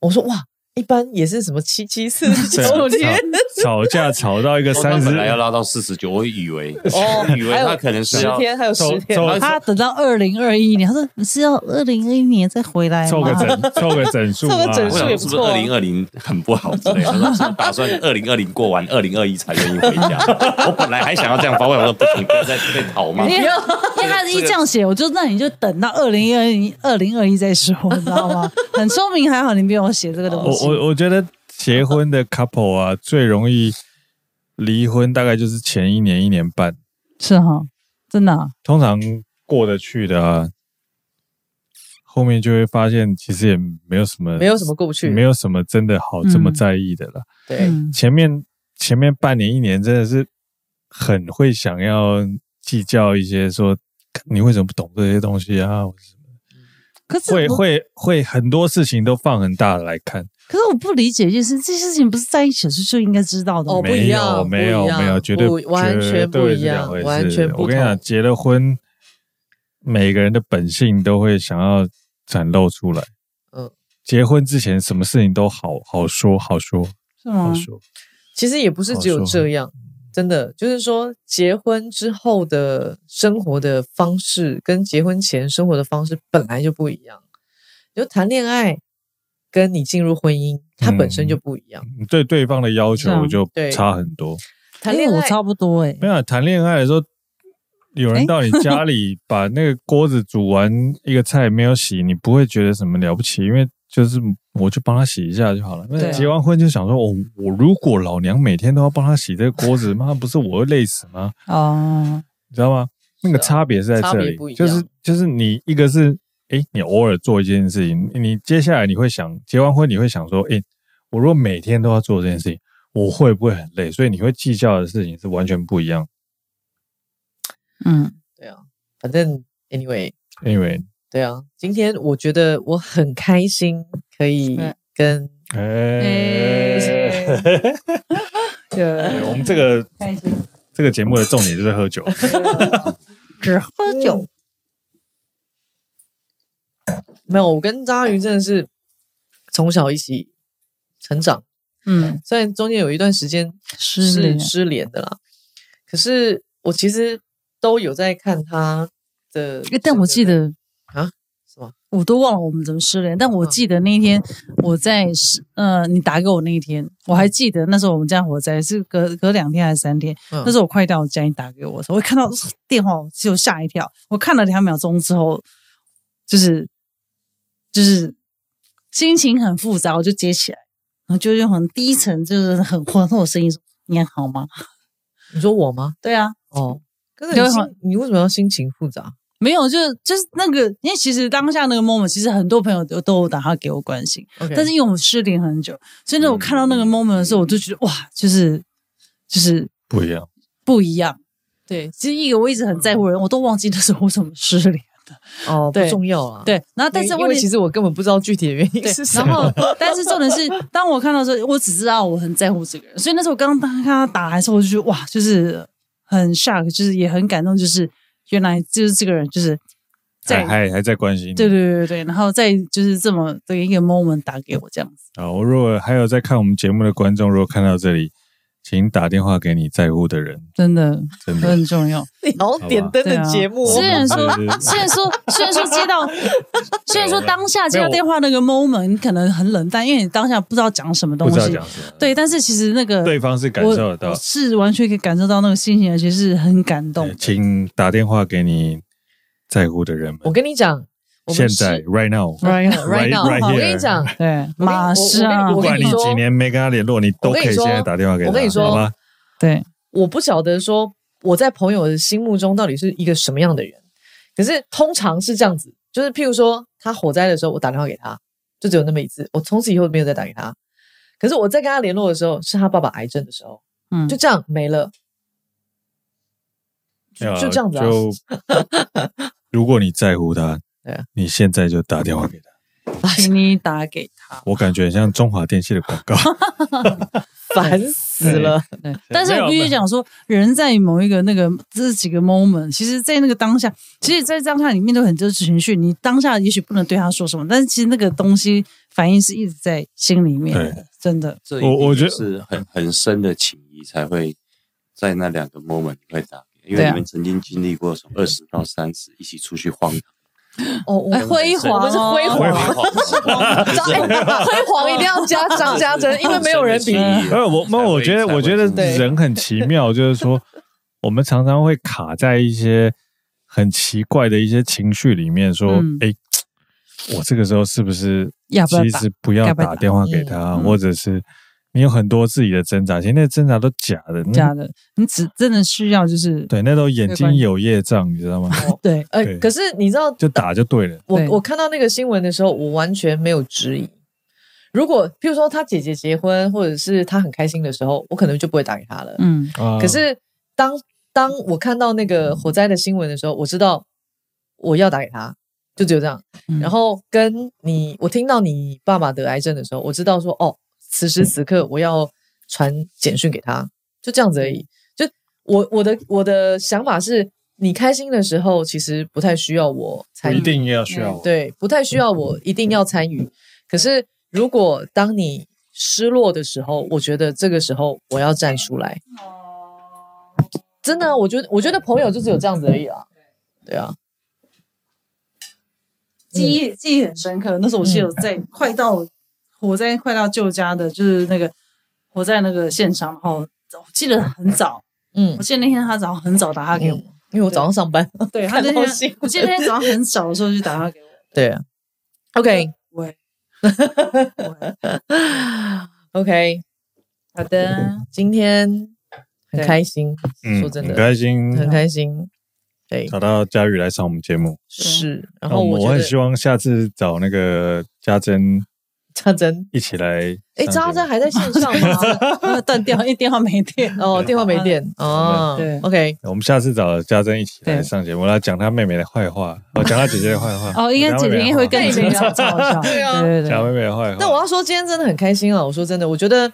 [SPEAKER 3] 我说哇，一般也是什么七七四十
[SPEAKER 2] 对
[SPEAKER 3] 九天，
[SPEAKER 2] 啊吵吵架吵到一 个
[SPEAKER 6] 三
[SPEAKER 2] 三
[SPEAKER 6] 十
[SPEAKER 2] 十，
[SPEAKER 6] 来要拉到四十九，我以为
[SPEAKER 3] 哦，
[SPEAKER 6] 以为他可能是
[SPEAKER 3] 十
[SPEAKER 6] 要
[SPEAKER 3] 天，还有十天，
[SPEAKER 2] 走走
[SPEAKER 1] 他等到二零二一年，他说你是要二零二一年再回来
[SPEAKER 2] 凑
[SPEAKER 1] 吗
[SPEAKER 2] 个？整凑个整数嘛，
[SPEAKER 3] 凑个整
[SPEAKER 6] 我
[SPEAKER 3] 数
[SPEAKER 6] 想
[SPEAKER 3] 也
[SPEAKER 6] 说
[SPEAKER 3] 不
[SPEAKER 6] 是不是
[SPEAKER 3] 错啊
[SPEAKER 6] 二零二零很不好之类的？他说打算二零二零过完，二零二一才愿意回家。 我本来还想要这样发问，我说不行，不要再被讨 骂。
[SPEAKER 1] 因为因为他一这样写，我就那你就等到二零二零二零二一再说，你知道吗？很聪明，还好你没有写这个东
[SPEAKER 2] 我
[SPEAKER 1] 西。
[SPEAKER 2] 哦我我觉得结婚的 couple 啊，最容易离婚，大概就是前一年一年半，
[SPEAKER 1] 是哈，真的啊
[SPEAKER 2] 通常过得去的、啊，后面就会发现其实也没有什么，
[SPEAKER 3] 没有什么过不去，
[SPEAKER 2] 没有什么真的好这么
[SPEAKER 1] 嗯
[SPEAKER 2] 在意的了。
[SPEAKER 3] 对，
[SPEAKER 1] 嗯
[SPEAKER 2] 前面前面半年一年真的是很会想要计较一些说。你为什么不懂这些东西啊？
[SPEAKER 1] 可是
[SPEAKER 2] 会
[SPEAKER 1] 我
[SPEAKER 2] 会会很多事情都放很大的来看，
[SPEAKER 1] 可是我不理解一件事，这些事情不是在一起的时候就应该知道的吗
[SPEAKER 3] 哦不一
[SPEAKER 2] 没有，
[SPEAKER 3] 样
[SPEAKER 2] 没有，
[SPEAKER 3] 不一样
[SPEAKER 2] 没有，绝对
[SPEAKER 3] 不完全
[SPEAKER 2] 绝对
[SPEAKER 3] 不
[SPEAKER 2] 是
[SPEAKER 3] 一样
[SPEAKER 2] 两回事
[SPEAKER 3] 完全不同
[SPEAKER 2] 我跟你讲，结了婚，每个人的本性都会想要展露出来。
[SPEAKER 3] 嗯
[SPEAKER 2] 结婚之前，什么事情都好好说，好说，
[SPEAKER 1] 是吗
[SPEAKER 2] 好？
[SPEAKER 3] 哦
[SPEAKER 2] 说。
[SPEAKER 3] 其实也不是只有这样，
[SPEAKER 2] 嗯
[SPEAKER 3] 真的就是说，结婚之后的生活的方式跟结婚前生活的方式本来就不一样，就谈恋爱跟你进入婚姻，它本身就不一样。
[SPEAKER 2] 你对对方的要
[SPEAKER 1] 是啊
[SPEAKER 2] 求就
[SPEAKER 3] 对
[SPEAKER 2] 差很多。
[SPEAKER 3] 谈
[SPEAKER 1] 因
[SPEAKER 3] 恋
[SPEAKER 1] 为我
[SPEAKER 3] 爱
[SPEAKER 1] 差不多哎，
[SPEAKER 2] 没有谈恋爱的时候，有人
[SPEAKER 1] 哎
[SPEAKER 2] 到你家 里把那个锅子煮完一个菜没有洗，你不会觉得什么了不起，因为就是我就帮他洗一下就好了。那
[SPEAKER 1] 对啊
[SPEAKER 2] 结完婚就想说，我、哦我如果老娘每天都要帮他洗这个锅 子，妈不是我会累死吗？
[SPEAKER 1] 哦，
[SPEAKER 2] 你知道吗？那个差别是在
[SPEAKER 3] 差
[SPEAKER 2] 这
[SPEAKER 3] 别
[SPEAKER 2] 里
[SPEAKER 3] 不一，样
[SPEAKER 2] 就是就是你一个是诶，你偶尔做一件事情，你接下来你会想结完婚你会想说，诶，我如果每天都要做这件事情，我会不会很累？所以你会计较的事情是完全不一样。
[SPEAKER 1] 嗯，
[SPEAKER 3] 反正 anyway，
[SPEAKER 2] 因为
[SPEAKER 3] 对啊，今天我觉得我很开心，可以
[SPEAKER 1] 对
[SPEAKER 3] 跟
[SPEAKER 2] 哎，
[SPEAKER 1] 对，
[SPEAKER 2] 我们这个
[SPEAKER 1] 开心
[SPEAKER 2] 这个节目的重点就是喝酒。
[SPEAKER 1] 只喝酒，
[SPEAKER 3] 没有，我跟章鱼真的是从小一起成长，
[SPEAKER 1] 嗯，
[SPEAKER 3] 虽然中间有一段时间
[SPEAKER 1] 失
[SPEAKER 3] 是
[SPEAKER 1] 恋，
[SPEAKER 3] 失联的啦，可是我其实都有在看他的
[SPEAKER 1] 诶。但我记得
[SPEAKER 3] 啊什么？
[SPEAKER 1] 我都忘了我们怎么失联，但我记得那一天我在是呃，你打给我那一天，我还记得那时候我们家火灾是隔隔两天还是三天，
[SPEAKER 3] 嗯
[SPEAKER 1] 那时候我快到家，你打给我的时候，我一看到电话，我就吓一跳。我看了两秒钟之后，就是就是心情很复杂，我就接起来，然后就用很低沉，就是很浑厚的声音说：“你还好吗
[SPEAKER 3] 嗯你说我吗？？”
[SPEAKER 1] 对啊，
[SPEAKER 3] 哦，可是
[SPEAKER 1] 对
[SPEAKER 3] 你
[SPEAKER 1] 啊
[SPEAKER 3] 心你为什么要心情复杂？
[SPEAKER 1] 没有，就是就是那个，因为其实当下那个 moment，其实很多朋友都都有打电话给我关心，
[SPEAKER 3] OK
[SPEAKER 1] 但是因为我们失联很久，所以呢，我看到那个 moment 的时候，我就觉得哇，就是就是
[SPEAKER 2] 不一样，
[SPEAKER 1] 不一样。对，其实一个我一直很在乎的人，我都忘记那时候我怎么失联。
[SPEAKER 3] 哦，不
[SPEAKER 1] 对
[SPEAKER 3] 重要啊。，
[SPEAKER 1] 对，然后但是
[SPEAKER 3] 因
[SPEAKER 1] 问
[SPEAKER 3] 为
[SPEAKER 1] 题
[SPEAKER 3] 其实我根本不知道具体的原因
[SPEAKER 1] 对
[SPEAKER 3] 是，什
[SPEAKER 1] 然
[SPEAKER 3] 么。
[SPEAKER 1] 后但是重点是，当我看到的时候，我只知道我很在乎这个人，所以那时候我刚刚看他打来的时候，我就觉得哇，就是很 shock，就是也很感动，就是原来就是这个人就是在
[SPEAKER 2] 还还还在关心你。
[SPEAKER 1] 对对对对对，然后再就是这么的一个 moment 打给我这样子，
[SPEAKER 2] 啊，我如果还有在看我们节目的观众，如果看到这里，请打电话给你在乎的人，
[SPEAKER 1] 真的
[SPEAKER 2] 真
[SPEAKER 3] 呃
[SPEAKER 2] 的。
[SPEAKER 1] 很重要。
[SPEAKER 3] 你好像点灯的
[SPEAKER 1] 啊
[SPEAKER 3] 节目哦，
[SPEAKER 1] 虽然说
[SPEAKER 2] 我们是，
[SPEAKER 1] 虽然 说，虽然说接到，虽然说当下接
[SPEAKER 2] 没
[SPEAKER 1] 到
[SPEAKER 2] 有
[SPEAKER 1] 电话那个 moment 你可能很冷淡，因为你当下不知道讲什么
[SPEAKER 2] 不
[SPEAKER 1] 东
[SPEAKER 2] 知道
[SPEAKER 1] 西
[SPEAKER 2] 讲，什么，
[SPEAKER 1] 对，但是其实那个
[SPEAKER 2] 对方是感受得到
[SPEAKER 1] 我我。是完全可以感受到那个心情，而且是很感动
[SPEAKER 2] 对。哎请打电话给你在乎的人们
[SPEAKER 3] 我。跟你讲，我
[SPEAKER 2] 现
[SPEAKER 3] 们是
[SPEAKER 2] 在，right now，
[SPEAKER 1] Right
[SPEAKER 3] right now，
[SPEAKER 2] right
[SPEAKER 3] 我
[SPEAKER 2] here
[SPEAKER 3] 跟你讲，
[SPEAKER 1] 对，
[SPEAKER 3] 我跟
[SPEAKER 1] 马上
[SPEAKER 3] 我
[SPEAKER 2] 不
[SPEAKER 3] 跟
[SPEAKER 2] 管
[SPEAKER 3] 你
[SPEAKER 2] 你
[SPEAKER 3] 说
[SPEAKER 2] 几年没跟他联络，你都可以现在打电话给他，
[SPEAKER 3] 我跟你说
[SPEAKER 2] 好吗？
[SPEAKER 1] 对
[SPEAKER 3] 我不晓得说我在朋友的心目中到底是一个什么样的人，可是通常是这样子，就是譬如说他火灾的时候，我打电话给他，就只有那么一次，我从此以后没有再打给他。可是我在跟他联络的时候，是他爸爸癌症的时候，
[SPEAKER 1] 嗯，
[SPEAKER 3] 就这样没了，
[SPEAKER 2] 没
[SPEAKER 3] 就
[SPEAKER 2] 有啊
[SPEAKER 3] 就这样子啊。
[SPEAKER 2] 就 如果你在乎他
[SPEAKER 3] 对啊，
[SPEAKER 2] 你现在就打电话给他。
[SPEAKER 1] 请你打给 他。
[SPEAKER 2] 我感觉很像中华电信的广 告。
[SPEAKER 3] 烦死了。
[SPEAKER 1] 对，但是我必须讲说，人在某一个那个这几个 moment，其实，在那个当下，其实，在当下里面都很多情绪，你当下也许不能对他说什么，但是其实那个东西反应是一直在心里面
[SPEAKER 2] 对
[SPEAKER 1] 的，真的。
[SPEAKER 6] 这
[SPEAKER 2] 我我觉得
[SPEAKER 6] 一定是很很深的情谊才会在那两个 moment 会打给，因
[SPEAKER 1] 对
[SPEAKER 6] 为
[SPEAKER 1] 啊
[SPEAKER 6] 你们曾经经历过从二十到三十一起出去晃荡，
[SPEAKER 3] 哦，我
[SPEAKER 1] 哎
[SPEAKER 3] 们
[SPEAKER 1] 辉
[SPEAKER 3] 我
[SPEAKER 1] 煌
[SPEAKER 3] 们是
[SPEAKER 1] 哦
[SPEAKER 3] 辉
[SPEAKER 2] 辉
[SPEAKER 3] 煌。 张哎辉煌一定要加张家珍，因为没有人比。
[SPEAKER 2] 呃，我那我觉得，我觉得
[SPEAKER 3] 对
[SPEAKER 2] 人很奇妙，就是说，我们常常会卡在一些很奇怪的一些情绪里面，说
[SPEAKER 1] 嗯，
[SPEAKER 2] 哎、我这个时候是不是
[SPEAKER 1] 要不要
[SPEAKER 2] 其
[SPEAKER 1] 打
[SPEAKER 2] 实不要
[SPEAKER 1] 要不要
[SPEAKER 2] 打
[SPEAKER 1] 打嗯
[SPEAKER 2] 电话给他，或者是你有很多自己的挣扎，其实那挣扎都假的，那
[SPEAKER 1] 假的，你只真的需要就是
[SPEAKER 2] 对，那都眼
[SPEAKER 1] 没关
[SPEAKER 2] 睛
[SPEAKER 1] 系
[SPEAKER 2] 有业障，你知道吗？
[SPEAKER 1] 对
[SPEAKER 3] 呃
[SPEAKER 2] 对，
[SPEAKER 3] 可是你知道，
[SPEAKER 2] 就打就对了。
[SPEAKER 3] 我
[SPEAKER 1] 对
[SPEAKER 3] 我看到那个新闻的时候，我完全没有质疑。如果譬如说他姐姐结婚，或者是他很开心的时候，我可能就不会打给他了。
[SPEAKER 1] 嗯，
[SPEAKER 2] 啊
[SPEAKER 3] 可是当当我看到那个火灾的新闻的时候，我知道我要打给他，就只有这样。
[SPEAKER 1] 嗯
[SPEAKER 3] 然后跟你，我听到你爸爸得癌症的时候，我知道说哦，此时此刻我要传简讯给他，就这样子而
[SPEAKER 1] 嗯
[SPEAKER 3] 已。就我我的我的想法是，你开心的时候其实不太需要我
[SPEAKER 2] 不
[SPEAKER 3] 参
[SPEAKER 2] 一
[SPEAKER 3] 与，
[SPEAKER 2] 定要需要
[SPEAKER 1] 嗯
[SPEAKER 2] 我，
[SPEAKER 3] 对，不太需要我一定要参与。可是如果当你失落的时候，我觉得这个时候我要站出来。真的啊、我觉得我觉得朋友就只有这样子而已啊。对啊，
[SPEAKER 1] 记忆记忆很深刻。那时候我记得我在快到火灾快到舅家的，就是那个火灾那个现场，然后我记得很早，
[SPEAKER 3] 嗯
[SPEAKER 1] 我，记得那天他早上很早打他给我，
[SPEAKER 3] 嗯因为我早上上班。
[SPEAKER 1] 对他那
[SPEAKER 3] 看到新
[SPEAKER 1] 天
[SPEAKER 3] 闻
[SPEAKER 1] 我记得那天早上很早的时候就打他给我，
[SPEAKER 3] 对啊，OK
[SPEAKER 1] 喂，喂
[SPEAKER 3] OK，
[SPEAKER 1] 好的，
[SPEAKER 3] 今天很
[SPEAKER 1] 对
[SPEAKER 3] 开心，
[SPEAKER 2] 嗯，
[SPEAKER 3] 说真
[SPEAKER 2] 很
[SPEAKER 3] 的，
[SPEAKER 2] 开心
[SPEAKER 3] 很开心。对，
[SPEAKER 2] 找到佳宇来上我们节目。
[SPEAKER 3] 是。
[SPEAKER 2] 那
[SPEAKER 3] 然后
[SPEAKER 2] 哦我我
[SPEAKER 3] 我觉
[SPEAKER 2] 很
[SPEAKER 3] 得
[SPEAKER 2] 希望下次找那个家珍
[SPEAKER 3] 扎针，
[SPEAKER 2] 一起来。
[SPEAKER 3] 哎，扎针，还在线上 吗？
[SPEAKER 1] 断掉，因为电话没电。
[SPEAKER 3] 哦，电话没电哦。
[SPEAKER 1] 对
[SPEAKER 3] ，OK，
[SPEAKER 2] 我们下次找家珍一起来
[SPEAKER 1] 对
[SPEAKER 2] 上节目，来讲她妹妹的坏话，哦，讲她姐姐的坏话。
[SPEAKER 1] 哦，应该姐姐应该会跟你
[SPEAKER 3] 讲
[SPEAKER 1] 们
[SPEAKER 3] 到
[SPEAKER 1] 吵吵一下，
[SPEAKER 3] 对啊
[SPEAKER 1] 对对
[SPEAKER 2] 讲她
[SPEAKER 1] 对，
[SPEAKER 2] 妹妹的坏话。
[SPEAKER 3] 但我要说，今天真的很开心啊！我说真的，我觉得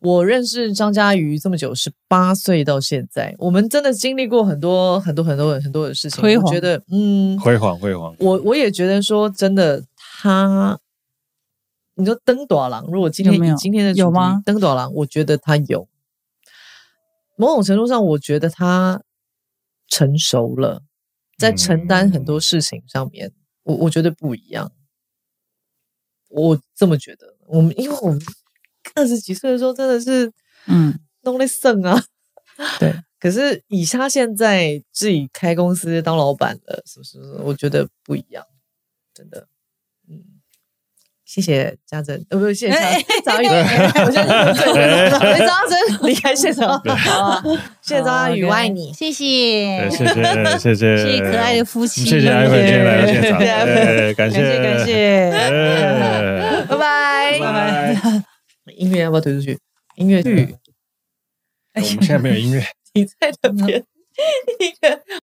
[SPEAKER 3] 我认识张嘉瑜这么久，十八岁到现在，我们真的经历过很多很多很多很多的事情。
[SPEAKER 1] 辉煌
[SPEAKER 3] 我觉得，嗯，
[SPEAKER 2] 辉煌辉煌，
[SPEAKER 3] 我我也觉得说真的，他，你说登短郎，如果今天
[SPEAKER 1] 有没有
[SPEAKER 3] 以今天的主题
[SPEAKER 1] 有吗
[SPEAKER 3] 登短郎，我觉得他有。某种程度上，我觉得他成熟了，在承担很多事情上面，我我觉得不一样。我这么觉得，我们因为我们二十几岁的时候真的是
[SPEAKER 1] 嗯，
[SPEAKER 3] 弄得剩啊，
[SPEAKER 1] 对。
[SPEAKER 3] 可是以他现在自己开公司当老板了，是不是？我觉得不一样，真的。嗯，谢谢家珍，呃，不是谢谢
[SPEAKER 1] 哎
[SPEAKER 3] 张张宇，我现在是对张珍离开现场，谢谢张宇，
[SPEAKER 1] 好
[SPEAKER 3] 我爱你。
[SPEAKER 1] 谢谢
[SPEAKER 2] 对谢谢谢谢
[SPEAKER 1] 嗯谢谢可爱的夫妻
[SPEAKER 2] 谢谢艾粉今天来到现场，
[SPEAKER 3] 谢谢
[SPEAKER 2] 哎感
[SPEAKER 1] 感谢感谢，
[SPEAKER 2] 哎
[SPEAKER 3] 拜拜，
[SPEAKER 2] 拜拜。
[SPEAKER 3] 音乐要不要推出去？音乐剧，
[SPEAKER 2] 我们现在没有音乐。
[SPEAKER 3] 你在那边一个